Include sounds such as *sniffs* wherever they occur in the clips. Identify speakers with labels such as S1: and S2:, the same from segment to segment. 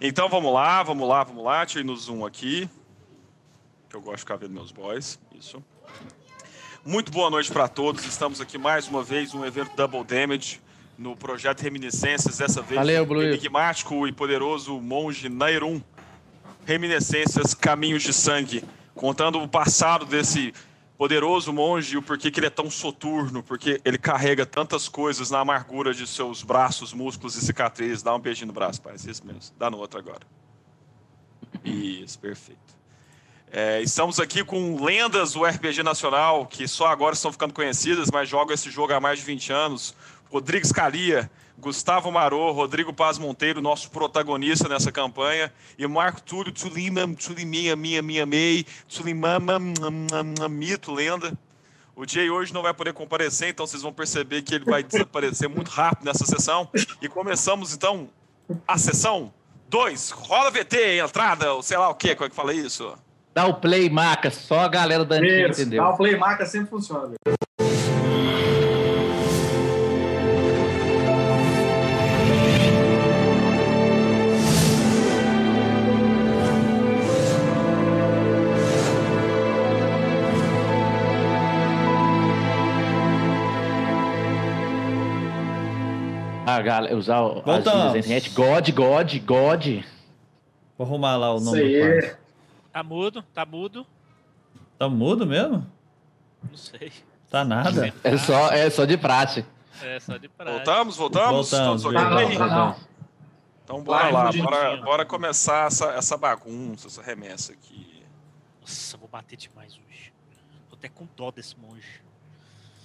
S1: Então vamos lá, vamos lá, vamos lá. Deixa eu ir no zoom aqui. Que eu gosto de ficar vendo meus boys. Isso. Muito boa noite para todos. Estamos aqui mais uma vez um evento Double Damage no projeto Reminiscências, dessa vez
S2: Valeu,
S1: com o
S2: Blue.
S1: enigmático e poderoso monge Nairum. Reminiscências, caminhos de sangue, contando o passado desse poderoso monge e o porquê que ele é tão soturno, porque ele carrega tantas coisas na amargura de seus braços, músculos e cicatrizes. Dá um beijinho no braço, parece isso mesmo. Dá no outro agora. Isso, perfeito. É, estamos aqui com lendas do RPG Nacional, que só agora estão ficando conhecidas, mas jogam esse jogo há mais de 20 anos. Rodrigues Scalia, Gustavo Marô, Rodrigo Paz Monteiro, nosso protagonista nessa campanha, e Marco Túlio Tsulima, Tsuliminha, minha, minha, mei, Tsulimama, hum, hum, hum, mito, lenda. O Jay hoje não vai poder comparecer, então vocês vão perceber que ele vai desaparecer muito rápido nessa sessão. E começamos, então, a sessão 2. Rola VT, entrada, ou sei lá o quê, como é que fala isso?
S2: Dá o play, maca. Só a galera da antiga
S3: Isso, dá
S2: entendeu.
S3: o play marca sempre funciona. velho.
S2: A galera usar o- as
S4: Voltamos.
S2: gírias da internet. God, God, God.
S4: Vou arrumar lá o
S3: Isso
S4: nome do
S3: aí.
S4: quadro.
S5: Tá mudo, tá mudo.
S4: Tá mudo mesmo?
S5: Não sei.
S4: Tá nada.
S2: É só, é só de prática.
S5: É só de praia.
S1: Voltamos, voltamos?
S4: Voltamos,
S1: Todos ok?
S3: Tá não,
S4: beleza.
S3: tá não.
S1: Então bora
S3: Vai,
S1: lá,
S3: Mundinho.
S1: bora, bora começar essa, essa bagunça, essa remessa aqui.
S5: Nossa, vou bater demais hoje. Tô até com dó desse monge.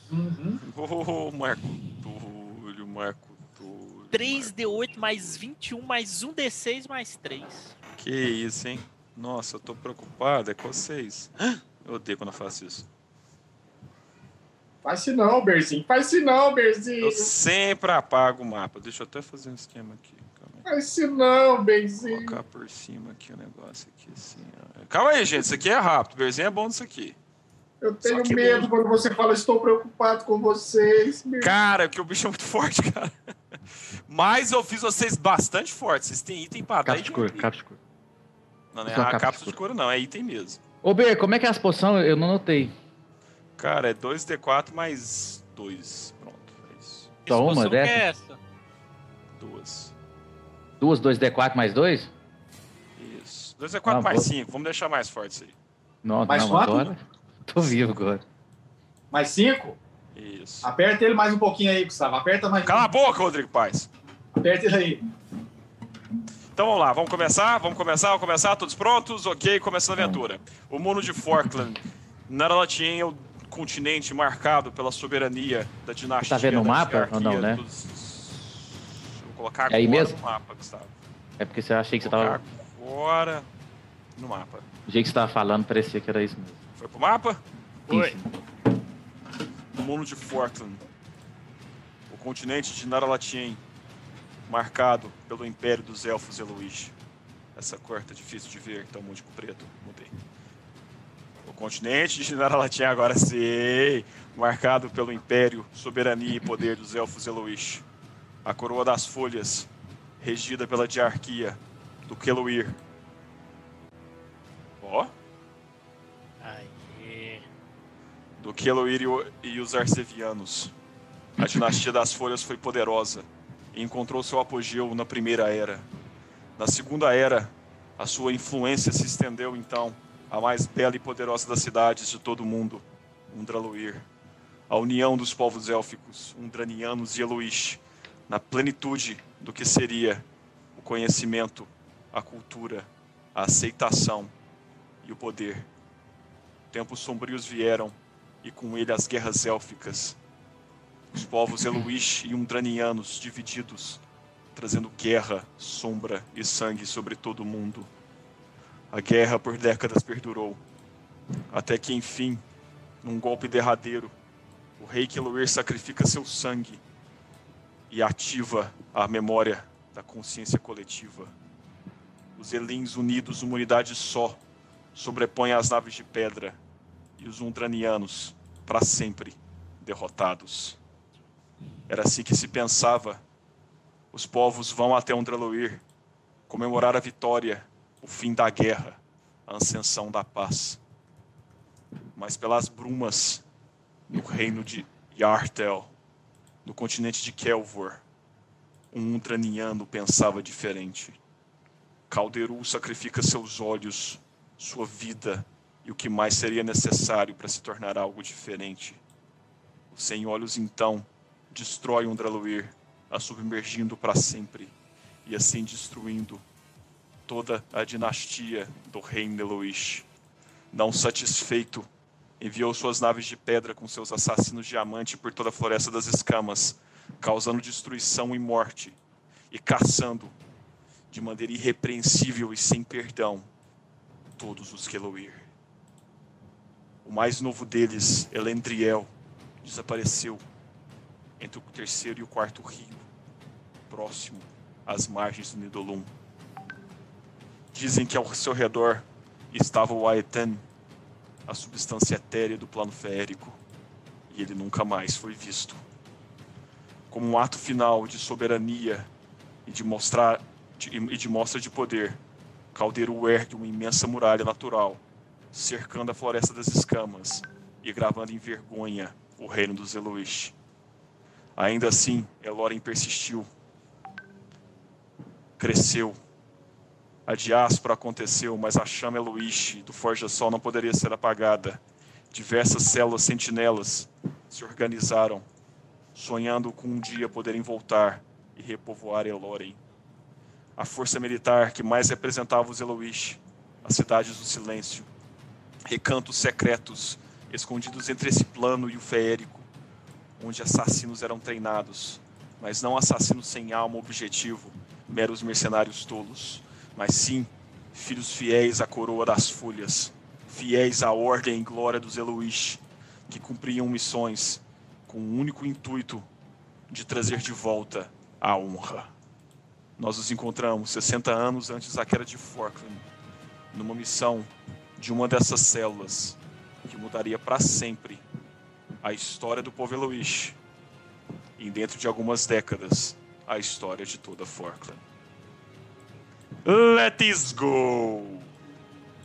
S3: Uhum.
S1: Ô, Marco Túlio, Marco Túlio.
S5: 3D8 mais 21 mais 1D6 mais 3.
S1: Marco- Que isso, hein? Nossa, eu tô preocupado, é com vocês. *gasps* Eu odeio quando eu faço isso.
S3: Faz se não, Berzinho. Faz se não, Berzinho.
S1: Eu sempre apago o mapa. Deixa eu até fazer um esquema aqui. Calma aí.
S3: Faz se não,
S1: Vou
S3: Berzinho.
S1: Colocar por cima aqui o negócio aqui assim. ó. Calma aí, gente. Isso aqui é rápido. Berzinho é bom disso aqui.
S3: Eu
S1: Só
S3: tenho
S1: que
S3: medo quando você fala estou preocupado com vocês. meu.
S1: Cara, que o bicho é muito *laughs* forte, cara. Mas eu fiz vocês bastante fortes. Vocês têm item pra dar.
S2: Capa de
S1: item
S2: cor,
S1: pra
S2: capa de cor.
S1: Não, não é
S2: Só
S1: a
S2: capa
S1: cápsula
S2: escura.
S1: escura, não, é item mesmo.
S2: Ô, Ber, como é que é as poções? Eu não notei.
S1: Cara, é 2D4 mais 2. Pronto, é isso.
S2: Só uma dessa?
S5: É essa?
S1: Duas.
S2: Duas, dois, D4 mais dois?
S1: Isso. 2D4
S2: Ah,
S1: mais
S2: boa.
S1: 5. Vamos deixar mais forte isso aí.
S2: Não,
S3: Mais
S2: não,
S3: quatro?
S2: agora. *laughs* Tô vivo agora.
S3: Mais cinco?
S1: Isso.
S3: Aperta ele mais um pouquinho aí, Gustavo. Aperta mais um.
S1: Cala a boca, Rodrigo Paz.
S3: Aperta ele aí.
S1: Então vamos lá, vamos começar, vamos começar, vamos começar, todos prontos? Ok, começando a aventura. O mundo de Forkland, Naralatin é o continente marcado pela soberania da dinastia.
S2: Tá vendo o
S1: da
S2: mapa ou não, né?
S1: hierarquia dos- Vou colocar agora
S2: É aí mesmo?
S1: no mapa, Gustavo.
S2: É porque você achei que você
S1: Vou
S2: tava.
S1: colocar agora no mapa.
S2: O jeito que você tava falando parecia que era isso mesmo.
S1: Foi pro mapa?
S5: Oi.
S1: O mundo de Fortland. O continente de Naralatien, marcado pelo Império dos Elfos Eloís. Essa cor tá difícil de ver, tá um monte de preto, mudei. O continente de Naralatien agora sim, marcado pelo Império, soberania e poder dos Elfos Eloís. A Coroa das Folhas, regida pela diarquia do Keluir. Ó,
S5: Aê.
S1: do que Eloir e o- e os Arcevianos. A dinastia das Folhas foi poderosa e encontrou seu apogeu na Primeira Era. Na Segunda Era, a sua influência se estendeu então à mais bela e poderosa das cidades de todo o mundo, Undraluir. A união dos povos élficos, Undranianos e Eloish, na plenitude do que seria o conhecimento, a cultura, a aceitação e o poder. Tempos sombrios vieram e com ele as guerras élficas. Os povos Eluish e Undranianos divididos, trazendo guerra, sombra e sangue sobre todo o mundo. A guerra por décadas perdurou, até que enfim, num golpe derradeiro, o rei Keluir sacrifica seu sangue e ativa a memória da consciência coletiva. Os Elins unidos numa unidade só, sobrepõem as naves de pedra e os Undranianos para sempre derrotados. Era assim que se pensava. Os povos vão até Undraluir comemorar a vitória, o fim da guerra, a ascensão da paz. Mas pelas brumas, no reino de Yartel, no continente de Kelvor, um Untraniano pensava diferente. Calderu sacrifica seus olhos, sua vida e o que mais seria necessário para se tornar algo diferente. Os Sem Olhos, então, destrói Undraluir, a submergindo para sempre e assim destruindo toda a dinastia do rei Neloish. Não satisfeito, enviou suas naves de pedra com seus assassinos diamante por toda a Floresta das Escamas, causando destruição e morte, e caçando, de maneira irrepreensível e sem perdão, todos os Keloir. O mais novo deles, Elendriel, desapareceu entre o terceiro e o quarto rio, próximo às margens do Nidolum. Dizem que ao seu redor estava o Aetan, a substância etérea do plano férreo, e ele nunca mais foi visto. Como um ato final de soberania e de, mostrar, de- e de mostra de poder, Caldeiro ergue uma imensa muralha natural, cercando a Floresta das Escamas e gravando em vergonha o reino dos Eloish. Ainda assim, Eloren persistiu. Cresceu. A diáspora aconteceu, mas a chama Eloish do Forja Sol não poderia ser apagada. Diversas células sentinelas se organizaram, sonhando com um dia poderem voltar e repovoar Eloren. A força militar que mais representava os Eloish, as cidades do silêncio, recantos secretos escondidos entre esse plano e o feérico onde assassinos eram treinados, mas não assassinos sem alma ou objetivo, meros mercenários tolos, mas sim filhos fiéis à coroa das folhas, fiéis à ordem e glória dos Eloish, que cumpriam missões com o único intuito de trazer de volta a honra. Nós nos encontramos 60 anos antes da queda de Forkland, numa missão de uma dessas células que mudaria para sempre a história do povo Eloish e dentro de algumas décadas a história de toda Forkland. Let us go!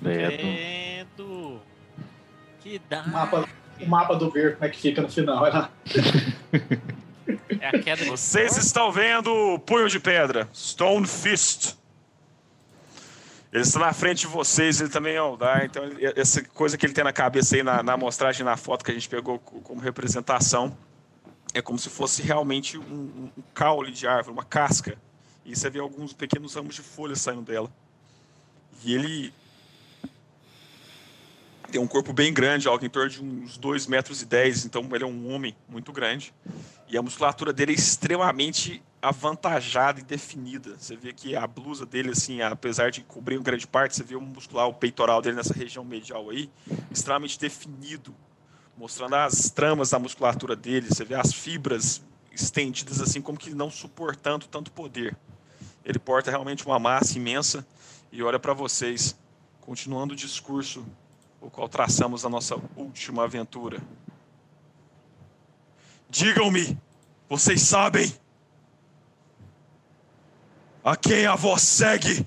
S2: Beto.
S5: Credo. Que dá.
S3: O mapa, o mapa do ver como é que fica no final. Vai lá.
S5: É a queda de
S1: Vocês
S5: Thor?
S1: estão vendo o punho de pedra, Stone Fist. Ele está na frente de vocês, ele também é Aldar, então ele- essa coisa que ele tem na cabeça aí na, na amostragem, na foto que a gente pegou co- como representação, é como se fosse realmente um, um- um caule de árvore, uma casca. E você vê alguns pequenos ramos de folhas saindo dela. E ele tem um corpo bem grande, algo em torno de uns 2,10 metros, e dez, então ele é um homem muito grande. E a musculatura dele é extremamente avantajada e definida. Você vê que a blusa dele, assim, apesar de cobrir uma grande parte, você vê o muscular, o peitoral dele nessa região medial aí, extremamente definido, mostrando as tramas da musculatura dele. Você vê as fibras estendidas, assim, como que não suportando tanto poder. Ele porta realmente uma massa imensa e olha para vocês, continuando o discurso, o qual traçamos na nossa última aventura. Digam-me, vocês sabem a quem a voz segue?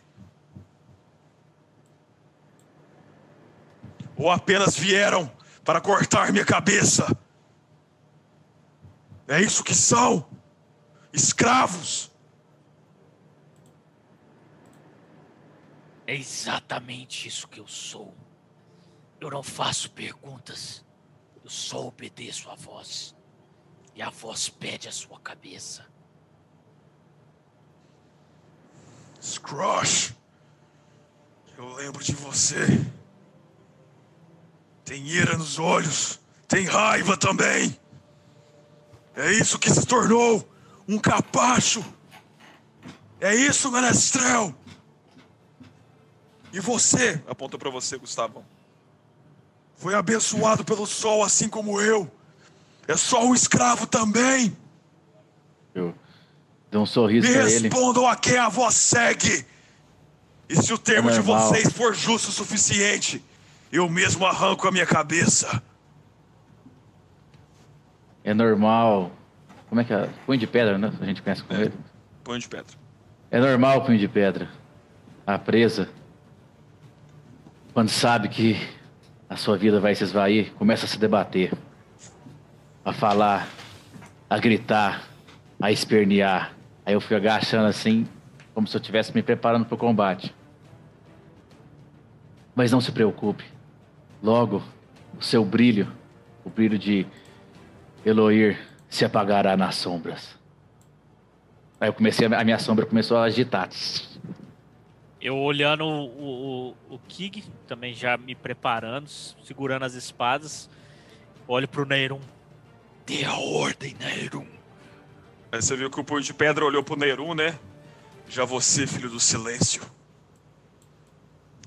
S1: Ou apenas vieram para cortar minha cabeça? É isso que são? Escravos?
S5: É exatamente isso que eu sou. Eu não faço perguntas. Eu só obedeço a voz. E a voz pede a sua cabeça.
S1: Scrooge, eu lembro de você. Tem ira nos olhos, tem raiva também. É isso que se tornou um capacho. É isso, menestrel. E você, aponta para você, Gustavo. Foi abençoado pelo sol assim como eu. É só um escravo também.
S2: Eu dou um sorriso
S1: Me
S2: pra ele.
S1: respondam a quem a voz segue. E se o termo
S2: É
S1: de
S2: normal.
S1: vocês for justo o suficiente, eu mesmo arranco a minha cabeça.
S2: É normal. Como é que é? Punho de pedra, né? A gente conhece como ele.
S1: Punho de pedra.
S2: É normal o punho de pedra. a presa, quando sabe que a sua vida vai se esvair, começa a se debater, a falar, a gritar, a espernear. Aí eu fico agachando assim, como se eu estivesse me preparando para o combate. Mas não se preocupe. Logo, o seu brilho, o brilho de Eloir, se apagará nas sombras. Aí eu comecei, a minha sombra começou a agitar.
S6: Eu olhando o, o, o Kig, também já me preparando, segurando as espadas. Olho pro Neirum.
S5: Dê a ordem, Nairum.
S1: Aí você viu que o punho de pedra olhou pro Neru, né? Já você, filho do silêncio.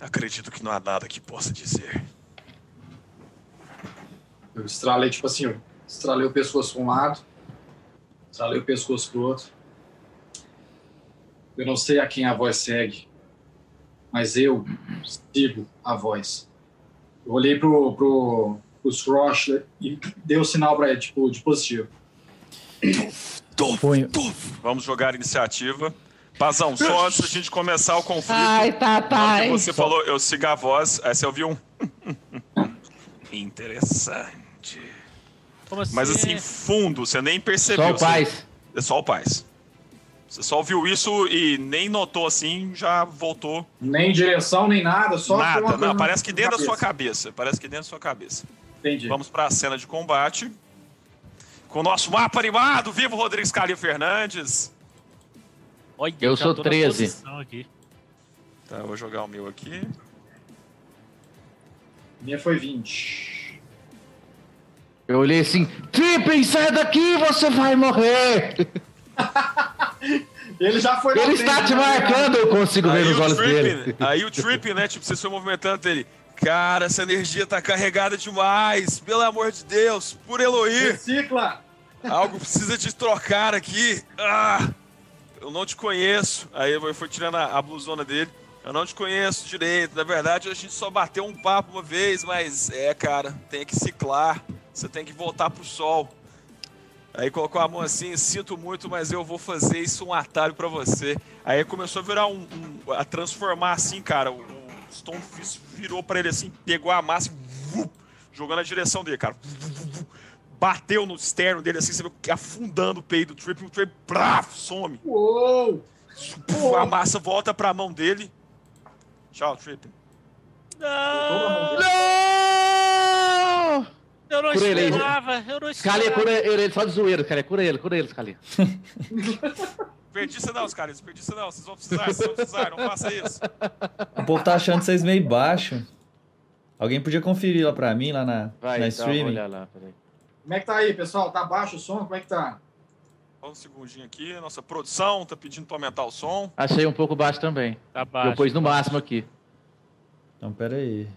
S1: Acredito que não há nada que possa dizer.
S3: Eu estralei, tipo assim, ó, estralei o pescoço pra um lado, estralei o pescoço pro outro. Eu não sei a quem a voz segue, mas eu sigo a voz. Eu olhei pro, pro, pro Srosh e dei o sinal pra ele, tipo, de positivo.
S5: Tuf,
S4: Punho.
S5: tuf.
S1: Vamos jogar a iniciativa. Pazão, só antes da gente começar o conflito.
S7: Ai,
S1: na hora que
S7: Tatai.
S1: você falou, eu sigo a voz, aí você ouviu um. *laughs* Interessante.
S6: Como assim?
S1: Mas assim, fundo, você nem percebeu.
S2: Só o
S1: você-
S2: paz.
S1: É só o paz. Você só ouviu isso e nem notou assim, já voltou.
S3: Nem direção, nem nada, só foi uma
S1: Nada.
S3: coisa
S1: Não,
S3: na-
S1: parece que
S3: na
S1: dentro da sua cabeça. Parece que dentro da sua cabeça.
S3: Entendi.
S1: Vamos para a cena de combate. Com o nosso mapa animado, vivo Rodrigues Calil Fernandes.
S6: Olha,
S2: Eu
S6: já
S2: sou
S6: tô na
S2: 13.
S6: posição aqui.
S1: Tá, eu vou jogar o meu aqui.
S3: Minha foi 20.
S2: Eu olhei assim, Trippin, sai daqui, você vai morrer!
S3: *laughs* Ele já foi na
S2: Ele
S3: frente,
S2: está te
S3: né?
S2: marcando, eu consigo ver
S1: Aí
S2: nos
S1: o,
S2: olhos
S1: tripping,
S2: dele.
S1: aí o Tripping, né? Tipo, vocês foi movimentando ele. Cara, essa energia tá carregada demais. Pelo amor de Deus, por Eloir.
S3: Recicla!
S1: Algo precisa te trocar aqui. Ah, eu não te conheço. Aí eu fui tirando a, a blusona dele. Eu não te conheço direito. Na verdade, a gente só bateu um papo uma vez, mas é, cara, tem que ciclar. Você tem que voltar pro sol. Aí colocou a mão assim, sinto muito, mas eu vou fazer isso um atalho pra você. Aí começou a virar um, um- a transformar assim, cara. O, o Stone Fist virou pra ele assim, pegou a massa e vup, jogou na direção dele, cara. Vup, vup, vup. Bateu no externo dele assim, você viu que afundando o peito do Trip, o Trip braf, some.
S3: Uou!
S1: Puf, a massa volta pra mão dele. Tchau, Trip.
S6: Não,
S2: Não!
S6: eu não
S2: Por ele,
S6: esperava, eu não esperava.
S2: Cali, cura ele, só de zoeira, Cali, cura ele, cura ele,
S6: *laughs*
S2: Cali.
S1: Perdiça não, os caras, perdiça não. Vocês vão precisar, vocês vão precisar, não faça isso.
S4: O povo tá achando vocês meio baixo. Alguém podia conferir lá pra mim, lá na, na streaming.
S2: lá, peraí.
S3: Como é que tá aí, pessoal? Tá baixo o som? Como é que tá?
S1: Só um segundinho aqui, nossa produção tá pedindo pra aumentar o som.
S2: Achei um pouco baixo também.
S6: Tá
S2: Eu
S6: baixo.
S2: pus no máximo aqui.
S4: Então, pera aí.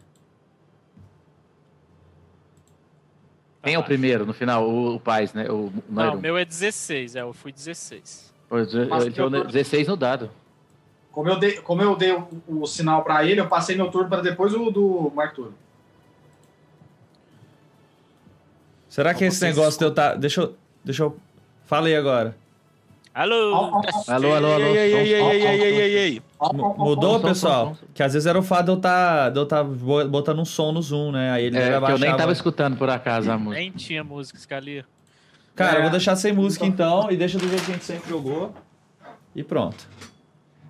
S2: Quem é o
S6: Tá baixo.
S2: primeiro, no final? O, o Paz, né? O
S6: Não,
S2: Nairo.
S6: meu é 16, é, eu fui 16.
S2: Ele tirou
S3: eu tô-
S2: 16 no dado.
S3: Como eu dei, como eu dei o, o sinal pra ele, eu passei meu turno pra depois o do Mark Turno.
S4: Será
S2: um
S4: que
S1: Então
S4: esse
S1: vocês-
S4: negócio deu tá. Deixa eu. Deixa eu. Fala aí agora.
S6: Alô!
S3: Ó, ó, ó,
S2: Alô, alô, alô.
S1: Ei, ei, ei,
S2: Som, som,
S1: ei, ei,
S2: som,
S1: ei,
S2: som.
S1: ei, ei.
S3: ó, ó,
S4: Mu-
S3: ó, ó.
S4: Mudou,
S2: som,
S4: pessoal?
S2: som, som.
S4: Que às vezes era o fato de eu tá, de eu tá bo- botando um som no Zoom, né? Aí ele
S2: É, que eu nem
S4: abaixava.
S2: tava escutando por acaso a música.
S6: Nem tinha música, Scalia.
S4: Cara, eu vou
S3: É.
S4: deixar sem música então e deixa do jeito que a gente sempre jogou. E pronto.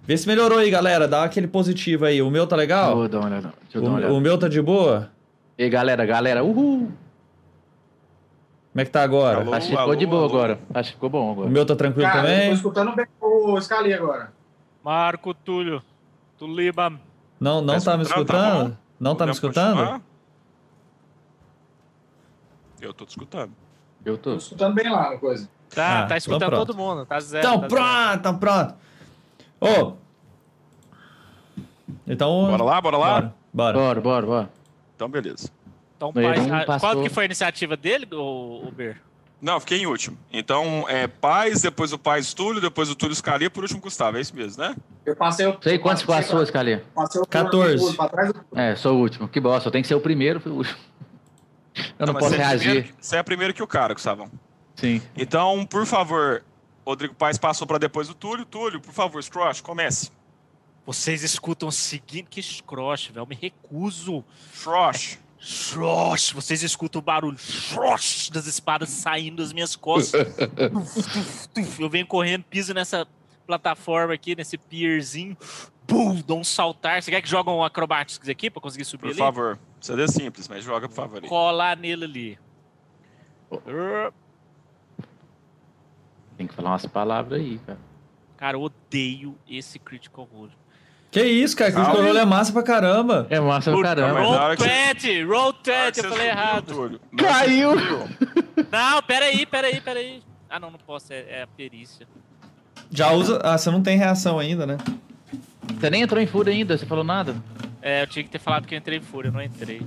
S4: Vê se melhorou aí, galera. Dá aquele positivo aí. O meu tá legal?
S2: Vou dar uma olhada. Deixa eu dar uma
S4: O,
S2: olhada.
S4: o meu tá de boa?
S2: Ei, galera, galera, uhul!
S4: Como é que tá agora?
S1: Alô,
S2: Acho que ficou
S1: alô,
S2: de boa
S1: alô.
S2: agora. Acho que ficou bom
S4: O
S2: agora.
S4: meu tá tranquilo
S3: Cara, eu tô
S4: também?
S3: escutando bem o Scali agora.
S6: Marco Túlio, Tuliba.
S4: Não, não
S1: Tá
S4: tá me
S1: escutando? Tá
S4: escutando? não tá me
S1: Podemos
S4: escutando?
S1: continuar? Eu tô te escutando.
S2: Eu
S3: Tô
S2: tô.
S3: escutando bem lá na coisa.
S6: Tá,
S4: Ah,
S6: tá escutando
S4: então pronto.
S6: todo mundo, tá zero.
S4: Então
S6: tá
S4: pronto, então pronto. Ô. Então.
S1: Bora lá, bora lá?
S4: Bora. bora.
S2: Bora, bora, bora.
S1: Então, beleza.
S6: zero. Então,
S2: Ele
S6: pai,
S2: não
S6: ah,
S2: passou.
S6: qual que foi a iniciativa dele, o, o Ber?
S1: Não, eu fiquei em último. Então, é Paz, depois o Paz Túlio, depois o Túlio Scalia, por último Gustavo. É isso mesmo, né?
S3: Eu passei o.
S2: Sei quantos
S3: passei
S2: passou, Scalia?
S3: pra- Passei o
S4: 14.
S3: Pra trás do-
S2: É, sou o último. Que bosta, eu tenho que ser o primeiro. fui o último. Eu não
S1: mas
S2: posso
S1: você é
S2: reagir.
S1: primeiro- você é primeiro que o cara, Gustavão.
S2: Sim.
S1: Então, por favor, Rodrigo Paz passou pra depois o Túlio. Túlio, por favor, Scrosh, comece.
S6: Vocês escutam seguindo. Que escroche, velho. Eu me recuso.
S1: Frosh.
S6: Shrosh, vocês escutam o barulho shrosh, das espadas saindo das minhas costas.
S1: *laughs*
S6: Tuf, tuf, tuf. Eu venho correndo, piso nessa plataforma aqui, nesse pierzinho. Bum, dou um saltar. Você quer que jogam um acrobatics aqui pra conseguir subir
S1: Por
S6: ali?
S1: favor. Seria simples, mas joga, por favor. aí.
S6: Colar nele ali. Ah,
S2: Tem que falar umas palavras aí, cara.
S6: Cara, eu odeio esse critical role.
S4: Que isso, cara?
S1: Calma.
S4: Critical Role é massa pra caramba.
S2: É massa pra
S1: mas
S2: caramba.
S1: na hora
S6: Roll
S1: que você-
S6: 20! Roll
S1: Na hora que
S6: 20! Eu
S1: você
S6: falei
S1: subiu,
S6: errado.
S1: Túlio, na hora que
S2: Caiu!
S6: Não, peraí, peraí, peraí. Ah, não, não posso. É, é a perícia.
S4: Já usa. Ah, você não tem reação ainda, né?
S2: Você nem entrou em fúria ainda, você falou nada.
S6: É, eu tinha que ter falado que eu entrei em fúria, eu não entrei.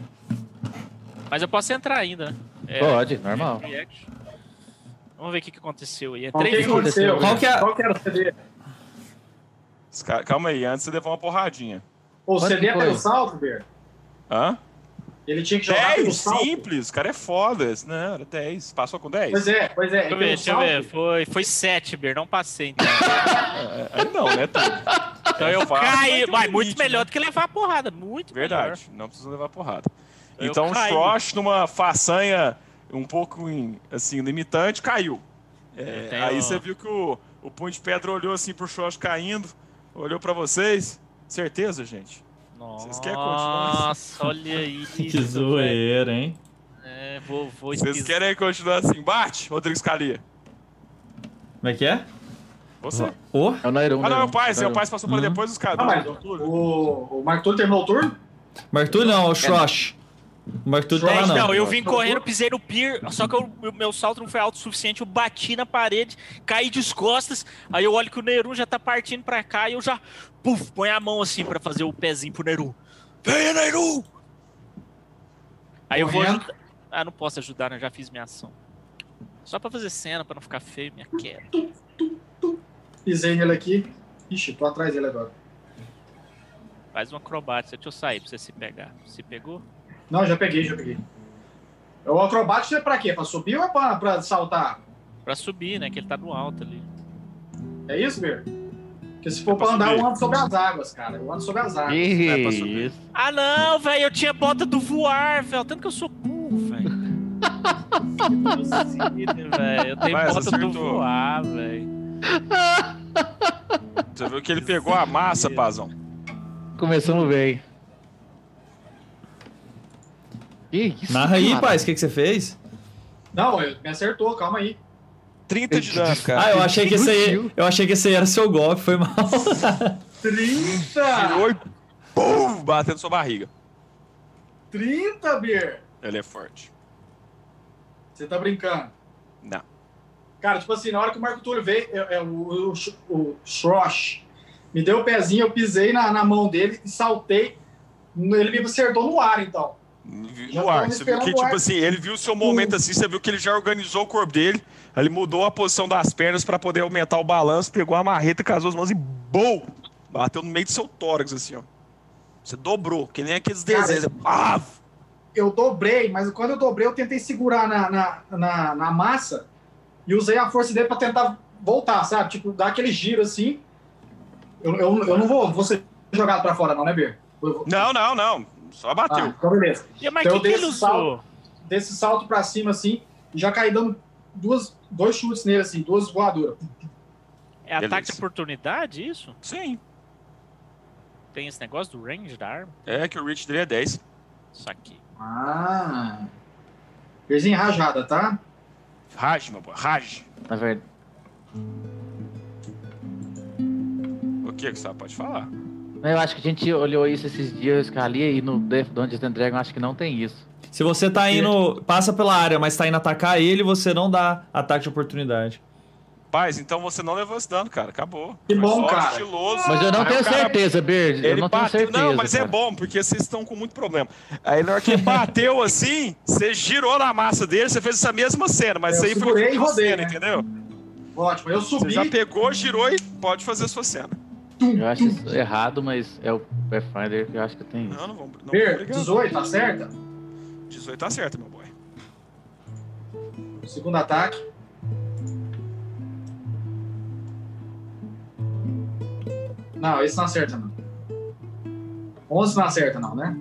S6: Mas eu posso entrar ainda, né? É,
S2: Pode, normal.
S6: reaction. Vamos ver o que, que aconteceu aí. É
S3: Então, o
S6: Entrei
S3: que
S6: em fúria.
S3: aconteceu?
S4: Qual que é a-
S3: Qual que era o CD?
S1: Os ca- Calma aí, antes você levar uma porradinha.
S3: O
S2: Quanto
S3: CD é
S2: que
S3: pelo
S2: foi?
S3: salto, Ber?
S1: Hã?
S3: Ele tinha que jogar pelo
S1: 10,
S3: salto?
S1: simples. O cara é foda. Não, era 10. Passou com 10?
S3: Pois é, pois é.
S6: Deixa
S3: pelo
S6: eu ver, deixa eu
S3: salto?
S6: ver. Foi, foi 7, Ber, não passei então.
S1: É, não, né, Túlio?
S6: Então eu
S1: fácil,
S6: caí.
S1: tem um
S6: Mas muito
S1: limite,
S6: melhor do que levar a porrada. Muito melhor.
S1: Verdade, não precisa levar porrada.
S6: Eu
S1: Então o
S6: caí.
S1: Shrosh, numa façanha um pouco em- assim, limitante, caiu. É,
S6: Eu tenho-
S1: Aí você viu que o, o Punho de Pedra olhou assim pro Shrosh caindo, olhou pra vocês. Certeza, gente? Vocês querem continuar?
S6: Nossa, olha
S1: *laughs*
S6: isso.
S4: Que
S6: velho.
S4: zoeira, hein?
S6: É, vou, vou
S1: Vocês
S6: esquisar.
S1: querem continuar assim? Bate, Rodrigo Scalia.
S4: Como é que é?
S1: Você.
S4: Ô,
S2: É o Nairon.
S1: Ah, não, é o
S2: Nairon.
S1: Paz. É o
S2: Nairon.
S1: Paz passou pra
S4: Uhum.
S1: depois os caras.
S3: Ah, mas o, o Mark Tully terminou o turno?
S4: Martu
S2: É.
S4: não, o Shrosh. O Martu tá lá
S6: Não,
S4: não.
S6: eu vim correndo, pisei no pier, só que eu- o meu salto não foi alto o suficiente, eu bati na parede, caí de costas, aí eu olho que o Neru já tá partindo pra cá e eu já, puf, põe a mão assim pra fazer o pezinho pro Neru. Venha, Neru! Aí eu vou
S3: Correndo.
S6: ajudar. Ah, não posso ajudar, né? Já fiz minha ação. Só pra fazer cena, pra não ficar feio, minha queda.
S3: Pisei nele aqui. Ixi, tô atrás dele agora.
S6: Faz uma acrobática, deixa eu sair pra você se pegar. Se pegou?
S3: Não, já peguei, já peguei. O acrobático é pra quê? Pra subir ou é pra, pra saltar?
S6: Pra subir, né? Que ele tá no alto ali.
S3: É isso, Ber? Porque se for
S1: É pra
S3: pra andar,
S1: subir.
S3: eu ando sobre as águas, cara. Eu ando sobre as águas.
S1: Vai pra
S2: Que
S1: subir.
S2: isso.
S6: Ah, não, velho, eu tinha bota do voar, velho. Tanto que eu sou burro, velho. Cacete, velho. Eu tenho
S1: Mas
S6: bota
S1: acertou.
S6: do voar, velho.
S1: Você viu que ele pegou a massa, Pazão.
S2: Começamos bem. Que isso,
S4: Narra aí,
S2: cara?
S4: Paz, o que, que você fez?
S3: Não, eu- me acertou, calma aí.
S1: 30 de dano, cara.
S4: Ah, eu achei que esse aí. Eu achei que esse aí era seu golpe, foi mal. *laughs*
S3: 30!
S1: Tirou e pum, batendo sua barriga.
S3: 30, Ber!
S1: Ele é forte.
S3: Você tá brincando.
S1: Não.
S3: Cara, tipo assim, na hora que o Marco Túlio veio, eu- eu- o, o, Sh- o Shrosh me deu o pezinho, eu pisei na, na mão dele e saltei. Ele me acertou no ar, então. Já
S1: No
S3: tava
S1: ar. Você viu
S3: esperando
S1: que,
S3: o ar.
S1: tipo assim, ele viu o seu momento assim, você viu que ele já organizou o corpo dele, aí ele mudou a posição das pernas pra poder aumentar o balanço, pegou a marreta, casou as mãos e BOM! Bateu no meio do seu tórax, assim, ó. Você dobrou, que nem aqueles
S3: Cara,
S1: desenhos. Ah,
S3: Eu dobrei, mas quando eu dobrei, eu tentei segurar na, na, na, na massa e usei a força dele pra tentar voltar, sabe? Tipo, dar aquele giro assim. Eu, eu, eu não vou, vou ser jogado pra fora, não, né, Ber? Eu vou-
S1: não, não, não. Só
S3: Ah,
S1: bateu.
S3: então beleza.
S6: E, mas
S3: Então
S6: que que ele
S3: desse
S6: usou?
S3: desse salto pra cima, assim, e já caí dando duas, dois chutes nele, assim, duas voadoras.
S6: É ataque
S1: Beleza.
S6: de oportunidade, isso?
S1: Sim.
S6: Tem esse negócio do range da arma?
S1: É que o reach dele é 10.
S6: Isso aqui.
S3: Ah. Perzinha rajada, tá?
S1: Rage, meu boy, rage.
S2: Na verdade.
S1: O que que você pode falar?
S2: Eu acho que a gente olhou isso esses dias, Scalia, e no Death Dungeons and Dragons acho que não tem isso.
S4: Se você tá indo. Passa pela área, mas tá indo atacar ele, você não dá ataque de oportunidade.
S1: Paz, então você não levou esse dano, cara. Acabou.
S3: Que
S1: Foi
S3: bom,
S1: só
S3: cara.
S1: Estiloso.
S2: Mas eu não
S1: Aí o
S2: tenho
S1: cara
S2: certeza, Bird. Eu
S1: Ele
S2: não tenho
S1: bateu.
S2: certeza.
S1: não, mas é
S2: cara.
S1: bom, porque vocês estão com muito problema. Aí na hora que
S2: *laughs*
S1: ele bateu assim, você girou na massa dele, você fez essa mesma cena, mas
S3: É,
S1: isso
S3: eu
S1: aí foi
S3: segurei
S1: outra
S3: e rodei,
S1: cena,
S3: né?
S1: entendeu?
S3: Ótimo. Eu
S1: Você
S3: subi,
S1: já pegou, girou e pode fazer a sua cena.
S2: Eu acho isso errado, mas é o Pathfinder que eu acho que tem isso.
S1: Não, não vamos. Não,
S3: Ber,
S1: obrigado.
S3: 18, tá certa?
S1: 18 tá certo, meu boy.
S3: Segundo ataque. Não, esse não acerta, não. 11 não acerta, não, né?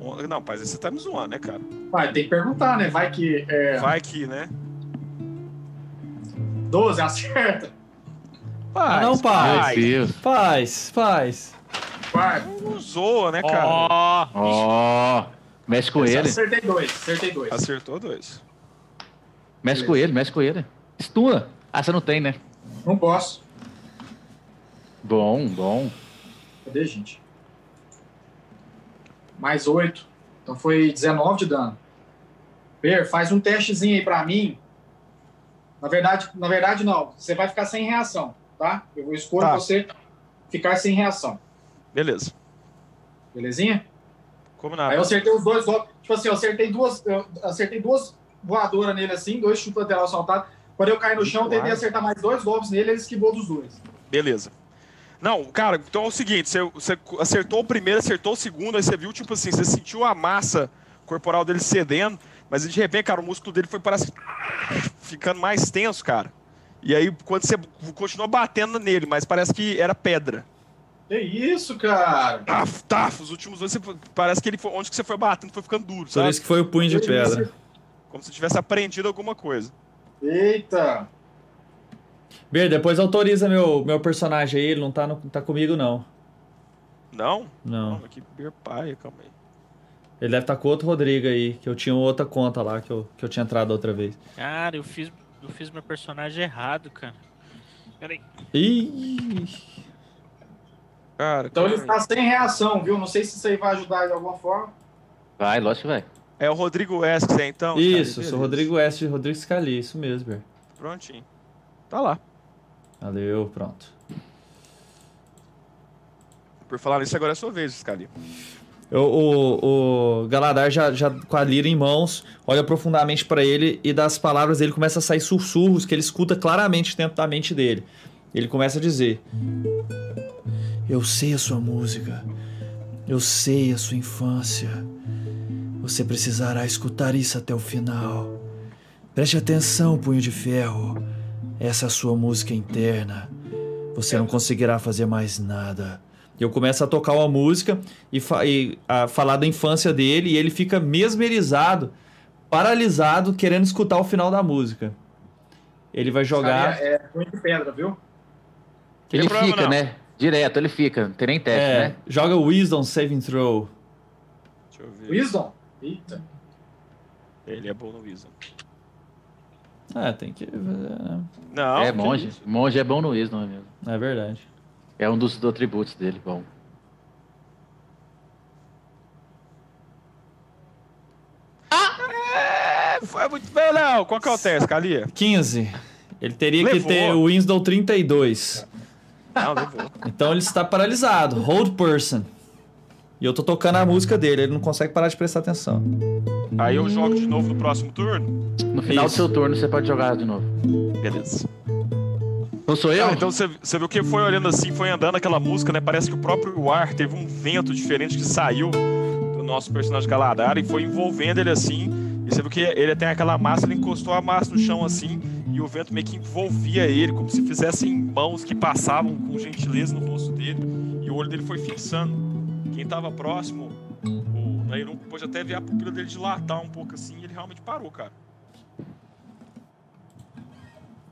S1: On- Não, mas aí você tá me zoando, né, cara?
S3: Vai, tem que perguntar, né? Vai que é,
S1: Vai que, né?
S3: 12 acerta.
S4: Ah, não, pai.
S2: Meu Deus.
S4: Faz, faz.
S3: Vai.
S1: Não zoa, né, cara?
S6: Ó, ixi,
S2: Ó, mexe com ele.
S3: Acertei dois, acertei dois.
S1: Acertou dois.
S2: Mexe com ele, mexe com ele. Estua. Ah, você não tem, né?
S3: Não posso.
S2: Bom, bom.
S3: Cadê, gente? Mais 8. Então foi 19 de dano. Per, faz um testezinho aí pra mim. Na verdade, na verdade não. Você vai ficar sem reação, tá? Eu vou escolher
S1: Tá.
S3: você ficar sem reação.
S1: Beleza.
S3: Belezinha?
S1: Combinado.
S3: Aí eu acertei os dois golpes. Tipo assim, eu acertei duas, eu acertei duas voadoras nele assim, dois chutes lateral saltado. Quando eu caí no chão, eu tentei acertar mais dois golpes nele, ele esquivou dos dois.
S1: Beleza. Não, cara, então é o seguinte, você, você acertou o primeiro, acertou o segundo, aí você viu, tipo assim, você sentiu a massa corporal dele cedendo, mas de repente, cara, o músculo dele foi parece ficando mais tenso, cara. E aí, quando você continuou batendo nele, mas parece que era pedra.
S3: Que isso, cara?
S1: Taf, taf, os últimos dois, você, parece que ele foi, onde que você foi batendo, foi ficando duro,
S4: Por
S1: sabe?
S4: isso que foi o punho de pedra.
S1: Como se tivesse aprendido alguma coisa.
S3: Eita!
S4: Ber, depois autoriza meu, meu personagem aí, ele não tá, no, tá comigo, não.
S1: Não?
S4: Não.
S1: Não, que beer paia, calma aí.
S4: Ele deve estar com outro Rodrigo aí, que eu tinha outra conta lá, que eu, que eu tinha entrado outra vez.
S6: cara, eu fiz, eu fiz meu personagem errado, cara. Peraí.
S4: Ih!
S1: Cara,
S3: Então ele
S1: calma aí.
S3: está sem reação, viu? Não sei se isso aí vai ajudar de alguma forma.
S1: assim.
S2: Vai, lógico que vai.
S1: É o Rodrigo West, então? cara,
S4: Isso, sou
S1: beleza.
S4: Rodrigo West, Rodrigo Scali, isso mesmo, Ber.
S1: Prontinho. Tá lá.
S4: Valeu, pronto.
S1: Por falar nisso, agora é sua vez, Scali.
S4: Eu- o, o Galadar já, já com a lira em mãos, olha profundamente pra ele e das palavras dele começa a sair sussurros que ele escuta claramente dentro da mente dele. Ele começa a dizer: Eu sei a sua música. Eu sei a sua infância. Você precisará escutar isso até o final. Preste atenção, punho de ferro. Essa é a sua música interna. Você não conseguirá fazer mais nada. E eu começo a tocar uma música e, fa- e a falar da infância dele e ele fica mesmerizado, paralisado, querendo escutar o final da música. Ele vai jogar.
S3: Cara, é, é ruim de pedra, viu?
S2: Ele
S1: problema,
S2: fica,
S1: não.
S2: né? Direto, ele fica. Não tem nem teste,
S4: É,
S2: né?
S4: joga Wisdom Saving Throw.
S1: Deixa eu ver.
S3: Wisdom? Eita.
S1: Ele é bom no Wisdom.
S4: Ah, tem que. É,
S1: Não.
S2: é
S1: que
S2: monge.
S1: isso.
S2: Monge é bom no Wiz, não é mesmo?
S4: é verdade.
S2: É um dos atributos dele, bom.
S4: Ah!
S1: É, foi muito bem, não. Qual que é o teste, Scali?
S4: 15. Ele teria que
S1: Levou.
S4: ter o Wisdom 32.
S1: Não, levou.
S4: Então ele está paralisado. Hold person. E eu tô tocando a música dele, ele não consegue parar de prestar atenção.
S1: Aí eu jogo de novo no próximo Um turno?
S2: No final
S4: Isso.
S2: do seu turno, você pode jogar de novo.
S1: Beleza.
S2: Não sou eu?
S1: Ah, então você, você viu que foi olhando assim, foi andando aquela música, né? Parece que o próprio ar teve um vento diferente que saiu do nosso personagem Galadar e foi envolvendo ele assim. E você viu que ele tem aquela massa, ele encostou a massa no chão assim, e o vento meio que envolvia ele, como se fizessem mãos que passavam com gentileza no rosto dele. E o olho dele foi fixando. Quem tava próximo, o Nairon pôde até ver a pupila dele dilatar um pouco assim, e ele realmente parou, cara.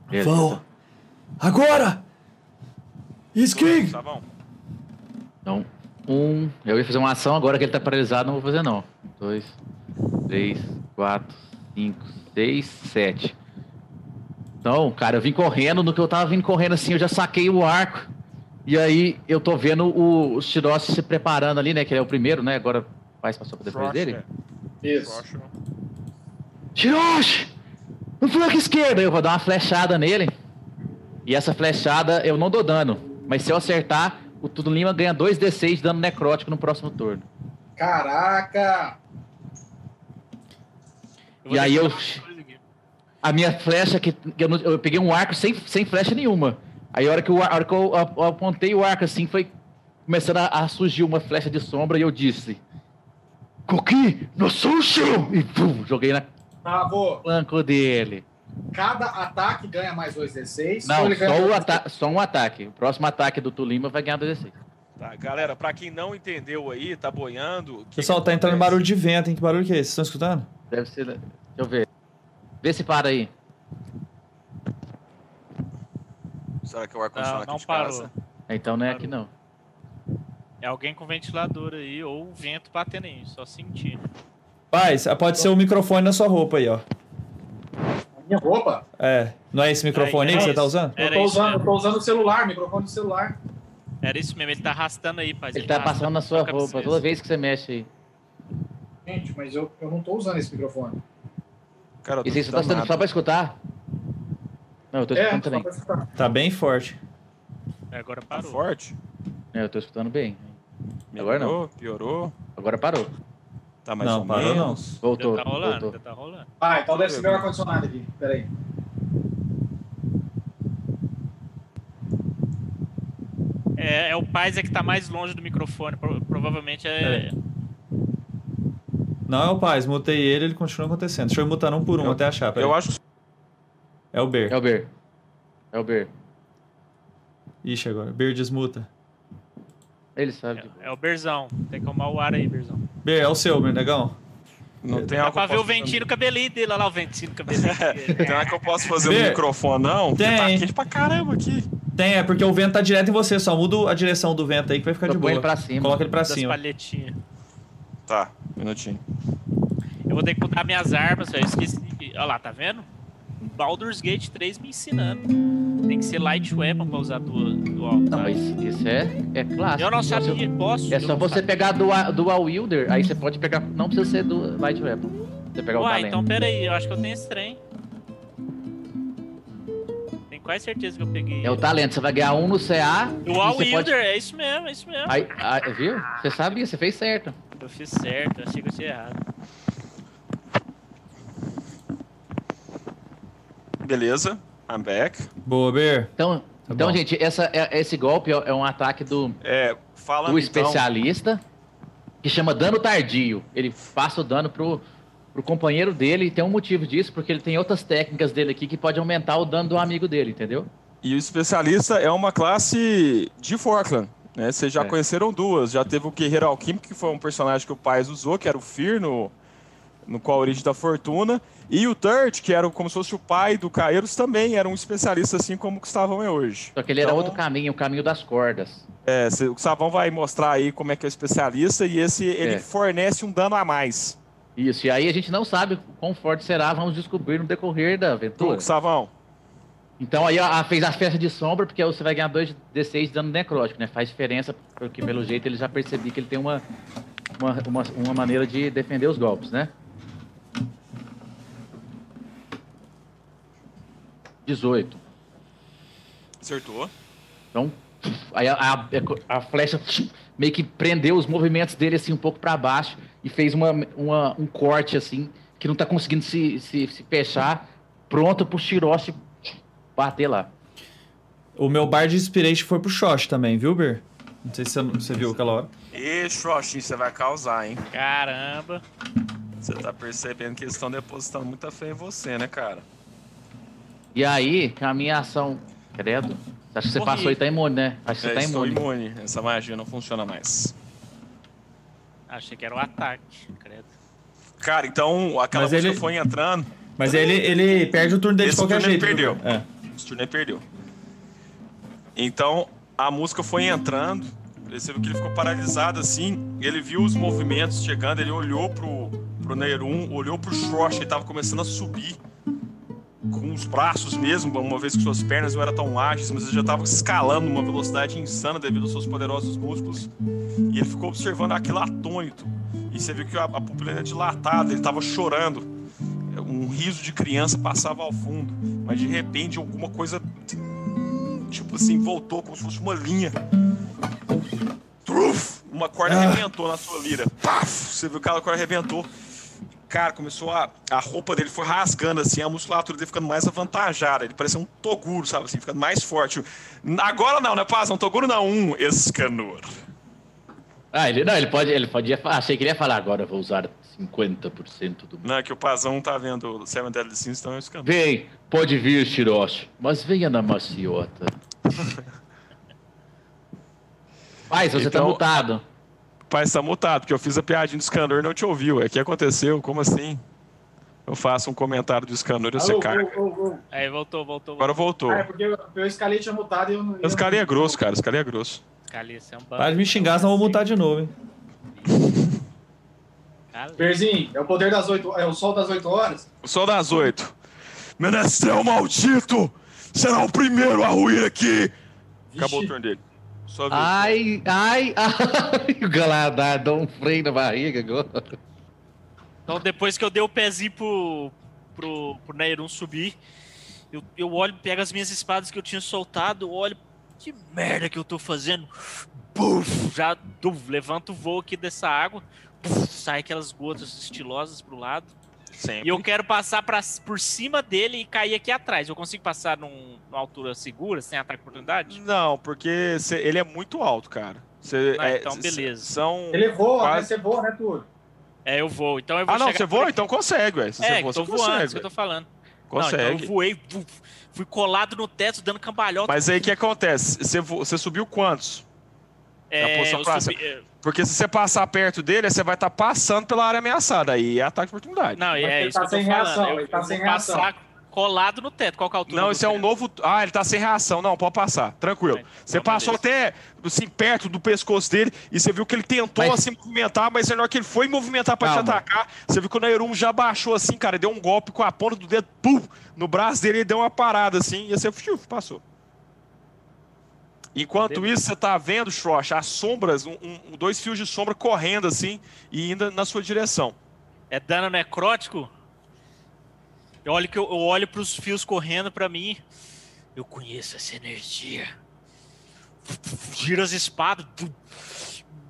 S2: Beleza.
S4: Vão! Agora! Skin!
S1: Tá bom?
S2: Então, um. Eu ia fazer uma ação agora que ele tá paralisado, não vou fazer não. Dois, três, quatro, cinco, seis, sete. Então, cara, eu vim correndo. No que eu tava vindo correndo assim, eu já saquei o arco. E aí eu tô vendo o, o Shirossi se preparando ali, né? Que ele é o primeiro, né? Agora faz passou pra depois
S1: Frost,
S2: dele.
S1: né?
S3: Isso.
S1: Frost, né?
S2: Shiroshi! No flanco esquerdo! Eu vou dar uma flechada nele. E essa flechada eu não dou dano. Mas se eu acertar, o Tudo Lima ganha 2d6 de dano necrótico no próximo turno.
S3: Caraca!
S6: vou
S2: E aí
S6: deixar
S2: eu-
S6: umas coisas aqui.
S2: A minha flecha, que que eu, não- eu peguei um arco sem, sem flecha nenhuma. Aí a hora que, eu, a hora que eu, a- eu apontei o arco assim, foi começando a, a surgir uma flecha de sombra e eu disse... Koki no sushi! E pum, joguei na
S6: Tá,
S3: Travou.
S2: flanco dele.
S3: Cada ataque ganha mais 2d6. ou
S2: Não,
S3: ele ganha
S2: só, o
S3: dois-
S2: ata- só um ataque. O próximo ataque do Tulima vai ganhar 2d6.
S1: Tá, galera, pra quem não entendeu aí, tá boiando. o que
S4: Pessoal,
S1: que
S4: tá entrando
S1: acontece?
S4: barulho de vento, hein? Que barulho que é esse? Vocês estão escutando?
S2: Deve ser. né? Deixa eu ver. Vê se para aí.
S1: Será que é o ar-condicionado
S6: Não,
S1: aqui
S6: não
S1: de
S6: parou.
S1: casa?
S2: Então não é aqui não.
S6: É alguém com ventilador aí, ou o vento batendo aí, só sentir.
S4: Pai, pode ser o microfone na sua roupa aí, ó.
S3: A minha roupa.
S4: É. Não é esse microfone aí que
S6: é
S4: você tá
S6: isso.
S4: usando?
S3: Eu
S6: Era
S3: tô,
S6: isso
S3: usando,
S6: mesmo.
S3: eu tô usando Tá o celular, microfone do celular.
S6: Era isso mesmo, ele tá arrastando aí, pai.
S2: Ele tá passando na sua
S6: a cabeça
S2: roupa toda
S6: mesmo.
S2: vez que você mexe aí.
S3: Gente, mas eu, eu não tô usando esse microfone.
S1: Cara, eu tô
S2: Isso aí, você tá sendo
S1: danado.
S2: só pra escutar? Não, eu tô
S3: É,
S2: escutando
S3: só
S2: também.
S3: pra escutar.
S4: Tá bem forte.
S6: É, Agora
S1: Tá
S6: parou.
S1: forte?
S2: É, eu tô escutando bem.
S1: Melhorou,
S2: Agora não.
S1: piorou.
S2: Agora parou.
S1: Tá mais
S4: Não,
S1: ou
S4: parou não.
S1: menos.
S2: Voltou.
S6: já tá rolando,
S2: voltou.
S6: já tá rolando.
S3: Ah, então deve ser meu ar-condicionado aqui. Peraí.
S6: É, é o Paz é que tá mais longe do microfone, pro- provavelmente é...
S4: Não é o Paz, mutei ele, ele continua acontecendo. Deixa eu ir mutando um por um
S1: Eu-
S4: até achar. peraí.
S1: Eu acho
S4: É o Ber.
S2: É o Ber. É o Ber.
S4: Ixi, agora. Ber desmuta.
S2: Ele sabe.
S6: É, é o Berzão. Tem que arrumar o ar aí, Berzão.
S4: Ber, é o seu, meu negão.
S1: não tem
S6: Dá
S1: algo
S6: pra
S1: que
S6: ver
S1: eu
S6: o
S1: posso
S6: ventinho no cabelinho dele, olha lá o ventinho no cabelinho
S2: *laughs*
S6: dele.
S1: Fazer. Tem nada que eu posso fazer
S4: Vê.
S1: no microfone, não? Porque tá
S4: Tem.
S1: quente pra caramba aqui.
S4: Tem, é porque o vento tá direto em você, só muda a direção do vento aí que vai ficar
S2: Só
S4: de
S2: põe
S4: boa.
S2: ele pra cima.
S4: Coloca ele pra
S6: Das
S4: cima.
S6: palhetinhas.
S1: Tá, um minutinho.
S6: Eu vou ter que mudar minhas armas, velho. eu Esqueci. Olha lá, tá vendo? Baldur's Gate 3 me ensinando. Tem que ser light weapon pra usar do, do alto. tá?
S2: Não, mas isso é, é clássico.
S6: Eu não
S2: Só se-
S6: sabia, posso.
S2: É
S6: eu
S2: só
S6: não
S2: você
S6: sabia.
S2: pegar do dual wielder, aí você pode pegar. Não precisa ser do Light Weapon. Você pegar o
S6: Uai,
S2: talento.
S6: então pera aí, eu acho que eu tenho esse trem. Tenho quase certeza que eu peguei.
S2: É o talento, você vai ganhar um no CA.
S6: Do All
S2: e você
S6: Wielder,
S2: pode-
S6: é isso mesmo, é isso mesmo.
S2: Aí, aí, viu? Você sabia, você fez certo.
S6: Eu fiz certo, eu achei que eu tinha errado.
S1: Beleza, I'm back.
S4: Boa, Ber.
S2: Então,
S4: Tá
S2: então
S4: bom.
S2: gente, essa, é- esse golpe é é um ataque do,
S1: É, fala
S2: do
S1: então.
S2: especialista que chama dano tardio. Ele passa o dano pro, pro companheiro dele e tem um motivo disso, porque ele tem outras técnicas dele aqui que pode aumentar o dano do amigo dele, entendeu?
S1: E o especialista é uma classe de Forkland. Né? Vocês já
S2: É.
S1: conheceram duas. Já teve o Guerreiro Alquímico, que foi um personagem que o Paz usou, que era o Fear no, no Qual a Origem da Fortuna. E o Turt, que era como se fosse o pai do Caeiros, também era um especialista, assim como o Gustavão é hoje.
S2: Só que ele era
S1: Então,
S2: outro caminho, o caminho das cordas.
S1: É, cê- o Gustavão vai mostrar aí como é que é o especialista e esse ele
S2: É.
S1: fornece um dano a mais.
S2: Isso, e aí a gente não sabe quão forte será, vamos descobrir no decorrer da
S1: Tu,
S2: aventura.
S1: Gustavão.
S2: Então aí a, fez a festa de sombra, porque você vai ganhar 2 D6 de dano necrótico, né? Faz diferença, porque pelo jeito ele já percebi que ele tem uma, uma, uma, uma maneira de defender os golpes, né? 18.
S1: Acertou.
S2: Então, aí a, a- a flecha *sniffs* meio que prendeu os movimentos dele assim um pouco para baixo e fez uma, uma- um corte assim, que não tá conseguindo se, se, se fechar, pronto pro Shiroshi bater lá.
S4: O meu bar de inspiration foi pro Xox também, viu, Ber? Não sei se você, você viu aquela hora.
S1: E, Xoxin, você vai causar, hein?
S6: Caramba.
S1: Você tá percebendo que eles estão depositando muita fé em você, né, cara?
S2: E aí, com a minha ação, credo. Acho que você
S6: Horrível.
S2: passou e tá imune, né? Acho que você
S1: é,
S2: tá
S1: estou
S2: imune.
S1: imune. Essa magia não funciona mais.
S6: Achei que era um ataque, credo.
S1: Cara, então aquela
S4: Mas
S1: música
S4: ele-
S1: foi entrando,
S4: Mas ele, ele perde o turno dele
S1: Esse
S4: de qualquer
S1: turno ele
S4: jeito. viu?
S1: perdeu.
S4: É.
S1: o turnê perdeu. Então a música foi entrando, percebeu que ele ficou paralisado assim, ele viu os movimentos chegando, ele olhou pro, pro Nerun, olhou pro Short, ele tava começando a subir com os braços mesmo, uma vez que suas pernas não eram tão ágeis, mas ele já tava escalando uma velocidade insana devido aos seus poderosos músculos. E ele ficou observando aquilo atônito. E você viu que a, a pupila era dilatada, ele tava chorando. Um riso de criança passava ao fundo, mas de repente alguma coisa tipo assim voltou como se fosse uma linha. Truf! Uma corda
S4: Ah.
S1: arrebentou na sua lira. Paf! Você viu que aquela corda arrebentou. Cara, começou a. A roupa dele foi rasgando, assim, a musculatura dele ficando mais avantajada. Ele parecia um Toguro, sabe assim, ficando mais forte. Agora não, né, Paz? Um Toguro não, um Escanor.
S2: Ah, ele não, ele pode, ele podia, fa- achei que ele ia falar agora, eu vou usar 50% do
S1: Não, é que o Pazão tá vendo o Seven Deadly Sins, então é um escândalo.
S2: Vem, pode vir, Shiroshi, mas venha na maciota. Pai, você tá
S1: Então-
S2: mutado.
S1: Pai, está mutado, porque eu fiz a piadinha do Scanor e não te ouviu. É o que aconteceu, como assim? Eu faço um comentário do Scanor e você
S3: Alô,
S1: caga.
S3: ô, ô, ô.
S6: Aí voltou, voltou, voltou.
S1: Agora voltou.
S3: Ah, é porque eu, eu escalei tinha mutado e eu não. eu
S1: Esse cara é
S3: não-
S1: grosso, cara. Esse cara é grosso.
S6: Calice, é um
S4: Para de me xingar, senão eu vou mutar de novo, hein?
S6: Calice.
S3: Berzinho, é o poder das oito é o sol das 8 horas.
S1: O sol das oito. Menestrel maldito! Será o primeiro a ruir aqui! Acabou o
S3: Vixe.
S1: turno dele. Só
S2: Ah,
S1: vez.
S2: Ai, ai, ai. O Galadar dá um freio na barriga agora.
S6: Então depois que eu dei o pezinho pro, pro, pro Neirun subir, eu, eu olho, pego as minhas espadas que eu tinha soltado, olho, que merda que eu tô fazendo. Buf, já du, levanto o voo aqui dessa água, buf, sai aquelas gotas estilosas pro lado.
S1: Sempre.
S6: E eu quero passar pra, por cima dele e cair aqui atrás. Eu consigo passar num, numa altura segura, sem ataque de oportunidade?
S1: Não, porque cê- ele é muito alto, cara. Cê-
S6: Ah,
S1: é,
S6: então
S1: cê-
S6: beleza.
S1: São...
S3: Ele voa, né?
S1: Quase.
S3: Você voa, né, Túlio?
S6: É, eu vou. Então eu vou
S1: Ah, não,
S6: chegar
S1: você
S6: por
S1: voa?
S6: aqui.
S1: Então consegue, ué. Se
S6: É,
S1: você voa,
S6: tô
S1: você
S6: voando, é isso
S1: consegue.
S6: que eu tô
S1: ué.
S6: falando. Não, então eu
S1: Consegue.
S6: voei, fu- fui colado no teto, dando cambalhota.
S1: Mas aí o que é acontece? Você vo- você subiu quantos? na posição
S6: É, eu
S1: clássica.
S6: subi- é,
S1: Porque se você passar perto dele, aí você vai estar passando pela área ameaçada. Aí é ataque de oportunidade.
S6: Não,
S3: ele
S6: é isso
S3: tá
S6: que eu
S3: sem
S6: tô falando.
S3: reação,
S6: eu,
S3: ele tá
S6: eu vou
S3: sem
S6: passar colado no teto. Qual que é a altura?
S1: Não,
S6: do
S1: isso é um
S6: teto?
S1: novo. Ah, ele tá sem reação. Não, pode passar. Tranquilo.
S6: Então,
S1: Você passou até assim, perto do pescoço dele e você viu que ele tentou
S2: Mas-
S1: se movimentar, mas na hora que ele foi movimentar pra te
S2: Calma.
S1: atacar, você viu que o Nairum já baixou assim, cara, e deu um golpe com a ponta do dedo, pum, no braço dele, ele deu uma parada assim, e você fiu, passou. Enquanto isso, você tá vendo, Shrosh, as sombras, um- um- dois fios de sombra correndo assim e indo na sua direção.
S6: É dano necrótico? Eu olho, que eu, eu olho pros fios correndo pra mim. Eu conheço essa energia. Gira as espadas. tu-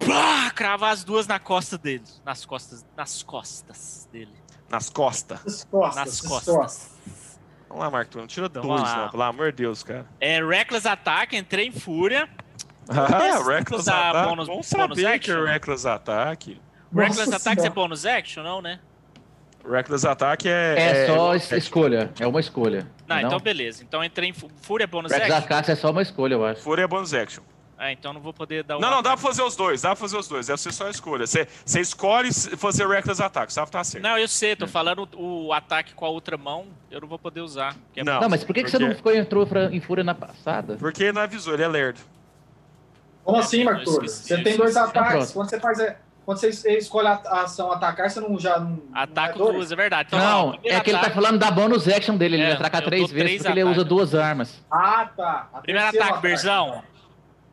S6: Bah, crava as duas na costa dele. Nas costas. Nas costas dele.
S1: Nas costas.
S3: Nas costas.
S6: Nas costas.
S1: Vamos lá, Marco, não tira dois, né?
S6: Vamos Então, lá.
S1: não, pelo amor de Deus, cara.
S6: É, Reckless Attack, entrei em fúria.
S1: Ah,
S6: Preciso
S1: Reckless
S6: usar
S1: Attack.
S6: bônus-
S1: Bom
S6: bônus
S1: saber que
S6: action.
S1: é Reckless Attack.
S6: Reckless Attack é bonus action, não, né?
S1: Reckless Attack é.
S2: É, só
S1: é-
S2: es- escolha. É uma escolha.
S6: Não, então beleza. Então entrei em fu- fúria bonus
S2: Pra
S6: action.
S2: desacato é só uma escolha, eu acho.
S1: Fúria é bonus action.
S6: Ah, então não vou poder dar o
S1: Não, não, dá pra
S6: ataque.
S1: fazer os dois, dá pra fazer os dois. É você só escolha. Você, você escolhe se- fazer Reckless Attack, sabe? Tá certo.
S6: Não, eu sei,
S2: Hum.
S6: tô falando o, o ataque com a outra mão, eu não vou poder usar. porque é-
S1: Não.
S2: Não, mas por que, que você
S1: porque-
S2: não ficou, entrou pra- em fúria na passada?
S1: Porque ele não avisou, ele é lerdo.
S3: Como assim,
S6: Eu
S3: Marco Túlio?
S6: esqueci,
S3: Você
S6: eu
S3: tem dois
S6: esqueci.
S3: ataques.
S2: pronto.
S3: Quando você faz. é- Quando você es- escolhe a a ação atacar, você não já. Não,
S6: Ataco
S3: não é dois?
S6: duas, é verdade. Então, ó,
S2: Não,
S6: primeiro
S2: é que ele tá
S6: ataque-
S2: falando da bonus action dele. Ele
S6: É,
S2: vai atracar
S6: eu dou
S2: três vezes
S6: três
S2: porque ele usa
S6: ataques.
S2: duas armas.
S3: Ah, tá. A
S6: Primeiro
S3: terceiro
S6: ataque, Berzão.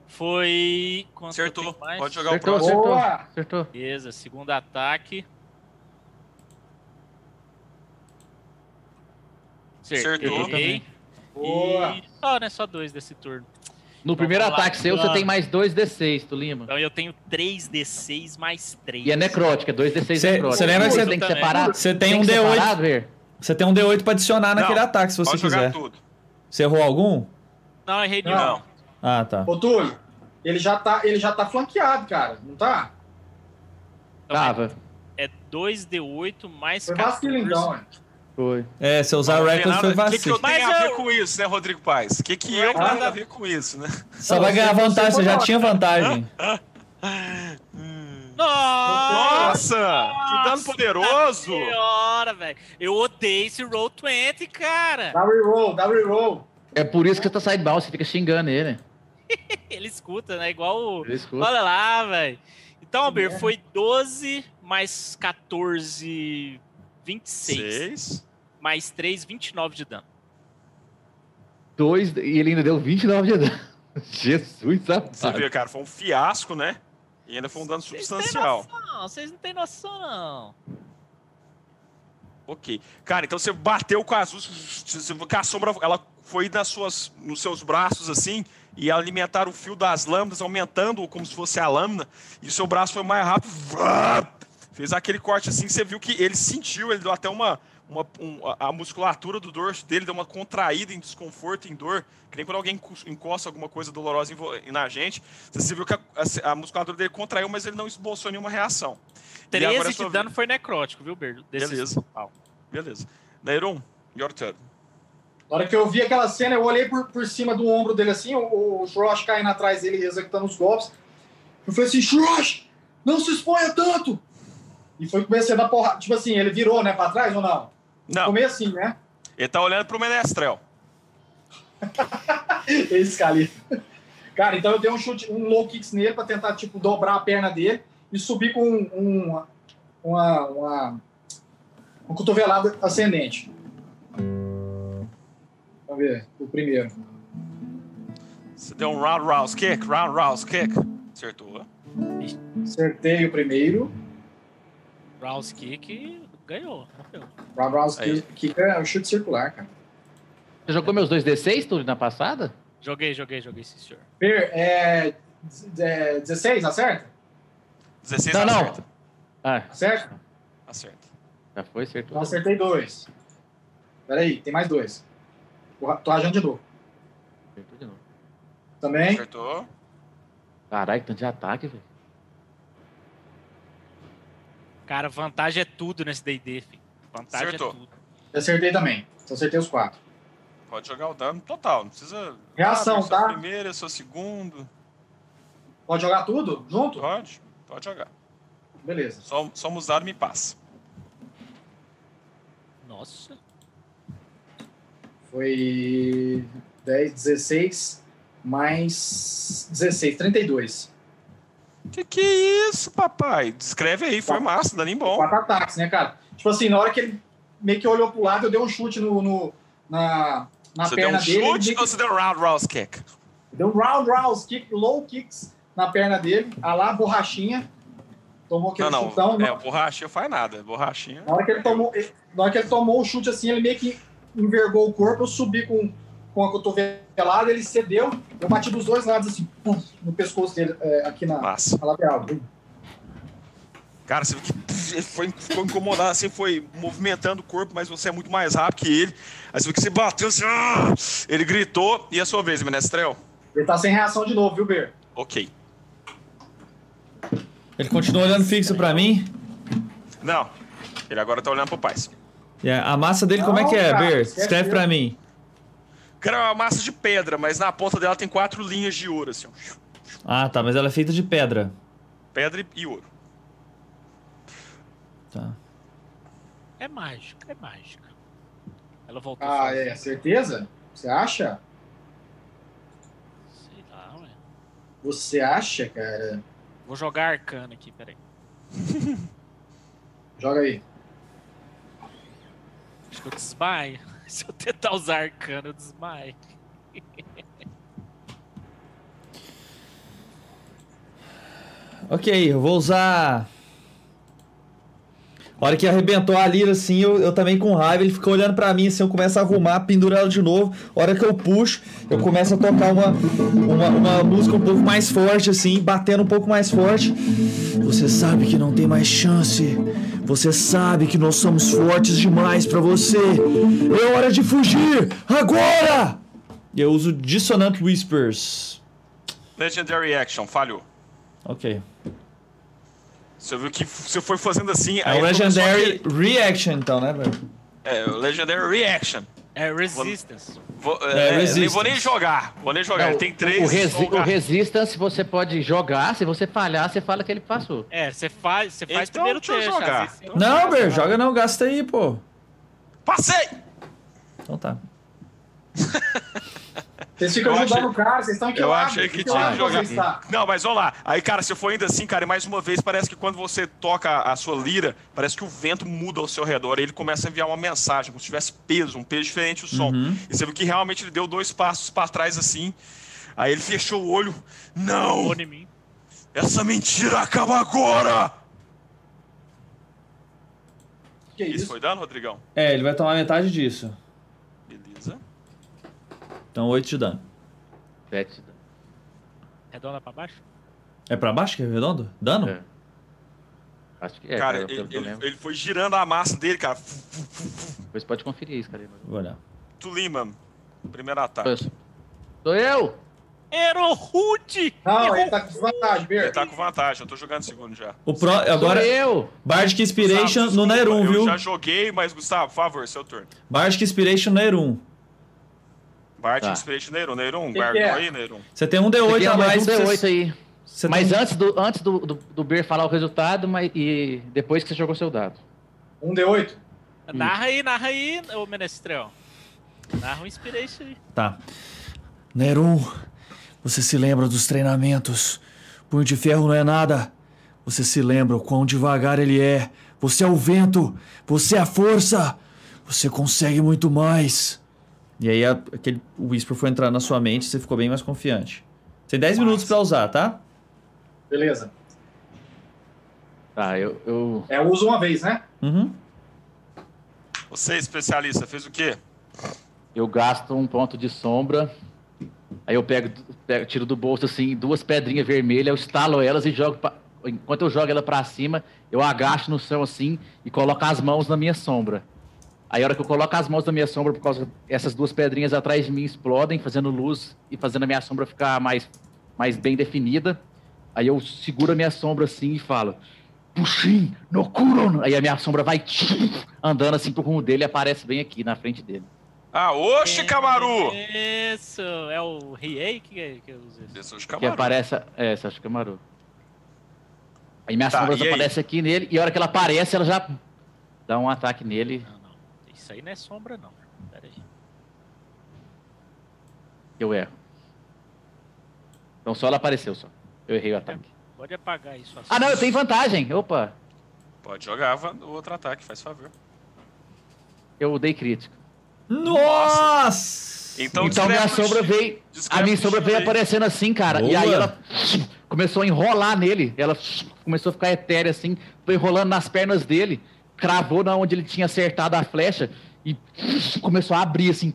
S6: Foi. Quanto que eu
S1: Acertou.
S6: tenho mais?
S1: Pode jogar o
S2: Acertou,
S1: próximo.
S2: acertou,
S3: Boa!
S2: acertou.
S6: Beleza, segundo ataque.
S1: Acertou.
S6: Errei.
S3: Boa!
S6: E só, né? Só dois desse turno.
S2: No primeiro
S6: Então, vamos lá,
S2: ataque seu, você
S6: mano.
S2: tem mais dois D6, tu lima.
S6: Então eu tenho 3d6 mais 3.
S2: E é necrótica, dois D6
S4: Cê-
S2: necrótica.
S4: cê lembra que cê-
S2: né? tem que
S6: Também.
S2: separar?
S4: Você tem um
S2: que
S4: D8.
S2: separar, Ver?
S4: Você tem um D8 pra adicionar
S1: Não,
S4: naquele ataque, se você
S1: Pode jogar
S4: quiser.
S1: tudo.
S4: Você errou algum?
S6: Não, errei de
S3: Não.
S6: novo.
S1: Não.
S4: Ah, tá.
S3: Ô, Túlio, ele já, tá, ele já tá flanqueado, cara. Não tá?
S6: Então,
S2: Tava.
S6: É 2d8 mais
S3: Foi vacilo,
S6: 14.
S3: então. hein?
S2: Foi.
S4: É, se eu usar
S1: Não tem
S4: Reckless foi
S1: nada- O que, que
S4: vacilo.
S1: eu tenho
S6: Mas
S1: a
S6: eu-
S1: ver com isso, né, Rodrigo Paz? O que, que eu
S6: Ah.
S1: nada a ver com isso, né?
S4: Só vai
S3: Não,
S4: ganhar
S3: você-
S4: vantagem,
S3: você
S4: você já
S3: foi
S4: tinha vantagem.
S6: Nossa!
S1: Hum. Nossa! Que dano poderoso!
S6: Senhora, velho. Eu odeio esse Roll 20, cara.
S3: Dá um reroll, dá reroll.
S2: É por isso que você tá sidebound, você fica xingando ele.
S6: *laughs* Ele escuta, né? Igual o.
S2: Ele escuta.
S6: Olha lá, velho. Então,
S3: É.
S6: Albert, foi 12 mais 14, 26.
S1: Seis.
S6: Mais 3, 29 de dano.
S2: Dois, e ele ainda deu 29 de dano. *laughs* Jesus,
S1: Você
S2: amado.
S1: vê, cara, foi um fiasco, né? E ainda foi um dano
S6: Vocês
S1: substancial.
S6: têm noção, vocês não têm noção, não.
S1: Ok. Cara, então você bateu com a azul, você- você- com a sombra, ela foi nas suas, nos seus braços assim, e alimentaram o fio das lâminas, aumentando como se fosse a lâmina, e o seu braço foi mais rápido. vrá, Fez aquele corte assim, você viu que ele sentiu, ele deu até uma. uma um- a- a musculatura do dorso dele deu uma contraída em desconforto, em dor, que nem quando alguém encos- encosta alguma coisa dolorosa em vo- na gente. Você viu que a, a- a musculatura dele contraiu, mas ele não esboçou nenhuma reação. E agora é
S6: 13
S1: sua
S6: de dano foi necrótico, viu, Berdo? Desses
S1: Beleza.
S6: total.
S1: Beleza. Nairon, your turn.
S3: Na hora que eu vi aquela cena, eu olhei por, por cima do ombro dele assim, o, o Shrosh caindo atrás dele, executando os golpes. Eu falei assim, Shrosh, não se exponha tanto! E foi comecei a dar porrada. Tipo assim, ele virou, né, pra trás ou não?
S1: Não,
S3: Comei assim, né?
S1: ele tá olhando pro menestrel.
S3: *laughs* Esse cali. Cara, então eu dei um chute, um low kicks nele pra tentar, tipo, dobrar a perna dele e subir com um, um- uma, uma, uma cotovelada ascendente. Vamos ver, o primeiro.
S1: Você deu um round rouse kick, round rouse kick. Acertou.
S3: Acertei o primeiro.
S6: Rouse Kick ganhou. morreu.
S3: Round Rouse
S1: Aí.
S3: kick é um chute circular, cara.
S2: Você jogou meus dois D6 tudo na passada?
S6: Joguei, joguei, joguei, sim, senhor.
S3: Per, é, de- é, 16, acerta?
S1: 16
S2: Não, não.
S1: acerta.
S2: Ah,
S3: Acerta?
S1: Acerta.
S2: já foi, acertou.
S3: Então acertei dois. Peraí, tem mais dois. Tô ra- Tô rajando de novo.
S2: acertou de novo.
S3: Também.
S1: Acertou.
S2: Caralho, que tanto de ataque, velho.
S6: Cara, vantagem é tudo nesse D&D, filho. Vantagem
S1: Acertou.
S6: é tudo.
S3: Acertei também. Então acertei os quatro.
S1: Pode jogar o dano total, não precisa.
S3: Reação,
S1: Ah, seu
S3: tá?
S1: Primeiro, seu segundo.
S3: Pode jogar tudo junto?
S1: Pode? Pode jogar.
S3: Beleza.
S1: Som- Somos dado, me passa.
S6: Nossa.
S3: Foi 10, 16, mais 16, 32.
S1: Que que é isso, papai? Descreve aí, foi massa, daninho bom.
S3: Quatro ataques, né, cara? Tipo assim, na hora que ele meio que olhou pro lado, eu dei um chute no, no- na, na
S1: Você deu
S3: perna
S1: um
S3: dele. ele
S1: chute
S3: meio que-
S1: ou você deu um round rouse kick?
S3: Deu um round, round, kick, low kicks na perna dele. A lá, borrachinha. Tomou aquele
S1: Não, não.
S3: chutão.
S1: É, borrachinha faz nada. Borrachinha.
S3: então, Na hora que ele tomou, ele- na hora que ele tomou o chute assim, ele meio que envergou o corpo, eu subi com, com a cotovelada, ele cedeu, eu bati dos dois lados assim, pum, no pescoço dele, é, aqui na,
S1: Massa.
S3: na lateral. Bum.
S1: Cara, você viu que *laughs* pff, ele foi, ficou incomodado, assim, foi movimentando o corpo, mas você é muito mais rápido que ele. Aí você viu que você bateu, assim, ah! ele gritou, e a sua vez, Menestrel?
S3: Ele tá sem reação de novo, viu, Ber?
S1: Ok.
S4: Ele continua olhando fixo pra mim.
S1: Não, ele agora tá olhando pro pai.
S4: E a a massa dele, como é que é,
S3: Não, cara,
S4: Ber?
S3: esquece
S4: Escreve pra
S3: eu.
S4: mim.
S1: Cara, é uma massa de pedra, mas na ponta dela tem quatro linhas de ouro, assim, ó.
S4: Ah, tá, mas ela é feita de pedra.
S1: pedra e- e ouro.
S4: Tá.
S6: É mágica, é mágica. Ela voltou.
S3: Ah,
S6: sozinha.
S3: é, certeza? Você acha?
S6: Sei lá, ué.
S3: Você acha, cara?
S6: Vou jogar arcana aqui,
S2: *laughs*
S6: peraí.
S3: Joga aí.
S6: Acho que eu desmaio. *laughs* Se eu tentar usar arcana, eu desmaio. *laughs*
S4: Ok, eu vou usar. A hora que arrebentou a lira, assim, eu, eu também com raiva, ele ficou olhando pra mim, assim, eu começo a arrumar, pendurar ela de novo. A hora que eu puxo, eu começo a tocar uma, uma, uma música um pouco mais forte, assim, batendo um pouco mais forte. Você sabe que não tem mais chance. Você sabe que nós somos fortes demais pra você. É hora de fugir! Agora! E eu uso Dissonant Whispers.
S1: Legendary Action, falhou.
S4: Ok.
S1: Você viu que f- você foi fazendo assim...
S4: É
S1: aí
S4: o
S1: ele começou
S4: Legendary
S1: aquele-
S4: Reaction, então, né, velho?
S1: É, o Legendary Reaction.
S6: É Resistance.
S1: Vou,
S4: É,
S1: é, nem
S4: Resistance.
S1: vou nem jogar, vou nem jogar. ele tem três...
S2: O, resi
S1: vou
S2: o
S1: jogar.
S2: Resistance você pode jogar, se você falhar, você fala que ele passou.
S6: É, você faz, você faz
S1: Então,
S6: primeiro
S1: deixa eu
S6: teste.
S1: jogar.
S6: às vezes-
S4: Não, Ber, joga não, gasta Tá aí, pô.
S1: Passei!
S4: Então tá.
S3: Vocês ficam
S1: Eu
S3: ajudando
S1: achei-
S3: o cara, vocês estão aqui
S1: Eu
S3: lado?
S1: achei que
S3: lado
S1: tinha que jogar.
S3: vocês tá?
S1: Não, mas vamos lá. Aí, cara, se for ainda assim, cara, e mais uma vez, parece que quando você toca a sua lira, parece que o vento muda ao seu redor e ele começa a enviar uma mensagem, como se tivesse peso, um peso diferente o som. E você viu que realmente ele deu dois passos pra trás assim. Aí ele fechou o olho. Não!
S6: Pôr em mim.
S1: Essa mentira acaba agora!
S3: Que
S1: Isso
S3: isso?
S1: foi dano, Rodrigão?
S4: É, ele vai tomar metade disso.
S1: Beleza.
S4: Então 8 de dano.
S2: Sete.
S6: Redonda pra baixo?
S4: É pra baixo que é redondo? Dano?
S2: É. Acho que é.
S1: cara,
S2: eu- eu-
S1: ele,
S2: eu
S1: ele-
S2: lembro.
S1: ele foi girando a massa dele, cara.
S2: Depois pode conferir isso, cara.
S4: Vou olhar.
S1: Tulima, primeiro ataque.
S2: Sou- Sou eu!
S6: Era o Rude!
S3: Não, ele tá com desvantagem,
S1: Ele
S3: Ber.
S1: tá com vantagem, eu tô jogando segundo já.
S4: O pro... Agora,
S2: Sou eu!
S4: Bardic Inspiration
S1: Gustavo,
S4: no
S1: desculpa,
S4: Nair 1,
S1: Eu
S4: viu?
S1: já joguei, mas, Gustavo, por favor, seu turno.
S4: Bardic Inspiration um. no Nair 1.
S1: Bart
S2: Tá.
S1: Inspiration Neiron. Neiron,
S3: Que
S1: guardou
S3: que é?
S1: aí, Neiron.
S4: Você tem um D8
S2: Peguei
S4: a mais.
S2: um
S4: pra
S2: D8
S4: você...
S2: aí.
S4: Você
S2: mas
S4: tem- um
S2: antes, do, antes do, do, do Ber falar o resultado, mas, e depois que você jogou seu dado.
S3: Um D8.
S6: Narra aí, narra aí, ô Menestrel. Narra um Inspiration aí.
S4: Tá. Nerum, você se lembra dos treinamentos. Punho de ferro não é nada. Você se lembra o quão devagar ele é. Você é o vento. Você é a força. Você consegue muito mais. E aí a- aquele whisper foi entrar na sua mente e você ficou bem mais confiante. Tem 10 minutos pra usar, tá?
S3: Beleza.
S2: Tá, eu. eu...
S3: É, eu uso uma vez, né?
S4: Uhum.
S1: Você, é especialista, fez o quê?
S2: Eu gasto um ponto de sombra. Aí eu pego, pego- tiro do bolso assim duas pedrinhas vermelhas, eu estalo elas e jogo. pra- Enquanto eu jogo ela pra cima, eu agacho no chão assim e coloco as mãos na minha sombra. Aí a hora que eu coloco as mãos na minha sombra, por causa essas duas pedrinhas atrás de mim explodem, fazendo luz e fazendo a minha sombra ficar mais, mais bem definida. Aí eu seguro a minha sombra assim e falo: Puxim, no curon! Aí a minha sombra vai tchim, andando assim pro rumo dele e aparece bem aqui na frente dele.
S1: Ah, oxe, Camaru!
S6: Isso, é o Riei que é que usa isso.
S1: Esse é o de
S2: Que
S1: Camaru.
S2: aparece. É, você acha que é Maru. Aí minhas
S1: Tá,
S2: sombras
S1: e aí?
S2: aparecem aqui nele, e a hora que ela aparece, ela já dá um ataque nele.
S6: Não,
S1: Ah.
S6: não. Isso aí não é sombra, não. Pera aí.
S2: Eu erro. Então só ela apareceu só. Eu errei o
S1: É.
S2: ataque.
S6: Pode apagar isso.
S2: Ah não, eu tenho vantagem. Opa!
S1: Pode jogar va- o outro ataque, faz favor.
S2: Eu dei crítico.
S4: Nossa!
S1: Então,
S2: então minha
S1: discreto,
S2: sombra
S1: Chico.
S2: veio. A
S1: Discreto,
S2: minha sombra
S1: Chico,
S2: veio
S1: aí.
S2: aparecendo assim, cara. E
S4: Boa.
S2: aí ela começou a enrolar nele. Ela começou a ficar etérea assim, foi enrolando nas pernas dele, cravou na onde ele tinha acertado a flecha e começou a abrir assim.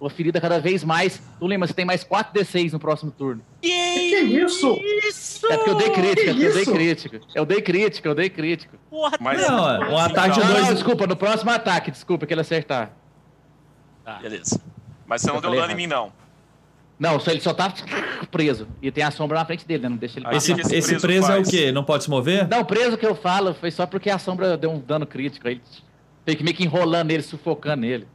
S2: Uma ferida cada vez mais. Tu lembra, você tem mais 4d6 no próximo turno.
S6: Que,
S3: Que isso?
S6: isso?
S2: É porque eu dei crítica, é porque eu dei
S3: isso?
S2: crítica. Eu dei crítica, eu dei crítica.
S6: Porra,
S1: Mas-
S4: Não, é um ataque de
S2: Não, não,
S4: dois.
S2: desculpa, no próximo ataque, desculpa que ele acertar.
S1: Beleza. Mas você não
S2: Eu
S1: deu
S2: falei
S1: dano em mim, não.
S2: Não, só ele só tá preso. E tem a sombra na frente dele, né? Não deixa ele
S1: Aí
S2: passar.
S4: Esse,
S1: que esse
S4: esse
S1: preso
S4: preso é o
S1: faz?
S4: quê? Não pode se mover?
S2: Não, preso que eu falo foi só porque a sombra deu um dano crítico. Aí tem que meio que enrolando ele, sufocando ele.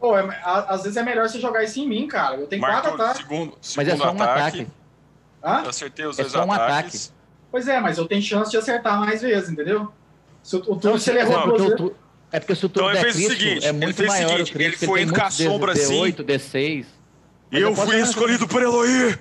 S3: Pô, é- a- às vezes é melhor você jogar isso em mim, cara. Eu tenho quatro
S1: Marcou
S3: ataques.
S1: segundo, segundo
S2: Mas é só um ataque.
S3: Hã?
S1: Eu acertei os
S2: É
S1: dois
S2: só um
S1: ataques.
S3: Pois é, mas eu tenho chance de acertar mais vezes, entendeu? Se o, o turno
S2: Então,
S3: se
S2: é
S3: ele errou
S2: porque
S3: duas
S2: o
S3: vezes.
S2: tu- É porque se o
S1: Então,
S2: turno
S1: ele
S2: der
S1: fez o
S2: crítico,
S1: seguinte,
S2: é
S1: ele
S2: muito
S1: fez o
S2: maior
S1: seguinte,
S2: o crítico.
S1: ele foi
S2: tem
S1: indo com a
S2: muitos D-
S1: sombra assim.
S2: D8, D6. Mas
S1: Eu
S2: eu posso
S1: fui
S2: jogar-
S1: escolhido por Elohim.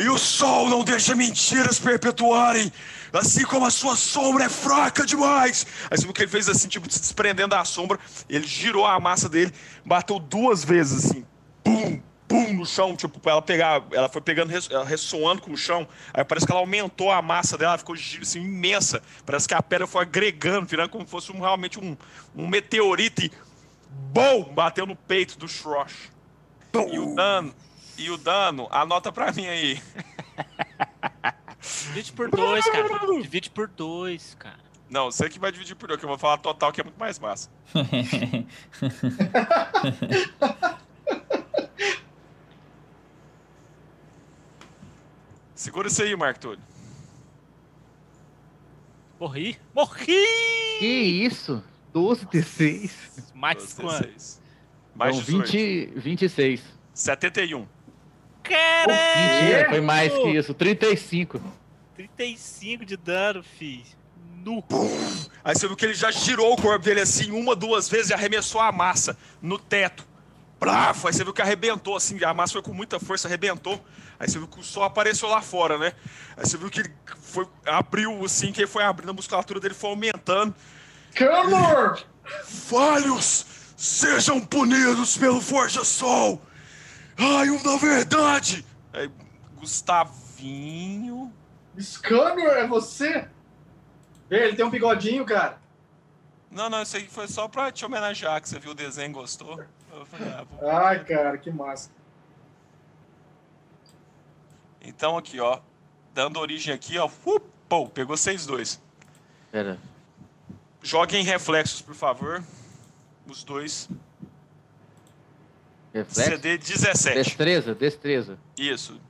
S1: E o sol não deixa mentiras perpetuarem, assim como a sua sombra é fraca demais. Aí você viu que ele fez assim, tipo, se desprendendo da sombra, ele girou a massa dele, bateu duas vezes assim, pum, pum, no chão, tipo, pra ela pegar, ela foi pegando, res- ela ressoando com o chão, aí parece que ela aumentou a massa dela, ela ficou gi- assim, imensa, parece que a pedra foi agregando, virando como se fosse um- realmente um, um meteorito e, bom, bateu no peito do Shrosh. E o dano, e o dano, anota pra mim aí.
S6: *laughs* Divide por dois, cara. Divide por dois, cara.
S1: Não, você que vai dividir por dois, que eu vou falar total, que é muito mais massa. Segura isso aí, Marco Túlio.
S6: Morri. Morri!
S2: Que isso? 12 D6.
S6: Mais
S1: Doze,
S6: quanto?
S1: dezesseis. Mais
S2: Então,
S1: 18.
S2: 20, 26.
S1: 71.
S6: Caralho!
S2: Mentira, é né? foi mais que isso. 35.
S6: 35 de dano, fi. Nu.
S1: Aí você viu que ele já girou o corpo dele assim uma, duas vezes e arremessou a massa no teto. Plaf! Aí você viu que arrebentou, assim, a massa foi com muita força, arrebentou. Aí você viu que o sol apareceu lá fora, né? Aí você viu que ele foi, abriu, assim, que ele foi abrindo, a musculatura dele foi aumentando.
S3: Calor!
S1: Falhos sejam punidos pelo Forja Sol! Raio da verdade! Aí, Gustavinho. assim.
S3: Scanner, é você? Vê, ele tem um bigodinho, cara.
S1: Não, não, isso aí foi só pra te homenagear, que você viu o desenho e gostou. Eu falei, ah, vou
S3: Ai, cara, que massa.
S1: Então aqui, ó, dando origem aqui, ó, uh, pô, pegou 6-2.
S2: Pera.
S1: Joguem reflexos, por favor. Os dois.
S2: Reflexo.
S1: CD 17.
S2: Destreza, destreza.
S1: Isso.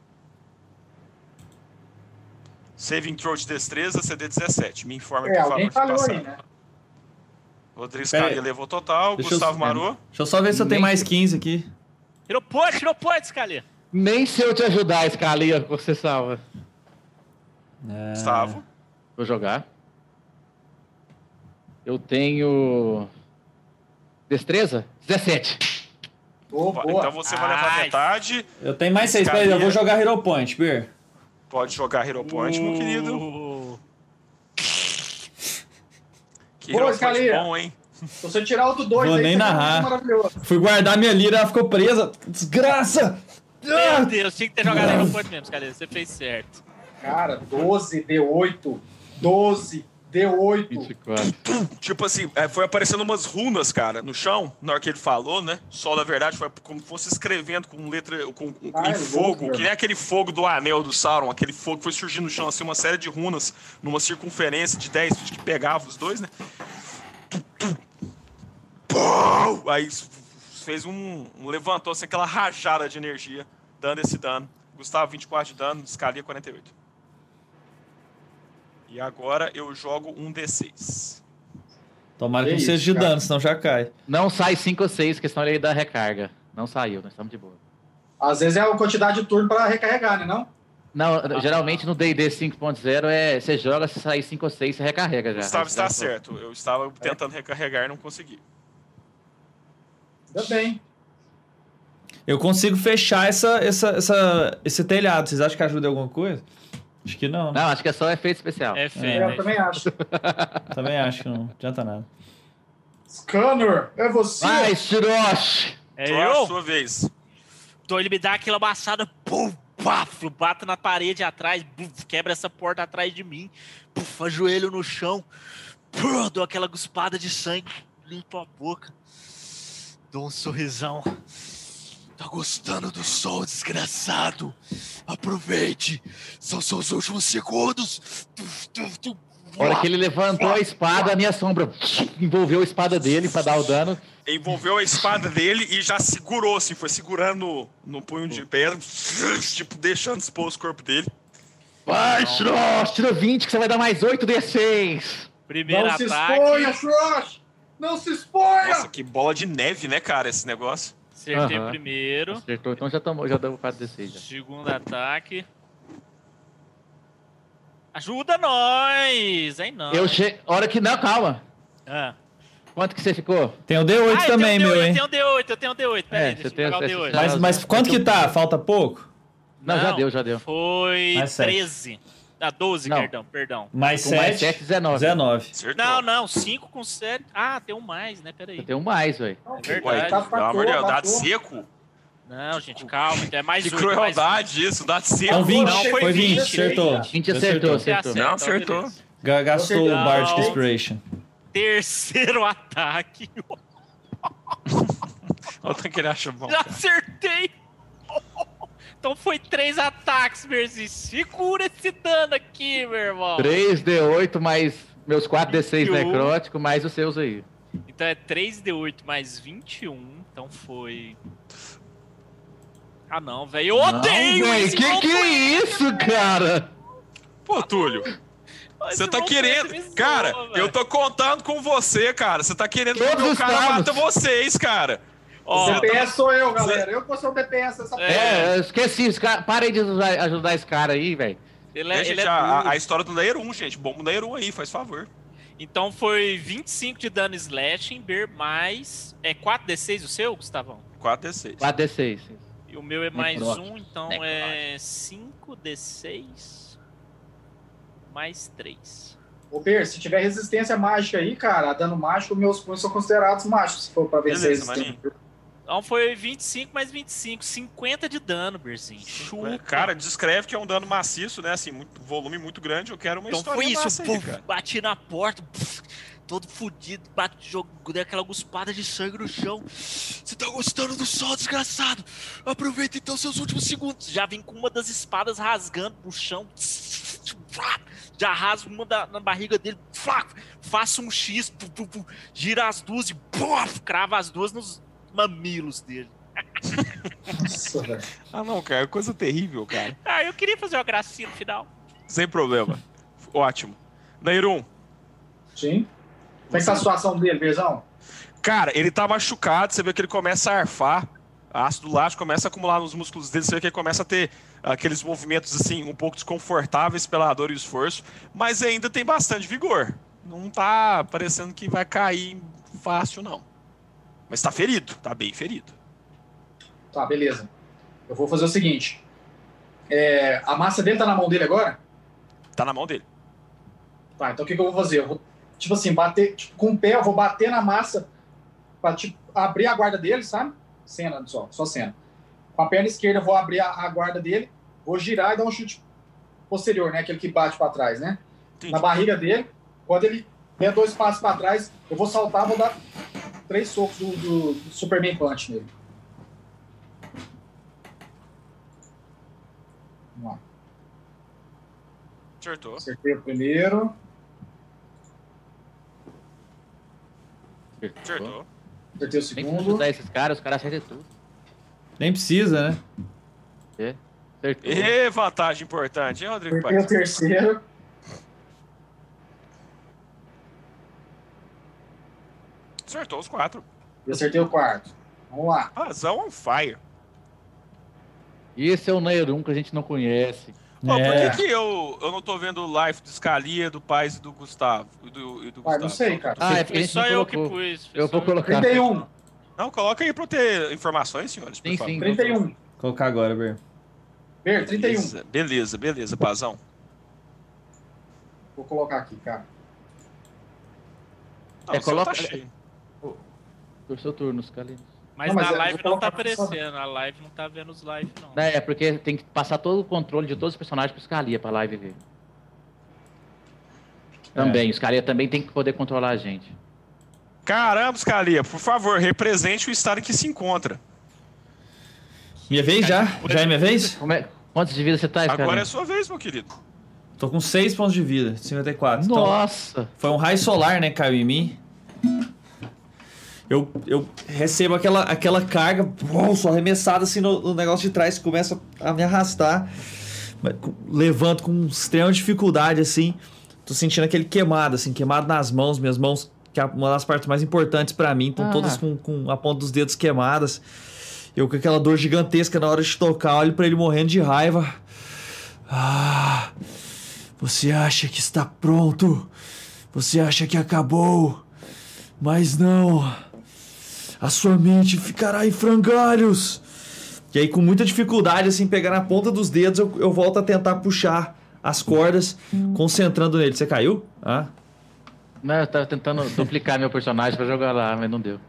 S1: Saving throw de destreza, CD 17. Me informa,
S3: É,
S1: por favor,
S3: alguém
S1: se
S3: falhou
S1: passar.
S3: aí, né?
S1: tá Rodrigo
S4: Pera aí.
S1: Scaria levou total,
S4: Deixa eu-
S1: Gustavo Marô.
S4: Deixa eu só ver se eu tenho
S2: Nem-
S4: mais 15 aqui.
S6: Tirou ponte, tirou ponte, Scalia.
S2: Nem se eu te ajudar, Scalia, você salva.
S4: É.
S1: Gustavo.
S2: Vou jogar. Eu tenho. Destreza? 17.
S3: Ô,
S1: Va-
S3: boa.
S1: Então você vai levar
S6: Ai.
S1: metade.
S4: Eu tenho mais seis, peraí, eu vou jogar Hero Point, Bir.
S1: Pode jogar Hero Point, meu querido. Que
S3: Boa,
S1: Hero Point
S3: Scalia.
S1: bom, hein?
S3: Se você tirar outro dois
S4: Vou
S3: aí,
S4: nem
S3: você vai
S4: narrar.
S3: ficar maravilhoso.
S4: Fui guardar minha lira, ela ficou presa. Desgraça!
S6: Meu Deus, tinha que ter jogado aí no ponto mesmo, cara. Você fez certo.
S3: Cara, 12, D8. 12, D8.
S2: 24.
S1: Tipo assim, é, foi aparecendo umas runas, cara, no chão, na hora que ele falou, né? Só na verdade foi como se fosse escrevendo com letra com, com-
S3: Ah,
S1: em
S3: é louco,
S1: fogo,
S3: velho.
S1: que nem aquele fogo do anel do Sauron, aquele fogo que foi surgindo no chão, assim, uma série de runas numa circunferência de 10 feet que pegava os dois, né? Tum, tum. Pau! Aí s- fez um, um- levantou assim, aquela rajada de energia, dando esse dano. Gustavo, 24 de dano, escalia 48. E agora eu jogo um D6.
S4: Tomara que não
S3: Que
S4: seja
S3: isso,
S4: de
S3: cara.
S4: dano, senão já cai.
S2: Não sai 5 ou 6, porque senão ele dá recarga. Não saiu, nós estamos de boa.
S3: Às vezes é a quantidade de turno pra recarregar, né? Não?
S2: Não, geralmente no DD 5.0 é você joga, se sair 5 ou 6, você recarrega já. É?
S1: Gustavo está
S2: Já-
S1: certo. Eu estava tentando recarregar e não consegui.
S3: Ainda bem.
S4: Eu consigo fechar essa, essa, essa, esse telhado. Vocês acham que ajuda em alguma coisa? Acho que não, né?
S2: Não, acho que é só efeito especial.
S6: É
S3: eu
S6: feio. né?
S3: também acho.
S4: *laughs* Também acho que não. Adianta nada.
S3: Scanner, é você.
S2: Vai, Shiroshi!
S6: É
S1: Então é a
S6: eu?
S1: sua vez.
S6: Então ele me dá aquela baçada, pum, bafo, bato na parede atrás, buf, quebra essa porta atrás de mim, puf, ajoelho no chão, puf, dou aquela guspada de sangue, limpo a boca, dou um sorrisão. Tá gostando do sol, desgraçado? Aproveite, são seus últimos segundos. Tuf, tuf, tuf,
S2: A hora que ele levantou a espada, a minha sombra envolveu a espada dele pra dar o dano.
S1: Envolveu a espada dele e já segurou, assim, foi segurando no, no punho de pedra, tipo, deixando expor o corpo dele.
S2: Vai, Shiroshi! Tira 20, que você vai dar mais 8d6!
S6: Primeiro
S3: Não se
S6: ataque,
S3: exponha, Shrosh! Não se exponha!
S1: Nossa, que bola de neve, né, cara, esse negócio.
S6: acertei
S2: Aham.
S6: primeiro.
S2: Acertou, então já tomou, já deu 4d6 já.
S6: Segundo ataque. Ajuda nós! Hein, não.
S2: Eu che... Hora que não, calma.
S6: Ah.
S2: Quanto que você ficou?
S4: Tem o
S6: Ah,
S4: D8
S6: eu
S4: também,
S6: tenho um
S4: meu,
S6: D8,
S4: hein?
S6: Eu tenho um D8, eu tenho um D8. Pera
S2: É, você
S6: aí, deixa
S2: tem
S6: eu pegar o
S2: essa-
S6: D8.
S2: essa-
S4: Mas, mas quanto que tá? Falta pouco?
S2: Não, já deu, já deu.
S6: Foi
S4: Mais sete.
S6: 13. Ah, 12,
S2: Não.
S6: perdão, perdão.
S4: Mais
S2: Com mais 7,
S4: 7,
S2: 19.
S4: 19.
S1: Acertou.
S6: Não, não, 5 com 7. Ah, tem um mais, né? Pera
S2: Eu
S6: aí.
S1: *laughs*
S2: tenho um mais, velho.
S3: Não,
S1: Ué,
S6: É Verdade.
S3: tá
S1: pelo amor de Deus,
S3: fator,
S1: dá de
S3: fator.
S1: seco.
S6: Não, gente, calma, então é mais
S1: Que
S6: oito,
S1: crueldade isso, dá de seco.
S4: Então 20,
S6: Não, foi
S4: foi 20,
S6: 20,
S4: acertou.
S2: 20 acertou,
S6: mais um. Você
S2: acertou.
S1: Não,
S6: então
S1: acertou.
S6: beleza.
S4: Ga- Gastou o
S6: Não.
S4: Bardic Inspiration.
S6: Terceiro ataque.
S1: Olha o tanto que ele acha bom,
S6: Já
S1: cara.
S6: acertei! Então foi três ataques, Merzi. Segura esse dano aqui, meu irmão.
S2: 3d8 mais meus 4d6
S6: 21.
S2: necrótico, mais os seus aí.
S6: Então é 3d8 mais 21. Então foi. Ah, não, velho. Eu
S2: Não,
S6: odeio
S2: véi,
S6: esse
S2: que
S6: roleplay,
S2: que é isso, cara?
S1: Pô, Túlio,
S6: esse
S1: você tá
S6: roleplay
S1: querendo...
S6: me zoa,
S1: Cara,
S6: velho.
S1: eu tô contando com você, cara. Você tá querendo que o
S2: Todos
S1: meu cara
S2: estamos.
S1: mata vocês, cara.
S6: Ó,
S3: O DPS sou eu, galera. Eu que vou ser o DPS dessa
S6: É.
S2: É, eu esqueci, esse cara, parem de ajudar, ajudar esse cara aí, velho.
S6: ele
S1: É,
S6: é,
S1: gente,
S6: ele é
S1: a-
S6: duro.
S1: a, a história do Layer 1, gente. Bomba Layer 1 aí, faz favor.
S6: Então foi 25 de dano slashing, Bear mais. É 4d6 o seu, Gustavão?
S1: 4d6.
S2: 4d6.
S6: E o meu é mais
S2: Necrote.
S6: um, então é 5d6 mais 3.
S3: Ô, Per, se tiver resistência mágica aí, cara, dano mágico, meus punhos são considerados mágicos, se for pra vencer
S1: Beleza,
S3: esse tempo.
S6: Então foi 25 mais 25, 50 de dano, Berzinho.
S1: Ué,
S6: Chupa.
S1: Cara, descreve que é um dano maciço, né? Assim, muito, volume muito grande. Eu quero uma
S6: então
S1: história
S6: foi isso,
S1: massa aí,
S6: puf,
S1: cara.
S6: bati na porta, puf, todo fudido, bate, jogo, dei aquela guspada de sangue no chão. Você tá gostando do sol, desgraçado? Aproveita então seus últimos segundos. Já vim com uma das espadas rasgando no chão. Já rasgo uma da- na barriga dele, faço um X, pu, pu, pu, gira as duas e puf, crava as duas nos mamilos dele.
S3: Nossa, velho.
S1: Ah, não, cara. Coisa terrível, cara.
S6: Ah, eu queria fazer uma gracinha no final.
S1: Sem problema. Ótimo. Nairum,
S3: Sim. Como é que tá a situação dele, Berzão?
S1: cara, ele tá machucado. Você vê que ele começa a arfar. ácido lático começa a acumular nos músculos dele, você vê que ele começa a ter aqueles movimentos assim um pouco desconfortáveis pela dor e o esforço, mas ainda tem bastante vigor. Não tá parecendo que vai cair fácil não. Mas tá ferido, tá bem ferido.
S3: Tá, beleza. Eu vou fazer o seguinte. É, a massa dele tá na mão dele agora?
S1: Tá na mão dele.
S3: Tá, então o que, que eu vou fazer? Eu vou, tipo assim, bater tipo, com o pé, eu vou bater na massa pra tipo, abrir a guarda dele, sabe? Cena só, só cena. Com a perna esquerda eu vou abrir a, a guarda dele, vou girar e dar um chute posterior, né? Aquele que bate pra trás, né?
S1: Entendi.
S3: Na barriga dele. Quando ele der dois passos pra trás, eu vou saltar, vou dar três socos do, do do Superman Punch nele. Vamos lá.
S1: Acertou.
S3: Acertei o primeiro. Acertei
S1: Acertou.
S3: o
S2: Nem precisa
S3: segundo.
S2: ajudar esses caras, os caras acertam tudo.
S4: Nem precisa, né?
S2: Acertou.
S1: E vantagem importante, hein, Rodrigo
S3: Acertei o
S1: Paes?
S3: terceiro.
S1: Acertou os quatro.
S3: E acertei o quarto. Vamos lá.
S1: Razão on fire.
S2: E esse é o Nairum que a gente não conhece.
S1: Ô,
S4: É.
S1: por que, que eu, eu não tô vendo o live do Scalia, do Paz e do Gustavo? E do, e do
S3: Ah,
S1: Gustavo?
S3: não sei, cara.
S2: Ah, é porque a
S6: Foi
S2: gente
S6: só
S2: não
S6: eu que
S2: colocou.
S6: pus. foi
S2: Eu
S6: só
S2: vou colocar.
S3: 31.
S1: Não, coloca aí pra eu ter informações, senhores, por
S2: Sim,
S1: favor.
S2: sim.
S3: 31.
S4: Vou colocar agora, Ber.
S3: Ver, 31.
S1: Beleza, beleza, beleza, Pazão.
S3: Vou colocar aqui, cara.
S1: Não,
S2: É,
S1: o seu
S2: coloca-
S1: tá cheio.
S2: Por seu turno, os caras.
S6: Mas,
S3: Não, é, mas
S6: na
S3: eu-
S6: live
S3: eu vou
S6: não tá
S3: colocar só-
S6: aparecendo. A live não tá vendo os lives, não.
S2: É, porque tem que passar todo o controle de todos os personagens pro Scalia pra live ver. Também, os Scalia também tem que poder controlar a gente.
S1: Caramba, Scalia, por favor, represente o estado em que se encontra.
S4: Minha vez já? Já é minha vez?
S2: Como é... Quantos de vida você tá, Scalia?
S1: Agora é sua vez, meu querido.
S4: Tô com 6 pontos de vida, 54. Então,
S2: Nossa!
S4: Foi um raio solar, né, caiu em mim. Eu, eu recebo aquela, aquela carga, uou, sou arremessado assim no, no negócio de trás, começa a me arrastar. Mas com- Levanto com extrema dificuldade, assim. Tô sentindo aquele queimado, assim, queimado nas mãos, minhas mãos, que é uma das partes mais importantes pra mim, estão
S2: Ah.
S4: todas com, com a ponta dos dedos queimadas. Eu com aquela dor gigantesca na hora de tocar, olho pra ele morrendo de raiva. Ah, você acha que está pronto? Você acha que acabou? Mas não. A sua mente ficará em frangalhos. E aí, com muita dificuldade, assim, pegar na ponta dos dedos, eu, eu volto a tentar puxar as cordas, concentrando nele. Você caiu? Ah,
S2: Não, eu tava tentando duplicar meu personagem pra jogar lá, mas não deu.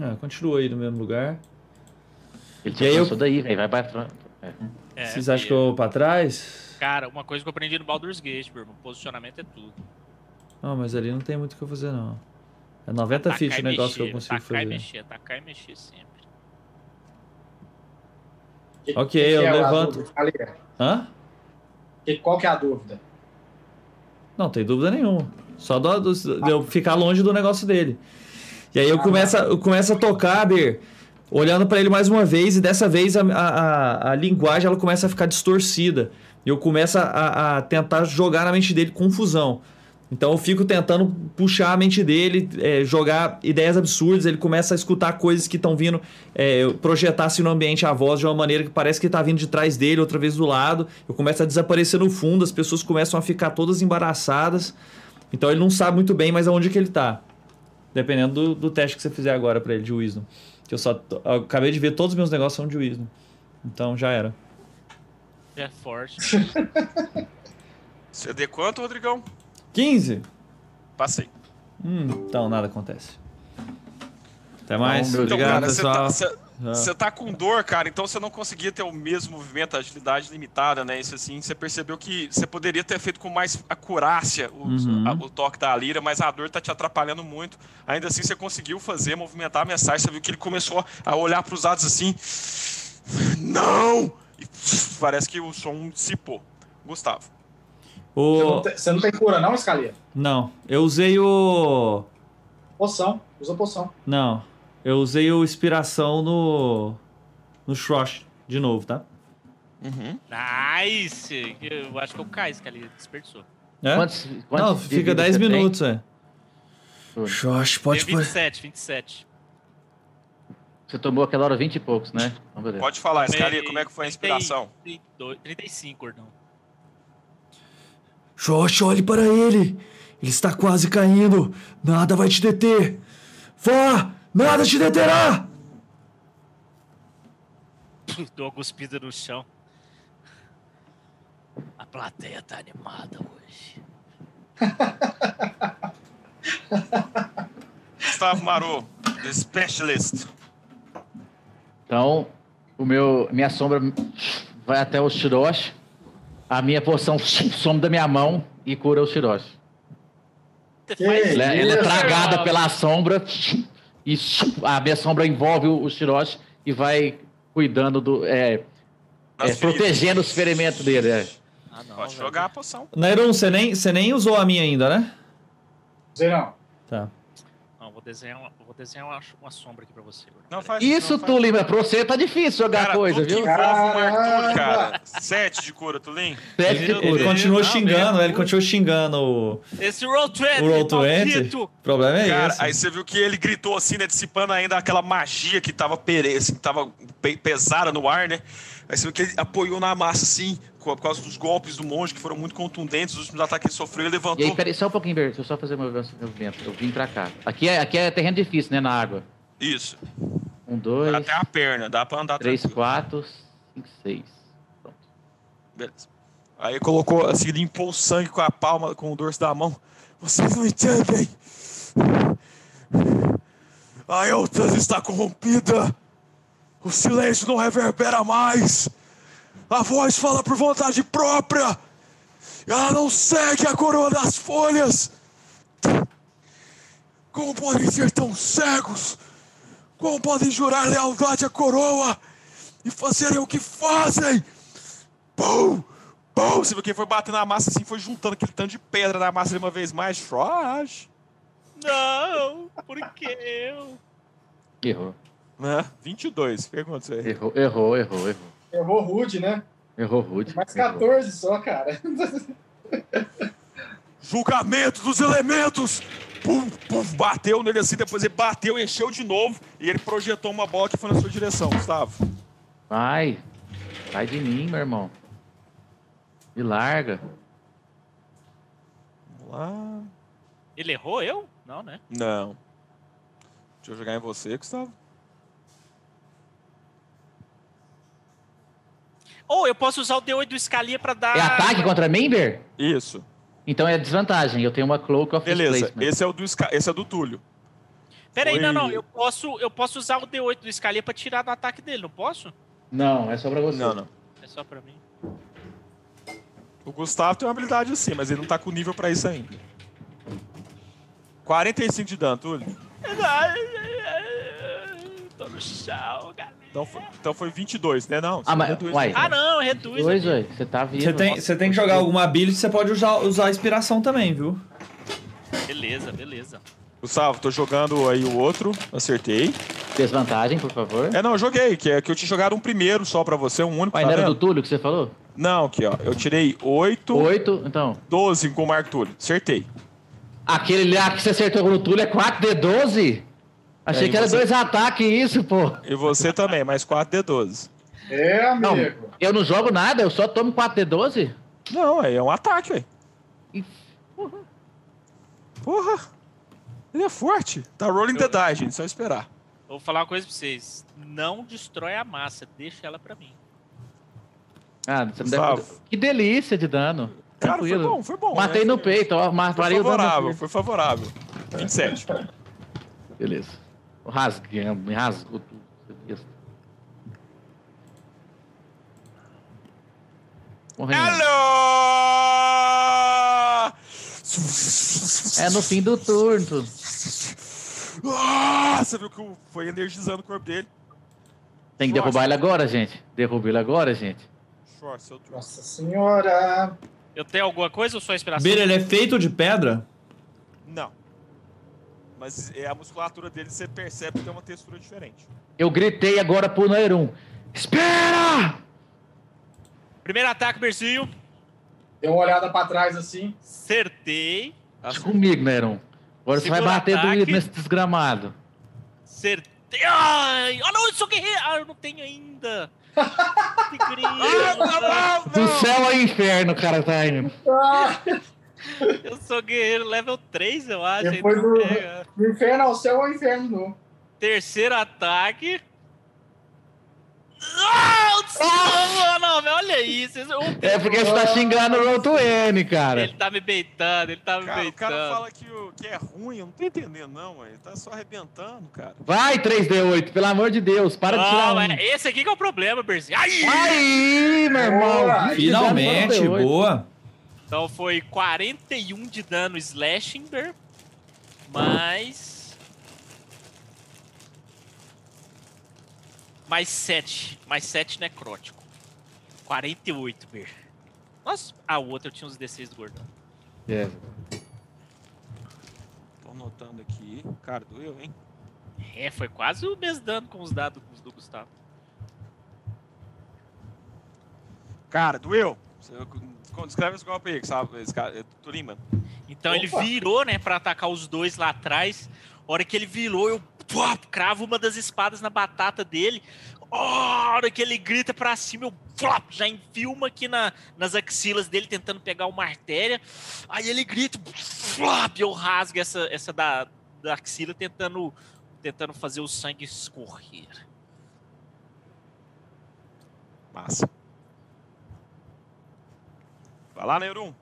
S4: ah continua aí no mesmo lugar.
S2: Ele
S4: E aí
S2: te
S4: eu-
S2: lançou daí, velho. Vai pra frente.
S6: É,
S4: Vocês acham que
S6: filho.
S4: eu vou pra trás?
S6: Cara, uma coisa que eu aprendi no Baldur's Gate, meu irmão. Posicionamento é tudo.
S4: Não, mas ali não tem muito o que eu fazer, não. É 90
S6: Tacar
S4: feet
S6: e
S4: o negócio que eu
S6: mexer,
S4: consigo
S6: tacar e
S4: fazer.
S6: mexer, tacar e mexer sempre.
S3: Que-
S4: Ok,
S3: que
S4: eu
S3: é a
S4: levanto.
S3: dúvida? Galera,
S4: Hã?
S3: que- Qual que é a dúvida?
S4: Não, tem dúvida nenhuma. Só do, do- de eu ficar longe do negócio dele. E aí eu começo, a- eu começo a tocar, Ber, olhando pra ele mais uma vez, e dessa vez a, a, a- a linguagem ela começa a ficar distorcida. E eu começo a, a tentar jogar na mente dele confusão. Então eu fico tentando puxar a mente dele, é, jogar ideias absurdas, ele começa a escutar coisas que estão vindo, é, projetar-se no ambiente a voz de uma maneira que parece que tá vindo de trás dele, outra vez do lado. Eu começo a desaparecer no fundo, as pessoas começam a ficar todas embaraçadas. Então ele não sabe muito bem mais aonde que ele tá. Dependendo do, do teste que você fizer agora pra ele de Wisdom. Que eu só. tô- eu acabei de ver todos os meus negócios são de Wisdom. Então já era.
S6: É forte.
S1: Você dê quanto, Rodrigão?
S4: 15?
S1: Passei.
S4: Hum, então nada acontece. Até mais.
S2: meu
S4: Obrigado,
S1: cara, você
S4: pessoal.
S1: tá, você-
S4: Ah.
S1: você tá com dor, cara, então você não conseguia ter o mesmo movimento, a agilidade limitada, né? Isso assim, você percebeu que você poderia ter feito com mais acurácia o,
S4: Uhum.
S1: a- o toque da lira, mas a dor tá te atrapalhando muito. Ainda assim, você conseguiu fazer, movimentar a mensagem. Você viu que ele começou a olhar pros lados assim. Não! E parece que o som dissipou. Gustavo.
S3: Você não
S4: O...
S3: tem- Você não tem cura, não, Scalia?
S4: Não, eu usei o.
S3: Poção. Usa poção.
S4: Não, eu usei o inspiração no. No Shrosh de novo, tá?
S1: Uhum.
S6: nice! Eu acho que eu caí, que ele desperdiçou.
S4: É?
S2: Quantos, quantos
S4: Não,
S2: de
S4: fica
S2: vida
S4: 10
S2: você tem?
S4: minutos, é.
S2: Tudo.
S4: Josh, pode...
S6: Tem 27, 27.
S2: Você tomou aquela hora 20 e poucos, né? Então, beleza.
S1: Pode falar,
S6: Bem,
S1: Scalia, como é que foi a inspiração?
S6: 32, 35, Gordão. *laughs*
S4: Josh, olhe para ele. Ele está quase caindo. Nada vai te deter. Vá! Nada te deterá!
S6: Dou uma cuspida no chão. A plateia tá animada hoje.
S1: Gustavo Marô, The Specialist.
S2: Então, o meu, minha sombra vai até o Shiroshi. A minha porção *laughs* some da minha mão e cura o Shiroshi.
S6: Você
S3: Que
S6: faz
S2: Ela, ela é
S6: isso,
S2: tragada
S6: irmão?
S2: pela sombra e *laughs* a minha sombra envolve o, o Shiroshi e vai cuidando do. É,
S1: Nas
S2: é,
S1: feridas.
S2: protegendo os ferimentos dele. é.
S6: Ah, não,
S1: Pode
S6: velho.
S1: jogar a poção.
S4: Nairon, você nem, você nem usou a minha ainda, né?
S3: Sei não.
S4: Tá.
S6: Não, vou desenhar uma, vou desenhar uma, uma sombra aqui pra você. Gordão.
S1: Não faz
S2: Isso,
S1: não faz.
S2: Tulin, mas pra você tá difícil jogar
S1: Cara,
S2: coisa,
S1: tudo que
S2: viu?
S1: envolve um
S3: Caramba!
S1: Arthur, cara. Sete de cura, Tulin.
S2: Sete de
S6: Meu
S4: Ele
S2: cura.
S6: Deus.
S4: continuou
S6: Não,
S4: xingando,
S6: mesmo.
S4: ele continuou xingando o...
S6: Esse Roll 20,
S4: O Roll 20?
S6: maldito!
S4: O problema é
S1: Cara,
S4: esse.
S1: aí você viu que ele gritou assim, né? Dissipando ainda aquela magia que tava, pere... assim, que tava pe- pesada no ar, né? Aí você viu que ele apoiou na massa, assim, por causa dos golpes do monge, que foram muito contundentes, os últimos ataques que ele sofreu,
S2: E
S1: ele
S2: aí,
S1: levantou.
S2: peraí, só um pouquinho, Ber, deixa eu só fazer meu movimento. Eu vim pra cá. Aqui é, aqui é terreno difícil, né? Na água.
S1: Isso.
S2: Um, dois,
S1: Até a perna, dá pra andar
S2: três,
S1: tranquilo.
S2: quatro, cinco, seis. Pronto.
S1: Beleza. Aí colocou, assim, limpou o sangue com a palma, com o dorso da mão. Vocês não entendem! A Eltras está corrompida! O silêncio não reverbera mais! A voz fala por vontade própria! Ela não segue a coroa das folhas! Como podem ser tão cegos? Como podem jurar lealdade à coroa e fazerem o que fazem? Pum! Pum! Você viu quem foi batendo na massa assim, foi juntando aquele tanto de pedra na massa de uma vez mais. Frosh!
S6: Não, por que eu?
S2: Errou.
S1: Né? 22, pergunta isso aí.
S2: Errou, errou, errou, errou.
S3: Errou rude, né?
S2: Errou rude.
S3: Mais
S2: errou.
S3: 14 só, cara. *laughs*
S1: Julgamento dos elementos! Pum, pum, bateu nele assim, depois ele bateu, encheu de novo e ele projetou uma bola que foi na sua direção, Gustavo.
S2: Vai. Sai de mim, meu irmão. Me larga.
S1: Vamos lá.
S6: Ele errou eu? Não, né?
S1: Não. Deixa eu jogar em você, Gustavo.
S6: Ou eu posso usar o D8 do Scalia pra dar.
S2: É ataque contra member?
S1: Isso.
S2: Então é desvantagem. Eu tenho uma cloak of
S1: Beleza.
S2: displacement.
S1: Esse é o do, Sca- esse é do Túlio.
S6: Pera aí, não, não.
S1: Oi.
S6: Eu posso, eu posso usar o D8 do Scalia pra tirar do ataque dele, não posso?
S2: Não, é só pra você.
S1: Não, não.
S6: É só pra mim.
S1: O Gustavo tem uma habilidade assim, mas ele não tá com nível pra isso ainda. 45 de dano, Túlio.
S6: Tô no chão, galera.
S1: Então foi, então foi 22, né? Não.
S2: Ah, mas-
S1: reduz.
S2: uai.
S6: Ah, não, reduz.
S2: Dois, ué. Você tá vivo.
S4: Você tem, você tem que jogar alguma ability, você pode usar, usar a inspiração também, viu?
S6: Beleza, beleza.
S1: Gustavo, tô jogando aí o outro. Acertei.
S2: Desvantagem, por favor.
S1: É, não, eu joguei, que é que eu tinha jogado um primeiro só pra você, um único.
S2: Mas
S1: tá
S2: não era
S1: vendo?
S2: do Túlio que você falou?
S1: Não, aqui, ó. Eu tirei 8,
S2: Oito, então.
S1: 12 com o Marco Túlio. Acertei.
S2: Aquele lá que você acertou com o Túlio é 4D12? Achei
S1: É,
S2: que era
S1: e você-
S2: dois ataques isso, pô.
S1: E você também, mais 4D12.
S3: É,
S2: Não,
S3: amigo.
S2: eu não jogo nada, eu só tomo 4D12?
S1: Não, aí é um ataque, velho. Porra! Ele é forte. Tá rolling the die, gente. Só esperar.
S6: Vou falar uma coisa pra vocês. Não destrói a massa, deixa ela pra mim.
S2: Ah, você não deve...
S1: Gustavo.
S2: Que delícia de dano.
S1: Cara, foi
S2: Tranquilo.
S1: bom, foi bom.
S2: Matei
S1: né?
S2: no peito, ó.
S1: Foi
S2: Matei o dano.
S1: favorável, foi favorável. 27.
S2: Beleza. Rasgando, me rasgou tudo. Beleza. Morrendo.
S1: Alô!
S2: É no fim do turno.
S1: Ah, você viu que o- foi energizando o corpo dele.
S2: Tem que derrubar ele agora, gente. Derruba ele agora, gente.
S1: Short, seu turno.
S3: Nossa senhora.
S6: Eu tenho alguma coisa ou só inspiração?
S4: Beira,
S2: né?
S4: ele é feito de pedra?
S1: Não. Mas é a musculatura dele, você percebe que tem uma textura diferente.
S2: Eu gritei agora pro Nairum. Espera!
S6: Primeiro ataque, Berzinho.
S3: Deu uma olhada pra trás assim.
S6: Acertei.
S2: Deixa Tá comigo, Neron. Agora você vai
S6: Segunda
S2: bater
S6: ataque.
S2: doído nesse desgramado.
S6: Acertei. Ai, ah, não, eu sou guerreiro. Ah, eu não tenho
S3: *laughs*
S6: ainda. Tigrinho.
S3: Ah,
S2: Do céu ao inferno, cara, tá indo.
S6: eu sou guerreiro level 3, eu acho. aí
S3: Depois
S6: não
S3: do-
S6: pega.
S3: Do inferno ao céu ou inferno de novo.
S6: Terceiro ataque. Ah, o céu, mano, velho, olha isso. isso- o
S2: É porque você tá xingando o Roto N, cara.
S6: Ele tá me beitando, ele tá me
S1: Cara, o
S6: beitando.
S1: cara fala que, o, que é ruim, eu não tô entendendo, não, ué. Ele Tá só arrebentando, cara.
S2: Vai, 3D8, pelo amor de Deus, para de tirar
S6: Não,
S2: um.
S6: é esse aqui que é o problema, Berzinho. Ai!
S2: Aí, meu irmão.
S3: Boa,
S2: vinte
S4: Finalmente,
S2: dano, rola um D8.
S4: boa.
S6: Então foi 41 de dano slashing, Ber, mais... Mais 7, mais 7 necrótico. 48, Ber. Nossa, ah, o outro eu tinha uns D6 do gordão.
S2: É.
S1: Tô anotando aqui. Cara, doeu, hein?
S6: É, foi quase o mesmo dano com os dados do Gustavo.
S1: Cara, doeu. Você- quando Descreve esse golpe aí, que sabe? Esse cara, é Turim, mano.
S6: Então ele
S3: Opa.
S6: virou, né, pra atacar os dois lá atrás. A hora que ele virou, eu pua, cravo uma das espadas na batata dele. Ó, A hora que ele grita pra cima, eu flop, já enfio uma aqui na, nas axilas dele, tentando pegar uma artéria. Aí ele grita, flop, eu rasgo essa, essa da, da axila, tentando, tentando fazer o sangue escorrer.
S1: Massa. Vai lá, né? Neuron.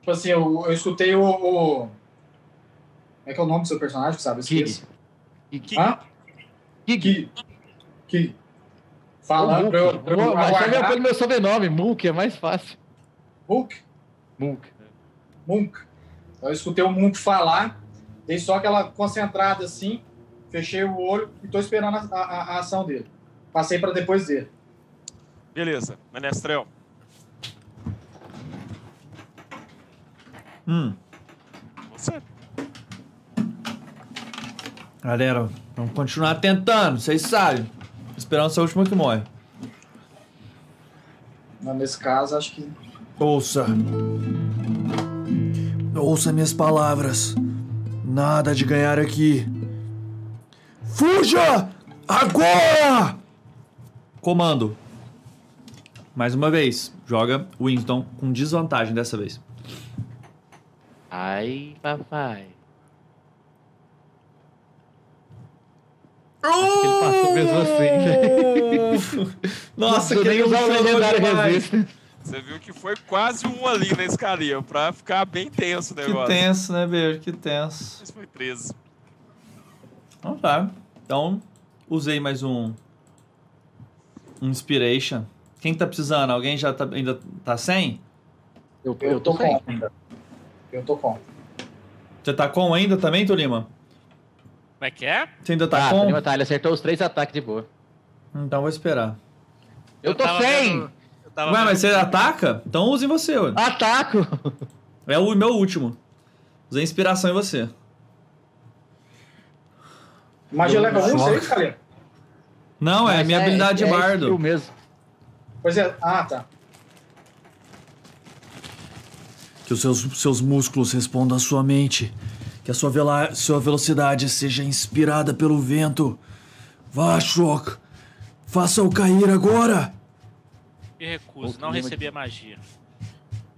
S3: Tipo assim, eu, eu escutei o, o- Como é que é o nome do seu personagem, sabe? Eu esqueço.
S2: Gig.
S3: Hã?
S2: Gig.
S3: Que. Que.
S2: Falando
S3: Falando pra eu, pra eu
S2: Vai chamar
S3: aguardar.
S2: pelo meu sobrenome, Mook, é mais fácil.
S3: Hulk?
S2: Mook.
S3: Munk. Então eu escutei o Munk falar, dei só aquela concentrada assim, fechei o olho e tô esperando a, a- a ação dele. Passei para depois dele.
S1: Beleza, Menestrel.
S4: Hum.
S1: Você?
S4: Galera, vamos continuar tentando, vocês sabem. Esperança é a última que morre.
S3: Mas nesse caso, acho que.
S4: Ouça. Ouça minhas palavras. Nada de ganhar aqui. Fuja! Agora! Comando. Mais uma vez. Joga Winston com desvantagem dessa vez.
S2: Ai, papai. ele passou mesmo assim,
S4: Nossa,
S2: Não
S4: que
S2: precisa
S4: né? nem
S2: nem
S4: usar
S2: usar o legendário resist.
S1: Você viu que foi quase um ali na escalinha, pra ficar bem tenso o
S4: Que
S1: negócio.
S4: tenso, né, Beijo? Que tenso.
S1: Mas foi preso.
S4: Então tá. Então, usei mais um. Um Inspiration. Quem tá precisando? Alguém já tá, ainda tá sem?
S2: Eu,
S3: Eu,
S2: eu
S3: tô,
S2: tô
S3: com
S2: sem.
S3: ainda. Eu tô com.
S4: Você tá com ainda também, Tolima?
S6: Como é que é?
S4: Você ainda tá
S2: Tá,
S4: com?
S2: tá, ele acertou os três ataques de boa.
S4: Então vou esperar.
S2: Eu, tô
S6: tava
S2: sem!
S6: vendo- eu tava
S4: Ué, mas
S6: vendo-
S4: você ataca? Então use em você, ué.
S2: Ataco!
S4: É o meu último. Usei inspiração em você.
S3: Magia
S4: Meu
S3: leva um,
S4: Deus.
S3: sei, cara.
S4: Não, é
S2: Mas
S4: minha habilidade
S2: é
S4: de
S2: skill
S4: bardo.
S2: mesmo.
S3: Pois é. Ah, tá.
S7: Que os seus, seus músculos respondam à sua mente. Que a sua, vela- sua velocidade seja inspirada pelo vento. Vá, Shrok. Faça-o cair agora.
S6: Me recuso,
S2: Outro
S6: não
S2: lema
S6: recebi a magia.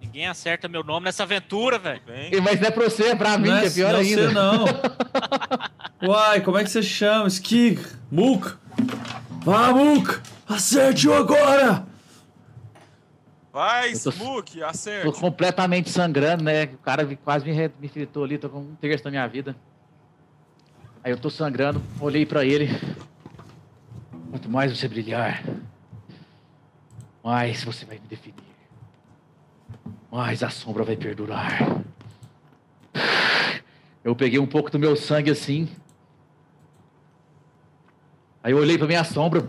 S6: Ninguém acerta meu nome nessa aventura, velho.
S1: Bem.
S2: E, Mas não é pra você, é pra mim,
S4: não
S2: que é pior
S4: não é
S2: ainda.
S4: você,
S2: *laughs*
S4: não. Uai, como é que você chama? Skig? Mook?
S7: Vá, Mook. Acerte-o agora.
S1: Vai,
S2: Eu tô-
S1: Smook,
S2: Tô
S1: acerta.
S2: completamente sangrando, né? O cara vi- quase me, re- me fritou ali, tô com um terço da minha vida. Aí eu tô sangrando, olhei pra ele. Quanto mais você brilhar, mais você vai me definir. Mais a sombra vai perdurar. Eu peguei um pouco do meu sangue assim. Aí eu olhei pra minha sombra,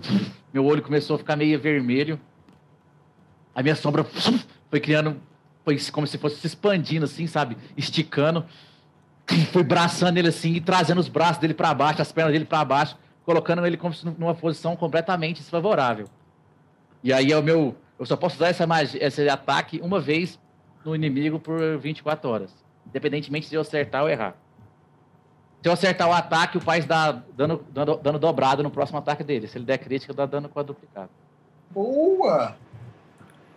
S2: meu olho começou a ficar meio vermelho. A minha sombra foi criando, foi como se fosse se expandindo, assim, sabe? Esticando. *clears throat* E Foi braçando ele assim e trazendo os braços dele para baixo, as pernas dele para baixo, colocando ele como se numa posição completamente desfavorável. E aí é o meu, Eu só posso usar essa magia, esse ataque uma vez no inimigo por 24 horas. Independentemente de eu acertar ou errar. Se eu acertar o ataque, o Paz dá dano, dano, dano dobrado no próximo ataque dele. Se ele der crítica, dá dano quadruplicado.
S3: Boa!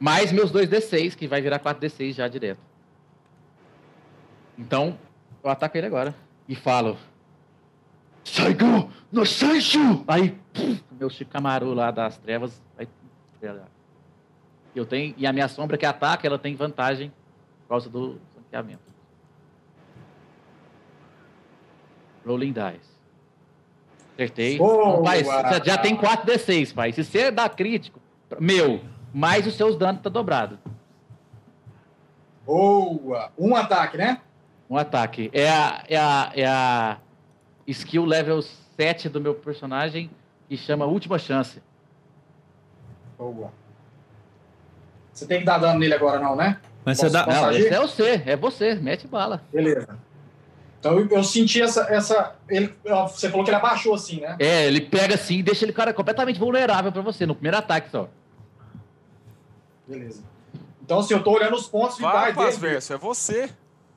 S2: Mais meus 2d6, que vai virar 4d6 já direto. Então, eu ataco ele agora. E falo. Saigo no Sancho! Aí, puf, meu Chico Camaru lá das trevas. Aí, eu tenho, e a minha sombra que ataca, ela tem vantagem por causa do flanqueamento. Rolling dice. Acertei.
S3: Boa!
S2: Pai, você já tem 4d6, pai. Se você dá crítico, meu, mais os seus danos tá dobrado.
S3: Boa! Um ataque, né?
S2: Um ataque. É a, é a, é a skill level 7 do meu personagem que chama Última Chance.
S3: Boa. Você tem que dar dano nele agora, não, né?
S4: Mas você
S3: Posso-
S4: dá.
S2: Não,
S3: agir?
S2: esse é você, é você, mete bala.
S3: Beleza. Então eu, eu senti essa. essa ele, ó, você falou que ele abaixou assim, né?
S2: É, ele pega assim e deixa ele, cara, completamente vulnerável pra você, no primeiro ataque só.
S3: Beleza. Então, assim, eu tô olhando os pontos
S1: Vai,
S3: vitais
S1: faz
S3: dele.
S1: verso, é você.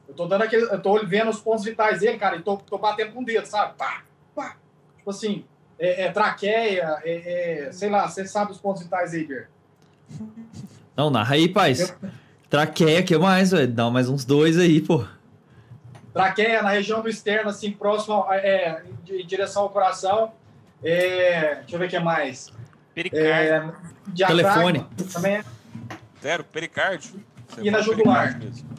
S3: Eu tô dando aquele. Eu tô vendo os pontos vitais dele, cara, e tô, tô batendo com o dedo, sabe? Pá, pá. Tipo assim, é, é traqueia, é, é- sei lá, você sabe os pontos vitais aí, Ber.
S4: Não, narra aí, paz. Traqueia, que mais, velho? Dá mais uns dois aí, pô.
S3: Traqueia é na região do externo, assim, próximo, ao- é, em di- em direção ao coração. É, deixa eu ver o que mais. É,
S6: Pericárdio.
S3: Diafragma,
S4: Telefone.
S3: Também é
S1: Zero, pericárdio. Você
S3: E na
S1: fala
S3: jugular.
S1: pericárdio mesmo.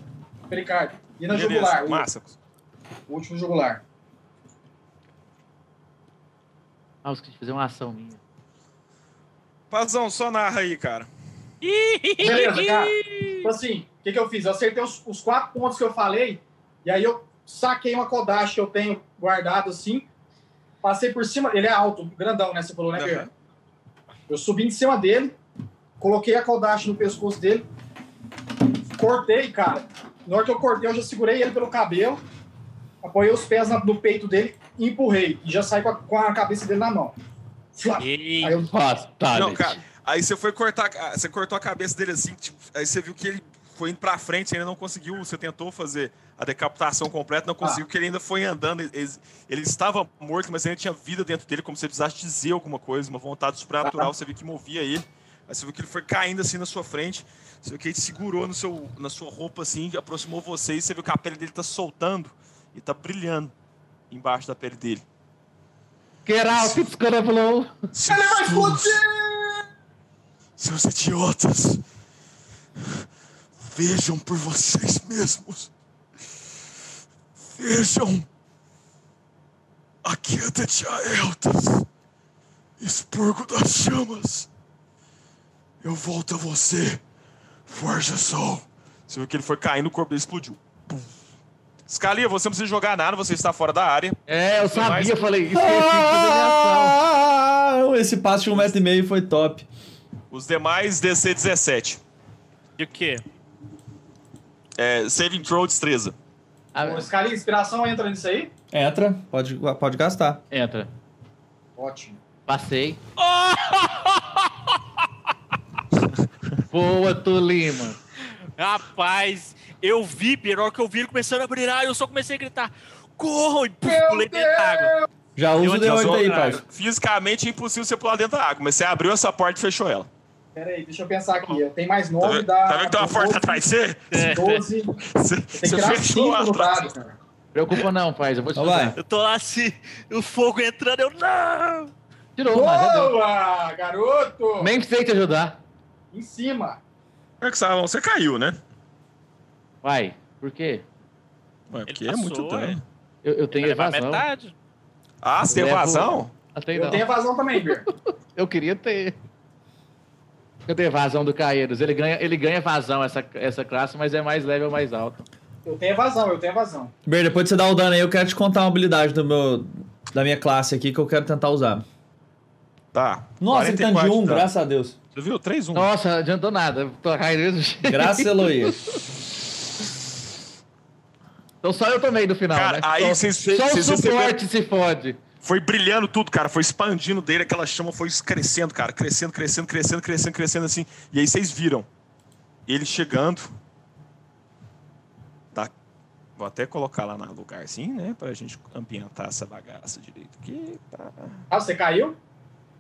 S3: pericárdio. E na
S1: Beleza,
S3: jugular, o,
S1: massa.
S3: o último jugular.
S2: Ah, eu esqueci de fazer uma ação minha.
S1: Pazão, só narra aí, cara.
S3: Beleza, cara. Então, assim, o que, que eu fiz? Eu acertei os, os quatro pontos que eu falei, e aí eu saquei uma Kodash que eu tenho guardado assim, passei por cima. Ele é alto, grandão, né? Você falou, né, Guerreiro? Eu subi em cima dele, coloquei a Kodash no pescoço dele, cortei, cara. Na hora que eu cortei, eu já segurei ele pelo cabelo, apoiei os pés na- no peito dele e empurrei. E já saí com a, com a cabeça dele na mão. Flá.
S6: Ei,
S3: Aí eu
S2: Fatality.
S1: Não, cara, aí você foi cortar, ah, você cortou a cabeça dele assim, tipo, aí você viu que ele foi indo pra frente, ele não conseguiu, você tentou fazer a decapitação completa, não conseguiu, que ele ainda foi andando, ele, ele- ele estava morto, mas ainda tinha vida dentro dele, como se ele precisasse dizer alguma coisa, uma vontade sobrenatural, você viu que movia ele, aí você viu que ele foi caindo assim na sua frente, você viu que ele segurou no seu, na sua roupa assim, aproximou você e você viu que a pele dele tá soltando e tá brilhando embaixo da pele dele.
S2: Get out, it's gonna blow.
S1: Ele
S3: é
S1: vai explodir! Seus idiotas! Vejam por vocês mesmos! Vejam! A queda de Aeltas! Expurgo das chamas! Eu volto a você, Forja Sol! Você viu que ele foi caindo, o corpo dele explodiu. Pum. Scalia, você não precisa jogar nada, você está fora da área.
S2: É, eu
S1: mais-
S2: sabia, eu falei, esqueci tipo de fazer minha ação.
S4: Ah, Esse passo de um metro e meio foi top.
S1: Os demais, DC 17.
S6: de quê?
S1: É, saving throw, destreza.
S2: Ah,
S3: Ô, Scalia, inspiração entra nisso aí?
S4: Entra, pode, pode gastar.
S2: entra.
S3: Ótimo.
S2: Passei. Boa, Tolima.
S6: Rapaz, eu vi, pior que eu vi ele começando a brilhar, eu só comecei a gritar. Corram! E puf, pulei dentro da água.
S4: Já usa o
S6: Deu
S4: D8 aí,
S6: outra,
S4: pai.
S1: Fisicamente é impossível você pular dentro da água, mas você abriu essa porta e fechou ela.
S3: *laughs* Pera aí, deixa eu pensar aqui. Eu tenho mais
S1: Tá,
S3: nove
S1: vendo-
S3: da.
S1: tá vendo que tem uma porta atrás de você?
S6: É,
S3: 12.
S1: Você,
S3: Tem que
S1: você
S3: tirar
S1: fechou
S3: 5
S1: lá
S3: no
S1: atrás.
S3: dado, cara.
S2: Preocupa não, faz. Eu vou te
S4: Então vai.
S2: ajudar.
S6: eu tô lá assim, o fogo entrando, eu não!
S2: Tirou, mas é já deu.
S3: Boa, garoto!
S2: Nem precisei te ajudar.
S3: Em cima.
S1: Como é que você, você caiu, né?
S2: Vai. Por quê?
S1: Ué, porque é
S6: passou,
S1: muito dano.
S2: Eu, eu tenho
S6: Levar
S2: evasão.
S6: metade.
S1: Ah, você tem
S2: Levo-
S1: evasão?
S2: Até
S3: Eu
S2: não.
S3: tenho evasão também, Ber.
S2: Eu queria ter. Eu tenho evasão do Caeiros. Ele ganha, ele ganha evasão essa, essa classe, mas é mais level mais alto.
S3: Eu tenho evasão, eu tenho evasão.
S4: Ber, depois de você dar o dano aí, eu quero te contar uma habilidade do meu, da minha classe aqui que eu quero tentar usar.
S1: Tá.
S4: Nossa, ele tá de
S1: 44
S4: um,
S1: de dano.
S4: graças a Deus.
S1: Você viu? 3, 1.
S2: Nossa, adiantou nada. Tô Caeiros.
S4: Graças a Eloy.
S2: Então só eu também no final,
S1: Cara,
S2: né?
S1: aí
S2: Só-
S1: vocês-
S2: né? Só o
S1: vocês receberam-
S2: suporte se fode.
S1: Foi brilhando tudo, cara. Foi expandindo dele, aquela chama foi crescendo, cara. Crescendo, crescendo, crescendo, crescendo, crescendo assim. E aí vocês viram ele chegando. Tá. Vou até colocar lá no lugarzinho, né? Pra gente ambientar essa bagaça direito aqui. Tá.
S3: Ah, você caiu?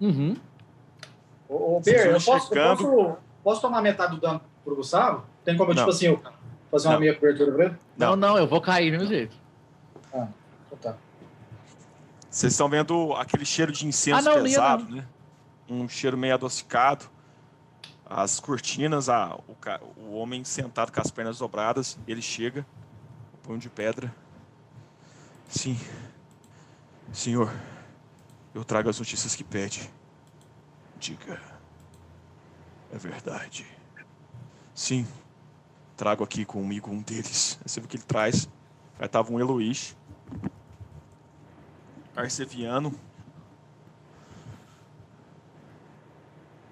S2: Uhum.
S3: Ô, ô
S1: Vocês
S3: Ber,
S1: vão
S3: eu posso, eu
S1: chegando.
S3: posso, posso tomar metade do dano pro Gustavo? Tem como eu,
S1: Não.
S3: tipo assim, eu fazer uma
S1: Não.
S3: meia cobertura pra ele?
S2: Não, não, eu vou cair do mesmo jeito.
S3: Então tá.
S1: Vocês estão vendo aquele cheiro de incenso
S2: Ah, não, não ia
S1: pesado, né? Um cheiro meio adocicado. As cortinas, a, o, ca- o homem sentado com as pernas dobradas, ele chega, o punho de pedra. Sim, senhor, eu trago as notícias que pede. Diga. É verdade. Sim, trago aqui comigo um deles. Aí Você vê que ele traz. Aí tava um Eloís arceviano.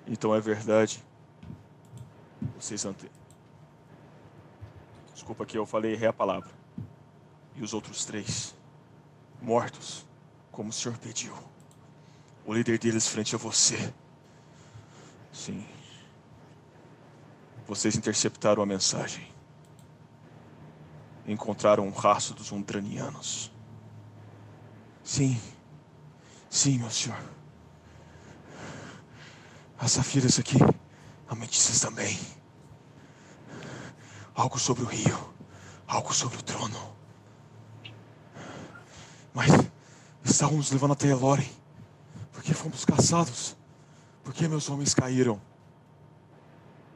S1: Então é verdade. Vocês ante... Desculpa que eu falei errei a palavra. E os outros três mortos, como o senhor pediu. O líder deles frente a você. Sim. Vocês interceptaram a mensagem. Encontraram um rastro dos Undranianos. Sim. Sim, meu senhor. As safiras aqui. Ametissas também. Algo sobre o rio. Algo sobre o trono. Mas estávamos levando até Eloren. Porque fomos caçados. Porque meus homens caíram.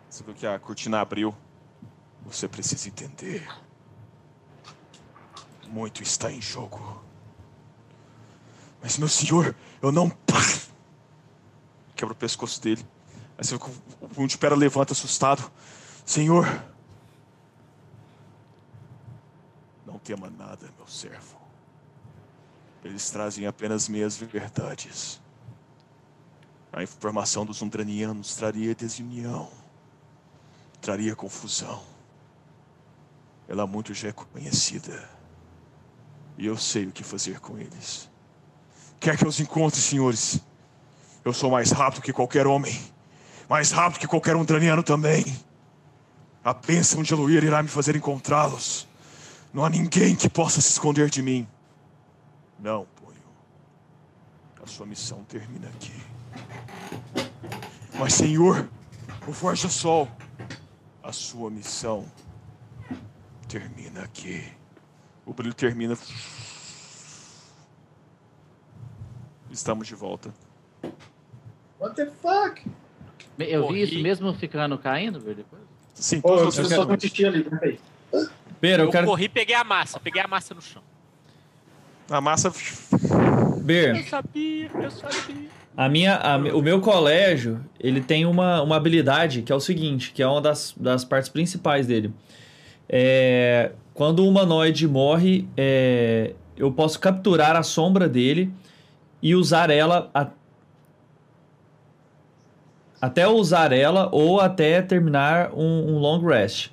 S1: Você viu que a cortina abriu. Você precisa entender. Muito está em jogo. Mas, meu senhor, eu não. Pá! Quebra o pescoço dele. Aí você vê que o- o punho de pera levanta assustado. Senhor. Não tema nada, meu servo. Eles trazem apenas meias verdades. A informação dos undranianos traria desunião. Traria confusão. Ela muito já é conhecida. E eu sei o que fazer com eles. Quer que eu os encontre, senhores? Eu sou mais rápido que qualquer homem. Mais rápido que qualquer undraniano também. A bênção de Eloir irá me fazer encontrá-los. Não há ninguém que possa se esconder de mim. Não, Punho. A sua missão termina aqui. Mas, senhor, o Forja Sol, a sua missão termina aqui. O brilho termina. Estamos de volta.
S3: What the fuck?
S2: Eu vi
S6: Corri.
S2: isso mesmo ficando caindo, velho, depois.
S1: Sim,
S3: Ô,
S1: todos
S3: eu
S1: os
S3: preciso
S1: outros
S3: só de um
S1: instrumentos.
S3: xixi ali, peraí.
S4: Pera, eu
S6: Eu
S4: quero.
S6: corri e peguei a massa, peguei a massa no chão.
S1: A massa.
S6: Eu
S4: Ber,
S6: sabia, eu sabia.
S4: a minha, a mi- o meu colégio, ele tem uma, uma habilidade que é o seguinte, que é uma das, das partes principais dele. É, quando o humanoide morre, é, eu posso capturar a sombra dele e usar ela a- até eu usar ela ou até terminar um, um long rest.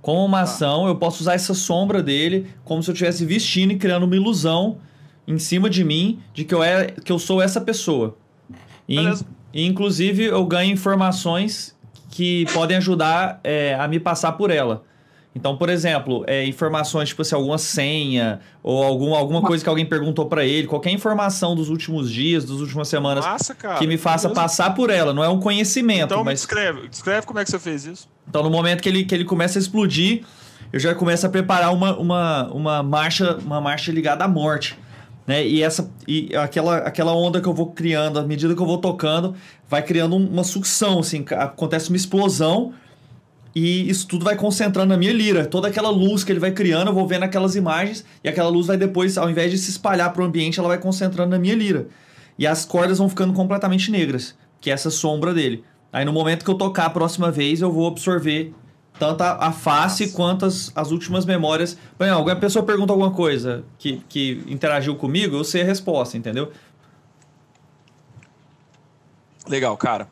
S4: Como
S1: Tá.
S4: uma ação, eu posso usar essa sombra dele como se eu estivesse vestindo e criando uma ilusão em cima de mim de que eu, é, que eu sou essa pessoa. E,
S1: Beleza.
S4: e, inclusive eu ganho informações que podem ajudar é, a me passar por ela. Então, por exemplo, é, informações tipo assim, alguma senha ou algum, alguma coisa que alguém perguntou pra ele, qualquer informação dos últimos dias, das últimas semanas
S1: Massa, cara.
S4: que me faça
S1: Beleza.
S4: passar por ela. Não é um conhecimento,
S1: Então, me
S4: mas
S1: descreve. Descreve como é que você fez isso.
S4: então no momento que ele, que ele começa a explodir, eu já começo a preparar uma, uma, uma marcha uma marcha ligada à morte. Né? E essa e aquela, aquela onda que eu vou criando, à medida que eu vou tocando, vai criando um- uma sucção, assim, ca- acontece uma explosão e isso tudo vai concentrando na minha lira. Toda aquela luz que ele vai criando, eu vou vendo aquelas imagens e aquela luz vai depois, ao invés de se espalhar pro ambiente, ela vai concentrando na minha lira. E as cordas vão ficando completamente negras, que é essa sombra dele. Aí no momento que eu tocar a próxima vez, eu vou absorver tanto a, a face quanto as, as últimas memórias. Bem, alguma pessoa pergunta alguma coisa que, que interagiu comigo, eu sei a resposta, entendeu?
S1: Legal, cara.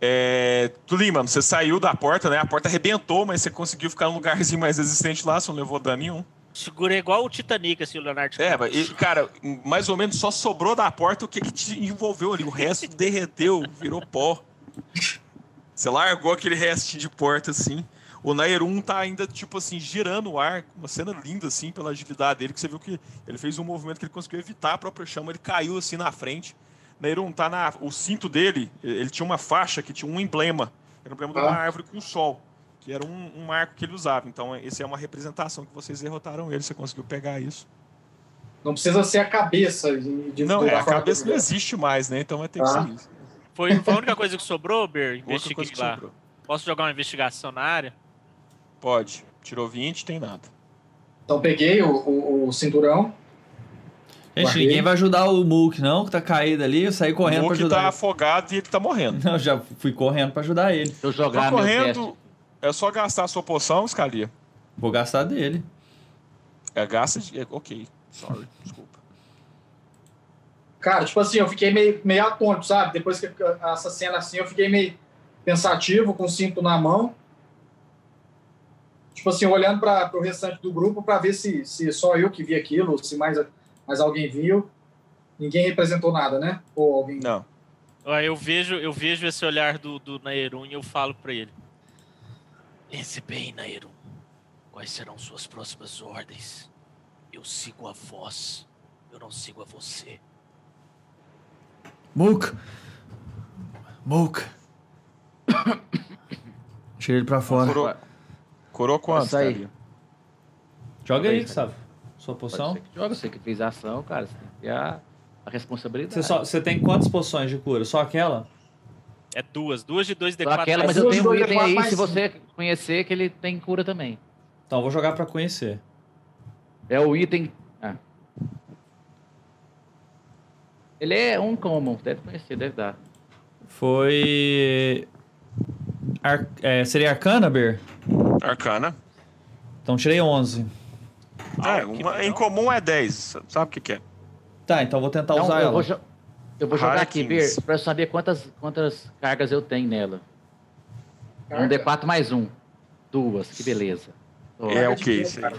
S1: É... Tulim, mano, você saiu da porta, né? A porta arrebentou, mas você conseguiu ficar num lugarzinho mais resistente lá, você não levou dano nenhum.
S6: Segura igual o Titanic, assim, o Leonardo.
S1: É, mas, e, cara, mais ou menos só sobrou da porta o que, que te envolveu ali. O resto derreteu, virou pó. Você largou aquele restinho de porta assim. O Nair 1 tá ainda, tipo assim, girando o ar. Uma cena linda, assim, pela agilidade dele, que você viu que ele fez um movimento que ele conseguiu evitar a própria chama. Ele caiu assim na frente. Nair 1 tá na. O cinto dele, ele tinha uma faixa que tinha um emblema. Era o emblema de uma árvore com sol. Que era um, um marco que ele usava. Então, esse é uma representação que vocês derrotaram ele. Você conseguiu pegar isso.
S3: Não precisa ser a cabeça. De, de
S1: Não,
S3: do-
S1: é,
S3: da
S1: a
S3: forma
S1: cabeça
S3: que
S1: não
S3: eu-
S1: existe mais, né? Então vai ter que
S3: Ah.
S1: ser isso.
S6: Foi, foi a única coisa que sobrou, Ber?
S1: Outra coisa
S6: Investiguei
S1: que
S6: lá.
S1: sobrou.
S6: Posso jogar uma investigação na área?
S1: Pode. Tirou 20, tem nada.
S3: Então peguei o, o- o cinturão.
S4: Gente,
S3: Guardei.
S4: ninguém vai ajudar o Mook, não, que tá caído ali. Eu saí correndo
S1: o
S4: pra
S1: Mook
S4: ajudar
S1: tá afogado e ele tá morrendo.
S4: ele. Não, já fui correndo pra ajudar ele.
S2: Se eu jogar
S1: Tá
S2: meu teste.
S1: correndo. É só gastar a sua poção, Scalia.
S4: Vou gastar dele.
S1: É gasta de. é, ok. Sorry, *laughs* desculpa.
S3: Cara, tipo assim, eu fiquei meio, meio atônito, sabe? Depois que essa cena assim, eu fiquei meio pensativo, com o cinto na mão. Tipo assim, olhando para o restante do grupo para ver se, se só eu que vi aquilo, se mais, mais alguém viu. Ninguém representou nada, né? Ou alguém.
S1: Não.
S6: Ó, Eu vejo, eu vejo esse olhar do, do Nairun e eu falo pra ele.
S5: Pense bem, Nairo. Quais serão suas próximas ordens? Eu sigo a voz. Eu não sigo a você.
S7: Mook! Mook! Tirei ele pra fora.
S1: Corou. Corou quanto,
S2: Essa
S3: Tá
S2: aí.
S1: Scalia?
S4: Joga
S2: Aí,
S4: aí, sabe? Sua poção.
S2: Pode ser que Joga, você que fez a ação, cara. Você tem que ter a, a responsabilidade.
S4: Você, só, você tem quantas poções de cura? Só aquela?
S6: É duas, duas de dois
S2: Só
S6: D4.
S2: aquela, mas
S6: mais
S2: eu
S3: É duas,
S2: tenho um
S3: dois,
S2: item
S3: quatro,
S2: aí,
S3: mais
S2: se você conhecer, que ele tem cura também.
S4: Então, eu vou jogar pra conhecer.
S2: É o item. Ah. Ele é um common, deve conhecer, deve dar.
S4: Foi. Ar- é, seria Arcana, Ber?
S1: Arcana.
S4: Então tirei 11.
S1: É, uma, em comum é 10. Sabe o que, que é?
S4: Tá, então vou tentar
S2: Então,
S4: usar
S2: eu,
S4: ela.
S2: vou jo- eu vou jogar
S1: Rara
S2: aqui,
S1: 15.
S2: Ber, pra eu saber quantas, quantas cargas eu tenho nela. É Um
S3: Carga.
S2: D4 mais um. Duas, que beleza. Ó.
S1: É o que isso aí?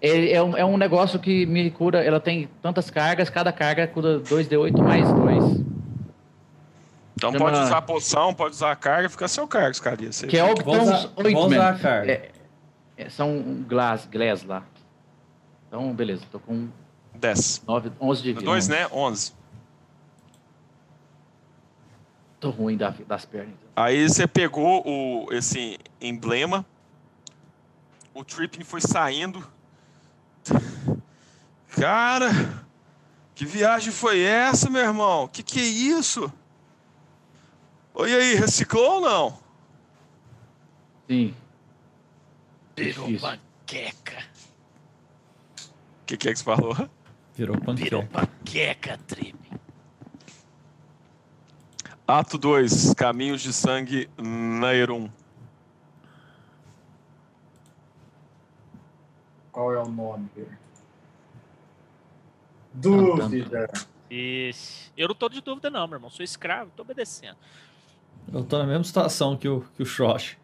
S2: É, é um, é um negócio que me cura. Ela tem tantas cargas, cada carga cura 2D8 mais 2.
S1: Então
S2: Chama-
S1: pode usar a poção, pode usar a carga, fica a seu cargo, Scalia. Você-
S2: Que é o
S4: Vou usar, vou usar a carga.
S2: É, é, são um glass, glass lá. Então, beleza, tô com
S1: 10.
S2: 9, 11 de vida.
S1: Dois, né? 11.
S2: Tô ruim da- das pernas. então.
S1: Aí você pegou o, esse emblema. O tripping foi saindo. Cara, que viagem foi essa, meu irmão? Que que é isso? Ô, e aí, reciclou ou não?
S2: Sim.
S5: Virou
S2: Difícil.
S5: panqueca.
S1: O que, que é que você falou?
S4: Virou
S5: Virou
S4: panqueca.
S5: panqueca, Treme.
S1: Ato 2, Caminhos de Sangue Nairum.
S3: Qual é o nome dele? Dúvida.
S6: Ixi, eu não tô de dúvida, não, meu irmão. Sou escravo, tô obedecendo.
S4: Eu tô na mesma situação que o, que o Shosh.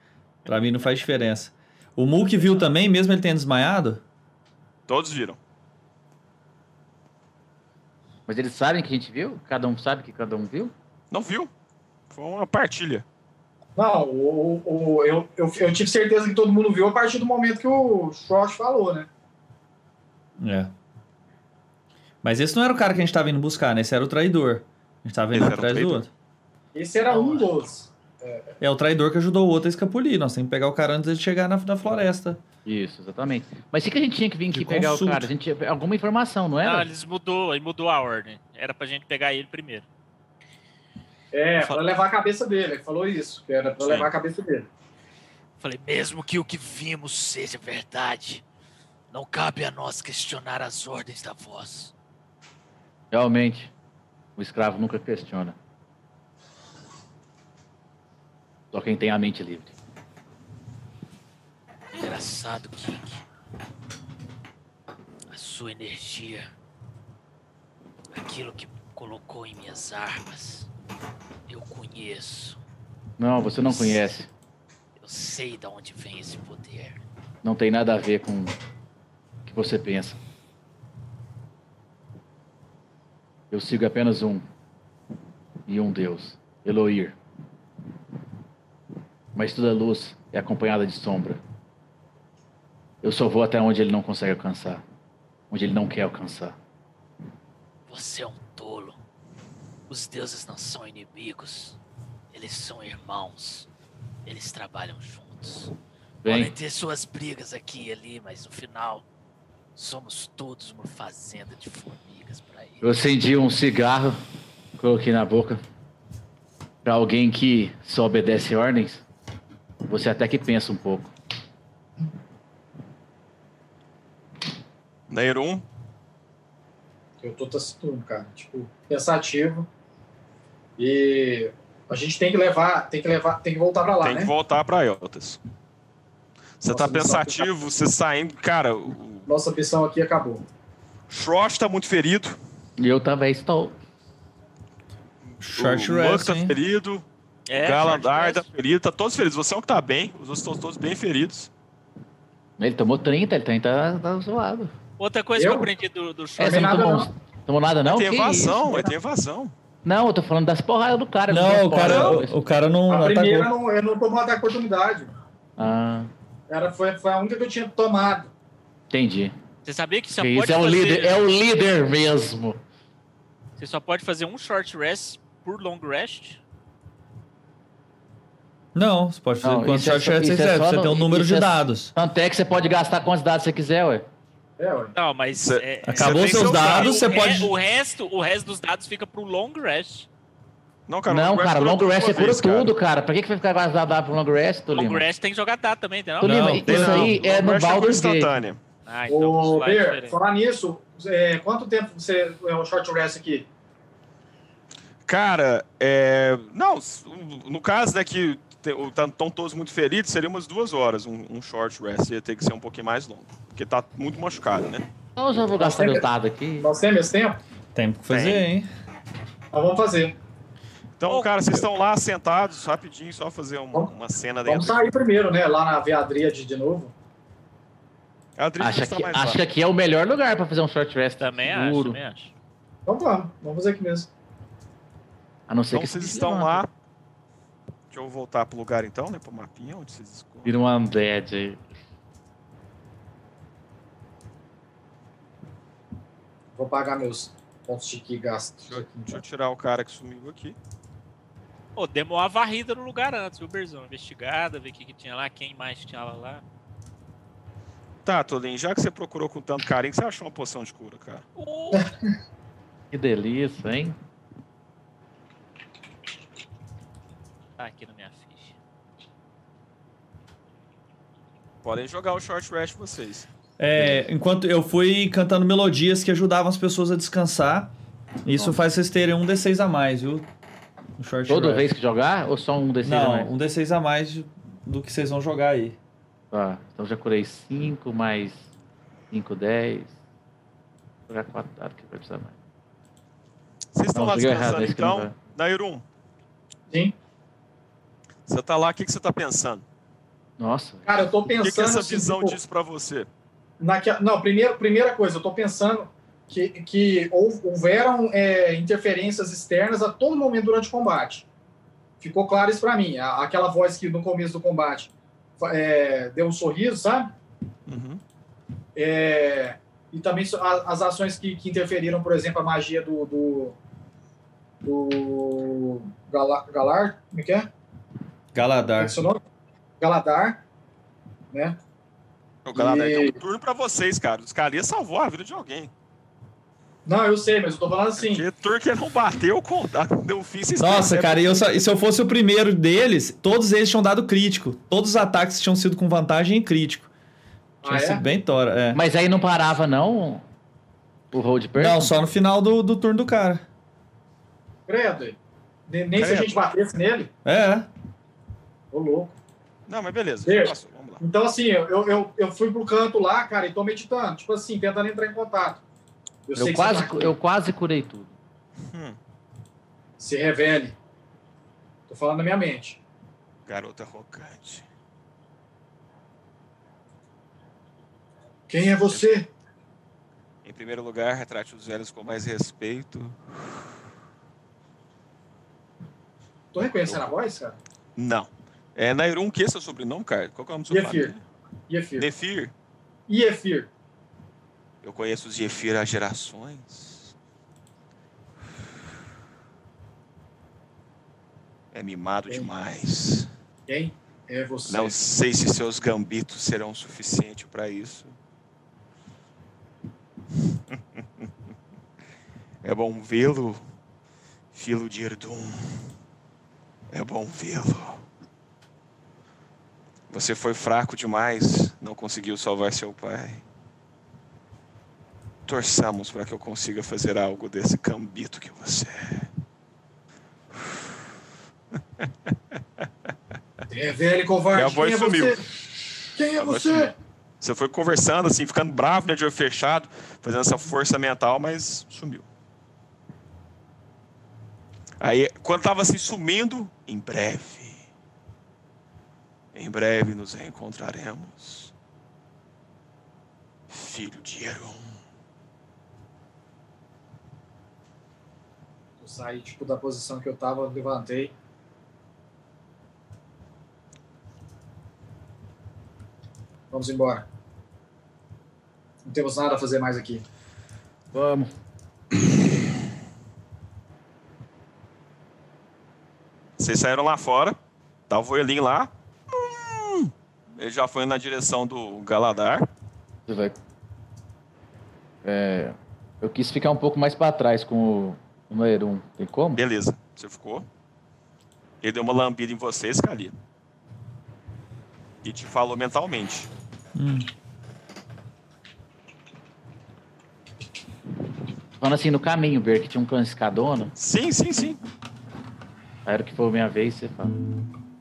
S4: Pra mim não faz diferença. O Mook viu também, mesmo ele tendo desmaiado?
S1: Todos viram.
S2: Mas eles sabem que a gente viu? Cada um sabe que cada um viu?
S1: Não viu? Foi uma partilha.
S3: Não, o, o- o- eu, eu, eu tive certeza que todo mundo viu a partir do momento que o Frost falou, né?
S4: É. Mas esse não era o cara que a gente tava indo buscar, né? Esse era o traidor. A gente tava
S1: Esse
S4: indo
S1: era o
S4: atrás do
S1: traidor.
S4: outro.
S3: Esse era um dos.
S4: É o traidor que ajudou o outro a escapulir. Nós temos que pegar o cara antes dele chegar na, na floresta.
S2: Isso, exatamente. Mas o que que a gente tinha que vir aqui
S4: De
S2: pegar
S4: consulta.
S2: o cara? A gente tinha alguma informação, não
S6: Não,
S2: era?
S6: Ah, eles mudou, aí mudou a ordem. Era pra gente pegar ele primeiro.
S3: É,
S6: Fala-
S3: pra levar a cabeça dele. Ele falou isso, que era pra
S1: Sim.
S3: levar a cabeça dele.
S5: Falei, mesmo que o que vimos seja verdade, não cabe a nós questionar as ordens da voz.
S2: Realmente, o escravo nunca questiona. Só quem tem a mente livre.
S5: Engraçado, King. A sua energia, aquilo que colocou em minhas armas, eu conheço.
S2: Não, você não conhece.
S5: Eu sei de onde vem esse poder.
S2: Não tem nada a ver com o que você pensa. Eu sigo apenas um. E um Deus, Eloir. Mas toda luz é acompanhada de sombra. Eu só vou até onde ele não consegue alcançar. Onde ele não quer alcançar.
S5: Você é um tolo. Os deuses não são inimigos. Eles são irmãos. Eles trabalham juntos. Podem
S2: Vem,
S5: ter suas brigas aqui e ali, mas no final somos todos uma fazenda de formigas pra ele.
S2: eu acendi um cigarro, coloquei na boca. Pra alguém que só obedece ordens, você até que pensa um pouco.
S1: Neirum,
S3: Eu tô taciturno, cara. Tipo, pensativo. E a gente tem que levar, tem que levar, tem que voltar pra lá,
S1: tem
S3: né?
S1: que voltar pra Eltas. Você
S3: Nossa,
S1: tá
S3: missão
S1: pensativo, você saindo. Cara, o
S3: Nossa missão aqui acabou.
S1: Shrosh tá muito ferido.
S2: E eu é também estou.
S4: Short
S1: o Muck
S4: rest,
S1: tá
S4: hein?
S1: ferido.
S6: É,
S1: o Galadar
S6: short
S1: tá
S6: rest.
S1: ferido. Tá todos feridos. Você é o que tá bem. Os outros estão todos bem feridos.
S2: Ele tomou 30, ele também tá, tá zoado.
S6: Outra coisa
S3: Eu?
S6: que eu aprendi do, do
S2: É,
S6: short.
S2: você não
S3: nada,
S2: tomou, tomou nada, não?
S1: tem
S2: Que
S1: evasão,
S2: isso?
S1: é, tem evasão.
S2: Não, eu tô falando das porradas do cara. das
S4: Não, o cara,
S2: porradas.
S4: o, o cara não
S3: a primeira
S4: atacou.
S3: não, eu não tomou ataque de oportunidade.
S2: Ah,
S3: Era, foi, foi a única que eu tinha tomado.
S2: entendi.
S6: Você sabia que você
S2: Que
S6: pode
S2: isso é o
S6: fazer...
S2: líder, é o líder mesmo.
S6: Você só pode fazer um short rest por long rest?
S4: Não, você pode fazer
S2: Não,
S4: quanto
S2: isso é
S4: short
S2: só-
S4: rest você
S2: isso é
S4: quiser,
S2: só
S4: você
S2: no-
S4: tem um número
S2: isso
S4: de
S2: é-
S4: dados.
S2: Tanto é que você pode gastar quantos dados você quiser, ué.
S3: É, ué.
S6: Não, mas.
S1: Cê-
S6: é-
S4: Acabou
S1: tem
S4: seus
S1: seus
S4: dados,
S1: dados,
S4: você
S6: o, re-
S4: pode.
S6: o resto, o resto dos dados fica pro long rest.
S1: Não, cara,
S2: não,
S1: long rest
S2: cara,
S1: cura
S2: long
S1: tudo
S2: rest é
S1: de
S2: você
S1: uma
S2: cura
S1: vez, cara.
S2: tudo, cara. Pra que, que vai ficar gastado dado pro long rest, Tolima?
S6: Long rest tem que jogar dado Ah, também, entendeu?
S2: Tolima,
S4: Não,
S2: isso
S1: Tem não.
S2: aí é
S1: Long
S2: no
S1: rest cura
S2: Baldur's Gate.
S1: instantânea.
S6: Ah, então isso
S3: Ô,
S6: lá é
S3: Ber,
S6: diferente.
S3: falar nisso, é, quanto tempo você é o short rest aqui?
S1: Cara, é. Não, s- no caso, né, que estão todos muito feridos, seria umas duas horas um, um short rest. Ia ter que ser um pouquinho mais longo. Porque tá muito machucado, né?
S2: Então eu já vou gastar meus dados aqui.
S3: Nós temos esse tempo?
S4: Tem o que fazer,
S1: Tem.
S4: hein?
S3: Nós vamos fazer.
S1: Então,
S6: Ô,
S1: cara, vocês estão lá sentados, rapidinho, só fazer uma, uma cena dentro.
S3: Vamos sair primeiro, né? Lá na veadria de, de novo.
S1: A Adriana
S2: Acho
S1: está
S2: que,
S1: mais
S2: acho que
S1: lá.
S2: aqui é o melhor lugar pra fazer um short rest.
S6: Também É, acho, né?
S2: seguro.
S6: também acho.
S3: Então vamos, vamos fazer aqui mesmo.
S2: A não ser
S1: Então
S2: que
S1: vocês
S2: vire
S1: estão
S2: uma-
S1: lá. Deixa eu voltar pro lugar então, né? Pro mapinha onde vocês escolhem.
S2: Vira um undead aí.
S3: Vou pagar meus pontos de ki gastos.
S1: Deixa eu,
S3: aqui,
S1: deixa
S3: então.
S1: eu tirar o cara que sumiu aqui.
S6: Pô, demos uma varrida no lugar antes, viu, Berzão? Investigada, ver o que, que tinha lá, quem mais tinha lá. lá.
S1: Tá, Tolinho, já que você procurou com tanto carinho, você achou uma poção de cura, cara?
S6: Ô,
S2: *laughs* Que delícia, hein?
S6: tá aqui na minha ficha.
S1: Podem jogar o short rest vocês.
S4: É, enquanto eu fui cantando melodias que ajudavam as pessoas a descansar. Isso faz vocês terem um D6 a mais, viu? Um short
S2: Toda
S4: rest.
S2: vez que jogar ou só um desses?
S4: Não,
S2: a mais?
S4: um D6 a mais de- do que vocês vão jogar aí.
S2: Tá, então já curei 5 mais 5, 10. Vou jogar 4 dados que vai precisar mais.
S1: Vocês estão
S2: Não,
S1: lá
S2: joguei errado,
S1: descansando
S2: é isso que não
S1: então. Nairum,
S3: Sim.
S1: você tá lá, o que, que você tá pensando?
S2: Nossa,
S3: Cara, eu tô
S1: O
S3: pensando.
S1: que, que essa
S3: assim,
S1: visão
S3: tipo,
S1: diz pra você?
S3: naque- Não, primeiro, primeira coisa, eu tô pensando que, que hou- houveram é, interferências externas a todo momento durante o combate. Ficou claro isso pra mim. A- Aquela voz que no começo do combate fa- é, deu um sorriso, sabe?
S1: Uhum.
S3: É, e também so- a- as ações que, que interferiram, por exemplo, a magia do. do, do Gala- Galar. Como é que é? Como é
S4: Galadar.
S3: que é seu nome? Galadar. Né?
S1: Galera,
S3: E-
S1: então, um turno pra vocês, cara. Os caras salvou a vida de alguém.
S3: Não, eu sei, mas eu tô falando assim.
S1: Porque Turker não bateu com. Deu fim, vocês
S4: Nossa,
S1: percebem.
S4: cara, e, eu só- e se eu fosse o primeiro deles, todos eles tinham dado crítico. Todos os ataques tinham sido com vantagem e crítico. Tinha
S3: Ah, é?
S4: sido bem tora, é.
S2: Mas aí não parava, não? O hold person?
S4: Não, só no final do, do turno do cara.
S3: Credo. Nem, nem se a
S1: Credo.
S3: gente batesse nele.
S4: É,
S3: Ô, louco.
S1: Não, mas beleza.
S3: Deixa.
S1: Já passou, vamos lá.
S3: Então, assim, eu, eu, eu fui pro canto lá, cara, e tô meditando. Tipo assim, tentando entrar em contato. Eu, sei
S2: eu,
S3: que
S2: quase,
S3: você tá aqui.
S2: eu quase curei tudo.
S1: Hum.
S3: se revele. Tô falando na minha mente.
S1: Garoto arrogante.
S3: Quem é você?
S1: Em primeiro lugar, retrate os velhos com mais respeito.
S3: Tô reconhecendo a voz, cara?
S1: Não. É Nairon, que é seu sobrenome, cara? Qual que é o nome do seu
S3: Yefir. Yefir.
S1: Defir.
S3: Yefir.
S1: Eu conheço os Yefir há gerações. É mimado
S3: Bem.
S1: demais.
S3: Quem é você?
S1: Não sei se seus gambitos serão suficientes para isso. É bom vê-lo, filho de Irdum. É bom vê-lo. Você foi fraco demais, não conseguiu salvar seu pai. Torçamos para que eu consiga fazer algo desse gambito que você é.
S3: É velho covarde.
S1: Minha voz
S3: Quem é
S1: sumiu.
S3: você? Quem é
S1: Minha voz
S3: você?
S1: sumiu. Você foi conversando, assim, ficando bravo, né, de olho fechado, fazendo essa força mental, mas sumiu. Aí, quando tava assim sumindo, em breve. Em breve nos reencontraremos. Filho de Heron.
S3: Eu saí, tipo, da posição que eu tava, levantei. Vamos embora. Não temos nada a fazer mais aqui.
S2: Vamos.
S1: Vocês saíram lá fora, tá o voelinho lá. Hum, Ele já foi na direção do Galadar.
S2: Você vai. É, eu quis ficar um pouco mais pra trás com o, o Noerum. Tem como?
S1: Beleza, você ficou. Ele deu uma lambida em você, Scali. E te falou mentalmente.
S4: Hum.
S2: Falando assim, no caminho, Ber, que tinha um clã escadona.
S1: Sim, sim, sim.
S2: Aí era que for minha vez, você fala.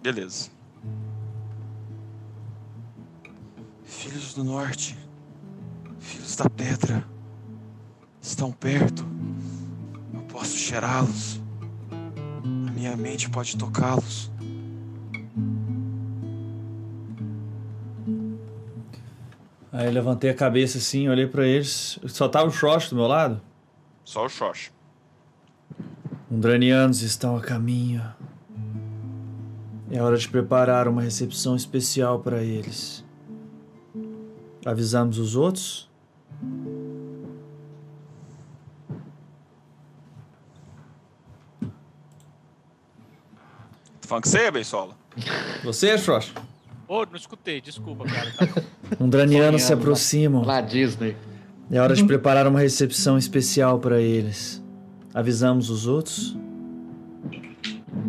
S1: Beleza. Filhos do norte, filhos da pedra, estão perto. Eu posso cheirá-los. A minha mente pode tocá-los.
S4: Aí eu levantei a cabeça assim, olhei pra eles. Só tava o Shrosh do meu lado.
S1: Só o Xox.
S7: Undranianos estão a caminho. É hora de preparar uma recepção especial para eles.
S4: Avisamos os outros.
S1: Tu falando que você é, Beisola?
S4: Você, Shrosh?
S6: Ô, não escutei, desculpa, cara. Tá bom.
S7: Undranianos se
S2: Sonhando, né?
S7: aproximam.
S2: Lá Disney.
S7: É hora de preparar uma recepção especial para eles. Avisamos os outros.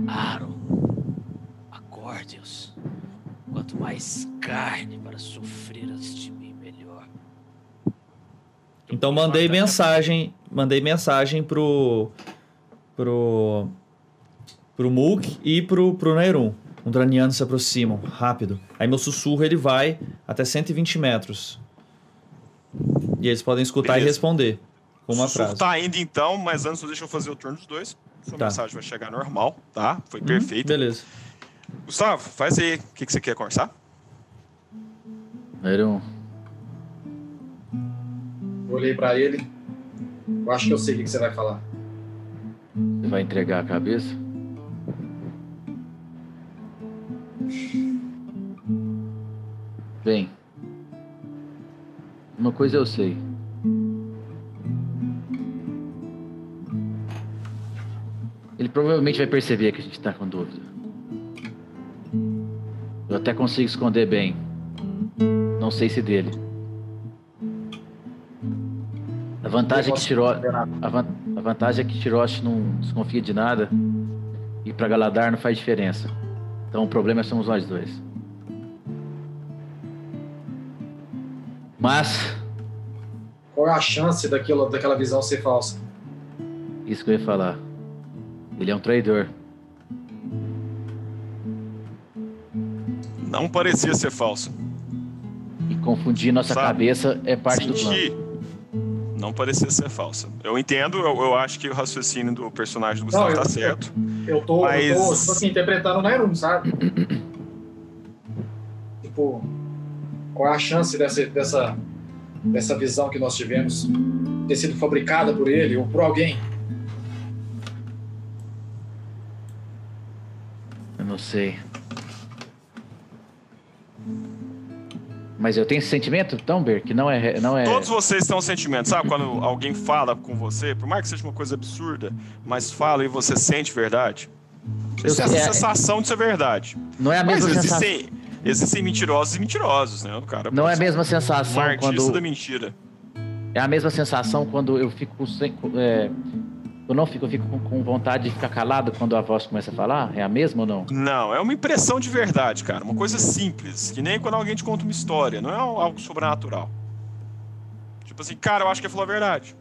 S5: Aaron, acorde-os. Quanto mais carne para sofrer este mim, melhor.
S4: Então mandei mensagem, mandei mensagem pro pro pro Mook e pro pro Nairum. Um draniano se aproximam, rápido. Aí meu sussurro ele vai até 120 metros. E eles podem escutar
S1: Beleza.
S4: e responder com uma
S1: Sussurro
S4: frase.
S1: tá indo então, mas antes deixa eu fazer o turno dos dois. Sua
S4: Tá.
S1: mensagem vai chegar normal, tá? Foi
S4: Hum,
S1: perfeito.
S4: Beleza.
S1: Gustavo, faz aí. O que, que você quer conversar?
S2: Noerum.
S3: Eu olhei pra ele. Eu acho que eu sei o que que você vai falar.
S2: Você vai entregar a cabeça? Bem, uma coisa eu sei. Ele provavelmente vai perceber que a gente tá com dúvida. Eu até consigo esconder bem. Não sei se dele. A vantagem é que tirou. A, van- a vantagem é que Tirosh não desconfia de nada e para Galadar não faz diferença. Então o problema somos nós dois. Mas,
S3: Qual é a chance daquilo, daquela visão ser falsa?
S2: isso que eu ia falar. Ele é um traidor.
S1: Não parecia ser falso.
S2: E confundir nossa
S1: Sabe?
S2: cabeça é parte do plano.
S1: Senti. Não parecia ser falsa. Eu entendo, eu, eu acho que o raciocínio do personagem do Gustavo
S3: Não, eu-
S1: tá certo.
S3: Eu tô,
S1: Mas-
S3: eu tô tipo assim, interpretando o Nairum, sabe? tipo, qual é a chance dessa, dessa dessa visão que nós tivemos ter sido fabricada por ele ou por alguém.
S2: Eu não sei. Mas eu tenho esse sentimento, Tomber, que não é. Não é...
S3: *coughs*
S1: Todos vocês têm um sentimento, sabe? Quando alguém fala com você, por mais que seja uma coisa absurda, mas fala e você sente verdade.
S2: Eu-
S1: Você tem essa
S2: é-
S1: sensação de ser verdade.
S2: Não é a
S1: Mas
S2: mesma sensação.
S1: existem, existem mentirosos e mentirosos, né? O cara
S2: Não é a
S1: pode ser
S2: mesma
S1: um
S2: sensação
S1: artista
S2: quando.
S1: da mentira.
S2: É a mesma sensação quando eu fico sem. é, eu não fico, eu fico com, com vontade de ficar calado quando a voz começa a falar? É a mesma ou não?
S1: Não, é uma impressão de verdade, cara. Uma coisa simples, que nem quando alguém te conta uma história, não é algo sobrenatural. Tipo assim, cara, eu acho que ele falou a verdade.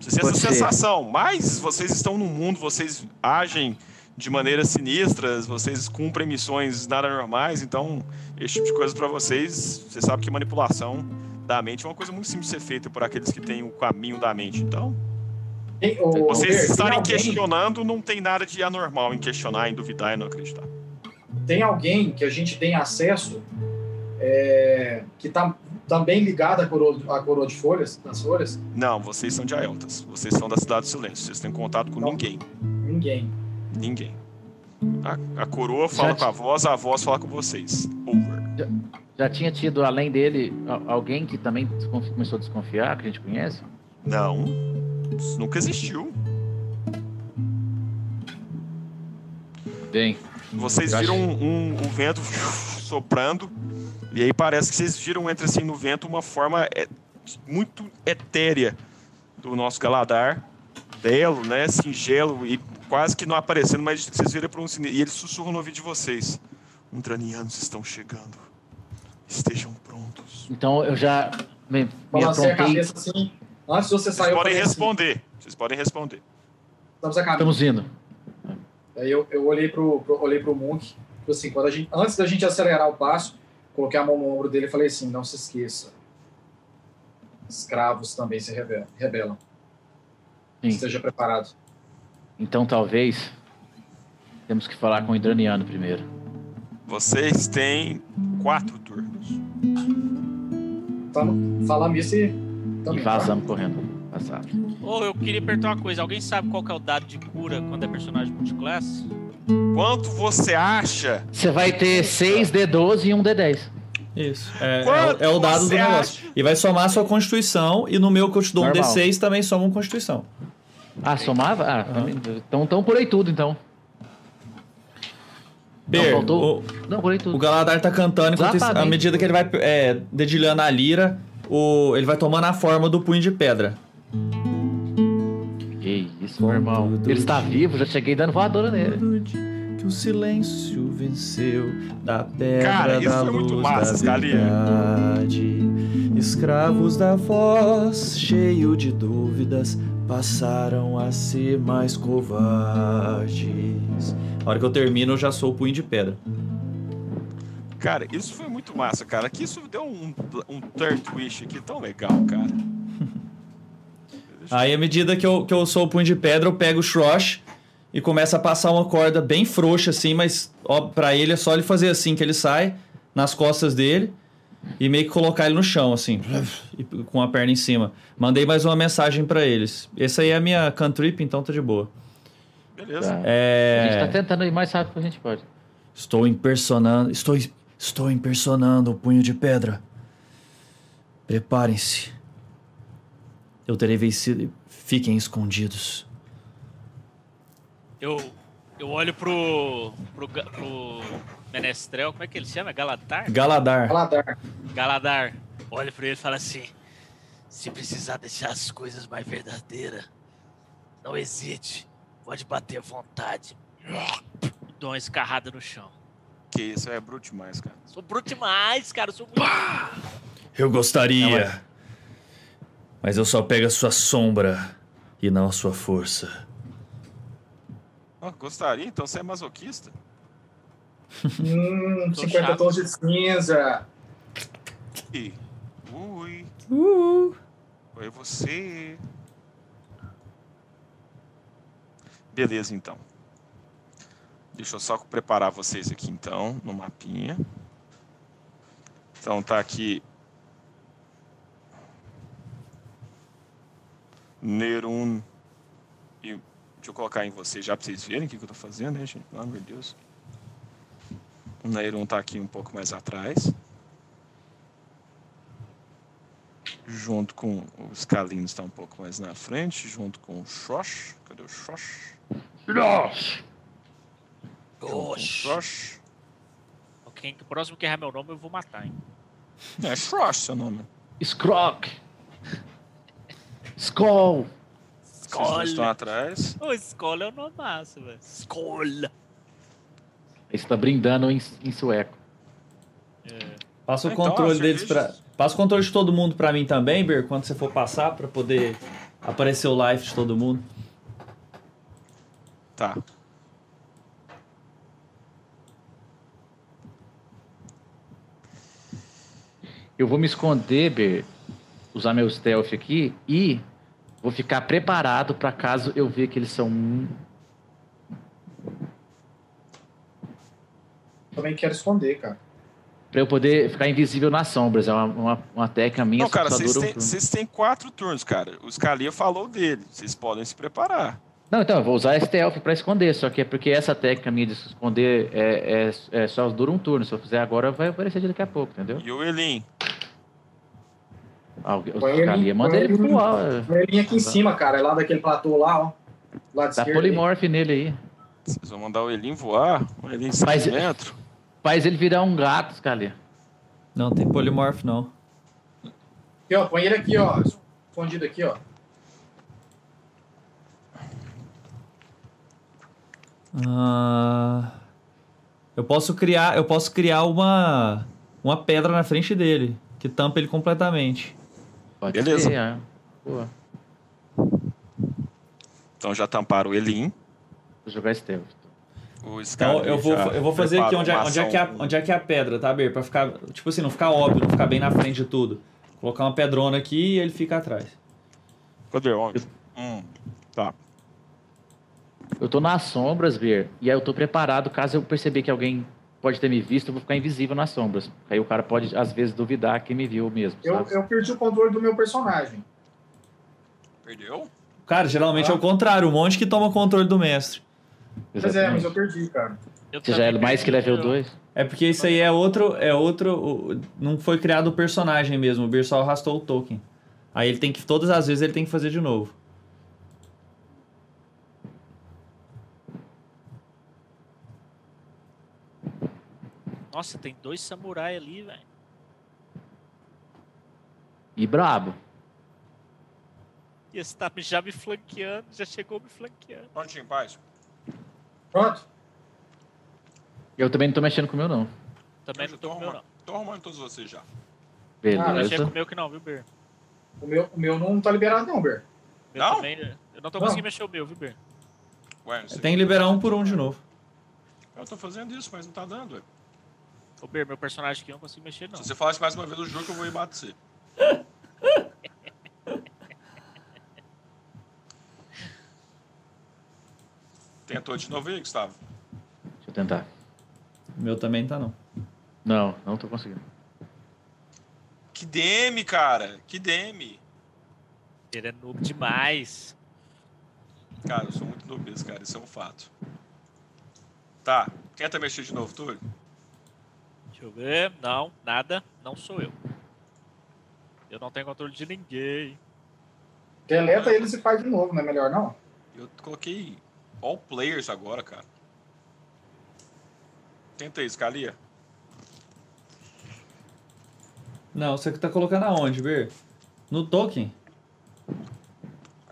S1: Você tem
S2: Pode
S1: essa
S2: ser.
S1: sensação, mas vocês estão no mundo, vocês agem de maneiras sinistras, vocês cumprem missões nada normais, então esse tipo de coisa pra vocês, você sabe que manipulação da mente é uma coisa muito simples de ser feita por aqueles que têm o caminho da mente. Então,
S3: Hein, ô, Albert,
S1: vocês
S3: tem
S1: estarem
S3: alguém-
S1: questionando não tem nada de anormal em questionar, em duvidar e não acreditar.
S3: tem alguém que a gente tem acesso é, que está também ligado à coroa, à coroa de folhas, nas folhas?
S1: Não, vocês são de Aeltas. Vocês são da Cidade do Silêncio. Vocês têm contato com
S3: Não.
S1: ninguém.
S3: Ninguém.
S1: Ninguém. A, a coroa fala
S2: Já te-
S1: com a voz, a voz fala com vocês. Over.
S2: Já tinha tido, além dele, a- alguém que também desconf- começou a desconfiar, que a gente conhece?
S1: Não. Isso nunca existiu.
S2: Bem,
S1: Vocês
S2: Eu
S1: viram um, um vento soprando. E aí parece que vocês viram, entre assim, no vento, uma forma é- muito etérea do nosso Galadar. Belo, né? Singelo e quase que não aparecendo, mas vocês viram para um cinema. E ele sussurra no ouvido de vocês. Undranianos estão chegando. Estejam prontos.
S2: então eu já me, me
S3: Balancei a
S2: aprontei.
S3: cabeça assim. Antes de você
S1: Vocês
S3: sair, eu
S1: podem
S3: falei assim,
S1: responder. Vocês podem responder.
S3: estamos a caminho.
S2: Estamos indo.
S3: Aí eu, eu olhei pro, pro, olhei pro Monk, tipo assim, quando a gente, antes da gente acelerar o passo, coloquei a mão no ombro dele e falei assim, não se esqueça, escravos também se rebelam. rebelam.
S2: Sim.
S3: Esteja preparado.
S2: Então talvez temos que falar com o Hidraniano primeiro.
S1: Vocês têm quatro turnos.
S3: Tá no- Falamos isso e...
S2: E
S3: também, tá?
S2: vazamos correndo. Passado.
S6: Ou eu queria perguntar uma coisa: alguém sabe qual que é o dado de cura quando é personagem multiclasse?
S1: Quanto você acha?
S2: Você vai ter 6 D12 e um D10.
S4: Isso. É,
S1: Quanto
S4: é o é o dado do
S1: você
S4: negócio. E vai somar a sua constituição, e no meu que eu te dou um
S2: Normal.
S4: D6 também soma uma constituição.
S2: Ah, somava? Ah, também- então, então por aí tudo, então.
S4: Ber,
S2: faltou-
S4: o,
S2: Não, por aí tudo.
S4: o Galadar tá cantando, enquanto isso, à
S2: Exatamente.
S4: medida que ele vai é, dedilhando a lira, o, ele vai tomando a forma do punho de pedra.
S2: Que isso, meu irmão. Ele está vivo, já cheguei dando voadora nele.
S4: Que o silêncio venceu
S1: Tá,
S4: da pedra
S1: Cara, isso
S4: da
S1: foi
S4: luz
S1: muito massa,
S4: da
S1: Scalia.
S4: verdade. Escravos da voz, cheio de dúvidas, passaram a ser mais covardes. A hora que eu termino, eu já sou o punho de pedra.
S1: Cara, isso foi muito massa, cara. Que isso deu um, um third wish aqui tão legal, cara.
S4: Aí, à medida que eu, que eu sou o punho de pedra, eu pego o Shrosh e começo a passar uma corda bem frouxa, assim, mas ó, pra ele é só ele fazer assim que ele sai, nas costas dele, e meio que colocar ele no chão, assim, e p- com a perna em cima. Mandei mais uma mensagem pra eles. Essa aí é a minha cantrip, então tá de boa.
S1: Beleza.
S2: Tá. A gente
S4: É...
S2: tá tentando ir mais rápido que a gente pode.
S4: Estou impersonando...
S7: Estou, estou impersonando o punho de pedra. Preparem-se. Eu terei vencido. Fiquem escondidos.
S6: Eu, eu olho pro, pro, Ga- pro Menestrel, como é que ele chama? Galatar?
S4: Galadar.
S3: Paladar.
S6: Galadar. Olha pra ele e fala assim: se precisar deixar as coisas mais verdadeiras, não hesite. Pode bater à vontade. Dou uma escarrada no chão.
S1: Que isso
S6: *laughs*
S1: é bruto demais, cara.
S6: Sou bruto demais, cara. eu Sou muito...
S7: Eu gostaria. é. Mas eu só pego a sua sombra e não a sua força.
S1: Ah, gostaria, então você é masoquista?
S3: Hum,
S6: Tô
S3: 50
S6: chato.
S3: tons de cinza.
S1: Ih. Ui.
S2: Uh-uh.
S1: Oi, você. Beleza, então. Deixa eu só preparar vocês aqui, então, no mapinha. Então, tá aqui Nerun. E deixa eu colocar em vocês já pra vocês verem o que, que eu tô fazendo, né, gente? Pelo amor de Deus. O Nerun tá aqui um pouco mais atrás. Junto com os Kalinos tá um pouco mais na frente. Junto com o Shosh. Cadê o Shosh?
S2: Nossa!
S5: Oxi.
S1: Shosh.
S6: Quem o próximo que errar meu nome eu vou matar, hein?
S1: É Shosh seu nome.
S2: Scrock! Skoll!
S1: Vocês dois estão atrás.
S6: Ô, escola é o nome massa, velho. Escola.
S2: Aí você tá brindando em, em sueco.
S6: É.
S4: Passa o
S1: Então,
S4: controle
S1: as
S4: deles pra.
S1: cervejas-
S4: Passa o controle de todo mundo pra mim também, Ber, quando você for passar, pra poder aparecer o live de todo mundo.
S1: Tá.
S2: Eu vou me esconder, Ber, usar meu stealth aqui e vou ficar preparado pra caso eu ver que eles são um.
S3: Também quero esconder, cara.
S2: Pra eu poder ficar invisível nas sombras. É uma, uma, uma técnica minha
S1: Não,
S2: só que
S1: cara,
S2: só
S1: vocês
S2: dura um
S1: têm,
S2: turno.
S1: vocês têm quatro turnos, cara. O Scalia falou dele. Vocês podem se preparar.
S2: Não, então, eu vou usar stealth pra esconder, só que é porque essa técnica minha de se esconder é, é- é só dura um turno. Se eu fizer agora, vai aparecer de daqui a pouco, entendeu?
S1: E o Elin?
S2: Ah, o o
S3: Põe ele-
S2: cara ali, manda
S3: põe
S2: ele é.
S3: ele-
S2: pro ar.
S3: Ele linha aqui em cima, cara. É lá daquele platô lá, ó. Lá de
S2: Dá
S3: esquerda. ali.
S2: polimorf Tá nele aí.
S1: Vocês vão mandar o Elin voar? O Elin sai
S2: Mas-
S1: de dentro?
S2: Faz ele virar um gato, cara.
S4: Não tem polimorfo, não.
S3: Aqui, ó. Põe ele aqui, ó. Escondido aqui, ó.
S4: Ah, eu posso criar. Eu posso criar uma. Uma pedra na frente dele. Que tampa ele completamente.
S2: Pode
S1: Beleza.
S2: ser, é. Boa.
S1: Então já tamparam o Elin.
S2: Vou jogar stealth.
S1: O Scalia.
S4: Então eu vou,
S1: já
S4: eu vou fazer aqui
S1: prepara
S4: onde é,
S1: uma
S4: onde, é que é a,
S1: ação.
S4: onde é que é a pedra, tá, Ber? Pra ficar. Tipo assim, não ficar óbvio, não ficar bem na frente de tudo. Colocar uma pedrona aqui e ele fica atrás.
S1: Cadê? Onde? Hum. Tá.
S2: Eu tô nas sombras, Beer, e aí eu tô preparado caso eu perceber que alguém pode ter me visto, eu vou ficar invisível nas sombras. Aí o cara pode, às vezes, duvidar que me viu mesmo,
S3: Eu,
S2: sabe?
S3: eu perdi o controle do meu personagem.
S1: Perdeu?
S4: Cara, geralmente
S2: Ah.
S4: é o contrário, o monge que toma controle do mestre.
S3: Pois é,
S2: Exatamente.
S3: mas eu perdi, cara.
S6: Eu
S2: Você já é
S6: também
S2: mais que
S6: perdi
S2: level
S6: meu-
S2: 2?
S4: É porque isso aí é outro. É outro. o- Não foi criado o personagem mesmo. O Ber só arrastou o token. Aí ele tem que. Todas as vezes ele tem que fazer de novo.
S6: Nossa, tem dois samurai ali, velho.
S2: E brabo.
S6: E esse tá já me flanqueando, já chegou me flanqueando.
S1: Prontinho, paz.
S3: Pronto.
S2: Eu também não tô mexendo com o meu, não.
S6: Também não tô com o meu, não.
S1: Tô arrumando todos vocês já.
S6: Não
S2: Beleza.
S6: chega com o meu que não, viu, Ber?
S3: O meu, o meu não tá liberado, não, Ber.
S6: Eu
S1: Não?
S6: também. né? Eu não tô
S3: Não.
S6: conseguindo mexer o meu, viu, Ber?
S1: Ué, não sei.
S4: Tem que liberar um por um de novo.
S1: Eu tô fazendo isso, mas não tá dando. ué.
S6: Ô, Ber, meu personagem aqui eu não consigo mexer, não.
S1: Se você falasse mais uma vez, eu juro que eu vou ir bater você. Tentou de novo aí, Gustavo?
S2: Deixa eu tentar.
S4: O meu também tá não.
S2: Não, não tô conseguindo.
S1: Que DM, cara! Que DM!
S6: Ele é noob demais.
S1: Cara, eu sou muito nubes, cara, isso é um fato. Tá, tenta mexer de novo, Túlio.
S6: Deixa eu ver. Não, nada. Não sou eu. Eu não tenho controle de ninguém.
S1: Uhum.
S3: Deleta eles e faz de novo, não é melhor, não?
S1: Eu coloquei all players agora, cara. Tenta aí, Scalia.
S4: Não, você tá colocando aonde, Ber? No token?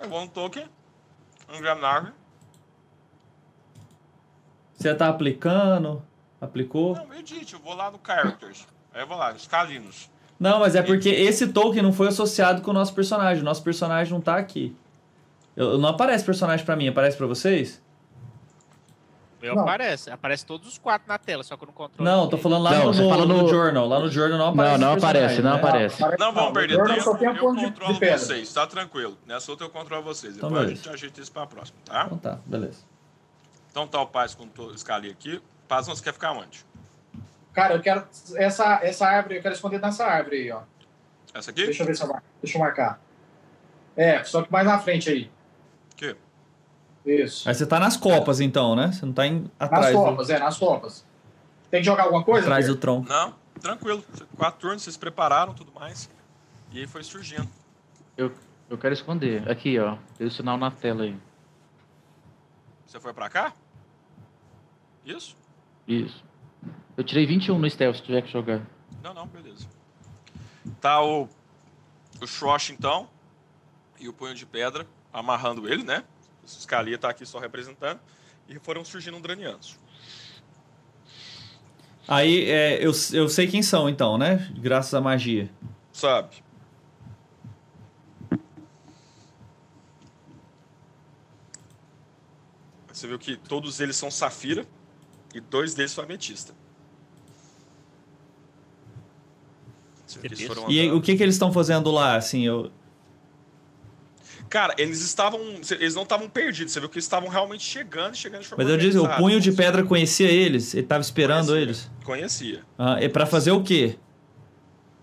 S1: Eu vou no token, engrenagem.
S4: Você tá aplicando? Aplicou?
S1: Não, edit, eu vou lá no characters. Aí eu vou lá, Scalinos.
S4: Não, mas é porque esse token não foi associado com o nosso personagem. O nosso personagem não tá aqui. Eu, não aparece personagem pra mim, aparece pra vocês?
S6: O Meu
S3: Não.
S6: aparece. Aparece todos os quatro na tela, só que eu não controlo.
S4: Não,
S6: ninguém.
S4: tô falando lá
S2: Não,
S4: no,
S2: você
S4: no,
S2: fala
S4: no
S2: no-
S4: journal. Lá no journal não aparece.
S2: não
S4: os personagens,
S2: aparece, não
S4: né?
S2: aparece.
S3: parece
S1: Não
S3: que
S1: vão perder
S3: Eu
S1: tempo.
S3: só tenho
S1: eu
S3: é ponto de,
S1: controlo
S3: de pedra.
S1: vocês, tá tranquilo. Nessa outra eu controlo vocês.
S4: Então,
S1: Depois a
S4: beleza.
S1: gente ajeita isso pra próxima, tá?
S4: Então tá, beleza.
S1: Então tá o Paz com o Scalia aqui. Paz, não, você quer ficar onde?
S3: Cara, eu quero. Essa, essa árvore, eu quero esconder nessa árvore aí, ó.
S1: Essa aqui?
S3: Deixa eu ver se eu marco. Deixa eu marcar. É, só que mais na frente aí.
S1: Aqui.
S3: Isso.
S4: Aí você tá nas copas, então, né? Você não tá em,
S3: Nas
S4: atrás, do,
S3: topas, é, nas topas. Tem que jogar alguma coisa?
S4: atrás
S3: Pedro?
S4: do tronco.
S1: Não, tranquilo. Quatro turnos, vocês prepararam tudo mais. E aí foi surgindo.
S2: Eu quero esconder. Aqui, ó. Tem o sinal na tela aí.
S1: Você foi pra cá? Isso?
S2: Isso. Eu tirei 21 no stealth, se tiver que jogar.
S1: Não, não, beleza. Tá o, o Shosh, então, e o punho de pedra, amarrando ele, né? O Scalia tá aqui só representando. E foram surgindo undranianos.
S4: Aí é, eu, eu sei quem são, então, né? Graças à magia.
S1: Sabe? Você viu que todos eles são safira e dois deles são ametista. Você viu que eles foram
S4: E aí,
S1: andando.
S4: o que, que eles estão fazendo lá, assim? Eu,
S1: Cara, eles estavam. Eles não estavam perdidos. Você viu que eles estavam realmente chegando, chegando de forma
S4: mas eu disse, o
S1: organizada.
S4: punho de pedra conhecia eles? Ele tava esperando
S1: Conhecia.
S4: eles?
S1: Conhecia.
S4: Ah, e para fazer o quê?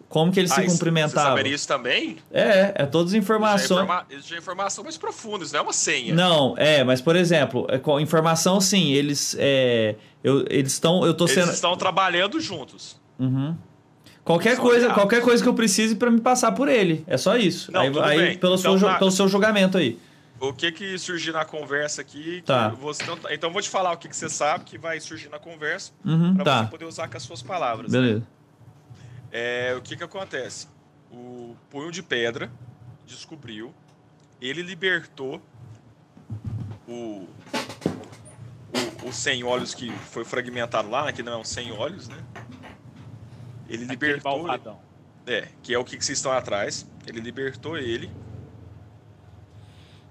S4: Como que eles
S1: Ah,
S4: se
S1: isso- Você
S4: cumprimentavam?
S1: saberia isso também?
S4: É, é todas as
S1: Isso já é
S4: informações.
S1: informa- Isso já é informação mais profunda, isso não é uma senha.
S4: Não, é, mas por exemplo, é, com informação sim, eles é, eu, eles estão, eu tô
S1: Eles
S4: sendo
S1: estão trabalhando juntos.
S4: Uhum. Qualquer
S1: Eles são
S4: coisa,
S1: aliados.
S4: qualquer coisa que eu precise pra me passar por ele, é só isso.
S1: Não,
S4: aí
S1: tudo
S4: aí
S1: bem.
S4: pelo, seu,
S1: Então,
S4: jo-
S1: na-
S4: pelo seu julgamento aí.
S1: O que que surgiu na conversa aqui? que
S4: Tá.
S1: você- então, tá- então eu vou te falar o que, que você sabe que vai surgir na conversa
S4: Uhum,
S1: pra
S4: tá.
S1: você poder usar com as suas palavras. né?
S4: Beleza.
S1: É, o que que acontece? O punho de pedra descobriu, ele libertou o, o, o sem olhos que foi fragmentado lá, né, que não é um sem olhos, né? Ele
S6: Aquele
S1: libertou,
S6: malvadão.
S1: é, que é o que, que vocês estão atrás. Ele libertou ele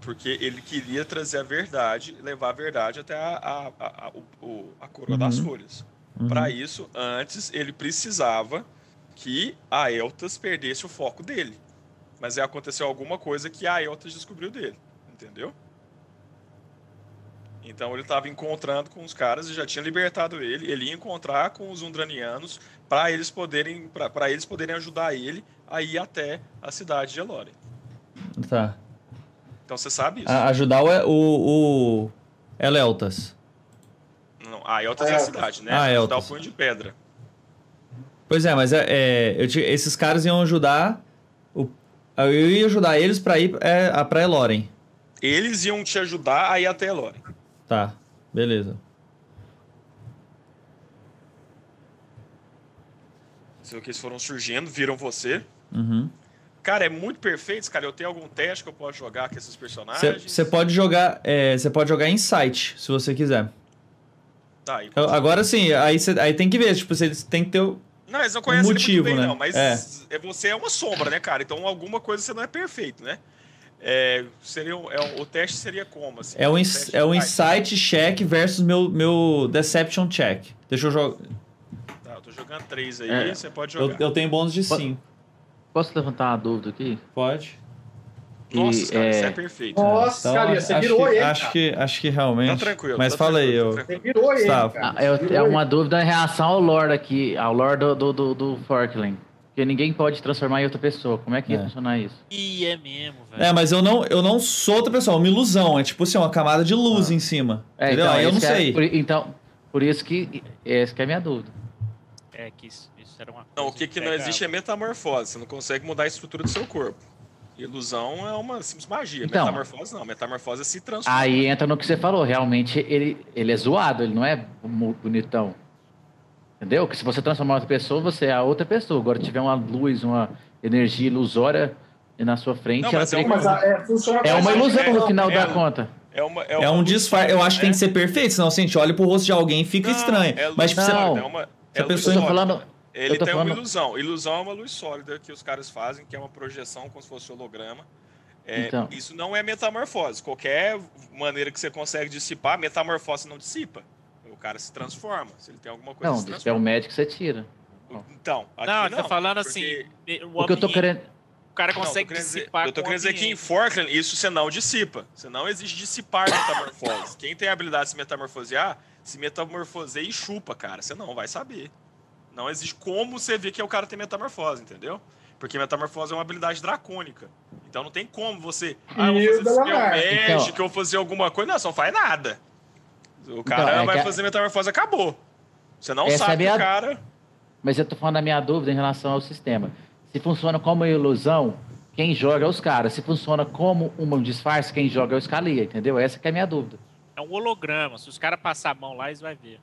S1: porque ele queria trazer a verdade, levar a verdade até a, a, a, a- o- o- a coroa das
S4: Uhum.
S1: folhas.
S4: Uhum.
S1: Para isso, antes ele precisava que a Eltas perdesse o foco dele. Mas aí aconteceu alguma coisa que a Eltas descobriu dele, entendeu? Então ele estava encontrando com os caras e já tinha libertado ele. Ele ia encontrar com os Undranianos para eles poderem para eles poderem ajudar ele a ir até a cidade de Elore.
S4: Tá.
S1: Então você sabe isso?
S4: A- ajudar o o, é o Eleutas.
S1: Não, a Eltas é a
S3: Eltas.
S1: cidade, né?
S4: Ah,
S1: Ajudar o
S4: Eltas.
S1: punho de pedra.
S4: Pois é, mas é, é, eu ti- esses caras iam ajudar o- eu ia ajudar eles pra ir é, a- pra Eloren.
S1: Eles iam te ajudar a ir até Elore.
S4: Tá. Beleza.
S1: Sei que eles foram surgindo, viram você.
S4: Uhum.
S1: Cara, é muito perfeito, cara. Eu tenho algum teste que eu posso jogar com esses personagens?
S4: Você pode jogar, é, você pode jogar insight, se você quiser.
S1: Tá, e...
S4: Eu- Agora sim, aí, cê- aí tem que ver, tipo, você tem que ter o-
S1: Não, eles não conhecem
S4: motivo,
S1: ele muito bem,
S4: né?
S1: não. Mas é. você é uma sombra, né, cara? Então alguma coisa você não é perfeito, né? É, seria, um- é, um- o teste seria como, assim?
S4: é um, ins-
S1: teste
S4: é um
S1: de-
S4: insight check versus meu meu deception check. Deixa eu jogar.
S1: Tá, eu tô jogando três aí,
S2: É.
S1: você pode
S4: Eu,
S1: jogar.
S4: eu tenho bônus de 5.
S2: Posso levantar uma dúvida aqui?
S4: Pode?
S2: Que,
S1: Nossa, cara,
S2: é,
S1: isso é perfeito.
S3: Nossa,
S4: Então,
S3: Scalia, você
S4: acho
S3: virou
S4: que,
S3: ele,
S4: Acho
S3: cara.
S4: que acho que realmente.
S1: Tá tranquilo.
S4: Mas
S1: tá
S4: fala aí,
S1: tranquilo,
S4: eu.
S1: tá
S3: Você
S1: tranquilo.
S3: virou ele,
S4: Tá.
S3: cara.
S2: Ah, é,
S3: Você
S2: é
S3: virou
S2: uma dúvida em relação ao Lord aqui, ao Lord do, do, do, do Forkling. Porque ninguém pode transformar em outra pessoa. Como é que ia
S4: É.
S2: funcionar isso?
S6: E é mesmo, velho.
S4: É, mas eu não, eu não sou outra pessoa, é uma ilusão. É tipo assim, uma camada de luz
S1: Ah.
S4: em cima.
S2: É,
S4: entendeu? Aí eu
S2: isso
S4: não
S2: que é-
S4: sei.
S2: por- então, por isso que. Essa que é a minha dúvida.
S6: É, que isso, isso era uma coisa
S1: Não, o que, que não
S6: pegava.
S1: existe é metamorfose. Você não consegue mudar a estrutura do seu corpo. Ilusão é uma simples magia.
S2: Então.
S1: metamorfose não. Metamorfose é se transforma.
S2: Aí entra no que você falou. Realmente, ele, ele é zoado, ele não é mu- bonitão. Entendeu? Que se você transformar em outra pessoa, você é a outra pessoa. Agora, tiver uma luz, uma energia ilusória na sua frente,
S1: Não,
S2: ela
S1: mas é
S2: teria
S3: ele.
S2: que-
S3: Mas ah, é, funciona
S2: é uma
S1: mas é-
S2: ilusão
S1: é-
S2: no final da
S1: é-
S2: conta.
S1: É, uma, é,
S4: É
S1: uma né?
S4: um disfarce. Eu acho que tem que ser perfeito, senão assim, a gente olha pro rosto de alguém e fica
S1: Não,
S4: estranho.
S1: é luz
S4: Mas tipo, você-
S1: sólida,
S2: Não.
S1: é uma-
S4: se a
S1: é
S4: pessoa-
S1: luz
S2: Eu tô
S1: sólida.
S2: falando.
S1: Ele
S2: eu tô
S1: tem uma
S2: falando-
S1: ilusão. Ilusão é uma luz sólida que os caras fazem, que é uma projeção como se fosse holograma. É,
S2: Então.
S1: Isso não é metamorfose. Qualquer maneira que você consegue dissipar, metamorfose não dissipa. O cara se transforma. Se ele tem alguma coisa,
S2: Não,
S1: se
S2: se tiver um médico, você tira.
S1: transforma. Então, aqui
S6: Não,
S1: não,
S6: ele tá falando
S1: porque-
S6: assim. O,
S2: O que eu tô
S6: ambiente,
S2: querendo.
S6: o cara
S1: Não, eu tô
S6: consegue
S1: querendo dizer-
S6: dissipar.
S1: Eu
S6: com
S1: tô
S6: o
S1: querendo dizer que em
S6: ambiente.
S1: Forkland isso você não dissipa. Você não exige dissipar metamorfose. Quem tem a habilidade de se metamorfosear, se metamorfoseia e chupa, cara. Você não vai saber. Não existe como você ver que o cara tem metamorfose, entendeu? Porque metamorfose é uma habilidade dracônica. Então não tem como você. Ah, eu
S3: E o
S1: vou
S3: da
S1: fazer spell
S3: lagarta.
S1: magic,
S2: Então-
S1: eu vou fazer alguma coisa. Não, só faz nada. O cara
S2: Então, é
S1: vai
S2: que-
S1: fazer metamorfose, acabou. Você não
S2: Essa é
S1: sabe
S2: a
S1: o
S2: minha-
S1: cara.
S2: Mas eu tô falando da minha dúvida em relação ao sistema. Se funciona como uma ilusão, quem joga é os caras. Se funciona como um disfarce, quem joga é o Scalia, entendeu? Essa que é a minha dúvida.
S6: É um holograma. Se os caras passar a mão lá, eles vão ver.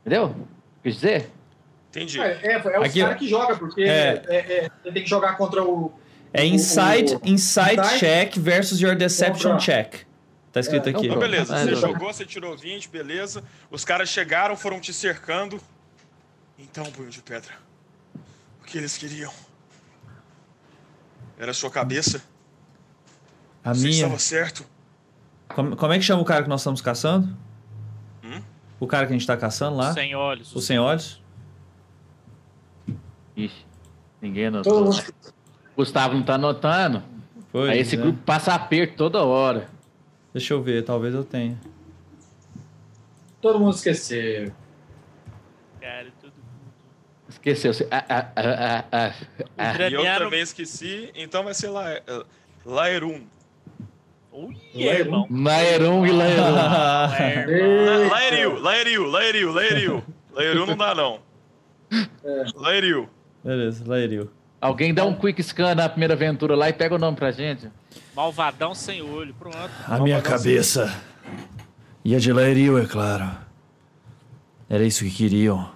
S2: Entendeu? Quis dizer?
S1: Entendi.
S3: É, é, é os
S4: Aqui, ó.
S3: caras que joga, porque
S4: É.
S3: é, é, ele tem que jogar contra o.
S4: É insight,
S3: O-
S4: insight
S3: Insight?
S4: check versus your deception
S3: Opa.
S4: check. Tá escrito
S2: É, não
S4: aqui.
S1: Então,
S2: Pô,
S1: beleza.
S2: tá
S1: Você
S2: vendo?
S1: jogou, você tirou 20, beleza. Os caras chegaram, foram te cercando. Então, punho de pedra. O que eles queriam? Era a sua cabeça?
S4: A
S1: você
S4: minha.
S1: estava certo?
S4: Como, como é que chama o cara que nós estamos caçando?
S1: Hum?
S4: O cara que a gente tá caçando lá?
S6: Sem olhos.
S4: O sem olhos?
S2: Ixi, ninguém
S3: Todo
S2: notou.
S3: mundo
S2: Gustavo não tá notando.
S4: Pois
S2: aí esse
S4: é.
S2: grupo passa aperto toda hora.
S4: Deixa eu ver, talvez eu tenha.
S3: Todo mundo esqueceu.
S6: Cara, tudo.
S2: Esqueceu. se- Ah, ah, ah, ah, ah. Ah.
S1: E eu
S6: Dramiano-
S1: também esqueci, então vai ser La... Laerum.
S6: Ui,
S3: Lembra?
S6: irmão.
S2: Laeron e Laeron.
S6: É, irmão.
S3: Eita.
S1: Laeriu, Laeriu, Laeriu, Laeriu. Laeriu é não dá, não. é Laeriu.
S4: Beleza, Lairil.
S2: Alguém dá um quick scan na primeira aventura lá e pega o nome pra gente.
S6: Malvadão sem olho. Pronto.
S7: A minha cabeça. E a de Lairil, é claro. Era isso que queriam.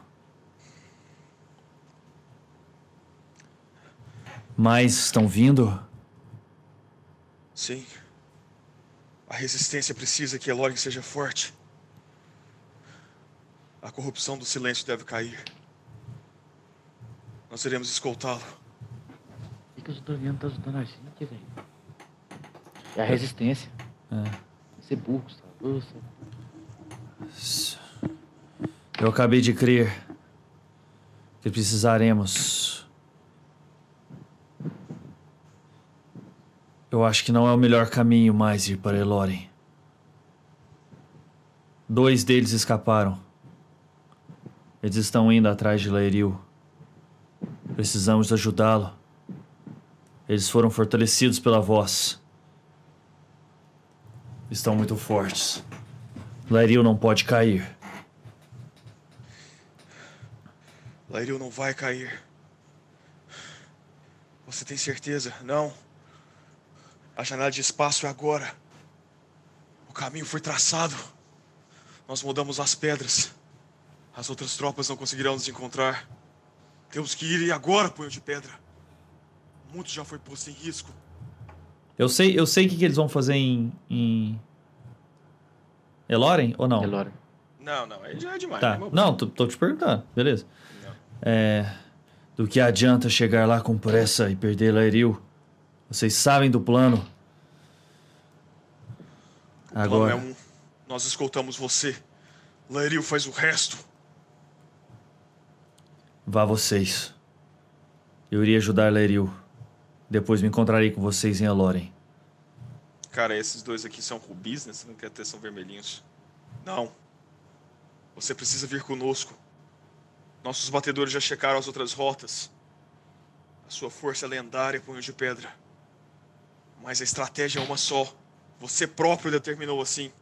S7: Mas estão vindo?
S1: Sim. A resistência precisa que Eloring seja forte. A corrupção do silêncio deve cair. Nós iremos escoltá-lo.
S2: O que, que os Dorianos estão ajudando a gente, velho? É a resistência. Esse burro, Gustavo. Nossa.
S7: Eu acabei de crer que precisaremos. Eu acho que não é o melhor caminho mais ir para Eloren. Dois deles escaparam. Eles estão indo atrás de Laeril. Precisamos ajudá-lo. Eles foram fortalecidos pela voz. Estão muito fortes. Laeril não pode cair.
S1: Lairil não vai cair. Você tem certeza? Não. A janela de espaço é agora. O caminho foi traçado. Nós mudamos as pedras. As outras tropas não conseguirão nos encontrar. Temos que ir agora, punho de pedra. Muito já foi posto em risco.
S4: Eu sei, eu sei o que, que eles vão fazer em. em... Eloren ou não?
S2: Elora.
S1: Não, não, aí já é demais.
S4: Tá. Não, tô, tô te perguntando. Beleza.
S7: É, Do que adianta chegar lá com pressa e perder Laeril? Vocês sabem do plano. Agora,
S1: Agora. é um. Nós escoltamos você. Lairil faz o resto.
S7: vá vocês. Eu iria ajudar Laeril. Depois me encontrarei com vocês em Eloren.
S1: Cara, esses dois aqui são rubis, né? Você não quer ter, são vermelhinhos. Não. Você precisa vir conosco. Nossos batedores já checaram as outras rotas. A sua força é lendária, punho de pedra. Mas a estratégia é uma só. Você próprio determinou assim.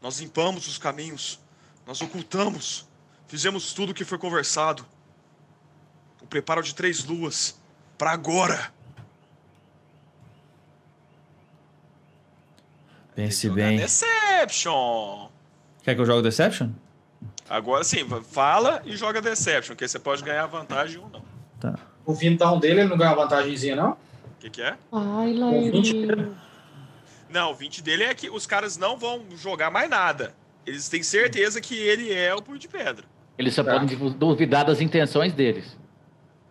S1: Nós limpamos os caminhos. Nós ocultamos. Fizemos tudo o que foi conversado. O preparo de três luas. Pra agora.
S7: Pense bem.
S1: Deception!
S4: Quer que eu jogue Deception?
S1: Agora sim, va- fala e joga Deception, que aí você pode ganhar vantagem ou não. O
S3: O vintão dele, ele não ganha uma vantagenzinha, não?
S1: que, que é?
S8: Ai,
S3: Com 20
S8: Laerinho.
S1: Não, o 20 dele é que os caras não vão jogar mais nada. Eles têm certeza que ele é o punho de pedra.
S2: Eles só
S3: Tá.
S2: podem divu- duvidar das intenções deles.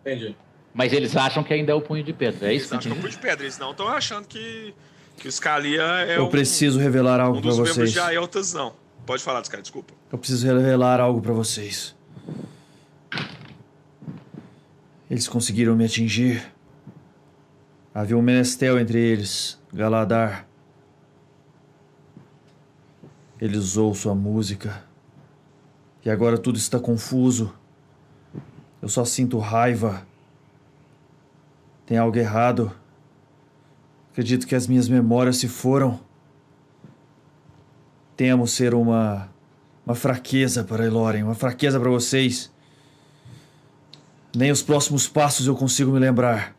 S3: Entendi.
S2: Mas eles acham que ainda é o punho de pedra. É
S1: Eles
S2: isso?
S1: acham que é o punho de pedra, eles não estão achando que, que o Scalia é
S7: Eu
S1: um,
S7: preciso revelar
S1: um
S7: algo pra
S1: dos membros
S7: vocês.
S1: de Aeltas, não. Pode falar dos caras, desculpa.
S7: Eu preciso revelar algo pra vocês. Eles conseguiram me atingir. Havia um menestel entre eles, Galadar. Ele usou sua música. E agora tudo está confuso. Eu só sinto raiva. Tem algo errado. Acredito que as minhas memórias se foram. Temo ser uma. uma fraqueza para Eloren, uma fraqueza para vocês. Nem os próximos passos eu consigo me lembrar.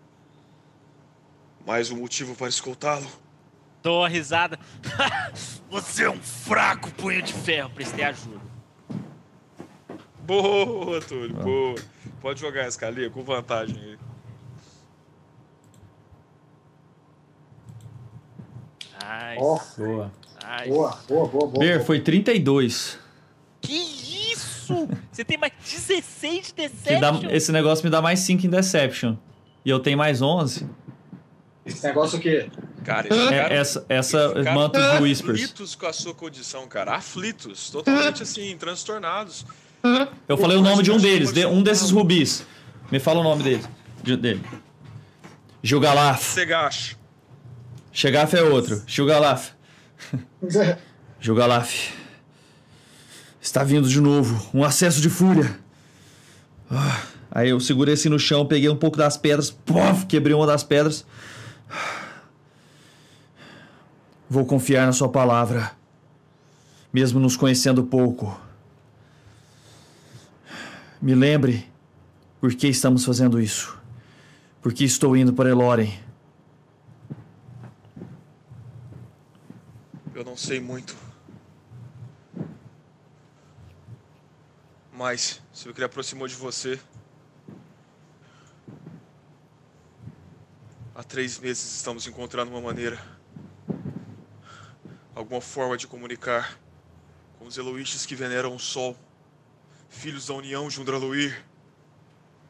S1: Mais um motivo para escoltá-lo.
S6: Dou uma risada. *laughs* Você é um fraco punho de ferro, prestei ajuda.
S1: Boa, Túlio,
S7: Ah.
S1: boa. Pode jogar a escalinha com vantagem aí.
S6: Ai,
S3: Ó,
S4: Boa.
S6: ai.
S3: boa, boa, boa, boa.
S4: Ber, foi 32.
S6: Que
S3: *laughs*
S6: isso? Você tem mais 16 de
S4: Me
S6: *laughs*
S4: dá-
S6: deception?
S4: esse negócio me dá mais 5 em Deception. E eu tenho mais 11.
S3: Esse negócio aqui.
S1: Cara, esse
S4: É,
S1: cara...
S4: essa essa
S1: esse cara
S4: manto
S1: tá *laughs*
S4: de Whispers.
S1: Aflitos com a sua condição, cara. Aflitos. Totalmente assim, transtornados.
S4: Eu falei o nome de um deles, de- um desses rubis. Me fala o nome deles. De, dele. Gilgalaf.
S1: Segacho.
S4: Chegaf é outro. Gilgalaf.
S7: Jogalaf. Está vindo de novo. Um acesso de fúria. Ah, aí eu segurei assim no chão, peguei um pouco das pedras, pof, quebrei uma das pedras. Vou confiar na sua palavra. Mesmo nos conhecendo pouco. Me lembre por que estamos fazendo isso. Por que estou indo para Eloren.
S1: Eu não sei muito. Mas, se eu que ele aproximou de você. Há três meses estamos encontrando uma maneira. Alguma forma de comunicar com os Eloístes que veneram o Sol, filhos da união de Undraluir,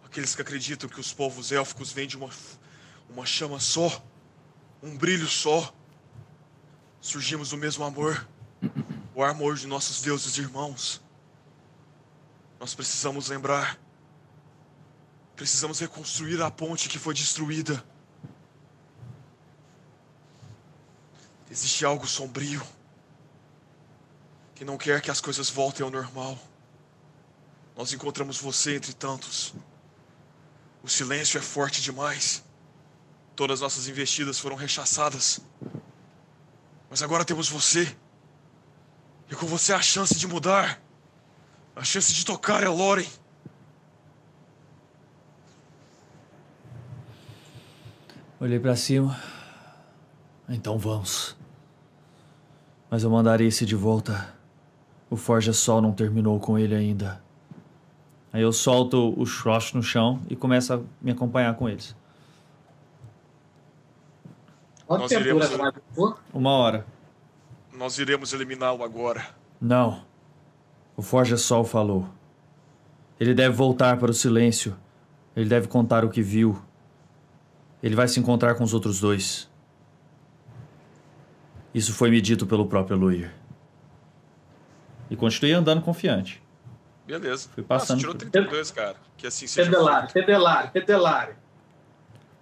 S1: aqueles que acreditam que os povos élficos vêm de uma, f- uma chama só, um brilho só. Surgimos do mesmo amor, o amor de nossos deuses irmãos. Nós precisamos lembrar. Precisamos reconstruir a ponte que foi destruída. Existe algo sombrio que não quer que as coisas voltem ao normal. Nós encontramos você entre tantos. O silêncio é forte demais. Todas nossas investidas foram rechaçadas. Mas agora temos você. E com você a chance de mudar. A chance de tocar é Loren.
S7: Olhei pra cima. Então vamos. Mas eu mandarei esse de volta. O Forja Sol não terminou com ele ainda.
S4: Aí eu solto o Shrosh no chão e começo a me acompanhar com eles.
S3: Quanto
S1: Nós
S3: tempo dura
S1: iremos-
S3: essa live? Pô,
S4: Uma hora.
S1: Nós iremos eliminá-lo agora.
S7: Não. O Forja Sol falou. Ele deve voltar para o silêncio. Ele deve contar o que viu. Ele vai se encontrar com os outros dois. Isso foi me dito pelo próprio Luir.
S4: E continuei andando confiante.
S1: Beleza.
S4: Fui passando
S1: Nossa, tirou
S4: por-
S1: 32, cara. Que assim seja.
S3: Pedelari, pedelari, pedelari.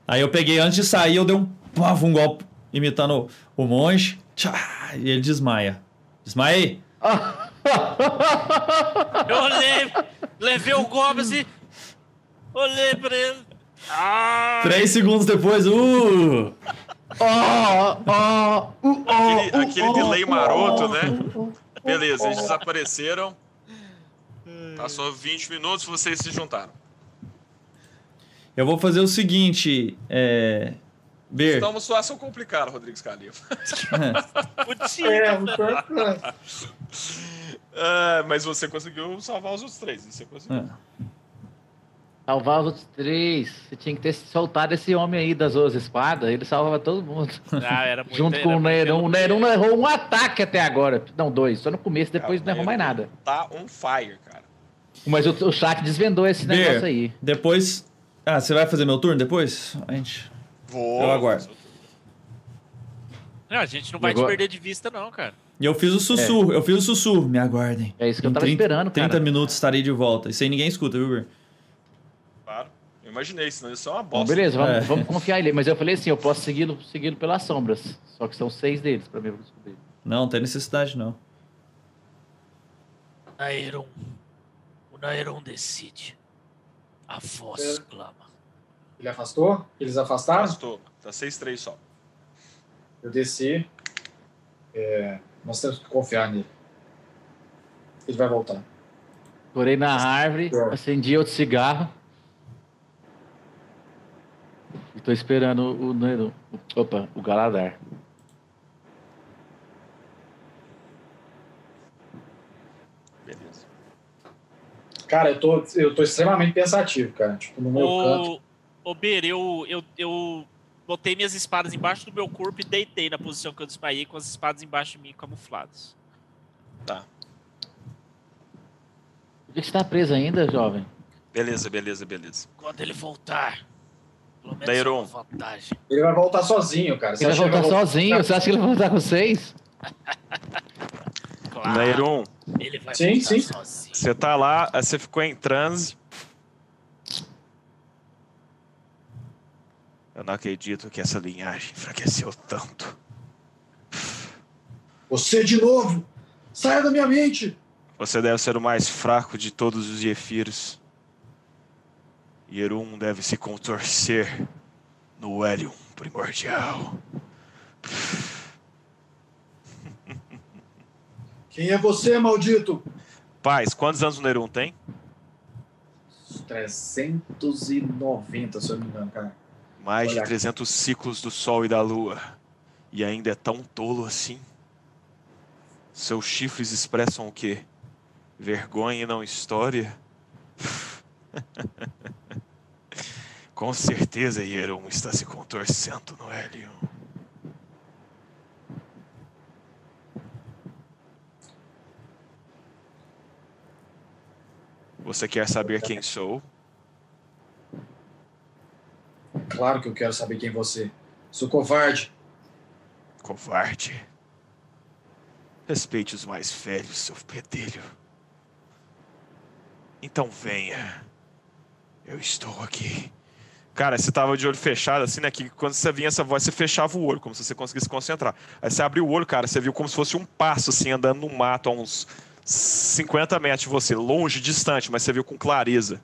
S4: Aí eu peguei, antes de sair, eu dei um, paf, um golpe imitando o, o monge. Tchá, e ele desmaia. Desmaia aí.
S6: Eu olhei, levei o golpe assim, olhei pra ele. Ah,
S4: Três segundos depois, uh!
S1: Aquele, aquele delay maroto, né? Beleza, eles desapareceram. Tá só 20 minutos vocês se juntaram.
S4: Eu vou fazer o seguinte, é... Ber,
S1: Tá uma situação complicada,
S4: *laughs*
S1: Rodrigues Califa.
S6: putinho.
S3: É, o pior que é.
S1: *laughs* Ah, mas você conseguiu salvar os outros três. Você conseguiu.
S2: Salvar os outros três. Você tinha que ter soltado esse homem aí das duas espadas. Ele salvava todo mundo.
S6: Ah, era muito,
S2: Junto
S6: era
S2: com o
S6: muito
S2: Neron.
S6: pelo-
S2: O Neron não errou um ataque até agora. Não, dois. Só no começo, depois não errou mais nada.
S1: Tá on fire, cara.
S2: Mas o, o Shaq desvendou esse
S4: Ber.
S2: negócio aí.
S4: depois... Ah, você vai fazer meu turno depois? A gente...
S1: Vou.
S4: Eu aguardo.
S6: Não, a gente não vai te
S2: Agora-
S6: perder de vista, não, cara.
S4: E eu fiz o
S7: É.
S4: sussurro, eu fiz o sussurro. Me aguardem.
S2: É isso que
S4: Em
S2: eu tava esperando,
S4: 30
S2: cara.
S4: minutos estarei de volta. Isso aí ninguém escuta, viu, Ber?
S1: Claro. Eu imaginei, senão isso é uma
S2: Bom,
S1: bosta.
S2: beleza, vamos,
S4: É.
S2: vamos confiar ele. Mas eu falei assim, eu posso segui-lo segui pelas sombras. Só que são seis deles pra mim eu descobrir.
S4: Não, não tem necessidade, não.
S5: Nairon. O Nairon decide. A voz clama.
S3: Ele afastou? Eles afastaram?
S1: Gastou. Tá 6-3 só.
S3: Eu desci. É, nós temos que confiar nele. Ele vai voltar. É.
S2: Corei na árvore, acendi outro cigarro. E tô esperando o Neru. Opa, o Galadar.
S1: Beleza.
S3: Cara, eu tô, eu tô extremamente pensativo, cara. Tipo, no meu canto.
S6: Ô, ô Bir, eu, eu, eu botei minhas espadas embaixo do meu corpo e deitei na posição que eu desmaiei com as espadas embaixo de mim camufladas.
S2: Por que você tá preso ainda, jovem?
S1: Beleza, beleza, beleza.
S5: Quando ele voltar, pelo menos é
S1: Dairon.
S5: uma vantagem.
S3: Ele vai voltar Tá sozinho, cara. Você
S2: Ele vai
S3: acha que
S2: voltar
S3: eu vou-
S2: sozinho? Você acha que ele vai voltar com vocês?
S5: Claro,
S1: Nairon,
S5: ele vai
S3: Sim,
S5: voltar
S3: sim.
S5: sozinho.
S1: você tá lá, aí você ficou em transe. Eu não acredito que essa linhagem enfraqueceu tanto.
S3: Você de novo! Saia da minha mente!
S1: Você deve ser o mais fraco de todos os Yefirs. Yerum deve se contorcer no Helium primordial.
S3: Quem é você, maldito?
S1: Paz, quantos anos o Nerum tem?
S3: 390, se eu não me engano, cara.
S1: Mais de
S3: Olha.
S1: 300 ciclos do Sol e da Lua. E ainda é tão tolo assim? Seus chifres expressam o quê? Vergonha e não história? *laughs* *laughs* Com certeza Hieron está se contorcendo é? no Helion. Você quer saber quem sou?
S3: É Claro que eu quero saber quem é você. Sou covarde.
S1: Covarde. Respeite os mais velhos, seu pedelho. Então venha. Eu estou aqui. Cara, você tava de olho fechado, assim, né? Que quando você vinha essa voz, você fechava o olho, como se você conseguisse concentrar. Aí você abriu o olho, cara, você viu como se fosse um passo, assim, andando no mato a uns 50 metros de você, longe, distante, mas você viu com clareza.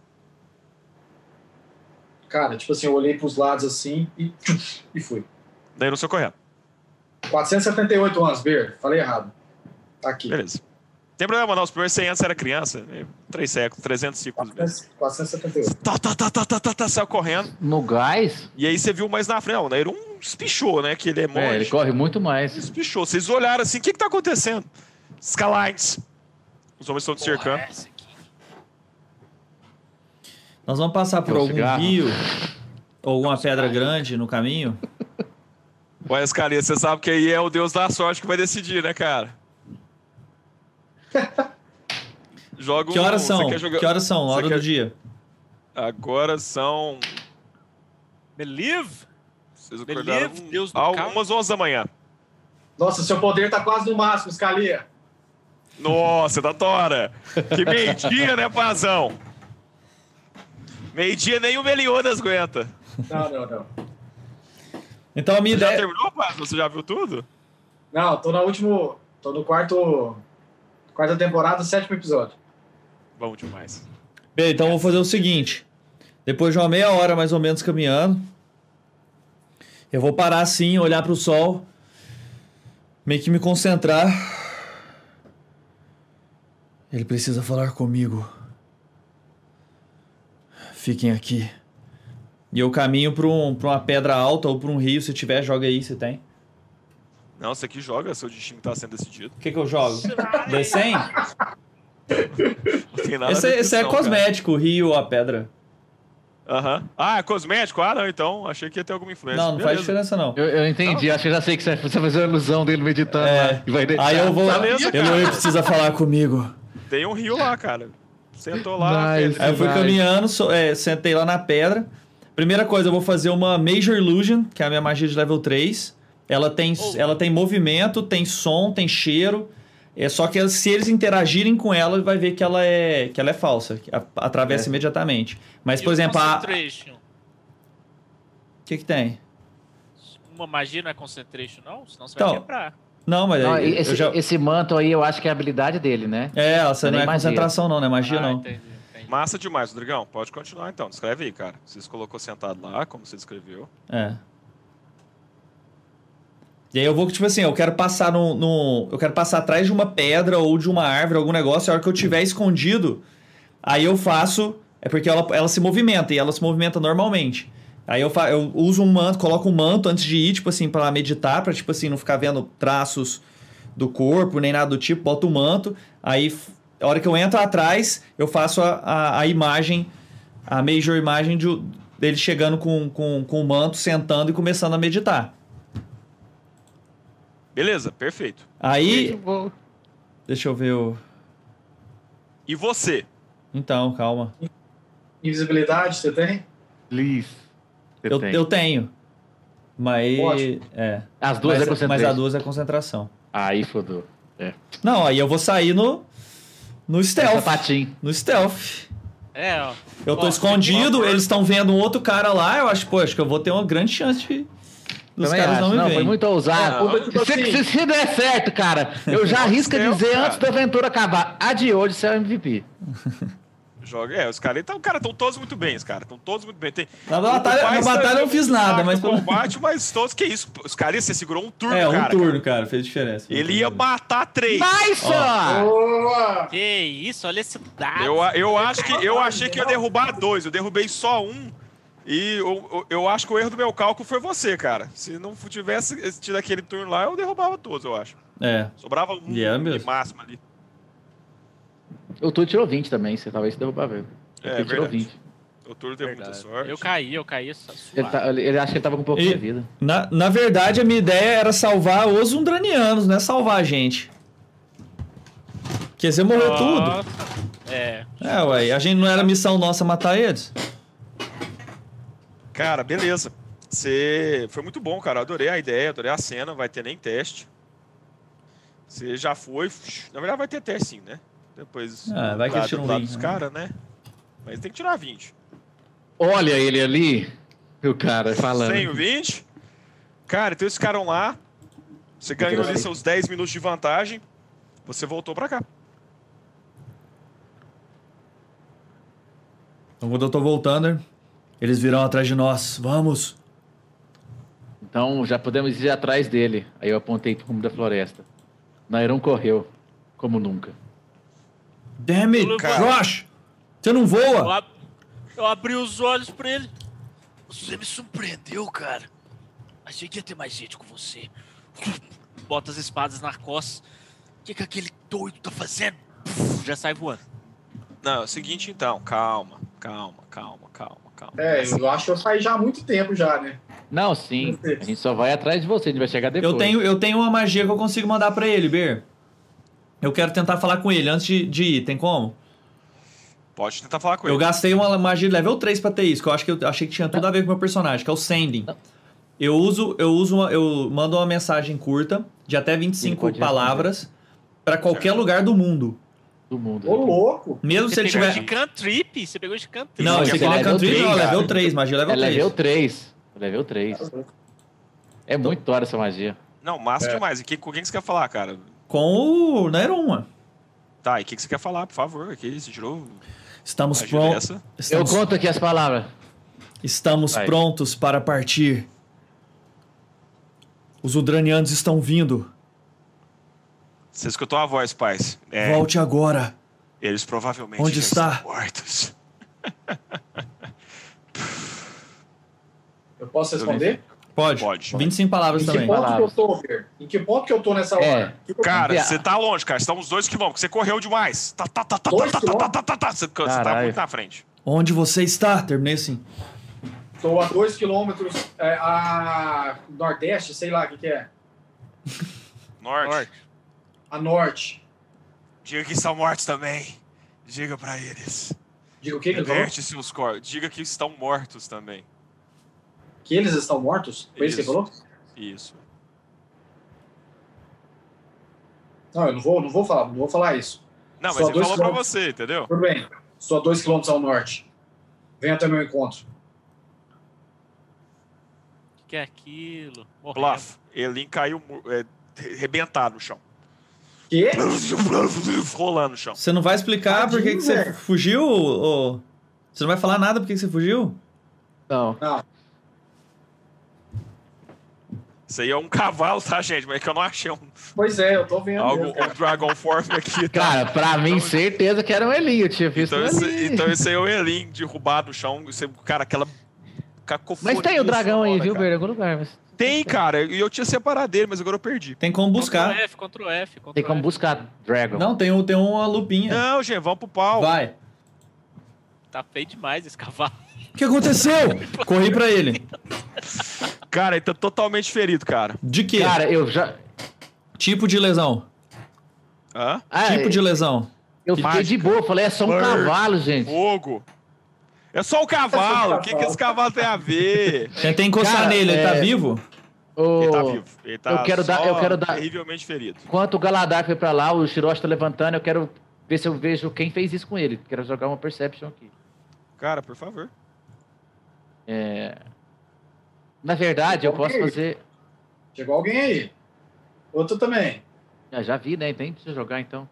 S3: Cara, tipo assim, eu olhei pros lados assim e, e fui.
S1: Daí não sou correndo.
S3: 478 anos, Ber. Falei errado. Tá aqui.
S1: Beleza. Tem problema, não. Os primeiros 100 anos você era criança. né, Três séculos, 300 ciclos mesmo.
S3: 478.
S1: Tá, tá, tá, tá, tá, tá, tá, saiu correndo.
S2: No gás?
S1: E aí você viu mais na frente, não, o Nairon espichou, né? Que ele é monge.
S2: É, ele corre muito mais.
S1: Espichou. Vocês olharam assim, o que que tá acontecendo? Scalites. Os homens estão te cercando.
S5: Porra,
S4: é
S5: essa aqui.
S4: Nós vamos passar por
S2: Tem um
S4: algum
S2: cigarro?
S4: rio ou alguma
S1: um
S4: pedra grande no caminho.
S1: Olha, Scalia, você sabe que aí é o deus da sorte que vai decidir,
S4: *laughs*
S1: né, cara? Joga um...
S4: Que horas
S1: você
S4: são?
S1: quer jogar-
S4: Que horas são?
S1: você
S4: Hora
S1: quer-
S4: do dia.
S1: Agora são...
S6: Believe?
S1: Vocês
S6: Believe,
S1: acordaram
S6: Deus do
S1: algumas 11 da manhã.
S3: Nossa, seu poder tá quase no máximo, Scalia.
S1: Nossa, da Tora! Que meio-dia, né, Pazão? Meio-dia nem o Meliodas aguenta.
S3: Não, não, não.
S4: Então a minha
S1: Você já
S4: ideia.
S1: terminou, Paz? Você já viu tudo?
S3: Não, tô no último. Tô no quarto. Quarta temporada, sétimo episódio.
S1: Bom demais.
S4: Bem, então eu vou fazer o seguinte. Depois de uma meia hora mais ou menos caminhando, eu vou parar assim, olhar pro sol, meio que me concentrar.
S7: Ele precisa falar comigo. Fiquem aqui.
S4: E eu caminho pra, um, pra uma pedra alta ou pra um rio, se tiver, joga aí, se tem.
S1: Não, você aqui joga, seu destino tá sendo decidido.
S4: O que que eu jogo? D100?
S1: Não tem *laughs* nada
S4: Esse,
S1: a
S4: esse
S1: ver com
S4: é
S1: isso, não,
S4: cosmético, o rio ou a pedra.
S1: cara. Aham. Ah, é cosmético? Ah, não, então. Achei que ia ter alguma influência.
S4: Não, não faz
S1: Beleza.
S4: diferença não.
S2: Eu, eu entendi, acho que eu já sei que você vai fazer a ilusão dele meditando
S4: É.
S2: lá, e vai deixar.
S4: Aí eu vou.
S1: Beleza, cara.
S7: Eloy precisa falar comigo.
S1: Tem um rio lá, cara. Sentou lá.
S2: Vai,
S1: fez-
S4: Aí eu fui
S2: Vai.
S4: caminhando, so- é, sentei lá na pedra. Primeira coisa, eu vou fazer uma Major Illusion, que é a minha magia de level 3. Ela tem,
S6: Oh.
S4: ela tem movimento, tem som, tem cheiro. É só que se eles interagirem com ela, vai ver que ela é, que ela é falsa. que a- atravessa imediatamente. Mas, por
S6: E o
S4: exemplo, a- o
S6: Concentration.
S4: que, que tem?
S6: Uma magia não é concentration, não? Senão você
S4: Então,
S6: vai quebrar.
S4: Não, mas
S2: Não,
S4: aí, eu
S2: esse,
S4: já-
S2: esse manto aí eu acho que é a habilidade dele, né?
S4: É, essa
S2: não
S4: não
S2: é
S4: é
S2: magia.
S4: concentração, não, não é magia,
S6: ah,
S4: não.
S6: Entendi, entendi.
S1: Massa demais, Rodrigão. Pode continuar então. Descreve aí, cara. Você se colocou sentado lá, como você descreveu.
S4: É. E aí eu vou, tipo assim, eu quero passar no, no. Eu quero passar atrás de uma pedra ou de uma árvore, algum negócio, e a hora que eu tiver escondido, aí eu faço. É porque ela, ela se movimenta e ela se movimenta normalmente. Aí eu, fa, eu uso um manto, coloco um manto antes de ir, tipo assim, pra meditar, pra, tipo assim, não ficar vendo traços do corpo, nem nada do tipo, boto o manto. Aí, f- a hora que eu entro atrás, eu faço a, a, a imagem, a major imagem de, o- dele chegando com, com, com o manto, sentando e começando a meditar.
S1: Beleza, perfeito.
S4: Aí,
S8: Muito bom.
S4: Deixa eu ver o.
S1: E você?
S4: Então, calma.
S3: Invisibilidade, você tem?
S2: Please. Você
S4: Eu,
S2: tem.
S4: eu tenho. Mas.
S3: Ótimo.
S4: É.
S2: As duas
S4: mas,
S2: é concentrei.
S4: mas a duas é concentração.
S2: Aí É. fodou.
S4: Não, aí eu vou sair no. No stealth.
S2: Sapatinho.
S4: No stealth.
S6: É, ó.
S4: Eu tô
S6: Ó,
S4: escondido,
S6: ó,
S4: eles estão vendo um outro cara lá. Eu acho, pô, acho que eu vou ter uma grande chance de. Dos
S2: Também
S4: caras
S2: acho.
S4: não me
S2: foi
S4: verem.
S2: muito
S1: Ah,
S2: ousado.
S3: Não, tipo
S2: se,
S3: assim-
S2: se- se der certo, cara, eu já arrisco a
S1: Meu,
S2: dizer
S1: cara.
S2: antes da aventura acabar. Adiou de ser o MVP.
S1: Joga. É, os caras estão cara, tão todos muito bem, os caras. Estão todos muito bem. Tem...
S4: Na
S1: o
S4: batalha, na
S1: Paz tá
S4: batalha eu não fiz nada, mas.
S1: impacto no combate, mas todos. Que isso? Os caras, você segurou um turno,
S4: É, um
S1: cara.
S4: turno, cara, fez diferença.
S1: Ele ia matar três.
S2: Mas, só!
S3: Boa!
S6: Que isso, olha esse dado.
S1: Eu, eu acho que eu achei que ia derrubar dois, eu derrubei só um. E eu, eu- eu acho que o erro do meu cálculo foi você, cara. Se não tivesse tido aquele turno lá, eu derrubava todos, eu acho.
S4: É.
S1: Sobrava um
S4: E era mesmo.
S1: de máximo ali.
S2: O Tu tirou 20 também, você talvez se derrubar mesmo. Ele
S1: É,
S2: tirou
S1: verdade.
S2: 20.
S1: O turno deu muita sorte.
S6: Eu caí, eu caí. Só
S2: Ele, tá, ele- ele acha que ele tava com um pouco
S4: E-
S2: de vida.
S4: Na, na verdade, a minha ideia era salvar os undranianos, não é salvar a gente. Quer dizer, morreu tudo.
S6: É.
S4: É, ué, a gente não era missão nossa matar eles?
S1: Cara, beleza. Você foi muito bom, cara. Eu Adorei a ideia, adorei a cena. Vai ter nem teste. Você já foi. Na verdade, vai ter teste sim, né? Depois.
S4: Ah, vai que
S1: lá
S4: eles tiram
S1: do lado
S4: 20,
S1: dos
S4: né?
S1: caras, né? Mas tem que tirar 20.
S2: Olha ele ali, e o cara falando.
S1: Sem o 20. Cara, então eles ficaram lá. Você ganhou ali
S2: Engraçado.
S1: seus 10 minutos de vantagem. Você voltou pra cá.
S7: Então quando eu tô voltando, eles virão atrás de nós. Vamos!
S2: Então já podemos ir atrás dele. Aí eu apontei pro rumo da floresta. Nairon correu, como nunca.
S7: Damn it!
S1: Cara.
S7: Josh! Você não
S6: Eu,
S7: voa!
S6: ab- eu abri os olhos pra ele.
S5: Você me surpreendeu, cara. Achei que ia ter mais gente com você.
S6: Bota as espadas na costa.
S5: O que, que aquele doido tá fazendo?
S6: Já sai voando.
S1: Não, é o seguinte então. Calma, calma, calma, calma, calma.
S3: É, eu acho que eu saí já há muito tempo já, né?
S2: Não, sim. A gente só vai atrás de você, a gente vai chegar depois.
S4: Eu tenho, eu tenho uma magia que eu consigo mandar pra ele, Ber. Eu quero tentar falar com ele antes de, de ir, tem como?
S1: Pode tentar falar com
S4: Eu
S1: ele.
S4: gastei uma magia de level 3 pra ter isso, que eu acho que eu achei que tinha tudo a ver com o meu personagem, que é o Sending.
S2: Não.
S4: Eu uso, eu uso uma- eu mando uma mensagem curta de até
S2: Ele
S4: 25
S2: pode
S4: palavras pra qualquer lugar do mundo.
S2: Do mundo. né?
S3: Ô, louco!
S4: Mesmo se ele
S6: pegou
S4: tiver
S6: de cantrip? Você pegou de cantrip?
S4: Não, esse aqui não é
S2: level
S4: country,
S2: três,
S4: não, é
S2: cara.
S4: level 3, magia level
S2: É
S4: 3.
S2: level 3. Level 3. É muito da hora essa magia.
S1: Não, massa
S7: É.
S1: demais. E quem, com quem que você quer falar, cara?
S4: Com o Neruma.
S1: Tá, e o que, que você quer falar, por favor? Aqui, você tirou
S7: Estamos,
S1: magia
S7: pron-
S1: dessa?
S2: Eu
S7: estamos,
S2: conto aqui as palavras.
S7: estamos
S2: Vai.
S7: prontos para partir. Os Udranianos estão vindo.
S1: Você escutou a voz, pais. É,
S7: Volte agora.
S1: eles provavelmente
S7: Onde
S1: já
S7: está?
S1: estão mortos.
S3: Eu posso responder?
S4: Pode.
S1: Pode.
S4: 25 palavras
S3: Em que
S4: também.
S2: Vai
S3: ponto
S2: lá.
S3: que eu tô, Fer? Em que ponto que eu tô nessa hora?
S2: É.
S3: Que que eu-
S1: Cara,
S2: Ah.
S1: você tá longe, cara. Você tá uns dois quilômetros. Você correu demais. Tá, tá, tá, tá, tá,
S3: Dois
S1: tá, tá, tá, tá, tá, tá. Você, você tá
S2: Caralho.
S1: muito na frente.
S7: Onde você está? Terminei assim.
S3: Tô a dois quilômetros é, a nordeste, sei lá o que, que é.
S1: Norte.
S3: A norte.
S1: Diga que estão mortos também. Diga pra eles.
S3: Digo o que que ele falou?
S1: Reverte seus corpos. Diga que estão mortos também.
S3: Que eles estão mortos? Foi isso que ele
S1: Isso.
S3: falou?
S1: Isso.
S3: Não, eu não vou, não vou falar, não vou falar isso.
S1: Não, mas
S3: Só
S1: ele
S3: dois
S1: falou pra
S3: quilômetros.
S1: você, entendeu?
S3: Tudo bem. Sou a dois quilômetros ao norte. Venha até meu encontro.
S6: O que é aquilo? Morremos.
S1: Bluff. Elin caiu mu- é, arrebentado no chão.
S3: Quê?
S1: Rolando no chão.
S4: Você não vai explicar por que que você
S3: Tadinho, velho.
S4: fugiu? ô? Você não vai falar nada por que que você fugiu?
S2: Não.
S3: Não.
S1: Isso aí é um cavalo, tá, gente? Mas é que eu não achei um,
S3: Pois é, eu tô vendo.
S1: algo,
S3: mesmo, cara.
S1: um Dragon Form aqui, tá?
S2: Cara, pra mim, certeza que era um Eli. Eu tinha visto
S1: Então
S2: um
S1: esse,
S2: Eli.
S1: então esse aí é o Elin derrubado no chão. Esse- cara, aquela cacofonia.
S2: Mas tem o dragão aí,
S1: sonora,
S2: viu,
S1: cara.
S2: Bernardo? Em algum lugar. Mas...
S1: Tem, cara. E eu tinha separado dele, mas agora eu perdi.
S4: Tem como buscar.
S6: Ctrl F, Ctrl F, Ctrl
S2: Tem como
S6: F.
S2: buscar Dragon.
S4: Não, tem, um, tem uma lupinha.
S1: Não, gente, vamos pro pau.
S4: Vai.
S6: Tá feio demais esse cavalo. *laughs*
S4: O que aconteceu? Corri pra ele.
S1: Cara, ele tá totalmente ferido, cara.
S4: De quê?
S2: Cara, eu já.
S4: Tipo de lesão.
S1: Hã?
S2: Ah,
S4: tipo de lesão.
S2: eu fiquei de boa. Falei, é só um
S1: Burn.
S2: cavalo, gente. um
S1: Fogo.
S2: *laughs*
S1: É só o cavalo. O que, que esse cavalo tem a ver?
S4: Tentei encostar
S2: Cara,
S4: nele, ele tá
S2: é-
S4: vivo?
S2: Ô,
S1: Ele tá vivo. Ele tá
S2: eu quero
S1: só
S2: dar- eu quero dar-
S1: terrivelmente ferido.
S2: Enquanto o Galadar foi pra lá, o Shiroshi tá levantando. Eu quero ver se eu vejo quem fez isso com ele. Quero jogar uma Perception aqui.
S1: Cara, por favor.
S2: É, Na verdade, eu posso
S3: Ok.
S2: fazer.
S3: Chegou alguém aí. Outro também.
S2: Ah, já vi, né? Então nem precisa jogar, então.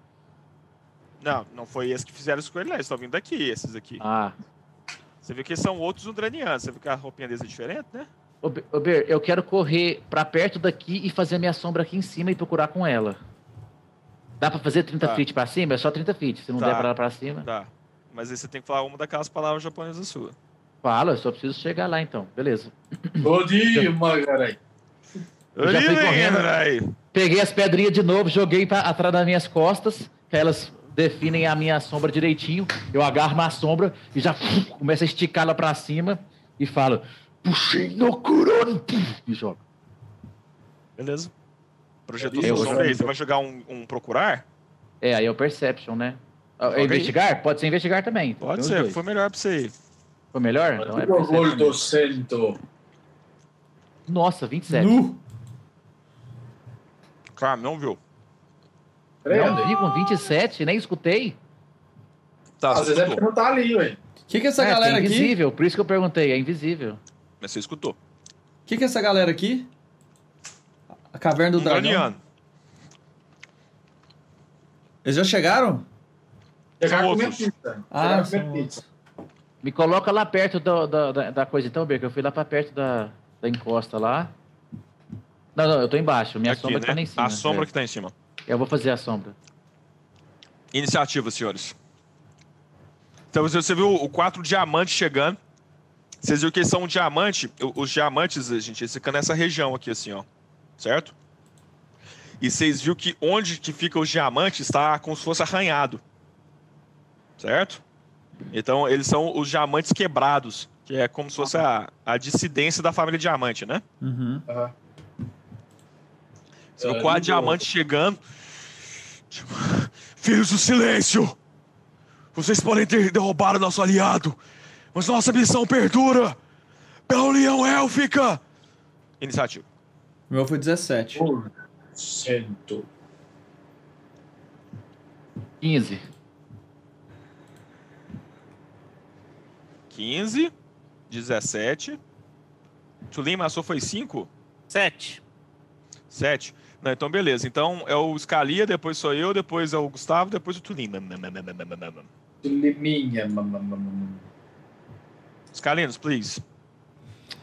S1: Não, não foi esse que fizeram isso com ele, não. Eles estão vindo daqui, esses aqui.
S2: Ah.
S1: Você viu que são outros Undranianos. Você viu que a roupinha deles é diferente, né?
S2: Ô, Be- ô, Ber, eu quero correr pra perto daqui e fazer a minha sombra aqui em cima e procurar com ela. Dá pra fazer 30
S1: Tá.
S2: feet pra cima? É só 30 feet. Se não
S1: Tá.
S2: der pra lá pra cima,
S1: Tá. Mas aí você tem que falar uma daquelas palavras japonesas sua.
S2: fala. Eu só preciso chegar lá, então. Beleza.
S3: Todima, caralho.
S2: Eu já fui
S1: Ih,
S2: correndo.
S1: Andrai.
S2: Peguei as pedrinhas de novo, joguei pra, atrás das minhas costas, que elas definem a minha sombra direitinho. Eu agarro a sombra e já começo a esticá-la pra cima e falo... Puxei no Kuron! E jogo.
S1: Beleza. Projetou
S3: Eu
S1: sua
S2: vou
S1: sombra
S2: jogar.
S1: aí. Você vai jogar um, um procurar?
S2: É, aí é o Perception, né? Ah,
S1: Joga aí.
S2: Investigar? Pode ser investigar também. Tem
S1: Pode
S2: os
S1: ser.
S2: dois.
S1: Foi melhor pra você aí.
S2: Foi melhor? Então é
S3: Orgulho
S2: 27
S3: do
S2: mesmo.
S3: cento.
S2: Nossa, 27.
S4: Nu.
S1: Cara, não viu.
S2: Não
S3: Credo.
S2: vi com 27, nem escutei.
S1: Tá,
S3: Às
S1: você
S3: vezes é
S1: escutou.
S3: porque não tá ali, ué.
S4: O que que essa
S2: É,
S4: galera
S2: é
S4: aqui?
S2: invisível, por isso que eu perguntei, é invisível.
S1: Mas você escutou.
S4: O que que essa galera aqui? A caverna do dragão.
S1: Undraniano.
S4: Eles já chegaram?
S3: Chegaram
S1: São
S3: comer
S1: outros.
S3: pizza.
S4: Ah,
S3: Chegaram comer
S4: são
S3: pizza.
S2: Me coloca lá perto do- da, da, da coisa então, Beca. Eu fui lá pra perto da, da encosta lá. Não, não, eu tô embaixo. Minha
S1: Aqui,
S2: sombra
S1: né?
S2: tá lá em cima.
S1: A sombra
S2: é.
S1: que tá em cima.
S2: Eu vou fazer a sombra.
S1: Iniciativa, senhores. Então você, você viu o quatro diamantes chegando. Vocês viram que eles são um diamante. o- Os diamantes, gente, eles ficam nessa região aqui, assim, ó. Certo? E vocês viram que onde que fica os diamantes está como se fosse arranhado. Certo? Então, eles são os diamantes quebrados, que é como se fosse a, a dissidência da família diamante, né?
S4: Uhum.
S3: Aham.
S1: Você viu
S3: É,
S1: quatro
S3: lindo.
S1: diamantes chegando. Tipo, Filhos do silêncio! Vocês podem ter derrubado nosso aliado, mas nossa missão perdura! Pela União Élfica! Iniciativa.
S4: O meu foi 17.
S3: Orgulho do cento.
S2: 15.
S1: 15, 17. Tulin Massou foi 5?
S6: 7.
S1: 7. Não, então beleza. Então é o Scalia, depois sou eu, depois é o Gustavo, depois o Tulin.
S3: Liminha. mamamamam.
S1: Scalinos, please.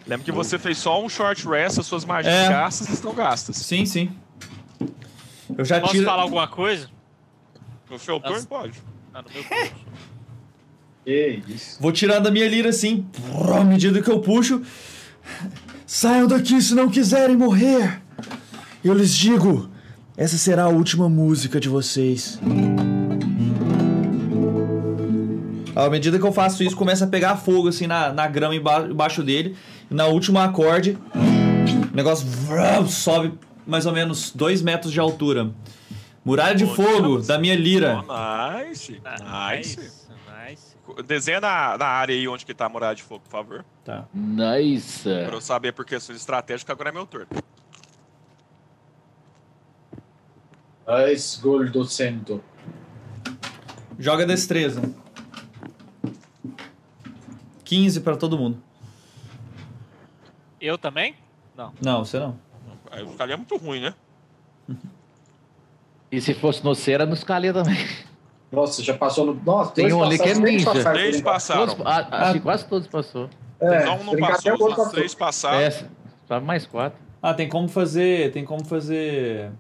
S1: Lembra que você fez só um short rest, as suas magias
S4: É.
S1: gastas estão gastas.
S4: Sim, sim. Eu já
S6: Posso
S4: tiro.
S6: falar alguma coisa?
S1: No seu
S6: As-
S1: turno pode.
S6: Ah, no meu curso.
S3: Que isso.
S4: Vou tirando a minha lira assim, prrr, à medida que eu puxo.
S7: Saiam daqui se não quiserem morrer. Eu lhes digo, essa será a última música de vocês.
S4: À medida que eu faço isso, começa a pegar fogo assim na, na grama emba- embaixo dele. E na última acorde, o negócio vrau, sobe mais ou menos 2 metros de altura. Muralha Tá de fogo da minha lira.
S1: Oh, nice. Nice.
S6: nice.
S1: Desenha na, na área aí onde que tá a muralha de fogo, por favor.
S4: Tá.
S2: Nice.
S3: É.
S1: Pra eu saber por questões estratégicas, agora é meu turno.
S3: Ais gol ah, do cento.
S4: Joga destreza. 15 pra todo mundo.
S6: Eu também?
S4: Não, você não.
S1: Aí O Scalia é muito ruim, né?
S2: E se fosse no Cera, nos calê também.
S3: Nossa, já passou no. Nossa,
S2: Tem
S3: dois
S2: um ali que é
S3: passaram, três
S2: ninja.
S3: passaram,
S1: Três
S3: brincar.
S1: passaram.
S2: Todos- a- acho que quase todos passou.
S3: É,
S1: Então, Não, não
S3: brincar até
S1: passou.
S3: o outro
S1: Os
S3: passou.
S1: três passaram.
S2: É, só mais quatro.
S4: Ah, tem como fazer. Tem como fazer.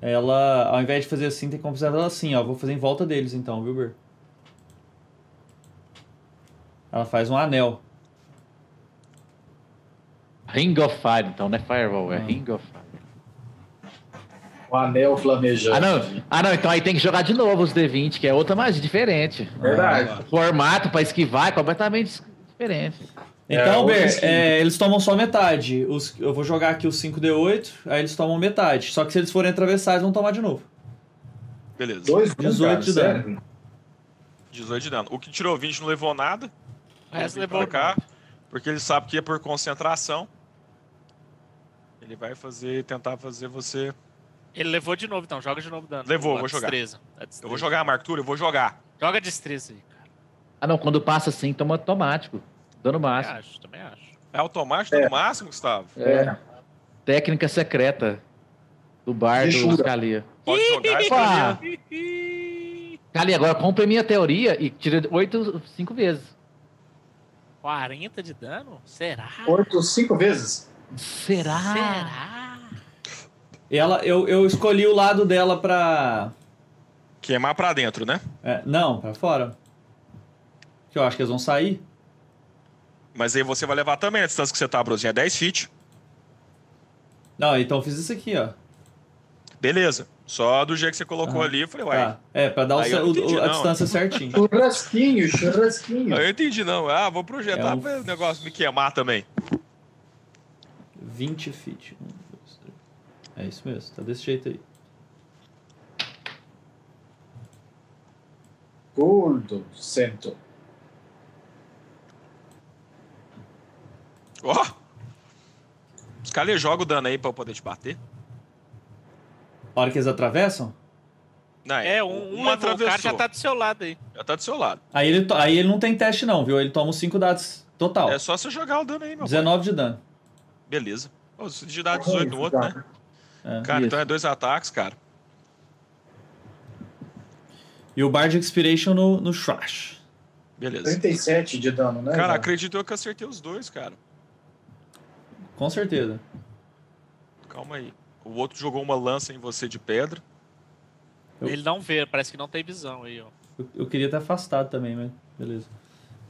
S4: Ela. Ao invés de fazer assim, tem como fazer ela assim, ó. Vou fazer em volta deles então, viu, Ber? Ela faz um anel.
S2: Ring of Fire, então, não é Firewall, é
S4: Não.
S2: Ring of Fire.
S3: O anel flamejante.
S2: Ah não. ah, não, então aí tem que jogar de novo os D20, que é outra magia diferente. Ah,
S3: Verdade.
S2: Formato pra esquivar é completamente diferente.
S4: Então,
S3: É, outro
S4: Ber,
S3: skin.
S4: é, eles tomam só metade. Os- eu vou jogar aqui os 5D8, aí eles tomam metade. Só que se eles forem atravessar, eles vão tomar de novo.
S1: Beleza.
S3: Dois, um,
S4: 18
S3: cara,
S4: de
S3: sério?
S1: 18 de dano. O que tirou 20 não levou nada.
S6: O resto
S1: Vem
S6: levou
S1: pra cá, porque ele sabe que é por concentração. Ele vai fazer, tentar fazer você.
S6: Ele levou de novo, então. Joga de novo dano.
S1: Levou,
S6: A
S1: vou jogar.
S6: Destreza. A destreza.
S1: Eu vou jogar a marcura, eu vou jogar.
S6: Joga destreza aí, cara.
S2: Ah não, quando passa assim, toma automático. Dano
S6: Também
S2: máximo.
S6: acho, também acho.
S1: É automático
S3: É.
S1: no máximo, Gustavo?
S3: É.
S2: Técnica secreta do bardo
S3: Jura.
S2: do Scalia.
S1: Pode jogar e
S2: Opa!
S1: fazer.
S2: Scalia, agora compra minha teoria e tira oito, cinco vezes.
S6: 40 de dano? Será?
S3: Oito, cinco vezes?
S2: Será?
S6: Será?
S4: Ela, eu, eu escolhi o lado dela pra.
S1: Queimar pra dentro, né?
S4: é, não, pra fora. Que eu acho que eles vão sair.
S1: Mas aí você vai levar também a distância que você tá, Brosinha. É 10 feet.
S4: Não, então eu fiz isso aqui, ó.
S1: Beleza. Só do jeito que você colocou
S4: Aham.
S1: ali, eu falei, uai.
S4: Tá. É, pra dar o
S1: Aí
S4: ce-
S1: eu não
S4: o- o-
S1: entendi,
S4: a
S1: não.
S4: distância certinho.
S3: Churrasquinho, churrasquinho.
S1: Eu entendi, não. Ah, vou projetar
S4: É um-
S1: pra o negócio me queimar também.
S4: 20 feet. Um, dois, três. É isso mesmo, tá desse jeito aí.
S3: Gordo, cento.
S1: Ó! Os caras jogam o dano aí pra eu poder te bater.
S4: A hora que eles atravessam,
S1: Não,
S6: É, um, um levou, o cara já tá do seu lado aí.
S1: já tá do seu lado.
S4: aí ele, to- aí ele não tem teste, não, viu? Ele toma os 5 dados total.
S1: É só você jogar o dano aí, meu.
S4: 19 de dano.
S1: Beleza. Pô, se digitar 18 no outro, né?
S4: É.
S1: Cara,
S2: Isso.
S1: então é dois ataques, cara.
S4: E o Bardic Inspiration no, no Shrash.
S1: Beleza.
S3: 37 de dano, né?
S1: Cara,
S3: João?
S1: acredito eu que acertei os dois, cara.
S4: Com certeza.
S1: Calma aí. O outro jogou uma lança em você de pedra.
S4: Eu-
S6: Ele não vê, parece que não tem visão aí, ó.
S4: Eu, eu queria ter afastado também, mas beleza.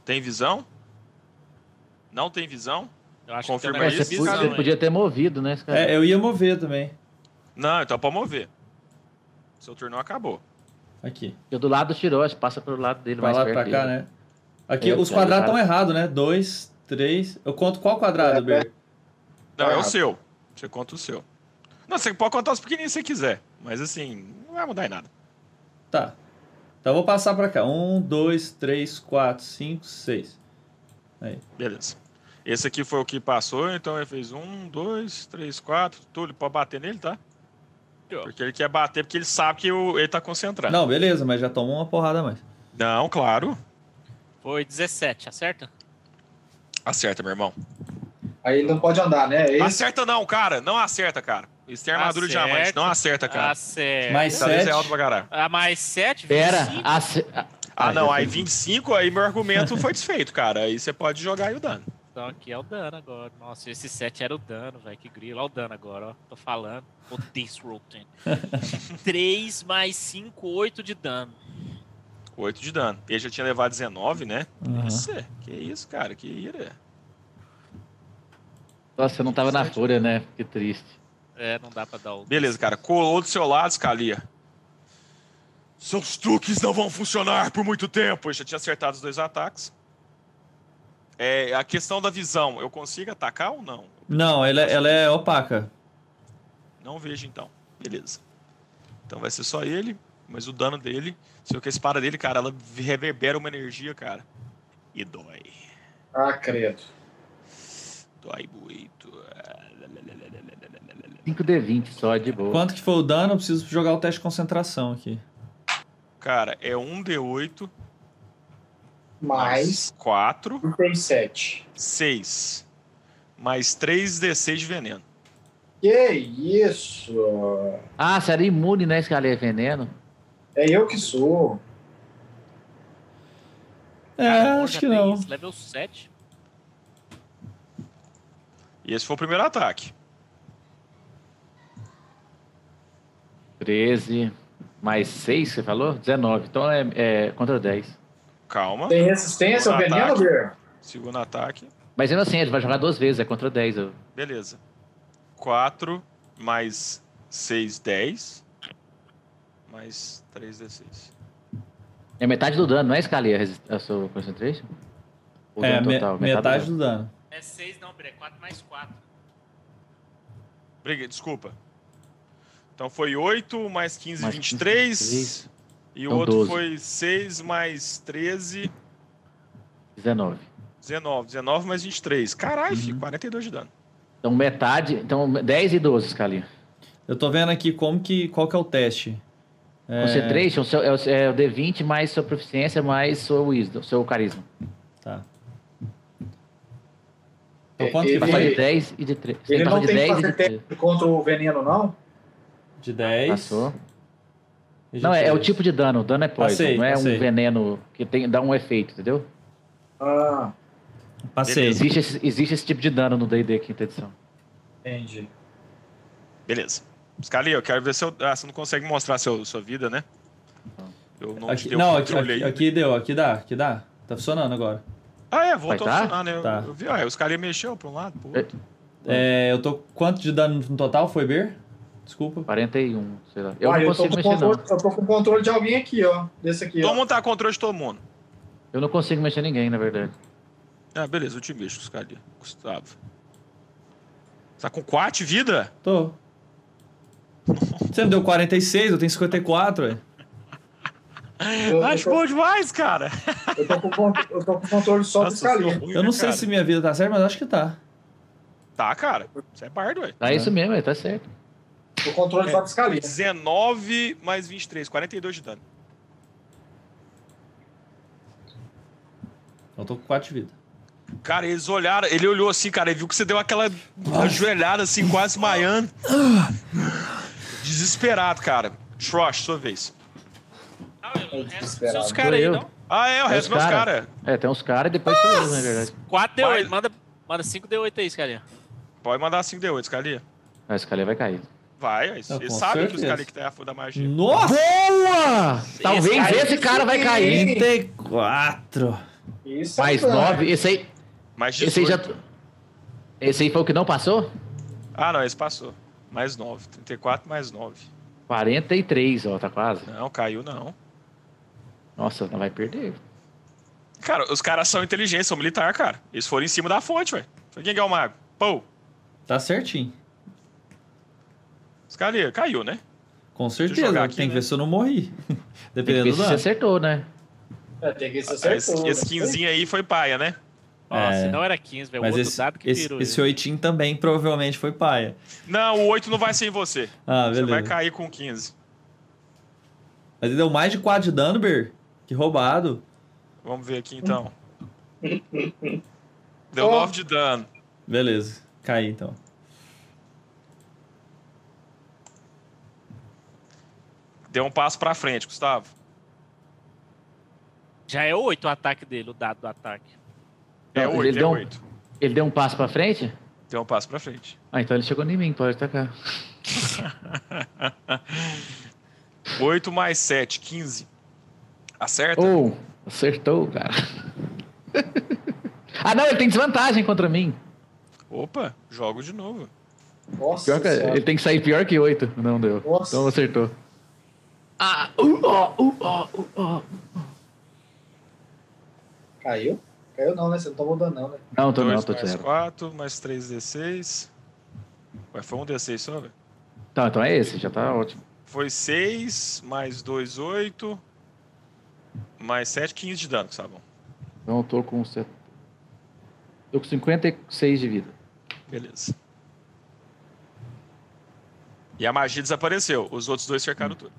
S1: Tem visão? Não tem visão?
S6: Eu acho
S1: Confirma
S6: que
S2: É,
S6: tem um negócio
S2: você,
S6: de
S1: isso,
S2: podia,
S1: cara.
S6: visão
S2: você podia ter movido, né, Scalia?
S4: É, eu ia mover também.
S1: Não, então pode mover. Seu turno acabou.
S4: Aqui.
S2: Porque do lado tirou, acho que passa pro lado dele,
S4: Pra
S2: mais
S4: lá
S2: perto
S4: pra cá,
S2: dele.
S4: né? Aqui,
S2: É,
S4: os
S2: cara,
S4: quadrados
S2: cara.
S4: estão errados, né? Dois, três. Eu conto qual quadrado,
S3: É,
S4: Ber?
S3: Tá
S1: Não, é o
S3: errado.
S1: seu. Você conta o seu. Não, você pode contar os pequenininhos se você quiser. Mas assim, não vai mudar em nada.
S4: Tá. Então eu vou passar pra cá. Um, dois, três, quatro, cinco, seis.
S1: Beleza. Esse aqui foi o que passou, então ele fez um, dois, três, quatro. Túlio, pode bater nele, tá?
S6: Ó.
S1: Porque ele quer bater, porque ele sabe que o- ele tá concentrado.
S4: Não, beleza, mas já tomou uma porrada a mais.
S1: Não, claro.
S6: Foi 17, acerta?
S1: Acerta, meu irmão.
S3: Aí ele não pode andar, né? É Esse
S1: Acerta não, cara. Não acerta, cara. Isso tem armadura de
S6: Acerta.
S1: diamante. Não acerta, cara.
S6: Acerta.
S4: Mais
S1: Essa vez
S4: sete.
S1: é alto pra caralho.
S6: Ah, mais 7?
S2: Pera, ace- ah,
S1: Ah,
S2: Ah,
S1: não.
S2: já
S1: Aí
S2: foi.
S1: 25, aí meu argumento foi desfeito, cara. Aí você pode jogar aí o dano.
S6: Então aqui é o dano agora. Nossa, esse 7 era o dano, velho. Que grilo. Olha o dano agora, ó. Tô falando. Odeio esse roll
S2: *laughs*
S6: 10. 3 mais 5, 8 de dano.
S1: 8 de dano. Ele já tinha levado 19, né?
S4: Uhum.
S1: Isso, é. que isso, cara. Que ira.
S2: Nossa, eu não tava na fúria, né? Que triste.
S6: É, não dá pra dar o.
S1: Beleza, cara. Colou do seu lado, Scalia. Seus truques não vão funcionar por muito tempo. Eu já tinha acertado os dois ataques. É, a questão da visão. Eu consigo atacar ou não?
S4: Não, ela, ela é opaca.
S1: Não vejo então. Beleza. Então vai ser só ele, mas o dano dele. Só que a espada dele, cara, ela reverbera uma energia, cara. E dói.
S3: Ah, credo.
S1: Dói muito. Ah,
S2: 5D20 só, de boa.
S4: Quanto que foi o dano? Eu preciso jogar o teste de concentração aqui.
S1: Cara, é 1d8
S3: Mais um
S1: 4,
S3: 37.
S1: 6. Mais 3d6 de veneno.
S3: Que isso?
S2: Ah, você era imune, né, escalei veneno?
S3: É eu que sou.
S4: É,
S6: Caramba,
S4: acho
S6: já
S4: que
S6: tem
S4: não.
S6: isso, level 7.
S1: E esse foi o primeiro ataque.
S2: 13, mais 6, você falou? 19. Então é, é contra 10.
S1: Calma.
S3: Tem resistência ao
S1: Ataque.
S3: veneno, Beer?
S1: Segundo ataque.
S2: Mas ainda assim, ele vai jogar duas vezes, é contra 10. eu-
S1: Beleza. 4 mais 6, 10. Mais 3, 16.
S2: É metade do dano, não é escalei a, resist- a sua concentration? Ou
S4: É,
S2: dano
S4: me-
S2: total?
S4: metade
S2: do
S4: do dano.
S6: É 6 não, Bre, é 4 mais 4.
S1: Briga, desculpa. Então foi 8 mais 15,
S2: Mais 15,
S1: 23.
S2: 23.
S1: E o
S2: Então,
S1: outro
S2: 12.
S1: foi 6 mais 13,
S2: dano. 19.
S1: 19. 19 mais 23. Caralho, filho,
S2: Uhum.
S1: 42 de dano.
S2: Então metade. Então 10 e 12, escalei.
S4: Eu tô vendo aqui como que. Qual que é o teste? É.
S2: Concentration seu- é, o- é o D20 mais sua proficiência mais seu wisdom, seu carisma.
S4: Tá. Então quanto que
S3: É, Ele-
S2: Passou de
S4: foi?
S2: 10 e de 3.
S3: Ele
S2: passou
S3: não
S2: de
S3: tem que
S2: 10 e de
S3: fazer
S2: 3.
S3: teste contra o veneno, não?
S4: De 10.
S2: Passou.
S4: e de
S2: Não, é, é o
S4: três.
S2: tipo de dano. O dano é poison.
S4: Passei,
S2: não é
S4: passei.
S2: um veneno que tem, dá um efeito, entendeu?
S3: Ah,
S4: Passei.
S2: Existe esse, existe esse tipo de dano no DD quinta edição.
S3: entendi.
S1: Beleza. Scali, eu quero ver se eu. Ah, você não consegue mostrar seu, sua vida, né? Eu não te
S4: Aqui,
S1: dei o
S4: não, aqui,
S1: controle
S4: aqui,
S1: aí.
S4: aqui deu, aqui dá, aqui dá. Tá funcionando agora.
S1: Ah, é, voltou
S2: Vai
S1: a
S2: tá?
S1: funcionar, né? Eu-
S4: Tá.
S1: Eu vi, ó, os caras mexeu pra um lado, pro outro. Hum.
S4: É, eu tô. Quanto de dano no total foi, Beer? Desculpa.
S2: 41, sei lá. Eu
S3: Ah,
S2: não consigo
S3: tô com
S2: mexer, não.
S3: controle- Eu tô com controle de alguém aqui, ó. Desse aqui,
S1: Todo
S3: ó.
S1: mundo tá com controle de todo mundo.
S2: Eu não consigo mexer ninguém, na verdade.
S1: Ah, beleza, eu te mexo, os caras. Gustavo. Tá com 4 vida?
S4: Tô. Você me deu 46, eu tenho 54, ué.
S3: Eu, eu,
S1: Acho
S3: tô,
S1: bom demais, cara.
S3: eu, tô com, con- eu tô com controle só do
S1: Nossa, eu sou
S3: Scalia.
S1: ruim,
S4: Eu
S1: né,
S4: não sei
S1: cara?
S4: se minha vida tá certa, mas acho que tá. Né?
S1: Tá, cara. Você é bardo, ué.
S2: Tá isso mesmo, é, tá certo.
S3: O controle só do Scalia.
S1: 19 É, mais 23, 42 de dano.
S4: Então, Eu tô com 4 de vida.
S1: Cara, eles olharam, ele olhou assim, cara, e viu que você deu aquela ajoelhada assim, quase maiando. Desesperado, cara. Shrosh, sua vez.
S6: Não, eu, o resto
S3: desesperado.
S6: são os caras aí,
S2: eu.
S6: não.
S1: Ah, é, o
S2: É
S1: resto
S2: os
S1: meus
S2: cara.
S1: caras.
S2: É, tem uns caras e depois sou eu, na verdade.
S6: 4 D8,
S1: Mas-
S6: manda, manda 5 D8 aí, carinha.
S1: Pode mandar 5D8, Scalia.
S2: Ah, esse cara aí vai cair.
S1: Vai, eles
S4: Ah, com
S1: sabem que os
S4: certeza.
S1: caras que tem a foda da magia.
S4: Nossa!
S2: Boa! Talvez
S6: cara-
S2: esse cara vai cair.
S4: 34.
S3: Isso é
S2: Mais
S3: dano.
S2: 9, esse aí.
S1: Mais 18.
S2: Esse aí já. Esse aí foi o que não passou?
S1: Ah, não, esse passou. Mais 9. 34 mais 9.
S2: 43, ó, tá quase.
S1: Não, caiu não.
S2: Nossa, não vai perder.
S1: Cara, os caras são inteligentes, são militar, cara. Eles foram em cima da fonte, velho. Foi Quem que é o mago? Pô,
S4: Tá certinho.
S1: os caras ali, caiu, né?
S4: Com
S1: eu
S4: certeza.
S1: jogar aqui,
S4: tem que
S1: né?
S4: ver se eu não morri.
S2: Tem que
S4: Dependendo
S2: ver
S4: do
S2: se você
S4: dano.
S2: acertou, né?
S3: É, tem que ser
S1: Ah,
S3: né?
S1: Esse, esse 15 aí foi paia, né?
S6: Nossa,
S4: É.
S6: não era 15, velho. O
S4: Mas
S6: outro
S4: esse,
S6: dado que
S4: esse,
S6: virou.
S4: esse oitinho também provavelmente foi paia.
S1: Não, o 8 não vai ser em você.
S4: Ah,
S1: Você vai
S4: beleza.
S1: cair com 15.
S4: Mas ele deu mais de 4 de dano, Ber? Que roubado.
S1: Vamos ver aqui
S3: *laughs*
S1: então. Deu
S3: Ó.
S1: 9 de dano.
S4: Beleza. Caí então.
S1: Deu um passo pra frente, Gustavo.
S6: Já é 8 o ataque dele, o dado do ataque.
S1: É
S2: Não,
S1: 8,
S2: ele
S1: é
S2: deu um-
S1: 8.
S2: Ele deu um passo pra frente?
S1: Deu um passo
S3: *laughs*
S1: pra frente.
S2: Ah, então ele chegou em mim, pode atacar.
S1: 8 mais 7, 15. Acerta?
S2: Ou, acertou, cara. ah, não, ele tem desvantagem contra mim.
S1: Opa, jogo de novo.
S3: Nossa,
S2: Pior que-
S3: senhora.
S2: ele tem que sair pior que oito. Não deu.
S3: Nossa.
S2: Então acertou. Ah, uh, ó, uh, ó, uh, ó.
S3: Caiu? Caiu não, né? Você não tomou dano, não, né?
S2: Não, tô
S1: 2
S2: não, tô de
S1: mais
S2: zero.
S1: 4, mais 3, 16. Ué, foi um D6 só, velho?
S2: Tá, então é esse, já tá ótimo.
S1: Foi 6, mais 2, 8. Mais 7, 15 de dano, Gustavo.
S2: Então eu tô com. set- Tô com 56 de vida.
S1: Beleza. E a magia desapareceu. Os outros dois cercaram tudo.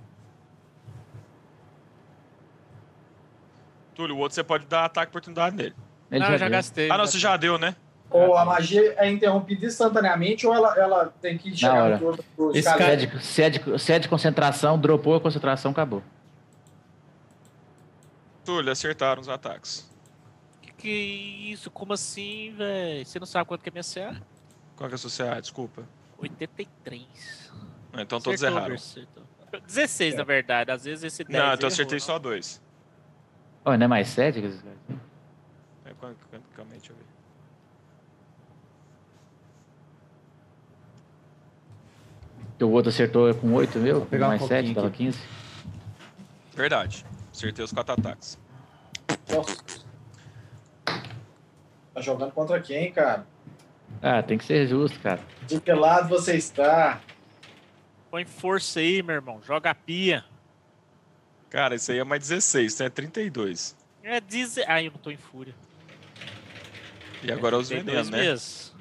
S1: Túlio, o outro você pode dar ataque oportunidade nele.
S2: Ele
S6: não,
S2: já
S6: eu já
S2: deu.
S6: gastei.
S1: Ah, não, você já deu, né?
S3: Ou a magia é interrompida instantaneamente, ou ela, ela tem que chegar
S2: hora.
S3: no outro. pro
S4: Esse
S3: cara-
S2: Se é de- se é de- se é de concentração, dropou a concentração, acabou.
S1: Túlio, acertaram os ataques.
S6: Que, que isso? Como assim, velho? Você não sabe quanto que é minha CA?
S1: Qual que é a sua CA? Desculpa.
S6: 83.
S1: Ah, Então todos
S6: Acertou,
S1: erraram.
S6: acertou. 16, na verdade. Às vezes esse 10
S1: Não, então eu
S6: errou,
S1: acertei
S6: não.
S1: só dois.
S2: Olha, não é mais sete? que-
S1: É, calma calma aí, deixa eu ver.
S2: que o outro acertou com oito, meu? é
S4: pegar
S2: Mais
S4: um
S2: sete,
S4: pouquinho
S2: tava
S4: aqui.
S2: 15.
S1: Verdade. Acertei os quatro ataques.
S3: Nossa. Tá jogando contra quem, cara?
S2: Ah, tem que ser justo, cara.
S3: De que lado você está?
S6: Põe força aí, meu irmão. Joga a pia.
S1: Cara, isso aí é mais 16, então é 32.
S6: É 10. Ai, eu não tô em fúria.
S1: E agora é os venenos, né?
S6: meses.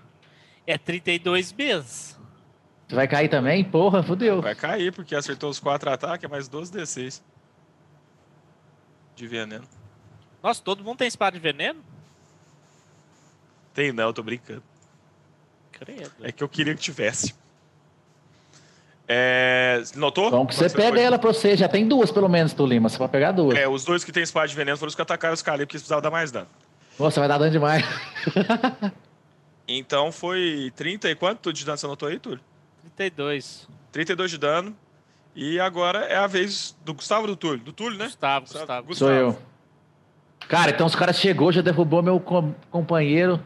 S6: É 32 meses.
S2: Você vai cair também? Porra, fodeu.
S1: Vai cair, porque acertou os quatro ataques, é mais 12 D6. De veneno.
S6: Nossa, todo mundo tem espada de veneno?
S1: Tem não, tô brincando.
S6: Credo.
S1: É que eu queria que tivesse. É... Notou?
S2: Bom que Então, você
S1: Quando
S2: pega
S1: foi-
S2: ela pra você. Já tem duas, pelo menos, Tulima. Você vai pegar duas.
S1: É, os dois que tem espada de veneno foram os que atacaram os calibres, porque eles precisavam dar mais dano.
S2: Nossa, vai dar dano demais.
S1: Então foi 30 e quanto de dano você anotou aí, Túlio?
S6: 32.
S1: 32 de dano. E agora é a vez do Gustavo ou do Túlio? Do Túlio, né?
S6: Gustavo,
S1: Gustavo,
S6: Gustavo.
S1: Gustavo.
S2: Sou eu. Cara, então os caras chegou, já derrubou meu com- companheiro.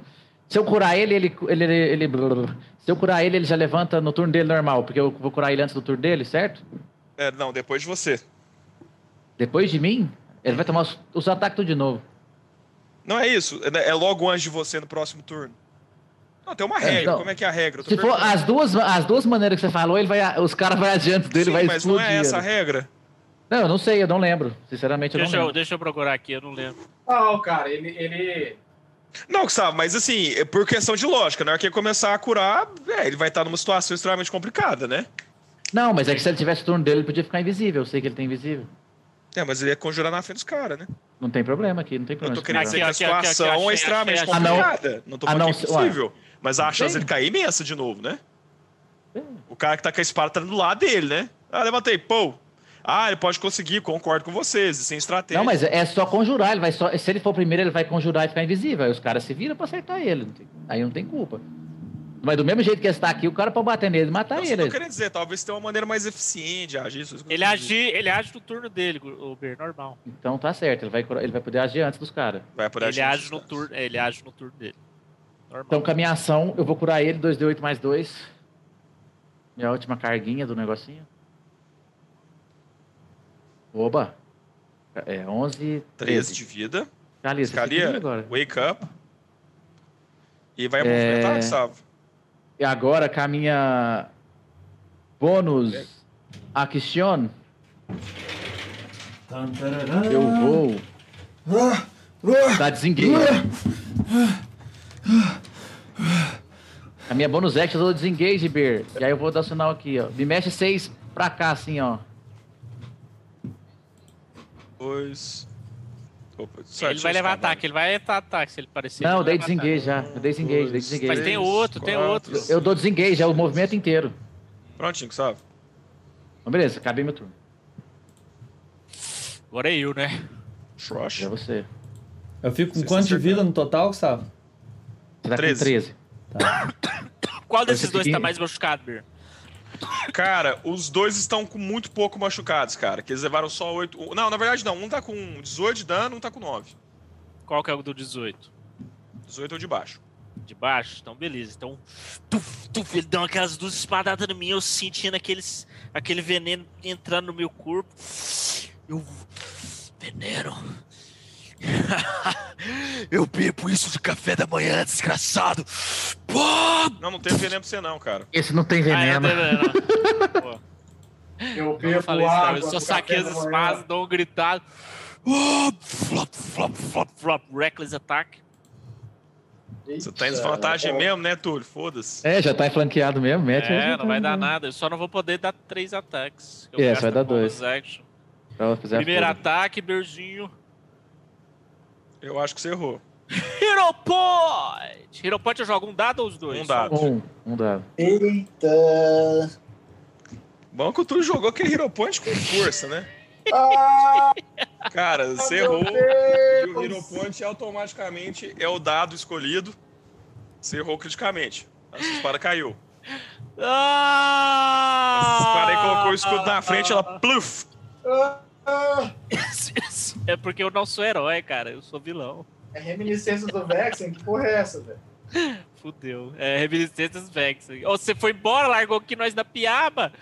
S2: Se eu curar ele, ele, ele, ele, ele- Se eu curar ele, ele já levanta no turno dele normal, porque eu vou curar ele antes do turno dele, certo?
S1: É, não, depois de você.
S2: Depois de mim, ele vai tomar os, os ataques tudo de novo.
S1: Não é isso. É é logo antes de você no próximo turno. Não, tem uma regra.
S2: então,
S1: Como é que é a regra? Eu tô
S2: Se for
S1: perguntando.
S2: as duas, as duas maneiras que você falou, ele vai, os caras vão adiante dele,
S1: Sim,
S2: vai
S1: mas
S2: explodir.
S1: não é essa a
S2: ele.
S1: regra.
S2: Não, eu não sei, eu não lembro. Sinceramente, eu
S6: Deixa
S2: não
S6: eu,
S2: lembro.
S6: deixa eu procurar aqui, eu não lembro.
S3: Não, cara, ele. ele...
S1: Não, Gustavo, mas assim, é por questão de lógica, na hora que ele começar a curar, é, ele vai estar numa situação extremamente complicada, né?
S2: Não, mas é que se ele tivesse o turno dele, ele podia ficar invisível. Eu sei que ele tem invisível.
S1: É, mas ele ia conjurar na frente dos caras, né?
S2: Não tem problema aqui, não tem
S1: Eu
S2: problema.
S1: tô querendo dizer que a
S6: Aqui, aqui, aqui,
S1: situação
S6: achei,
S1: é
S6: achei,
S1: extremamente
S6: achei.
S2: Ah, não.
S1: complicada. Não tô
S2: Ah,
S1: falando
S2: não,
S1: que é
S2: ué.
S1: impossível. Mas a chance
S2: Sim.
S1: dele cair é imensa de novo, né?
S2: Sim.
S1: O cara que tá com a espada tá do lado dele, né? Ah, levantei, pô. Ah, ele pode conseguir, concordo com vocês, sem estratégia.
S2: Não, mas é só conjurar, ele vai só. Se ele for o primeiro, ele vai conjurar e ficar invisível. Aí os caras se viram pra acertar ele. não tem- Aí não tem culpa. Mas do mesmo jeito que ele está aqui, o cara pode bater nele e matar
S1: Não, isso que eu
S2: ele.
S1: tô querendo dizer, talvez tenha uma maneira mais eficiente de agir. isso é isso que eu
S6: Ele
S1: tô querendo dizer.
S6: age, ele age no turno dele, o Ber, normal.
S2: Então tá certo, ele vai, cura- ele vai poder agir antes dos caras.
S1: Vai É por
S6: Ele
S1: agir
S6: age, no
S1: distância.
S6: turno, é, ele age no turno dele. Normal.
S2: Então, com a minha ação, eu vou curar ele, 2D8 mais 2. Minha última carguinha do negocinho. Oba! É 11,
S1: 13
S2: 13.
S1: de vida.
S2: Calista, Ah, você
S1: Escalia,
S2: queria agora.
S1: wake up. E vai
S2: É.
S1: movimentar, Gustavo.
S2: E agora com a minha bônus action, eu vou
S7: Ah, ah,
S2: dar desengage. A minha bônus action eu dou desengage, Bear. E aí eu vou dar o sinal aqui, ó. Me mexe seis pra cá, assim, ó.
S1: Dois. Opa, só
S6: ele
S1: deixa eu
S6: vai levar
S1: escaldar.
S6: ataque, ele vai estar ataque se ele parecer.
S2: Não, eu
S6: ele
S2: dei
S6: vai levar
S2: desengage já. Eu dei desengage, dei
S1: dois,
S2: desengage.
S6: Mas tem outro, tem outro.
S2: Eu dou desengage, é o movimento inteiro.
S1: Prontinho, Gustavo.
S2: Mas beleza, acabei meu turno.
S6: ataque. Agora é eu, né?
S1: Shrosh.
S2: Já É você.
S4: Eu fico com
S1: Vocês
S4: quanto de
S1: acertaram.
S4: vida no total, Gustavo?
S2: Você tá
S1: 13.
S2: com 13.
S6: Qual desses
S2: Esse
S6: dois
S2: aqui-
S6: tá mais machucado, Bir?
S1: Cara, os dois estão com muito pouco machucados, cara. Que eles levaram só oito. Não, na verdade não. Um tá com 18 de dano, um tá com 9.
S6: Qual que é o do 18?
S1: 18 é o de baixo.
S6: De baixo? Então, beleza. Então, tuf, tuf, ele deu aquelas duas espadadas no mim, eu sentindo aqueles, aquele veneno entrando no meu corpo. Eu. Veneno. *laughs* eu bebo isso de café da manhã, desgraçado. Pô!
S1: Não, não tem veneno pra você, não, cara.
S2: Esse não tem
S6: Ah, eu
S2: veneno.
S6: tô-
S3: *laughs*
S6: Pô.
S3: Eu
S6: Eu não
S3: perco
S6: falei isso, não.
S3: água.
S6: Eu só
S3: no
S6: saquei
S3: café
S6: as
S3: da manhã.
S6: espadas, dou um gritado. Oh, flop, flop, flop, flop. Reckless attack.
S1: Você tá em
S3: Eita,
S1: desvantagem
S3: ó.
S1: mesmo, né, Túlio? Foda-se.
S2: É, já tá flanqueado mesmo, mete.
S6: É, não vai dar nada. Eu só não vou poder dar três ataques. Eu
S2: É,
S6: gasto
S2: só vai dar
S6: a bonus
S2: dois.
S6: action.
S2: Pra ela fazer a
S6: Primeiro
S2: é, foda.
S6: ataque, Berzinho.
S1: Eu acho que você errou.
S6: Heropod! Heropod eu jogo um dado ou os dois?
S1: Um dado.
S2: Um, um dado.
S8: Eita!
S1: Bom que o Túlio jogou aquele Hero Point com força, né?
S8: Ah,
S1: Cara, você
S8: meu
S1: errou. E o
S8: Deus!
S1: Hero Point automaticamente é o dado escolhido. Você errou criticamente. A sua espada caiu. A
S6: Ah!
S1: sua espada aí colocou o escudo na frente, ela pluf!
S8: ah.
S6: É porque eu não sou herói, cara. Eu sou vilão.
S3: É reminiscência do Vexen? Que porra é essa, velho?
S6: Fudeu. É Reminiscências Vex. Ou você foi embora, largou aqui nós na piaba.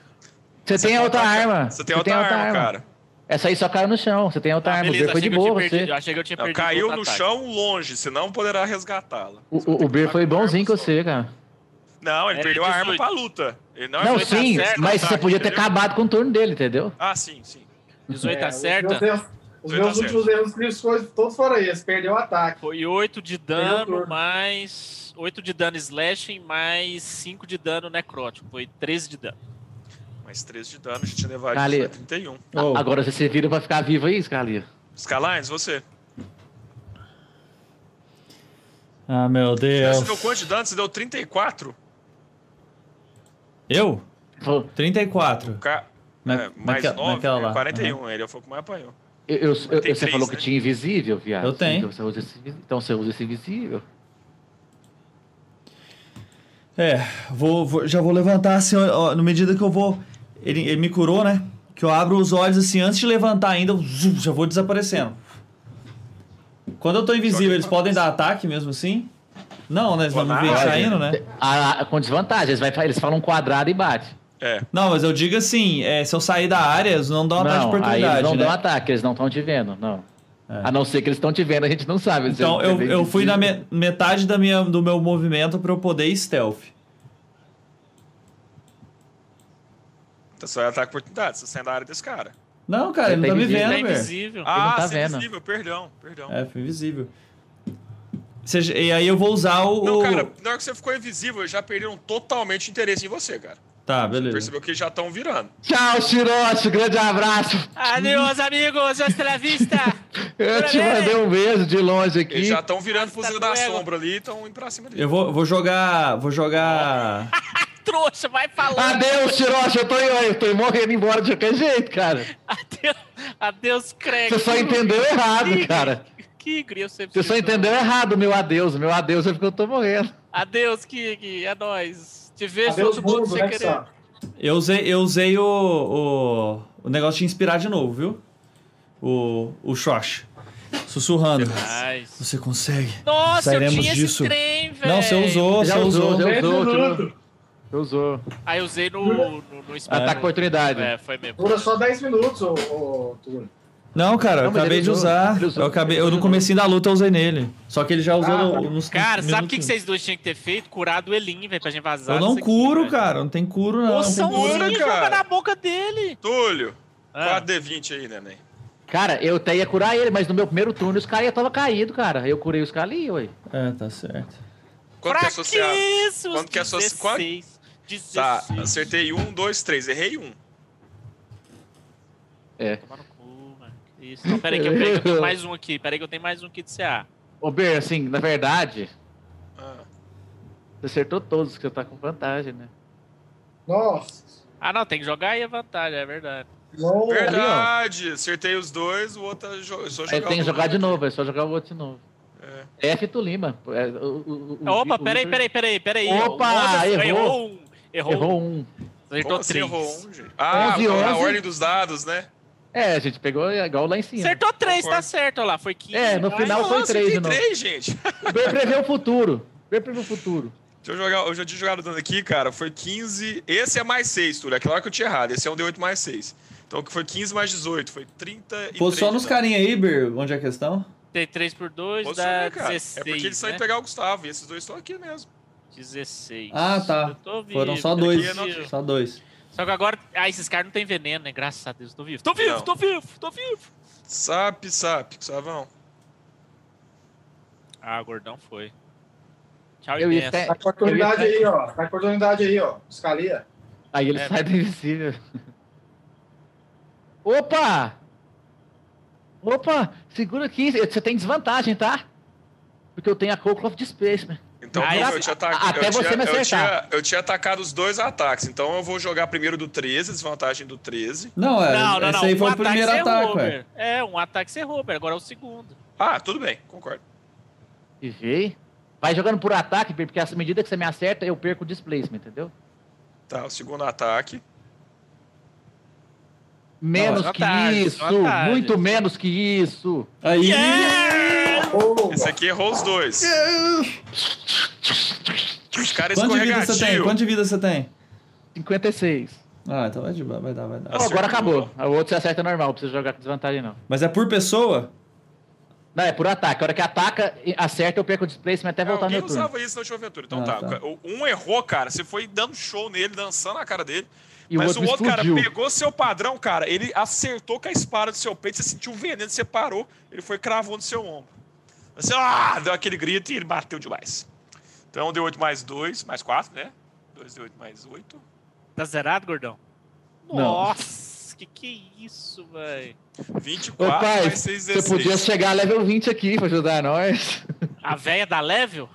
S2: Você tem outra arma.
S1: Você tem outra arma, cara.
S2: Essa aí só caiu no chão. Você tem outra
S6: Ah,
S2: arma. O
S6: beleza,
S2: Beer foi de
S6: achei que eu tinha
S2: boa.
S6: perdido.
S2: Você.
S6: Eu Achei que eu tinha
S1: Ela
S6: perdido.
S1: caiu
S6: outro
S1: no
S6: ataque.
S1: chão longe, senão poderá resgatá-la.
S2: O, o, o Beer foi bonzinho com você, cara.
S1: Não, ele
S6: É, Tá
S1: perdeu a arma
S6: 18.
S1: pra luta. Ele não,
S2: Não,
S1: aguenta
S2: sim,
S1: certo
S2: mas
S1: ataque,
S2: você podia ter
S1: entendeu?
S2: acabado com o turno dele, entendeu?
S1: Ah, sim, sim.
S6: 18
S3: É, Os
S6: acerta.
S3: meus, erros- os
S1: Você
S3: meus
S1: tá
S3: últimos erros críticos todos foram esse. Perdeu o ataque.
S6: Foi 8 de
S3: Perdeu o
S6: dano,
S3: turno.
S6: mais. 8 de dano slashing, mais 5 de dano necrótico. Foi 13 de dano.
S1: Mais 13 de dano, a gente levar
S2: Ali.
S1: isso, é 31.
S4: Oh,
S2: Ah, Agora você se vira pra ficar vivo aí, Scalia.
S1: Scalines, você.
S4: Ah, meu
S1: Você
S4: Deus.
S1: deu quanto de dano? Você deu 34?
S4: Eu?
S2: Falou,
S4: 34.
S1: Ca-
S4: Na-
S1: é, mais
S4: naquela-
S1: 9,
S4: naquela lá.
S1: 41. Ele foi o que mais apanhou.
S2: Eu, eu, eu-
S1: tem
S2: você
S1: um. três,
S2: falou
S1: né?
S2: que tinha invisível, viado.
S4: Eu tenho.
S2: Então você usa esse, então você usa esse invisível.
S4: É, vou, vou- já vou levantar assim, ó, ó, na medida que eu vou. Ele, ele me curou, né? Que eu abro os olhos assim, antes de levantar ainda, eu zum, já vou desaparecendo. Quando eu tô invisível, eles podem dar ataque mesmo assim? Não, né? Eles vão me
S1: Pode
S4: ver
S1: dar.
S4: saindo, né?
S2: Ah, com desvantagem, eles, vai, eles falam um quadrado e bate.
S1: É.
S4: Não, mas eu digo assim, é, se eu sair da área, eles não dão ataque de
S2: não, aí
S4: oportunidade,
S2: eles não
S4: né? É.
S2: dão um ataque, eles não estão te vendo, não. A não ser que eles estão te vendo, a gente não sabe. se
S4: Então
S2: você
S4: eu,
S2: é
S4: eu fui na
S2: invisível.
S4: me- metade da minha, do meu movimento pra eu poder ir stealth.
S1: Tá só ataque oportunidade, você sai da área desse cara.
S4: Não, cara,
S2: Ele
S4: ele não
S2: tá
S4: tá
S2: invisível.
S4: me vendo,
S6: Tá
S4: velho.
S6: invisível.
S1: Ah,
S2: tá
S1: você é
S2: vendo.
S1: invisível, perdão, perdão.
S4: É, foi invisível. Ou Seja, e aí eu vou usar o.
S1: Não,
S4: o-
S1: Então, cara, na hora que você ficou invisível, eles já perderam totalmente o interesse em você, cara.
S4: Tá, beleza.
S1: Percebeu que eles já estão virando.
S2: Tchau, Shiroshi, grande abraço.
S6: Adeus,
S2: Hum.
S6: amigos. Hasta
S2: *laughs*
S6: la vista.
S2: Eu te mandei um beijo de longe
S1: Eles
S2: aqui.
S1: já estão virando pro
S6: Basta
S1: Zé da
S6: duelo.
S1: Sombra ali e estão indo pra cima dele.
S4: Eu vou, vou jogar. Vou jogar.
S6: Trouxa, vai falar.
S2: Adeus, Shiroshi, eu tô, eu tô morrendo embora de qualquer jeito, cara.
S6: Adeus, adeus Craig.
S2: Você só entendeu errado, cara.
S6: Kigri, eu sempre
S2: Você só
S6: digo.
S2: entendeu errado, meu adeus. Meu adeus é porque eu tô morrendo.
S6: Adeus, Kig. É nóis. Te vejo
S3: Adeus,
S6: todo mundo
S3: mundo,
S6: sem
S3: né,
S6: querer.
S3: pessoal?
S4: Eu usei, eu usei o, o. o negócio de inspirar de novo, viu? O. O Shosh. Sussurrando.
S6: Nice.
S7: Você consegue.
S6: Nossa,
S7: Sairemos
S6: eu tinha
S7: disso.
S6: esse trem, velho.
S4: Não, você usou, você
S2: Já
S4: usou.
S2: usou, já
S3: Três
S2: usou.
S3: minutos.
S2: tirou- Você usou.
S6: Aí eu usei no, no, no espelho.
S2: Ataque oportunidade.
S6: É, foi mesmo.
S3: Dura só 10 minutos, ô, ô Túlio.
S4: Não, cara, eu
S2: Não, mas
S4: acabei
S2: ele
S4: de
S2: usou,
S4: usar.
S2: ele usou.
S4: Eu, acabei, eu no comecinho da luta eu usei nele. Só que ele já usou
S3: Ah,
S4: no-
S3: tá.
S4: nos
S6: Cara, sabe o
S4: minutos-
S6: que, que vocês dois tinham que ter feito? Curado o Elin, velho, pra gente vazar.
S4: Eu não
S6: isso aqui,
S4: curo,
S6: velho.
S4: cara. Não tem curo, não.
S6: Nossa,
S4: Não tem
S6: um
S4: curo.
S1: cura,
S6: Elin
S1: cara.
S6: joga na boca dele.
S1: Túlio,
S6: Ah,
S1: 4D20 aí, neném.
S2: Cara, eu até ia curar ele, mas no meu primeiro turno os caras estavam caídos, cara. Eu curei os caras ali, ué.
S4: É, tá certo.
S1: Quanto que é
S6: pra
S1: associado?
S6: que isso?
S1: Quanto que é associado? Qual-
S6: 16. 16.
S1: Tá, acertei um, dois, três. Errei um.
S2: É.
S6: Tomar no cu, velho. Isso. Não, peraí que eu pego-
S2: *laughs*
S6: eu tenho mais um aqui. Peraí que eu tenho mais um aqui de CA.
S2: Ô, Ber, assim, na verdade,
S1: Ah,
S2: você acertou todos, que você tá com vantagem, né?
S3: Nossa.
S6: Ah, não, tem que jogar e é vantagem, é verdade.
S3: Não,
S1: verdade, acertei os dois, o outro é jo- só jogar.
S2: Aí tem que
S1: o
S2: jogar de
S1: outro.
S2: novo, é só jogar o outro de novo.
S1: É.
S2: F do Lima. é, o- o- o- o-
S6: Opa,
S2: o-
S6: peraí,
S2: o-
S6: peraí, peraí, peraí.
S2: Opa,
S6: Nossa,
S2: errou.
S6: Errou um. Errou, um.
S2: Errou um.
S1: Como
S6: Acertou
S1: assim
S6: três.
S1: errou um, gente? Ah,
S2: 11,
S1: a
S2: 11.
S1: ordem dos dados, né?
S2: É, a gente pegou igual lá em cima.
S6: Acertou três,
S1: Concordo.
S6: tá certo, olha lá. Foi 15.
S2: É, no
S6: Ai,
S2: final foi
S1: Nossa,
S2: três
S1: tem
S2: de novo.
S1: três, gente. *laughs*
S2: O Ber prevê o futuro. O Ber prevê o futuro.
S1: Deixa eu jogar, eu já tinha jogado dando aqui, cara. Foi 15. Esse é mais 6, Túlio. Aquela hora que eu tinha errado. Esse é um D8 mais 6. Então que foi 15 mais 18, foi 30
S4: Pô, só nos carinha aí, Ber, onde é a questão?
S6: 33 por 2 dá
S1: Dá cara.
S6: 16.
S1: é porque eles saíram
S6: né?
S1: pegar o Gustavo. E esses dois estão aqui mesmo.
S6: 16.
S4: Ah, tá.
S6: Eu tô vivo, é
S4: Foram só dois.
S6: tranquilo.
S4: Só dois.
S6: Só que agora. Ah, esses caras não tem veneno, né? Graças a Deus. Tô vivo, tô vivo,
S1: Não.
S6: tô vivo, tô vivo.
S1: Sap, sap, Gustavão.
S6: Ah, gordão foi. Tchau,
S2: Eu ia
S6: imenso.
S2: até-
S3: Tá com a oportunidade aí, ó. Tá com a oportunidade aí, ó. Escalia.
S2: Aí ele
S6: É.
S2: sai do invisível. Opa! Opa! Segura aqui, você tem desvantagem, tá? porque eu tenho a Cloak of Displacement.
S1: Então,
S2: Ah,
S1: não,
S2: essa-
S1: eu
S2: a-
S1: tinha atacado.
S2: até
S1: Eu,
S2: você
S1: tinha,
S2: me
S1: eu,
S2: acertar.
S1: tinha, eu tinha atacado os dois ataques. Então eu vou jogar primeiro do 13, desvantagem do 13.
S4: Não, é,
S6: Não, não,
S4: esse
S6: não.
S4: aí
S6: um
S4: foi o
S6: ataque
S4: primeiro
S6: você errou,
S4: ataque, velho.
S6: Ber. É, um ataque você errou, Ber. Agora é o segundo.
S1: Ah, tudo bem, concordo.
S2: E vê. Vai jogando por ataque, Ber, porque à medida que você me acerta, eu perco o displacement, entendeu?
S1: Tá, o segundo ataque.
S2: Menos que
S6: desvantagem,
S2: isso!
S6: desvantagem.
S2: Muito menos que isso!
S4: Aí.
S1: Esse aqui errou
S4: *laughs*
S1: os dois. Os caras
S4: Quanto de vida você tem?
S1: escorregadios.
S4: Quanto de vida você tem?
S2: 56.
S4: Ah, então vai, de- vai dar, vai dar.
S1: Acertou.
S2: Agora acabou. O outro você acerta normal, não precisa jogar com desvantagem, não.
S4: Mas é por pessoa?
S2: Não, é por ataque. A hora que ataca, e acerta, eu perco o displacement até
S1: É,
S2: voltar no
S1: Alguém
S2: meu turno.
S1: usava isso na última aventura. Então
S4: Ah,
S1: tá.
S4: tá.
S1: o- Um errou, cara. Você foi dando show nele, dançando na cara dele.
S2: E o
S1: mas
S2: outro,
S1: o outro
S2: explodiu.
S1: cara pegou seu padrão, cara. Ele acertou com a espada do seu peito. Você sentiu o veneno, você parou. Ele foi cravou no seu ombro. Você ah, deu aquele grito e ele bateu demais. Então deu 8 mais 2, mais 4, né? 2 deu 8 mais 8.
S6: Tá zerado, gordão?
S2: Não.
S6: Nossa, que que isso, velho?
S1: 24
S2: Ô, pai,
S1: mais 6,
S2: Você
S1: 16.
S2: podia chegar a level 20 aqui pra ajudar nós. *laughs*
S6: A véia
S3: *laughs*
S6: da level?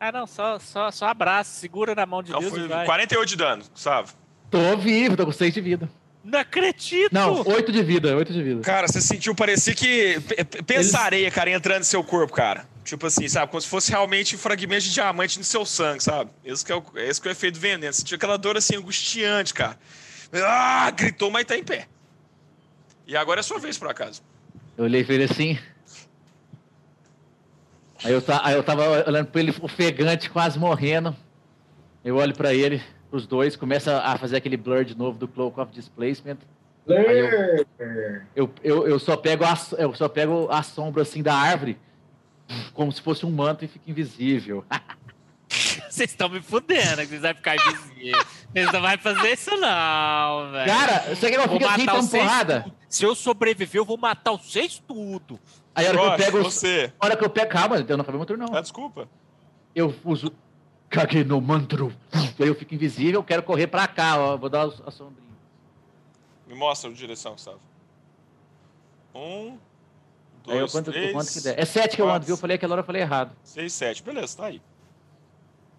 S6: Ah, não, só, só, só abraça, segura na mão de
S1: Então
S6: Deus e
S1: foi
S6: vai.
S1: 48 de dano, Gustavo.
S2: Tô vivo, tô com 6 de vida.
S6: Não acredito!
S2: Não, 8 de vida, 8 de vida.
S1: Cara, você sentiu, parecia que. pe- pe- Pensa a areia, cara, entrando no seu corpo, cara. Tipo assim, sabe? Como se fosse realmente um fragmento de diamante no seu sangue, sabe? Esse que é o, esse que é o efeito do veneno. Sentiu aquela dor assim, angustiante, cara. Ah, gritou, mas tá em pé. E agora é sua vez, por acaso.
S2: Eu olhei pra ele assim. Aí eu, ta- aí eu tava olhando pra ele ofegante, quase morrendo. Eu olho pra ele, os dois, começa a fazer aquele blur de novo do Cloak of Displacement.
S3: Ler.
S2: Eu, eu, eu só pego a, so- eu só pego a sombra assim da árvore, como se fosse um manto e fica invisível. *laughs*
S6: É. Vocês estão me fudendo, né? que vocês vão ficar invisíveis. Vocês não vão fazer isso, não, velho.
S2: Cara, você quer que eu
S6: Vou
S2: fique assim,
S6: matar
S2: tão
S6: vocês
S2: porrada?
S6: Se eu sobreviver, eu vou matar vocês tudo.
S2: Aí a hora que eu
S1: Rocha,
S2: pego. os-
S1: você.
S2: A hora que eu pego. Calma, eu não acabei meu turno, não.
S1: Ah, desculpa.
S2: Eu uso. Caguei no mantro. Aí eu fico invisível, eu quero correr pra cá, ó. Vou dar a sombrinha.
S1: Me mostra a direção, Gustavo. Um,
S2: Aí eu
S1: dois,
S2: quanto,
S1: três,
S2: quanto que der. É 7 que eu
S1: quatro.
S2: ando, viu? Eu falei aquela hora, eu falei errado.
S1: seis, sete. Beleza, tá aí.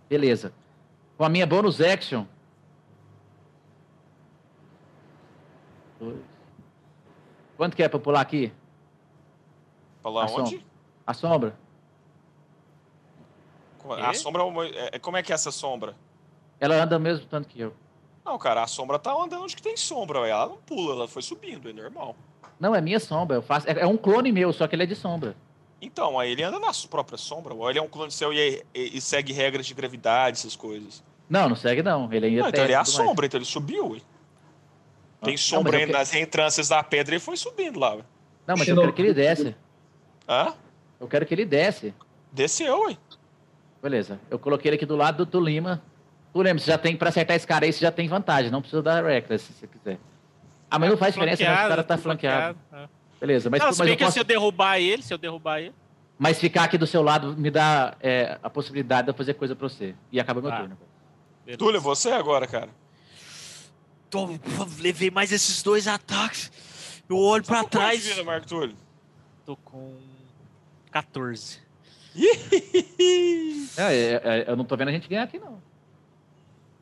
S2: Beleza. Com a minha bonus action. Dois. Quanto que é pra eu pular aqui?
S1: Falar
S2: Ação.
S1: onde?
S2: A sombra?
S1: A
S6: Quê?
S1: sombra é uma- é- é- Como é que é essa sombra?
S2: Ela anda o mesmo tanto que eu.
S1: Não, cara, a sombra tá andando onde que tem sombra, ué. ela não pula, ela foi subindo, é normal.
S2: Não, é minha sombra. Eu faço. É, é um clone meu, só que ele é de sombra.
S1: Então, aí ele anda na sua própria sombra, ou ele é um clone seu e, e- e segue regras de gravidade, essas coisas.
S2: Não, não segue não. Ele ainda
S1: Não, então ele é a
S2: tudo mais.
S1: sombra, então ele subiu. ué. Tem
S2: Ah, não,
S1: sombra
S2: mas eu
S1: ainda nas entrâncias da pedra e ele foi subindo lá. ué.
S2: Não, mas eu quero que ele desce.
S1: Hã?
S2: Eu quero que ele desce.
S1: Desceu, ué.
S2: Beleza. Eu coloquei ele aqui do lado do, do Lima. Tu lembra, você já tem, pra acertar esse cara aí, você já tem vantagem. Não precisa dar Reckless, se você quiser. Ah, mas não faz diferença, né? O cara tá flanqueado. Beleza, mas, um
S6: Mas, é. não,
S2: mas
S6: se bem
S2: eu
S6: que
S2: posso-
S6: se eu derrubar ele, se eu derrubar ele.
S2: mas ficar aqui do seu lado me dá é, a possibilidade de eu fazer coisa pra você. E acaba meu
S6: Tá.
S2: turno.
S6: beleza.
S1: Túlio, você agora, cara.
S6: Tô- pô, levei mais esses dois ataques. Eu olho pra
S1: Quanto
S6: trás.
S1: de vida, Marco Túlio.
S6: Tô com 14.
S2: É, é, é, eu não tô vendo a gente ganhar aqui, não.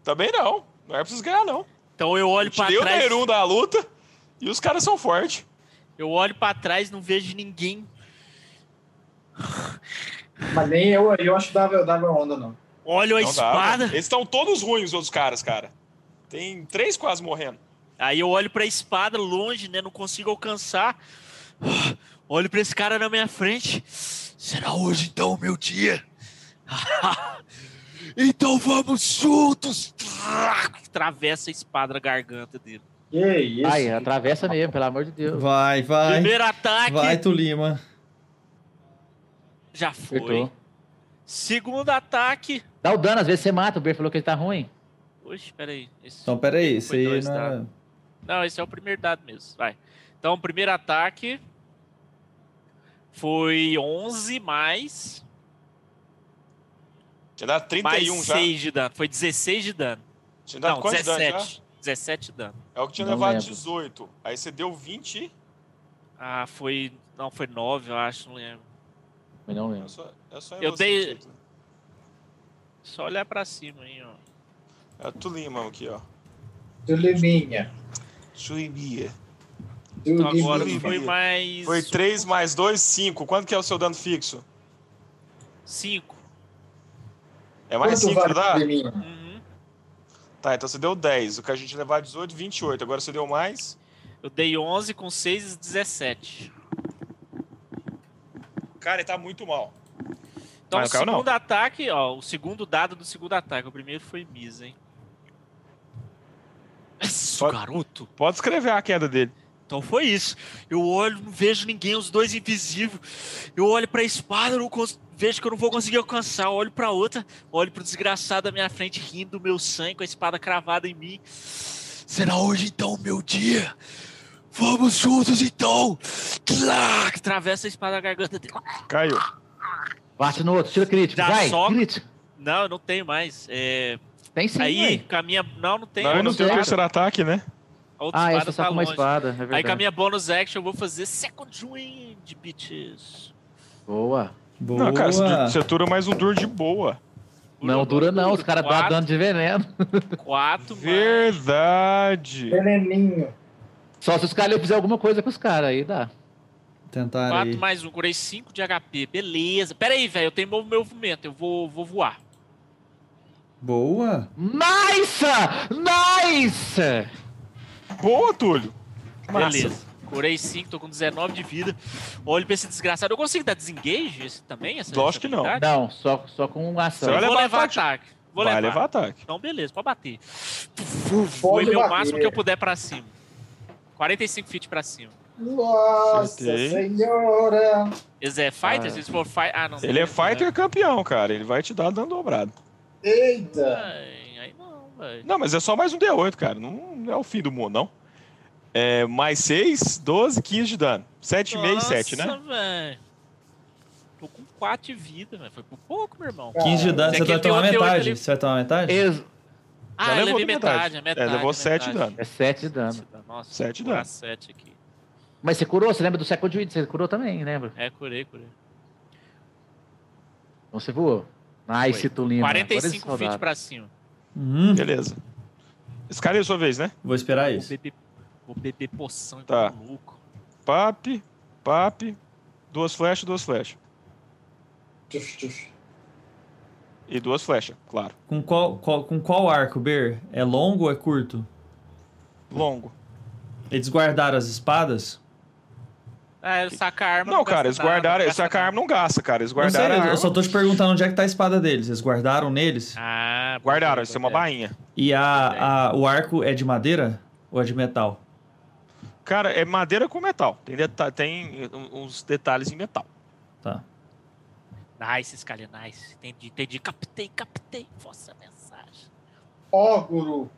S1: Também não. Não é preciso ganhar, não.
S6: Então eu olho
S1: Eu
S6: pra
S1: tirei o
S6: trás.
S1: Nerum da luta e os caras são fortes.
S6: Eu olho pra trás, não vejo ninguém.
S3: Mas nem eu aí, eu acho que dava, dava onda, não.
S6: Olho a
S1: Não dá,
S6: espada.
S1: velho. Eles estão todos ruins, os outros caras, cara. Tem três quase morrendo.
S6: Aí eu olho pra espada longe, né? Não consigo alcançar. Ah, Olho pra esse cara na minha frente. Será hoje então o meu dia? *laughs* então vamos juntos! Atravessa Ah, a espada na garganta dele.
S3: Que isso.
S2: Ai, atravessa mesmo, pelo amor de Deus.
S4: Vai, vai.
S6: Primeiro ataque
S4: Vai, Tulima.
S6: já foi.
S2: tá Acertou.
S6: Segundo ataque.
S2: Dá o dano, às vezes você mata. O Ber falou que ele tá ruim.
S6: Oxe, peraí. Esse...
S4: Então, pera aí. Isso
S6: Foi
S4: aí
S6: dois,
S4: não
S6: tá?
S4: é...
S6: Não, esse é o primeiro dado mesmo. Vai. Então, primeiro ataque foi 11 mais.
S1: Tinha dado
S6: Mais
S1: 31 já.
S6: 6 de dano. Foi 16 de dano.
S1: Tinha dado
S6: Não,
S1: quantos danos já?
S6: 17. 17 de dano.
S1: É o que tinha
S2: Não
S1: levado
S2: lembro.
S1: 18. Aí você deu 20.
S6: Ah, foi Não, foi 9, eu acho, não lembro.
S2: Mas não
S1: É
S2: lembro.
S1: só, é só em
S6: Eu
S1: você,
S6: dei-
S1: Tito.
S6: Só olhar pra cima aí, ó.
S1: É tu limão aqui, ó.
S8: Do Liminha.
S1: Suimia.
S8: Do
S6: Então agora
S1: Liminha.
S6: foi mais.
S1: Foi 3 mais 2, 5. Quanto que é o seu dano fixo?
S6: 5.
S1: É mais 5 que dá?
S8: Liminha?
S6: Uhum.
S1: Tá, então você deu 10. O que a gente levar é 18, 28. Agora você deu mais.
S6: Eu dei 11 com 6, 17.
S1: Cara, ele tá muito mal.
S6: Então,
S1: Ah,
S6: o
S1: não caiu, não.
S6: segundo ataque, ó, o segundo dado do segundo ataque. O primeiro foi Miss, hein? Isso,
S1: Pode-
S6: garoto.
S1: Pode escrever a queda dele.
S6: Então foi isso. Eu olho, não vejo ninguém, os dois invisíveis. Eu olho pra espada, eu não cons- vejo que eu não vou conseguir alcançar. Eu olho pra outra, olho pro desgraçado da minha frente, rindo do meu sangue, com a espada cravada em mim. Será hoje então o meu dia? Vamos juntos então! Tlá! Atravessa a espada na garganta dele.
S4: é-
S1: Caiu.
S2: Bate no outro, tira crítico.
S6: Já
S2: Vai,
S6: soca.
S2: crítico.
S6: Não, eu não tenho mais. É,
S2: Tem sim,
S6: aí,
S2: aí.
S6: com a minha. Não, não tem.
S1: Não, eu não
S2: Bônus
S1: tenho o
S2: action.
S1: terceiro ataque, né?
S6: A outra
S2: Ah,
S6: espada
S2: essa
S6: tá
S2: só com uma
S6: longe.
S2: espada, é verdade.
S6: Aí com a minha bonus action eu vou fazer second wind, bitches.
S2: Boa.
S4: Boa.
S1: Não, cara, você- você dura mais um duro de boa.
S2: Não dura não, os caras dão
S6: Quatro.
S2: dano de veneno. *laughs*
S6: 4 mais.
S1: Verdade.
S8: Veneninho.
S2: Só se os caras fizer alguma coisa com os caras, aí dá.
S4: Tentar
S6: 4
S4: ali.
S6: mais 1, curei 5 de HP. Beleza. Pera aí, velho, eu tenho meu movimento, eu vou, vou voar.
S4: Boa.
S2: Nice! Nice!
S1: Boa, Túlio.
S6: Beleza. Curei 5, tô com 19 de vida. Olho pra esse desgraçado. Eu consigo dar desengage esse também? Essa,
S1: Lógico que não.
S6: habilidade?
S2: Não, só, só com ação.
S1: Você
S6: Eu
S1: vai
S6: vou
S1: levar
S6: levar
S1: ataque.
S6: ataque. Vou
S1: Vai
S6: levar.
S1: levar ataque.
S6: Então, beleza, pode bater. Vou meu
S8: bater.
S6: máximo que eu puder pra cima. 45 feet pra cima.
S8: Nossa
S1: Acertei.
S8: senhora.
S6: Eles é fighter? Se eles for fighter. Ah, não.
S1: Ele é
S6: não, não,
S1: fighter campeão, cara. Ele vai te dar dano dobrado.
S8: Eita.
S6: Ai, aí não, velho.
S1: Não, mas é só mais um D8, cara. Não, não é o fim do mundo, não. É, mais 6, 12, 15 de dano. 7,5 e 7, né?
S6: Nossa, velho. Tô com 4 de vida, velho. Foi por pouco, meu irmão.
S4: 15 de dano.
S6: Você
S4: Você
S6: aqui
S4: vai
S6: É tem um
S4: tomar
S6: oito, oito
S4: metade.
S6: ali.
S4: Você vai tomar metade?
S2: Ex-
S6: Ah,
S1: Já
S6: eu
S1: levou
S6: levei
S1: da
S6: metade,
S1: metade.
S6: é metade.
S1: É, levou sete
S6: metade.
S1: dano.
S2: é 7 de dano.
S6: Nossa,
S1: Sete
S6: vou curar
S1: dano.
S6: sete aqui.
S2: Mas você curou, você lembra do Second Wind? Você curou também, lembra?
S6: É, curei, curei.
S2: Então você voou. Nice,
S6: Foi.
S2: Tulima.
S6: 45 feet pra cima.
S4: Uhum.
S1: Beleza. Esse cara é a sua vez, né?
S4: Vou esperar
S6: Vou
S4: isso.
S6: beber, vou beber poção
S1: Tá.
S6: tá. louco.
S1: Pap, pap. Duas flechas, duas flechas.
S8: Tchuf, tchuf.
S1: E duas flechas, claro.
S4: Com qual, qual- com qual arco, Ber? É longo ou é curto?
S1: Longo.
S4: Eles guardaram as espadas?
S6: Ah, eu saca a arma.
S1: Não, cara, eles
S6: gasta
S1: guardaram.
S6: nada, não
S1: Essa
S6: gasta
S1: arma não gasta, cara. Eles
S4: Não sei,
S1: guardaram. a
S4: eu
S1: arma.
S4: só tô te perguntando onde é que tá a espada deles. Eles guardaram neles?
S6: nada. Ah,
S1: Guardaram,
S6: beleza,
S1: isso é uma
S6: beleza.
S1: bainha.
S4: E a, a- o arco é de madeira ou é de metal?
S1: Cara, é madeira com metal. Tem, deta- tem eh, uns detalhes em metal.
S4: Tá.
S6: Nice, Scalia, nice. Entendi, entendi. Captei, captei. Força a mensagem.
S8: Ó, guru.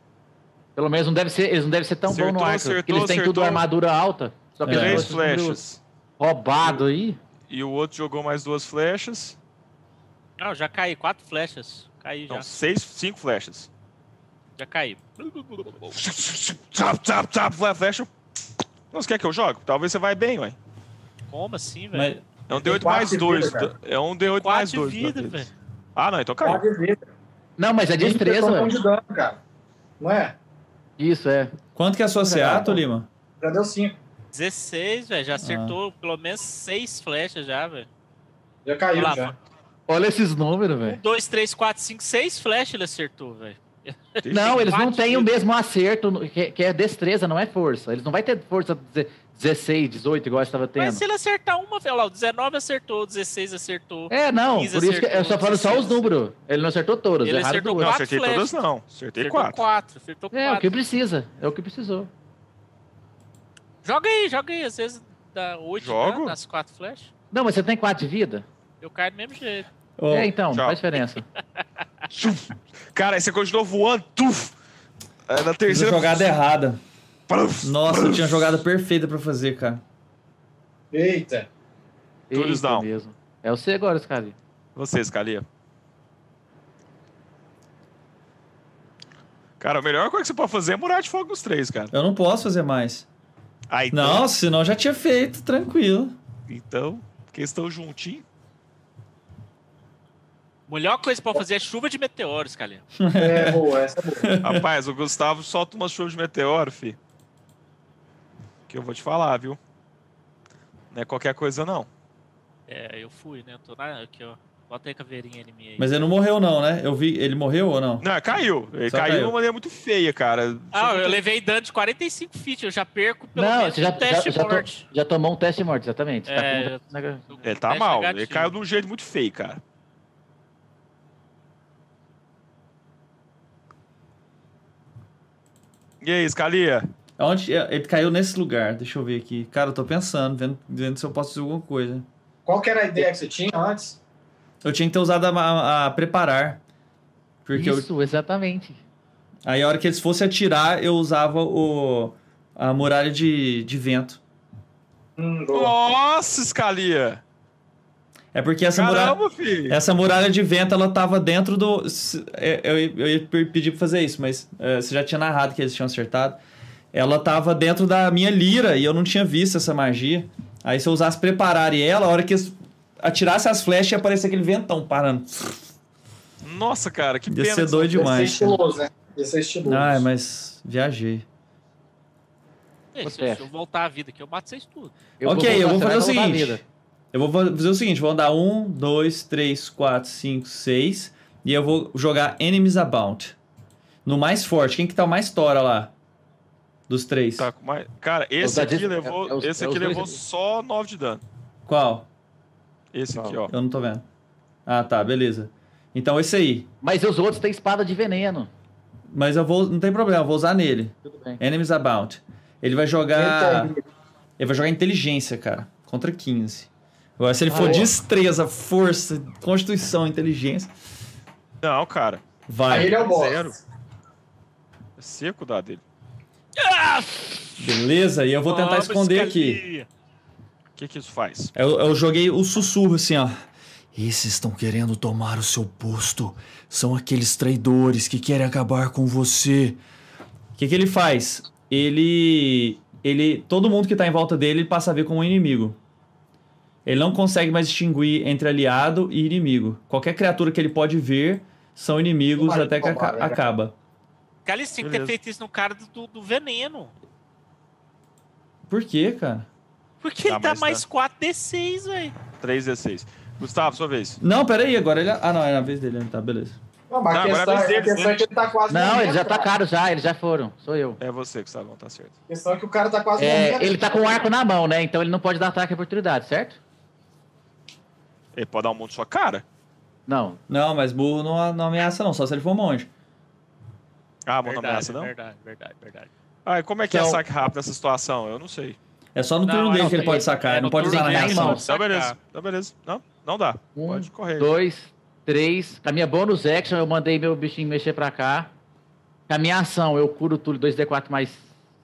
S2: Pelo menos não deve ser, eles não devem ser tão bons
S1: Acertou,
S2: no arco.
S1: acertou,
S2: porque eles têm tudo
S1: acertou.
S2: armadura alta. Só que
S4: É.
S2: eles
S1: Três
S2: foram tudo
S1: flechas.
S2: Roubado aí.
S1: E o outro jogou mais duas flechas.
S6: Não, já caí. Quatro flechas. Caí já.
S1: Não, seis, cinco flechas.
S6: Já caí.
S1: Tap, tap, tap, vai a flecha. Não, você quer que eu jogue? Talvez você vai bem, ué.
S6: Como assim, velho?
S4: Mas,
S1: É um
S8: Tem
S1: D8
S8: quatro
S1: mais
S8: de
S1: 2.
S8: vida, cara.
S1: É um D8
S6: Quatro
S1: mais
S6: de
S1: 2.
S6: vida, velho.
S1: Ah, não, então
S8: Tá
S1: caiu.
S8: de vida.
S2: Não, mas é destreza,
S8: Tem que ter um
S2: velho.
S8: de dano, cara. Não é?
S2: Isso, é.
S4: quanto que é a sua CA, Tolima?
S8: Já deu 5.
S6: 16, velho.
S2: Ah.
S6: Já acertou pelo menos seis flechas já, velho.
S8: Já caiu,
S6: Olha lá,
S8: já.
S2: Olha esses números, velho.
S6: 2, 3, 4, 5, 6 flechas ele acertou, velho.
S2: *laughs* Não, eles não
S6: quatro
S2: têm o
S6: tiros.
S2: mesmo acerto, no- que, que é destreza, não é força. Eles não vão ter força de- 16, 18, igual estava tendo.
S6: Mas se ele acertar uma, velho, lá, o 19 acertou, o 16 acertou.
S2: É, não. Por
S6: 15
S2: isso que eu
S6: acertou,
S2: só falo só os
S6: 16.
S2: números. Ele não acertou é todas,
S6: Ele
S2: erraram
S6: acertou
S2: duas.
S1: Não,
S6: quatro
S1: acertei
S6: flechas.
S1: todas, não. Acertei
S6: acertou
S1: 4.
S6: 4. Acertou
S2: É, o
S6: 4.
S2: que precisa. É o que precisou.
S6: Joga aí, joga aí. Às vezes dá 8
S1: Jogo?
S6: né, nas 4 flechas.
S2: Não, mas você tem 4 de vida?
S6: Eu caio do mesmo jeito.
S4: Ô,
S2: é, então,
S1: tchau.
S2: faz
S1: *laughs*
S2: diferença.
S1: Cara, aí você continuou voando. Tuf! É, na
S4: fiz a
S1: terceira.
S4: jogada errada.
S1: Pluf!
S4: Nossa, eu tinha uma jogada perfeita pra fazer, cara.
S8: Eita.
S1: Todos
S2: Eita
S1: down.
S2: mesmo. É o C agora, Scali.
S1: Você, Scalia. Cara, a melhor coisa que você pode fazer é murar de fogo nos três, cara.
S4: Eu não posso fazer mais.
S1: Aí,
S4: Não, senão eu já tinha feito, tranquilo.
S1: Então, porque eles estão juntinho.
S6: A melhor coisa pra fazer é chuva de
S2: *laughs*
S6: meteoros, Calé.
S8: É boa, essa é boa.
S1: *laughs* Rapaz, o Gustavo solta uma chuva de meteoro, fi. Que eu vou te falar, viu? Não é qualquer coisa, não.
S6: É, eu fui, né? Eu tô na. Aqui, ó. Bota aí a caveirinha em mim aí.
S4: Mas ele não morreu, não, né? Eu vi. Ele morreu ou não?
S1: Não, caiu. Ele
S4: Só
S1: caiu de
S4: caiu.
S1: uma maneira muito feia, cara.
S6: Ah, eu levei dano de 45 feet, eu já perco pelo
S2: Não,
S6: menos
S2: você já,
S6: um
S2: já, já,
S6: teste de
S2: to-
S6: morte.
S2: já tomou um teste de morte, exatamente. Você
S6: É,
S2: tá com um-
S1: Ele tá
S6: Teste
S1: mal. Ele
S6: negativo.
S1: caiu de um jeito muito feio, cara. E aí, Scalia?
S4: Onde, é, ele caiu nesse lugar, deixa eu ver aqui. Cara, eu tô pensando, vendo, vendo se eu posso fazer alguma coisa.
S8: Qual que era a ideia que você tinha antes?
S4: Eu tinha que ter usado a, a- a preparar. Porque eu-
S2: Isso, exatamente.
S4: aí a hora que eles fossem atirar, eu usava o, a muralha de, de vento.
S8: Hum, boa.
S1: Nossa, Scalia!
S4: É porque essa muralha.
S1: Caramba, filho!
S4: Essa muralha de vento, ela tava dentro do. se- é, Eu, ia- eu ia pe- pedir pra fazer isso, mas é, você já tinha narrado que eles tinham acertado. Ela tava dentro da minha lira e eu não tinha visto essa magia. Aí se eu usasse preparar e ela, a hora que eles atirassem as flechas, ia aparecer aquele ventão parando.
S1: Nossa, cara, que
S4: Ia
S1: pena.
S4: ser
S1: que-
S4: doido
S8: Ia ser
S4: demais. cara.
S8: estiloso, né? Ia ser estiloso.
S4: Ai, mas viajei.
S6: É, se, eu,
S2: Acontece.
S6: se eu voltar à vida aqui, eu mato vocês tudo.
S4: ok, eu vou fazer o
S2: voltar, você vai voltar à
S4: seguinte.
S2: vida.
S4: Eu vou fa- fazer o seguinte, vou andar um, dois, três, quatro, cinco, seis. E eu vou jogar Enemies Abound. No mais forte. Quem que tá o mais tora lá? Dos três.
S1: Tá com mais- Cara, esse
S2: da
S1: aqui
S2: Disney,
S1: levou,
S2: é- é os-
S1: esse
S2: é os
S1: aqui
S2: dois
S1: levou
S2: ali.
S1: só 9 de dano.
S4: Qual?
S1: Esse aqui, ó.
S4: Eu não tô vendo. Ah, tá, beleza. Então esse aí.
S2: Mas os outros têm espada de veneno.
S4: Mas eu vou. Não tem problema, eu vou usar nele.
S2: Tudo bem.
S4: Enemies Abound. Ele vai jogar. Ele vai jogar inteligência, cara. Contra 15. Agora, se ele for
S2: Boa.
S4: destreza, força, constituição, inteligência.
S1: Não, cara.
S4: Vai.
S8: Aí ele é o boss.
S1: Zero. É seco dá dele.
S4: Beleza? E eu vou
S1: Ah,
S4: tentar
S6: Vamos,
S4: esconder aqui.
S6: Scalia.
S1: O que que isso faz?
S4: Eu, eu joguei o sussurro assim, ó.
S7: Esses estão querendo tomar o seu posto. São aqueles traidores que querem acabar com você.
S4: O que, que ele faz? Ele. Ele. Todo mundo que tá em volta dele ele passa a ver como um inimigo. Ele não consegue mais distinguir entre aliado e inimigo. Qualquer criatura que ele pode ver são inimigos
S8: Tomara,
S4: até que aca-
S8: tomara, cara.
S4: acaba.
S6: Calha, você tem que
S1: Beleza.
S6: ter feito isso no cara do- do, do veneno.
S4: Por quê, cara? Tá,
S6: Porque
S1: Dá
S6: ele dá
S1: mais
S6: mais 4d6, velho.
S1: 3 D6. Gustavo, sua vez.
S4: Não, peraí, agora ele. Ah, não, é na vez dele, tá, beleza.
S8: Não, mas
S1: Não,
S8: a questão,
S1: agora é
S8: a
S1: deles,
S8: questão é que ele tá quase
S2: Não,
S3: um
S8: morrendo,
S2: eles já
S3: né?
S8: cara.
S2: tacaram já, eles já foram. Sou eu.
S1: É você, Gustavo, tá certo.
S8: A questão é que o cara tá quase
S3: um
S2: É,
S8: morrendo.
S2: ele tá com o arco na mão, né? Então ele não pode dar ataque à oportunidade, certo?
S1: Ele pode dar um monte na sua cara.
S2: Não.
S4: Não, mas burro não, não ameaça, não, só se ele for um monge.
S1: Ah, mão não ameaça, não?
S6: Verdade, né? verdade, verdade.
S1: Ah, e como é que é
S4: Então-
S1: saque rápido nessa situação? Eu não sei.
S4: É só no
S6: Não,
S4: turno
S6: é
S4: dele
S6: no
S4: que ele
S6: turno-
S4: pode sacar,
S6: é
S4: ele não
S6: no
S4: pode usar
S6: turno
S4: na
S2: dele,
S4: reação.
S2: irmão.
S1: Tá, beleza. Tá, beleza. Não, não dá.
S2: Um,
S1: Pode correr.
S2: Dois, três. Com a minha bonus action, eu mandei meu bichinho mexer pra cá. Com a minha ação, eu curo o Túlio 2D4 mais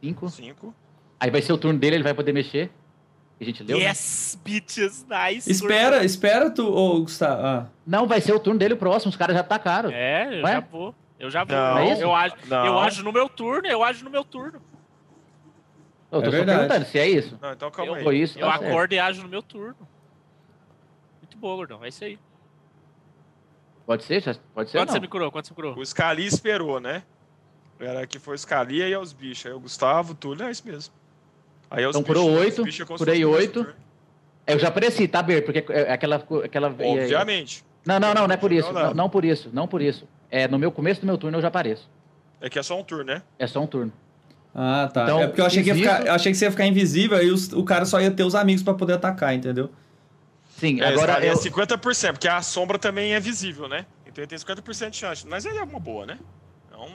S2: 5.
S1: Cinco.
S2: Aí vai ser o turno dele, ele vai poder mexer. A gente leu? né?
S6: yes, bitches, nice.
S4: Espera, espera tu, ô, Gustavo. Ah,
S2: Não, vai ser o turno dele o próximo, os caras já tá tacaram.
S6: É, eu
S2: Ué?
S6: já vou. Eu já vou.
S1: Não.
S2: É isso?
S6: eu, ajo,
S1: Não.
S6: eu ajo no meu turno, eu ajo no meu turno.
S2: eu tô só
S4: é verdade.
S2: perguntando se é isso.
S1: Não, então calma
S2: Foi
S1: aí.
S2: isso,
S6: Eu
S2: tá certo.
S6: acordo e ajo no meu turno. Muito bom, gordão. É isso aí.
S2: Pode ser? já- Pode ser
S6: Quanto você
S2: não.
S6: me curou? Quanto você me curou?
S1: O Scali esperou, né? Era que foi o Scali e os bichos. Aí o Gustavo, o Túlio, é isso mesmo. Aí é os
S2: Então curou
S1: bichos- os
S2: oito,
S1: bichos é como se
S2: curei
S1: fosse um
S2: oito.
S1: bicho, né?
S2: Eu já apareci, tá, Ber? Porque é aquela... aquela
S1: Obviamente. Então
S2: Não, não, não, não é por isso.
S1: Não, não.
S2: Não, não por isso, não por isso. É, no meu começo do meu turno eu já apareço.
S1: É que é só um turno, né?
S2: É só um turno.
S4: ah tá.
S2: Então,
S4: é porque eu achei, que ia
S2: fiz
S4: ficar,
S2: isso.
S4: eu achei que você ia ficar invisível e os- o cara só ia ter os amigos pra poder atacar, entendeu?
S2: Sim,
S1: É,
S2: agora
S1: Scali
S2: eu...
S1: é 50%, porque a sombra também é visível, né? Então ele tem 50% de chance. Mas ele é uma boa, né? Então,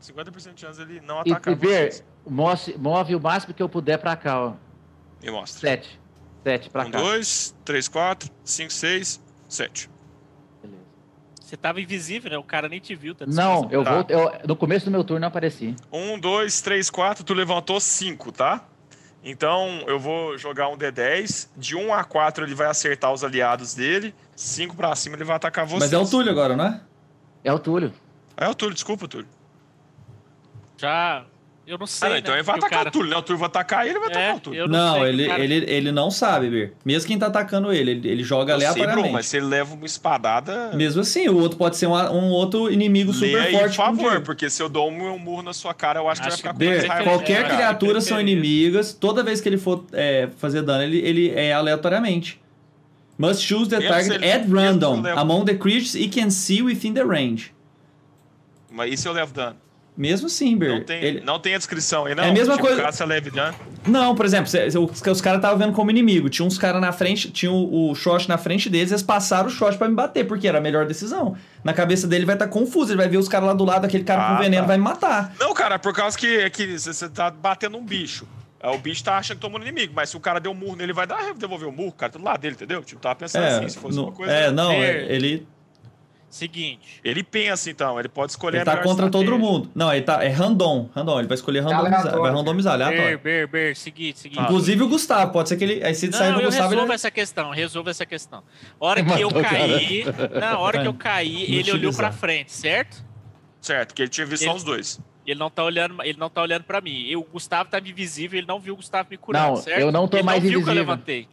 S1: 50% de chance ele não
S2: E,
S1: atacar
S2: e Ber,
S1: vocês.
S2: move, move o máximo que eu puder pra cá, ó.
S1: Me mostra.
S2: Sete. Sete pra
S1: um,
S2: cá.
S1: dois, três, quatro, cinco, seis, sete.
S2: Beleza.
S6: Você tava invisível, né? O cara nem te viu. Tá
S2: Não, eu
S1: Tá.
S2: vou. eu- no começo do meu turno eu apareci.
S1: Um, dois, três, quatro, tu levantou cinco, tá? Então eu vou jogar um D10. De 1 a 4 ele vai acertar os aliados dele. 5 pra cima ele vai atacar você.
S4: Mas é o Túlio agora, não é?
S2: É o Túlio.
S1: É o Túlio, desculpa, Túlio.
S6: Já. Eu não sei.
S1: Ah, não,
S6: né,
S1: então ele vai
S6: porque o
S1: atacar
S6: cara-
S1: o Túlio, né? O Túlio vai atacar ele, vai atacar
S6: É,
S1: o Túlio.
S6: eu
S4: não,
S6: sei,
S4: ele,
S6: cara.
S4: ele, ele não sabe, Bir. Mesmo quem tá atacando ele, ele, ele joga
S1: Eu sei,
S4: aleatoriamente.
S1: Bruno, mas se ele leva uma espadada,
S4: Mesmo assim, o outro pode ser um, um outro inimigo
S1: lê
S4: super
S1: aí, por
S4: forte. com
S1: favor,
S4: dinheiro.
S1: porque se eu dou um, um murro na sua cara, eu acho que
S6: Acho
S1: você vai
S6: que
S1: ficar com
S4: Bir,
S1: mais raiva.
S4: qualquer
S1: né, cara?
S4: criatura
S6: eu
S4: são
S6: prefiro isso.
S4: inimigas. Toda vez que ele for é, fazer dano, ele, ele é aleatoriamente. Must choose the
S1: Mesmo se
S4: target
S1: ele-
S4: at
S1: mesmo se
S4: random
S1: eu levo-
S4: among the creatures it can see within the range.
S1: Mas e se eu levo dano?
S4: Mesmo assim, Bir.
S1: Não tem,
S4: Ele-
S1: não tem a descrição aí, não.
S4: É a mesma
S1: tipo,
S4: coisa-
S1: Caça leve dano.
S4: Não, por exemplo, cê- cê- os, os caras estavam vendo como inimigo. Tinha uns caras na frente, tinha o, o short na frente deles, eles passaram o short pra me bater, porque era a melhor decisão. Na cabeça dele vai estar confuso, ele vai ver os caras lá do lado, aquele cara
S1: Ah,
S4: com veneno
S1: tá.
S4: vai me matar.
S1: Não, cara, por causa que é que você tá batendo um bicho. Aí o bicho tá achando que tomou um inimigo, mas se o cara deu um murro nele, ele vai dar, devolver o murro, cara, do lado dele, entendeu? Tipo, tava pensando assim, se fosse
S4: não,
S1: uma coisa.
S4: é, não, é,
S6: verde.
S4: ele,
S6: Seguinte.
S1: Ele pensa, então, ele pode escolher
S4: ele
S1: a
S4: tá
S1: melhor
S4: contra todo
S1: estratégia.
S4: mundo. Não, ele tá. É random, random. Ele vai escolher randomizar.
S8: aleatório.
S4: Vai randomizar, é
S6: Ber,
S4: aleatório.
S6: ber, ber. Seguinte,
S1: tá.
S6: seguinte.
S4: Inclusive o Gustavo, pode ser que ele. Aí se ele sair
S6: Não,
S4: do
S6: eu
S4: Gustavo,
S6: resolvo
S4: ele. é
S6: essa questão, resolvo essa questão. A hora que eu
S2: Matou o cara.
S6: caí, na hora que eu caí, ele
S4: É.
S6: olhou
S4: utilizar.
S6: pra frente, certo?
S1: Certo, porque ele tinha visto só
S6: Ele-
S1: os dois.
S6: Ele não tá olhando, ele não tá olhando para mim. Eu, o Gustavo tá invisível, ele não viu o Gustavo me curando,
S2: Não,
S6: certo?
S2: eu não tô
S6: ele
S2: mais
S6: não viu que eu
S2: invisível.
S6: levantei.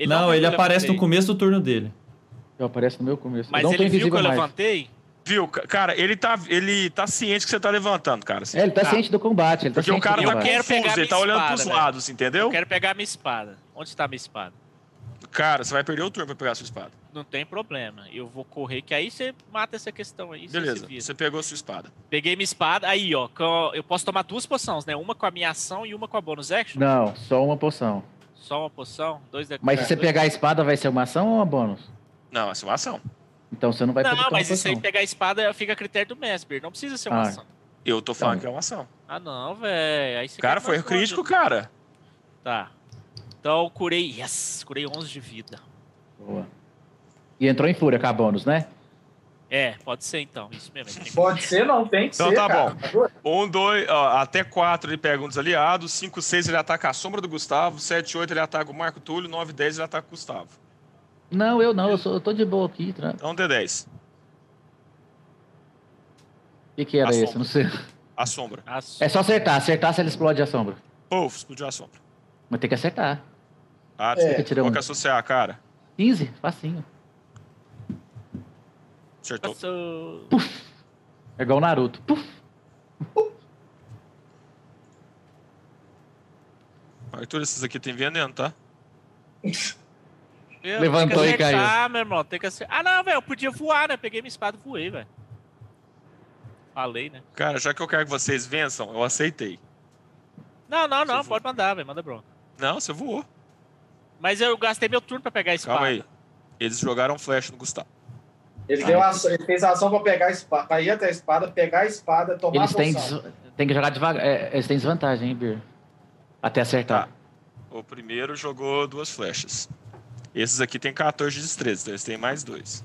S4: Não,
S6: viu
S4: ele
S6: que eu
S4: aparece no
S6: levantei.
S4: começo do turno dele.
S2: Eu apareço no meu começo.
S6: Mas
S2: eu não tô
S6: ele viu que
S2: invisível
S6: eu
S2: mais.
S6: levantei?
S1: Viu, ca- cara, ele tá, ele tá ciente que você tá levantando, cara. assim.
S2: É, ele tá
S6: Tá.
S2: ciente do combate. Ele tá
S1: porque o
S2: ciente
S1: cara
S2: do
S1: tá
S6: Eu
S2: combate.
S6: quero pegar
S1: confuso, ele
S6: minha
S1: tá olhando
S6: espada, né?
S1: pros
S6: velho.
S1: lados, entendeu?
S6: Eu quero pegar minha espada. Onde tá minha espada?
S1: Cara, você vai perder o turno pra pegar a sua espada.
S6: Não tem problema. Eu vou correr, que aí você mata essa questão aí. você se
S1: Beleza,
S6: vira.
S1: você pegou a sua espada.
S6: Peguei minha espada. Aí, ó. com- Eu posso tomar duas poções, né? Uma com a minha ação e uma com a bonus action.
S2: Não, só uma poção.
S6: Só uma poção, dois da
S2: Mas se você
S6: dois-
S2: pegar a espada, vai ser uma ação ou uma bônus?
S1: Não, essa é uma ação.
S2: Então você não vai poder
S6: Não,
S2: tomar
S6: mas isso aí
S2: poção.
S6: pegar a espada fica a critério do Mesper. Não precisa ser uma
S2: Ah.
S6: ação.
S1: Eu tô falando
S2: Então.
S1: que é uma ação.
S6: Ah, não, velho. Aí você
S1: Cara,
S6: quer
S1: foi
S6: mais uma, né?
S1: crítico, cara.
S6: Tá. Então curei. Yes! Curei 11 de vida.
S2: Boa. E entrou em fúria com a bônus, né?
S6: É, pode ser então. Isso mesmo. Tem que-
S8: Pode ser, não, tem que
S1: Então
S8: ser.
S1: tá
S8: cara.
S1: bom. Um, dois, ó, até quatro ele pega um dos aliados. Cinco, seis ele ataca a sombra do Gustavo. Sete, oito ele ataca o Marco Túlio. Nove, dez ele ataca o Gustavo.
S2: Não, eu não. Eu, sou, eu tô de boa aqui. tranquilo.
S1: Então, D10.
S2: O que, que era
S1: A
S2: esse?
S1: sombra.
S2: Não sei.
S1: A sombra.
S6: Ah,
S2: É só acertar. Acertar se ele explode a sombra.
S1: Puf, explodiu a sombra.
S2: Mas tem que acertar.
S1: Ah,
S8: É.
S1: desculpa.
S2: Tirou
S1: Qual
S2: um.
S1: que é associar a cara?
S2: 15, facinho.
S1: Acertou.
S6: passou.
S2: É igual o Naruto. Puf.
S1: Arthur, esses aqui tem veneno, tá?
S6: Eu
S2: Levantou
S6: tenho que
S2: e
S6: acertar, meu irmão. Tem que acertar. Ah, não, velho. Eu podia voar, né? Peguei minha espada e voei, velho. Falei, né?
S1: Cara, já que eu quero que vocês vençam, eu aceitei.
S6: Não, não, não.
S1: Você
S6: Pode mandar, velho. Manda, bro.
S1: Não, você voou.
S6: Mas eu gastei meu turno pra pegar a espada.
S1: Calma aí. Eles jogaram flash no Gustavo.
S8: Ele, deu ação, ele fez a ação pra pegar a espada, pra ir até a espada, pegar a espada, tomar
S2: Eles
S8: a
S2: têm,
S8: poção.
S2: des- tem que jogar devagar. é, eles têm desvantagem, hein, Bir? Até acertar.
S1: Tá. O primeiro jogou duas flechas. Esses aqui tem 14 de destreza, então eles têm mais dois.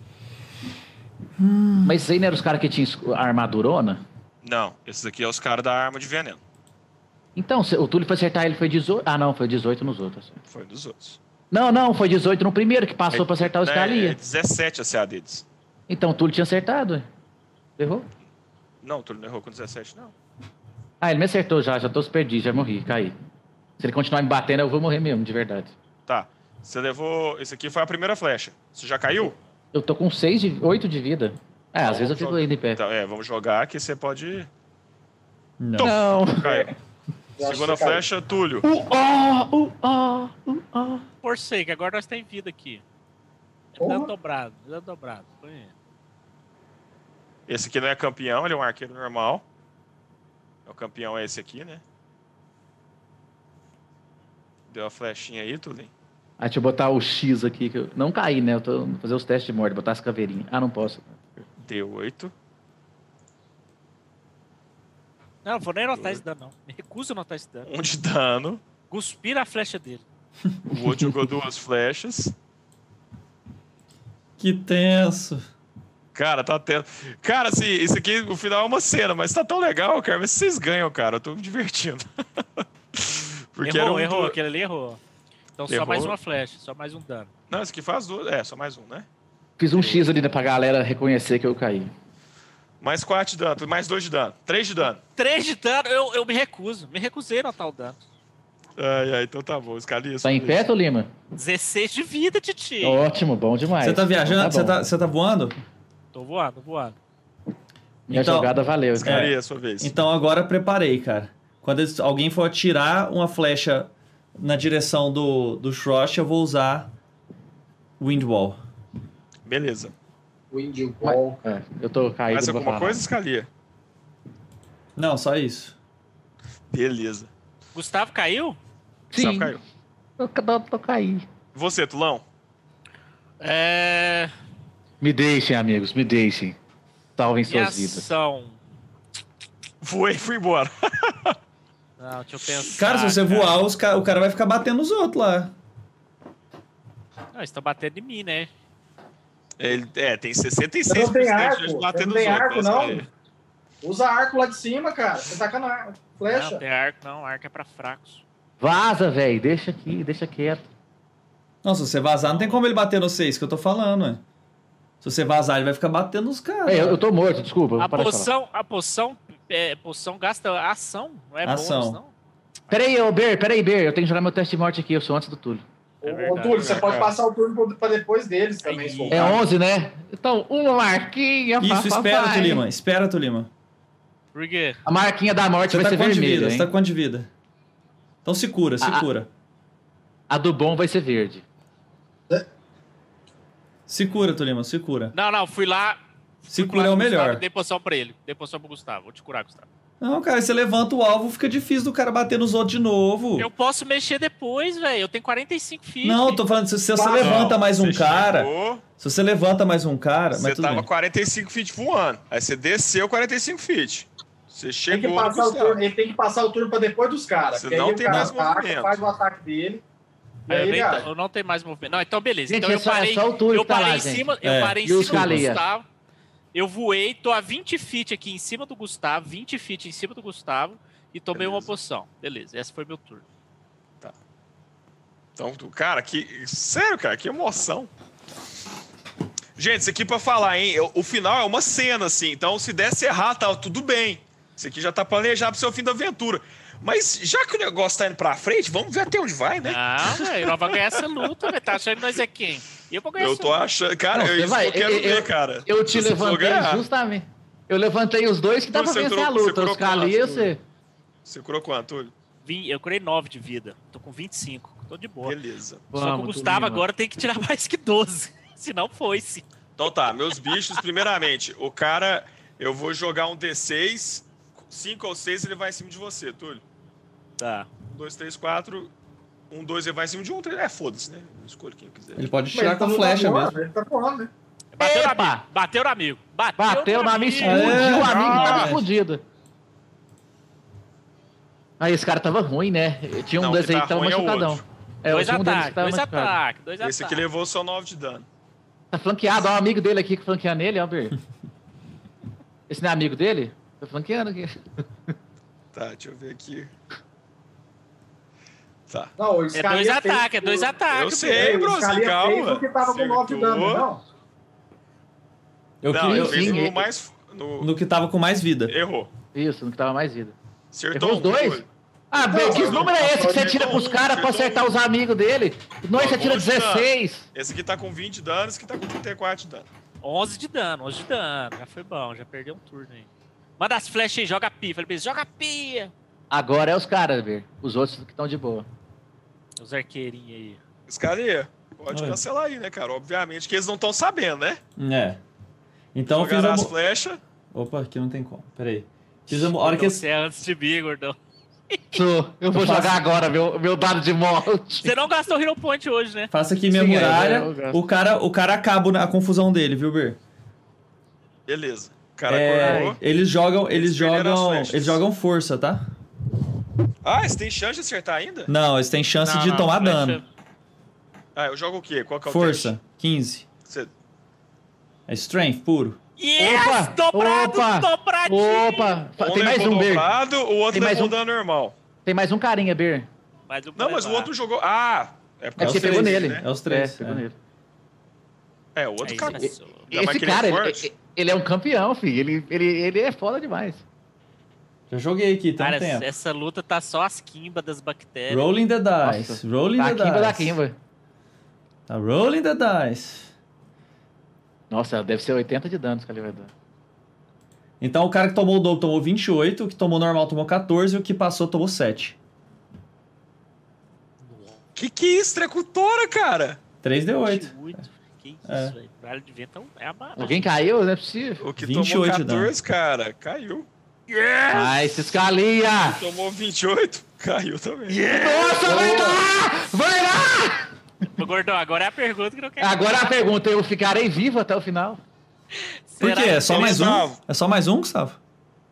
S2: Hum. Mas isso aí não eram os caras que tinham escu- a armadurona?
S1: Não, esses aqui é os caras da arma de veneno.
S2: Então, se- o Túlio pra acertar ele foi 18. Ah, não, foi 18 nos outros.
S1: Foi um dos outros.
S2: Não, não, foi 18 no primeiro que passou pra acertar o
S1: Né,
S2: Scalia.
S1: É 17 a CA deles.
S2: Então o Túlio tinha acertado. Errou?
S1: Não, tu não errou com 17, não.
S2: Ah, ele me acertou já, já tô perdido, já morri, caí. Se ele continuar me batendo, eu vou morrer mesmo, de verdade.
S1: Tá. Você levou. Esse aqui foi a primeira flecha. Você já caiu?
S2: Eu tô com 6 de 8 de vida. É, às vezes eu fico ainda em pé.
S1: Então, é, vamos jogar que você pode.
S4: Não.
S2: Não. *laughs*
S1: Caiu.
S8: Eu acho
S1: Segunda
S8: que caiu.
S1: flecha, Túlio.
S2: Uh, ó, uh, ó, uh, ó.
S6: Forcei, que agora nós temos vida aqui. É
S8: Porra.
S6: Dando dobrado, dando dobrado. Põe.
S1: Esse aqui não é campeão, ele é um arqueiro normal. O campeão é esse aqui, né? Deu a flechinha aí, Tulinho.
S2: Ah, deixa eu botar o X aqui, que eu não caí, né? Eu tô vou fazer os testes de morte, botar as caveirinhas. Ah, não posso.
S1: Deu 8.
S6: Não, vou nem anotar esse dano, não. Me recuso a anotar esse dano.
S1: Um de dano.
S6: Cuspir a flecha dele.
S1: O outro jogou duas flechas.
S4: Que tenso.
S1: Cara, tá tendo. Cara, assim, isso aqui, o final é uma cena, mas tá tão legal, cara. Mas vocês ganham, cara. Eu tô me divertindo. *laughs* Porque
S6: errou,
S1: era um
S6: errou,
S1: duas-
S6: aquele ali errou. Então só
S1: Errou.
S6: mais uma flecha, só mais um dano.
S1: Não, esse aqui faz duas. É, só mais um, né?
S2: Fiz um X ali né, pra galera reconhecer que eu caí.
S1: Mais 4 de dano, mais 2 de dano, 3 de dano.
S6: 3 de dano, eu, eu me recuso. Me recusei no tal dano.
S1: Ai, ai, então tá bom, Escalias.
S2: Tá em pé,
S1: beleza.
S2: Tolima?
S6: 16 de vida, Titi.
S2: Ótimo, bom demais.
S4: Você tá viajando? Você
S2: Então
S4: tá,
S2: bom.
S4: você tá voando?
S6: Tô voando, voando.
S2: Minha
S4: Então-
S2: jogada valeu. cara.
S1: Escalias, é sua vez.
S4: Então agora preparei, cara. Quando eles- alguém for atirar uma flecha na direção do, do Shrosh, eu vou usar Windwall.
S1: Beleza.
S8: Windball.
S2: É, eu tô caído.
S1: Mais
S2: não vou
S1: alguma
S2: falar
S1: coisa, Escalia?
S4: Não, só isso.
S1: Beleza.
S6: Gustavo caiu?
S2: nada.
S1: Gustavo
S2: Sim,
S1: caiu.
S2: eu tô, tô caí.
S1: Você, Tulão?
S6: É.
S2: Me deixem, amigos, me deixem. Salvem
S6: E
S2: suas vidas.
S6: ação.
S1: Voei e fui embora.
S6: Não, deixa eu pensar.
S4: Cara, se você voar, os ca- o cara vai ficar batendo nos outros lá.
S6: Não, eles estão batendo em mim, né?
S1: Ele- é, tem 66%
S8: Você não tem arco,
S1: de
S8: você
S1: gente
S8: não
S1: batendo
S8: tem
S1: nos
S8: arco,
S1: outros.
S8: não?
S1: Scalia.
S8: Usa arco lá de cima, cara. Você tá taca na arco.
S6: Não,
S8: flecha.
S6: tem arco, não. Arco é pra fracos.
S2: Vaza, velho. Deixa aqui, deixa quieto.
S4: Nossa, se você vazar, não tem como ele bater nos seis, que eu tô falando, ué. Se você vazar, ele vai ficar batendo nos caras.
S2: Ei, É, eu, eu tô morto, desculpa. eu
S6: A
S2: vou parar de falar.
S6: poção, a poção, é, poção gasta ação, não é
S4: Ação.
S6: bônus, não?
S2: Peraí, ô Ber, peraí, Ber. Eu tenho que jogar meu teste de morte aqui, eu sou antes do Túlio.
S6: É
S8: Ô,
S6: verdade,
S8: Ô, Túlio,
S6: é
S8: você pode
S1: verdade.
S8: passar o turno pro- pra depois deles também,
S6: Aí.
S8: se for o
S2: É
S8: caso.
S2: 11, né? Então, uma
S6: é
S2: marquinha. pá,
S4: Isso,
S2: pá,
S4: espera,
S2: pá.
S4: Tulima. Espera, Tulima.
S6: Por quê?
S2: A marquinha da morte
S4: Você
S2: vai
S4: tá
S2: ser
S4: com quanto de
S2: vermelha,
S4: vida?
S2: hein?
S4: Você tá com quanto de vida? Então se cura, se
S2: Ah, ah.
S4: cura.
S2: A do bom vai ser verde.
S4: Se cura, Tulima, se cura.
S6: Não, não, fui lá.
S4: Se
S6: fui
S4: cura
S6: lá
S4: é o
S6: pro Gustavo,
S4: melhor.
S6: Dei poção pra ele, dei poção pro Gustavo. Vou te curar, Gustavo.
S4: Não, cara, você levanta o alvo, fica difícil do cara bater nos outros de novo.
S6: Eu posso mexer depois, velho. Eu tenho 45 filhos.
S4: Não, eu tô falando, se, se
S2: Tá.
S4: você
S8: Não,
S4: levanta mais um
S1: Você
S4: cara,
S1: chegou,
S4: se você levanta mais um cara,
S1: Você
S4: mas tudo
S1: tava
S4: bem.
S1: 45 feet voando. Aí você desceu 45 feet. Você
S8: Tem que
S1: chegou no
S8: passar o
S1: Gustavo.
S8: turno, ele tem que passar o turno pra depois dos caras.
S1: Você
S8: porque
S1: não
S8: aí
S1: tem
S8: o cara
S1: mais
S8: ataca,
S1: movimento.
S8: faz o ataque dele. E
S6: É,
S8: aí ele
S6: bem,
S8: age.
S6: eu não tenho mais movimento. Não, então beleza.
S2: Gente,
S6: então eu
S2: é só- é
S6: parei,
S2: só o Túlio
S6: eu
S2: que tá
S6: parei
S2: lá,
S6: em
S2: gente.
S6: cima, eu
S4: É.
S6: parei em
S2: E o
S6: cima do
S2: Scalia?
S6: Gustavo. Eu voei, tô a 20 feet aqui em cima do Gustavo, 20 feet em cima do Gustavo e tomei uma
S1: Beleza.
S6: poção. Beleza, esse foi meu turno.
S1: Então, tu- cara, que. Sério, cara, que emoção. Gente, isso aqui pra falar, hein? eu- O final é uma cena, assim. Então, se desse errar, tá tudo bem. Isso aqui já tá planejado pro seu fim da aventura. Mas já que o negócio tá indo pra frente, vamos ver até onde vai, né?
S6: Não, Ah, velho, nós vamos ganhar essa luta, velho. Tá achando que nós é quem? E eu vou ganhar
S1: eu
S6: essa
S1: tô
S6: luta.
S1: achando. Cara,
S2: Não,
S1: eu,
S2: você
S1: isso
S2: vai,
S1: que eu quero
S2: eu- eu-
S1: ver, cara.
S2: Eu te
S1: Vocês vão
S2: levantei
S1: ganhar.
S2: justamente. Eu levantei os dois que dava
S1: Você
S2: pra vencer
S1: entrou-
S2: a
S1: você
S2: luta.
S1: entrou
S2: Os Cali e
S1: com a-
S2: você.
S1: Você curou quanto, Túlio?
S6: Vim- Eu curei 9 de vida. Tô com 25. Tô de boa. Só
S1: Beleza.
S6: que o
S2: Vamos,
S6: Gustavo
S2: Tulima.
S6: agora tem que tirar *laughs* mais que 12. *laughs* Se não fosse.
S1: Então tá, meus bichos, primeiramente, o cara, eu vou jogar um D6, 5 ou 6 ele vai em cima de você, Túlio.
S6: Tá.
S1: 1, 2, 3, 4, 1, 2 ele vai em cima de um, três- é, foda-se, né? Escolha quem eu quiser.
S4: Ele pode
S8: Mas ele
S4: tirar com
S8: tá
S4: a
S8: no
S4: flecha
S8: voando,
S4: mesmo.
S8: Ele tá voando, né?
S6: Bateu no
S2: Epa!
S6: amigo. Bateu no amigo. Bateu,
S2: Bateu na minha
S4: amigo.
S2: explodiu, o amigo tava
S1: Ah.
S2: explodido. Aí esse cara tava ruim, né? Eu tinha um
S1: Não,
S2: dois
S1: que
S2: aí
S1: tá
S2: que tava
S1: ruim é o
S2: machucadão.
S1: outro.
S2: É, eu
S6: dois
S2: tinha um deles que
S6: ataques,
S2: tava
S6: dois
S2: machucado.
S6: ataques, dois
S1: Esse aqui
S6: ataques.
S1: levou só 9 de dano.
S2: Tá flanqueado, ó, o amigo dele aqui que flanqueia nele, ó,
S1: *laughs*
S2: Ber. Esse não é amigo dele? Tá flanqueando aqui.
S1: Tá, deixa eu ver aqui. Tá.
S8: Não, o
S6: É
S8: Scalia
S6: dois
S8: fez
S6: ataques, é dois
S8: o- é,
S6: ataques.
S1: Eu
S6: pô.
S1: sei,
S8: o
S1: Bruce,
S8: Scalia fez
S1: calma.
S8: porque tava com
S1: Você
S8: 9 de dano,
S1: acertou.
S8: não?
S4: Eu
S1: Não,
S4: que-
S1: ele
S2: eu-
S1: fez
S2: Sim,
S1: um no
S2: eu-
S1: mais... No...
S4: no que tava com mais vida.
S1: Errou.
S2: Isso, não que tava mais vida.
S1: Acertou
S2: Errou os
S1: um,
S2: dois?
S1: Túlio.
S2: Ah, Ber, que
S1: mas
S2: número é esse que você
S1: acertou
S2: tira pros
S1: um,
S2: caras pra
S1: acertou
S2: acertar
S1: um.
S2: os amigos dele? Nós
S1: Não,
S2: você tira
S1: vou tirar.
S2: 16.
S1: Esse aqui tá com 20 danos, esse aqui tá com 34 de dano.
S6: 11 de dano, 11 de dano. Já foi bom, já perdeu um turno aí. Manda as flechas aí, joga pia. Falei pra eles, joga pia.
S2: Agora é os caras, Ber. Os outros que estão de boa.
S6: Os arqueirinhos aí.
S1: Escaria, pode
S4: Oi.
S1: cancelar aí, né, cara? Obviamente que eles não estão sabendo, né?
S4: É. Então eu fiz
S1: Jogaram
S4: a.
S1: as
S4: mo-
S1: flechas.
S4: Opa, aqui não tem como. Peraí. Fiz a mo- a hora que
S6: Gordão,
S4: esse-
S6: Você é antes de mim, gordão.
S2: Sou. Eu vou
S4: Eu faço-
S2: jogar agora meu, meu dado de morte.
S6: Você não gastou Hero Point hoje, né?
S4: Faça aqui minha
S2: Sim, é,
S4: muralha.
S2: eu gosto.
S4: o, cara, o cara acaba na- a confusão dele, viu, Bir?
S1: Beleza. O cara
S4: É,
S1: curou.
S4: eles jogam, eles
S1: Eles perderam as
S4: jogam,
S1: flechas.
S4: eles jogam força, tá?
S1: Ah, você tem chance de acertar ainda?
S4: Não, eles têm chance
S6: Não,
S4: de
S6: não,
S4: tomar
S6: flecha-
S4: dano.
S1: Ah, eu jogo o quê? Qual que é o
S4: Força, 15.
S1: teste? Você-
S4: É strength puro.
S6: Yes!
S2: Opa,
S6: dobrado,
S2: opa,
S6: dobradinho!
S2: Opa! fa-
S1: Um
S2: Tem mais
S1: levou
S2: um, Ber.
S1: dobrado, o outro
S2: Tem mais
S1: levou
S2: um.
S1: dano normal.
S2: Tem mais um carinha, Ber.
S6: Mas eu vou
S1: Não, mas o
S6: um levar.
S1: outro jogou... Ah! É
S2: É
S1: porque
S2: que você
S4: três,
S2: pegou nele.
S1: né?
S4: É os três.
S2: É, pegou
S4: é.
S2: nele.
S1: É, o outro
S6: Aí,
S1: cagou.
S6: isso.
S1: Ainda mais
S2: Esse
S1: que ele é
S2: cara, ele-
S1: forte.
S2: ele- Ele é um campeão, filho. Ele, ele, ele é foda demais.
S4: Já joguei aqui, tem
S6: Cara,
S4: um tempo.
S6: essa luta tá só as quimbas das bactérias.
S4: Rolling the
S2: Nossa.
S4: dice. Rolling
S2: Tá
S4: the
S2: quimba, da
S4: dice.
S2: quimba.
S4: Tá rolling the dice.
S2: Nossa, deve ser 80 de danos que ele vai dar.
S4: Então o cara que tomou o dobro tomou 28, o que tomou normal tomou 14 e o que passou tomou 7.
S1: Que que é isso, trecutora, cara?
S4: 3D8.
S6: 28. Que isso,
S4: É.
S6: velho. Vale de vento é um- é a barra.
S2: Alguém caiu? Não é possível.
S1: O que
S4: 28
S1: tomou 14, cara, caiu.
S2: Ai, se escalia!
S1: Tomou 28, caiu também.
S2: Nossa, vai lá! Vai lá!
S6: Ô, Gordão, agora é a pergunta que eu quero.
S2: Agora a pergunta, eu ficarei vivo até o final?
S4: Por quê? É só
S1: Ele
S4: mais um?
S1: estava.
S4: É só mais um, Gustavo?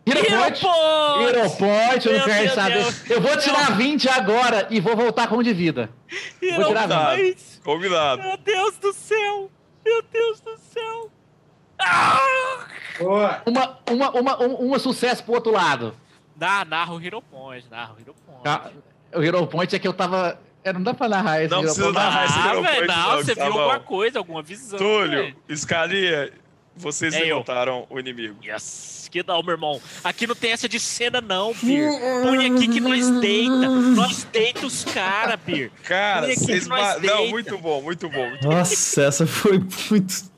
S2: Hero point! Hero
S6: Hiropoint!
S2: point, eu não
S6: Meu
S2: quero
S6: Deus,
S2: saber.
S6: Deus.
S2: Eu vou tirar 20 agora e vou voltar com um de vida. Vou tirar
S6: Hiropoint!
S1: Combinado.
S6: Meu Deus do céu! Meu Deus do céu! Ah!
S3: Boa.
S2: Uma, uma, uma, um, um sucesso pro outro lado.
S6: Dá, narra o Hiropoint, narra o Hiropoint.
S2: Ah, O hero point é que eu tava... É, não dá pra narrar esse
S1: Não
S2: hero
S1: precisa
S2: point.
S1: narrar. esse
S6: Ah,
S1: Hiropoint
S6: velho,
S1: não,
S6: não, você
S1: tá
S6: viu
S1: bom.
S6: alguma coisa, alguma visão. velho.
S1: Túlio, escalia, vocês
S6: É eu.
S1: derrotaram o inimigo.
S6: Yes, que dá, meu irmão. Aqui não tem essa de cena, não, Pir. Põe aqui que nós deita. Nós deita os caras, Pir.
S1: Cara,
S6: Olha aqui
S1: vocês.
S6: que nós
S1: ma- Não,
S6: deita.
S1: muito bom, muito bom. muito-
S4: Nossa, essa foi muito.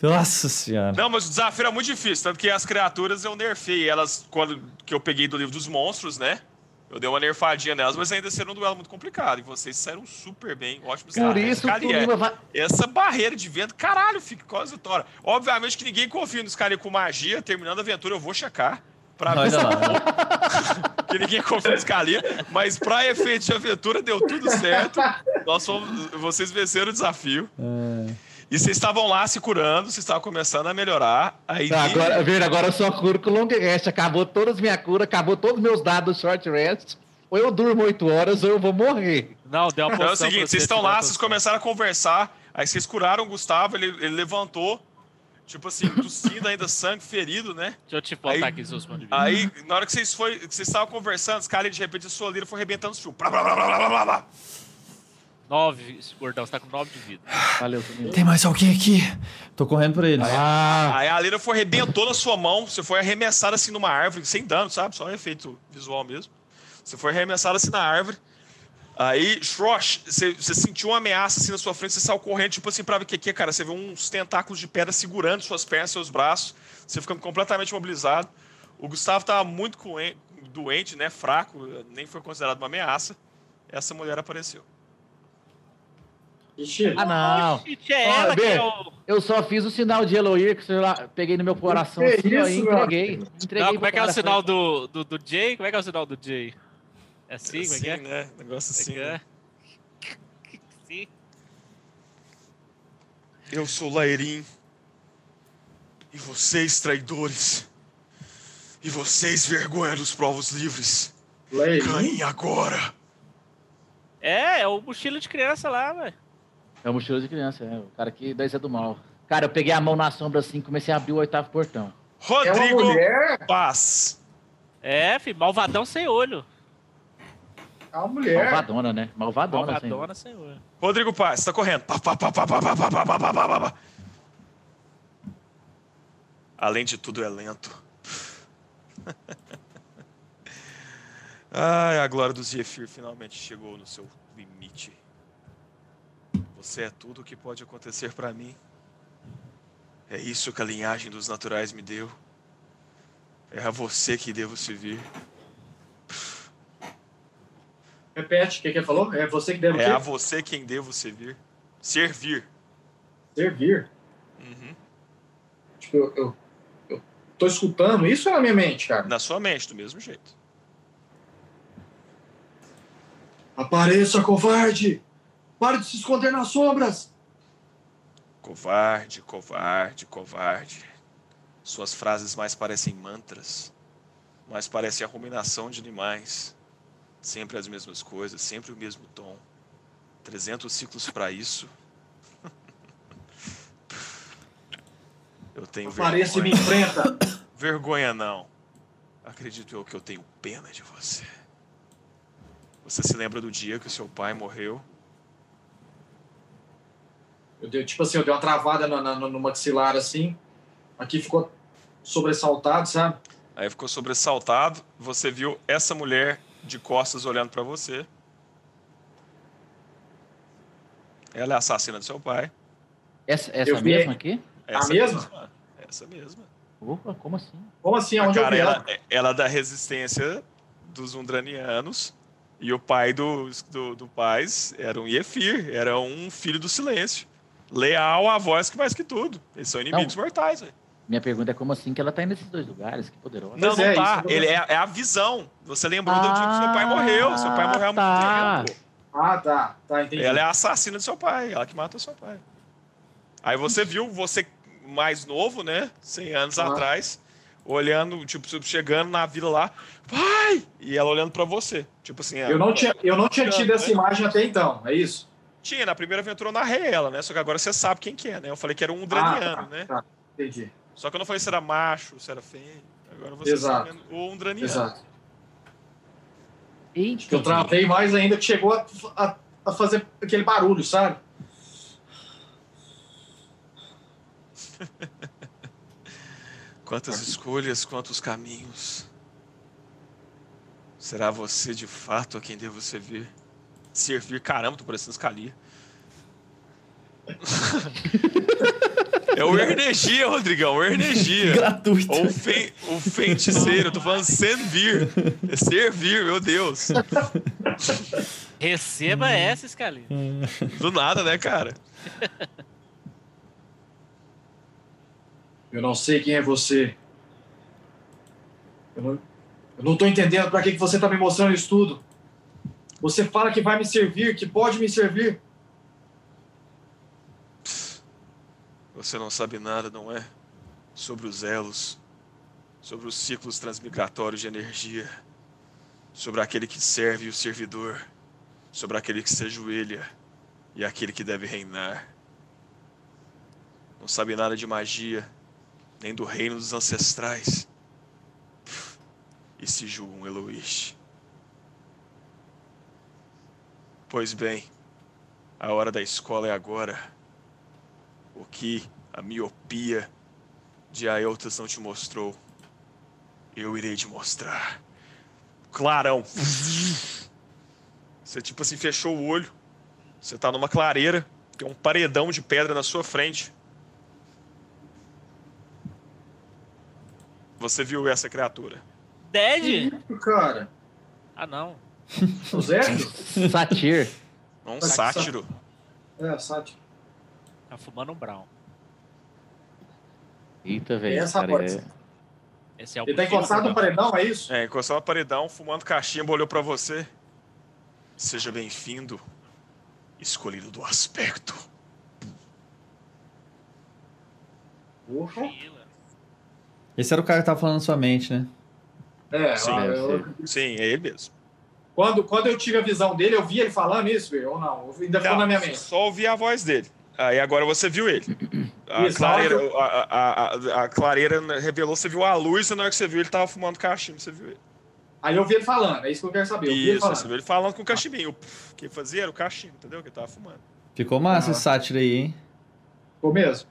S4: Nossa senhora.
S1: Não, mas o desafio era muito difícil, tanto que as criaturas eu nerfei. Elas, quando que eu peguei do livro dos monstros, né? Eu dei uma nerfadinha nelas, mas ainda seria um duelo muito complicado. E vocês saíram super bem, ótimo
S2: Por isso que o Lima vai...
S1: Essa barreira de vento, caralho, fica quase tora. Obviamente que ninguém confia nos caras com magia. Terminando a aventura, eu vou checar. Pra ver
S4: Olha
S1: se
S4: lá.
S1: *laughs* que ninguém confia nos caras. Mas pra efeito de aventura, deu tudo
S8: *laughs*
S1: certo. Nós fomos, vocês venceram o desafio.
S2: É.
S1: E vocês estavam lá se curando, vocês estavam começando a melhorar. Aí
S2: Tá,
S1: Nívia-
S2: agora, ver, agora eu só curo com long rest. Acabou todas as minhas curas, acabou todos os meus dados do short rest. Ou eu durmo 8 horas ou eu vou morrer.
S6: Não, deu uma poção
S1: Então é o seguinte,
S6: pra
S1: vocês
S6: você,
S1: estão
S6: te dá
S1: lá,
S6: uma
S1: vocês
S6: poção.
S1: começaram a conversar, aí vocês curaram o Gustavo, ele, ele levantou, tipo assim, tossindo ainda sangue, ferido, né?
S6: Deixa eu te botar
S1: Aí-
S6: aqui seus pontos de vida.
S1: Aí, na hora que vocês foi, que vocês estavam conversando, os caras, de repente, a sua lira foi arrebentando os fios. Blá, blá, blá, blá, blá, blá, blá.
S6: Nove, gordão, você tá com nove de vida.
S2: Valeu, Danilo.
S7: Hum. Tem mais alguém aqui? Ah.
S4: Tô correndo pra eles. Ah.
S1: Aí a lira foi arrebentou na sua mão, você foi arremessado assim numa árvore, sem dano, sabe? Só um efeito visual mesmo. Você foi arremessado assim na árvore. Aí, Shrosh, você, você sentiu uma ameaça assim na sua frente, você saiu correndo, tipo assim, pra ver o que que é, cara. Você viu uns tentáculos de pedra segurando suas pernas, seus braços, você ficando completamente imobilizado. O Gustavo tava muito coen- doente, né? Fraco, nem foi considerado uma ameaça. Essa mulher apareceu.
S3: Ixi.
S2: Ah, não.
S6: Gente, é ela
S2: Ó,
S6: que
S2: Bê,
S6: é o...
S2: Eu só fiz o sinal de Hello Ear, que sei lá, peguei no meu coração
S3: Que é
S2: assim, ó, e
S3: isso,
S2: entreguei. entreguei
S6: Não, como é que é o
S2: pro cara,
S6: sinal do, do, do Jay? Como é que é o sinal do Jay? É assim? Como é que é? Como
S1: né?
S6: é
S1: Negócio assim.
S6: que
S1: né?
S6: é? Sim.
S1: Eu sou Laerim. E vocês, traidores. E vocês, vergonha dos provos livres.
S3: Lei.
S1: Caem agora.
S6: É, é o mochila de criança lá, velho.
S2: foi- É o mochila de criança, é. O cara que daí é do mal. Cara, eu peguei a mão na sombra assim, comecei a abrir o oitavo portão.
S3: É uma
S1: Rodrigo
S3: mulher?
S1: Paz.
S6: É, filho, malvadão sem olho.
S3: É uma mulher.
S2: Malvadona, né? Malvadona,
S6: Malvadona sem olho.
S1: Rodrigo Paz, tá correndo. Pá, pá, pá, pá, pá, pá, pá, pá, pá, pá, pá, pá. Além de tudo, é lento. *laughs* Ai, a glória do Zephyr finalmente chegou no seu limite. Você é tudo o que pode acontecer pra mim. É isso que a linhagem dos naturais me deu. É a você que devo servir.
S3: Repete, o que, que ele falou? É você que deve
S1: É a
S3: é
S1: você quem devo servir. Servir.
S3: servir.
S1: Uhum.
S3: Tipo, eu, eu, eu tô escutando isso é na minha mente, cara.
S1: Na sua mente, do mesmo jeito.
S3: Apareça, covarde! Pare de se esconder nas sombras!
S1: Covarde, covarde, covarde. Suas frases mais parecem mantras, mais parecem a ruminação de animais. Sempre as mesmas coisas, sempre o mesmo tom. 300 ciclos pra isso. *laughs* Eu tenho
S3: Apareça e me
S1: vergonha.
S3: enfrenta!
S1: *coughs* Vergonha não. Acredito eu que eu tenho pena de você. Você se lembra do dia que o seu pai morreu?
S3: Eu dei, tipo assim, eu dei uma travada na- na- no, no maxilar assim. Aqui ficou sobressaltado, sabe?
S1: Aí ficou sobressaltado. Você viu essa mulher de costas olhando pra você. Ela é a assassina do seu pai.
S2: Essa, essa
S3: Eu vi-
S2: mesma aqui?
S1: Essa
S3: mesma?
S1: Essa mesma.
S2: Opa, como assim?
S3: Como assim?
S1: A
S3: Onde eu
S1: cara,
S3: vi ela?
S1: ela, ela é da resistência dos Undranianos. E o pai do, do, do Paz era um Yefir, era um filho do silêncio. Leal à voz que mais que tudo. Eles são inimigos mortais, velho.
S2: Minha pergunta é como assim que ela tá aí nesses dois lugares? Que poderosa.
S1: Não,
S3: Pois
S1: não
S3: é,
S1: tá.
S3: isso que eu tô
S1: Ele é, é a visão. Você lembrou do dia que seu pai
S2: Ah,
S1: morreu. Seu pai morreu há
S2: tá.
S1: muito tempo.
S3: Ah, tá. Tá, entendi.
S1: Ela é a assassina do seu pai, ela que matou seu pai. Aí você viu você mais novo, né? 100 anos
S3: Ah.
S1: atrás, olhando, tipo, chegando na vila lá, pai! E ela olhando pra você. Tipo assim,
S3: Eu não tinha, eu não tinha tido essa
S1: imagem.
S3: imagem até então, é isso?
S1: Tinha, na primeira aventura eu narrei ela, né? Só que agora você sabe quem que é, né? Eu falei que era um Undraniano,
S3: ah, tá,
S1: né?
S3: tá, entendi.
S1: Só que eu não falei se era macho, se era feio. Agora né? você
S3: Exato.
S1: sabe o Undraniano.
S3: Exato.
S2: Eita,
S3: Que eu travei mais ainda, que chegou a, a- a fazer aquele barulho, sabe?
S1: Quantas escolhas, quantos caminhos. Será você de fato a quem devo servir? Servir? Caramba, tô parecendo Scalia. *laughs* é o Energia, Rodrigão, o Energia.
S4: Gratuito.
S1: Ou o, fe... o feiticeiro, tô falando servir. É servir, meu Deus.
S6: Receba
S2: Hum.
S6: essa, Scalia.
S1: Do nada, né, cara?
S3: Eu não sei quem é você. Eu não, eu não tô entendendo pra que, que você tá me mostrando isso tudo. Você fala que vai me servir, que pode me servir.
S1: Você não sabe nada, não é? Sobre os elos, sobre os ciclos transmigratórios de energia, sobre aquele que serve e o servidor, sobre aquele que se ajoelha e aquele que deve reinar. Não sabe nada de magia, nem do reino dos ancestrais. E se julga um Eloís. Pois bem, a hora da escola é agora. O que a miopia de Aeltas não te mostrou, eu irei te mostrar. Clarão. Você, tipo assim, fechou o olho. Você tá numa clareira. Tem um paredão de pedra na sua frente. Você viu essa criatura?
S6: Dead?
S3: Cara, É
S6: Ah, não.
S3: o Zé?
S2: Satir.
S1: É Um
S3: Tá que
S1: sátiro.
S3: É, sabe?
S6: Tá fumando um brown.
S2: Eita, velho.
S3: Essa
S2: cara,
S3: pode-
S2: é-
S6: Esse é o
S3: Ele tá
S6: perfil
S3: encostado
S6: do
S3: no paredão, é isso?
S1: É, encostou no paredão, fumando cachimbo, olhou pra você. Seja bem-vindo, escolhido do aspecto.
S3: Porra.
S6: Vila.
S4: Esse era o cara que tava falando na sua mente, né?
S3: É,
S1: Sim,
S3: eu- eu-
S1: Sim, é ele mesmo.
S3: quando, quando eu tive a visão dele, eu vi ele falando isso, velho, ou não? Ainda ficou
S1: Não,
S3: na minha
S1: você
S3: mente.
S1: Só ouvi a voz dele. Aí agora você
S3: *clears throat*
S1: viu ele. A
S3: Isso,
S1: clareira, a, a- a- a clareira revelou, você viu a luz, e na hora que você viu, ele tava fumando cachimbo, você viu ele.
S3: Aí eu vi ele falando, é isso que eu quero saber. Eu vi ele
S1: Isso, você
S3: falando.
S1: viu ele falando com o cachimbinho. O que ele fazia era o cachimbo, entendeu? Que ele tava fumando.
S4: Ficou massa
S3: Ah.
S4: esse sátiro aí, hein?
S3: Ficou mesmo?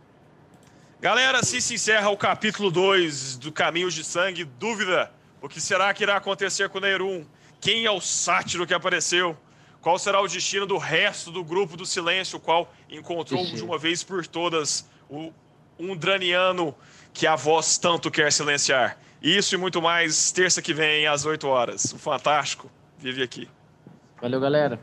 S1: Galera, assim se encerra o capítulo 2 do Caminhos de Sangue. Dúvida: o que será que irá acontecer com Nerun? Quem é o sátiro que apareceu? Qual será o destino do resto do grupo do silêncio, o qual encontrou
S2: Ixi.
S1: de uma vez por todas o Undraniano que a voz tanto quer silenciar? Isso e muito mais terça que vem às 8 horas. O Fantástico vive aqui.
S2: Valeu, galera.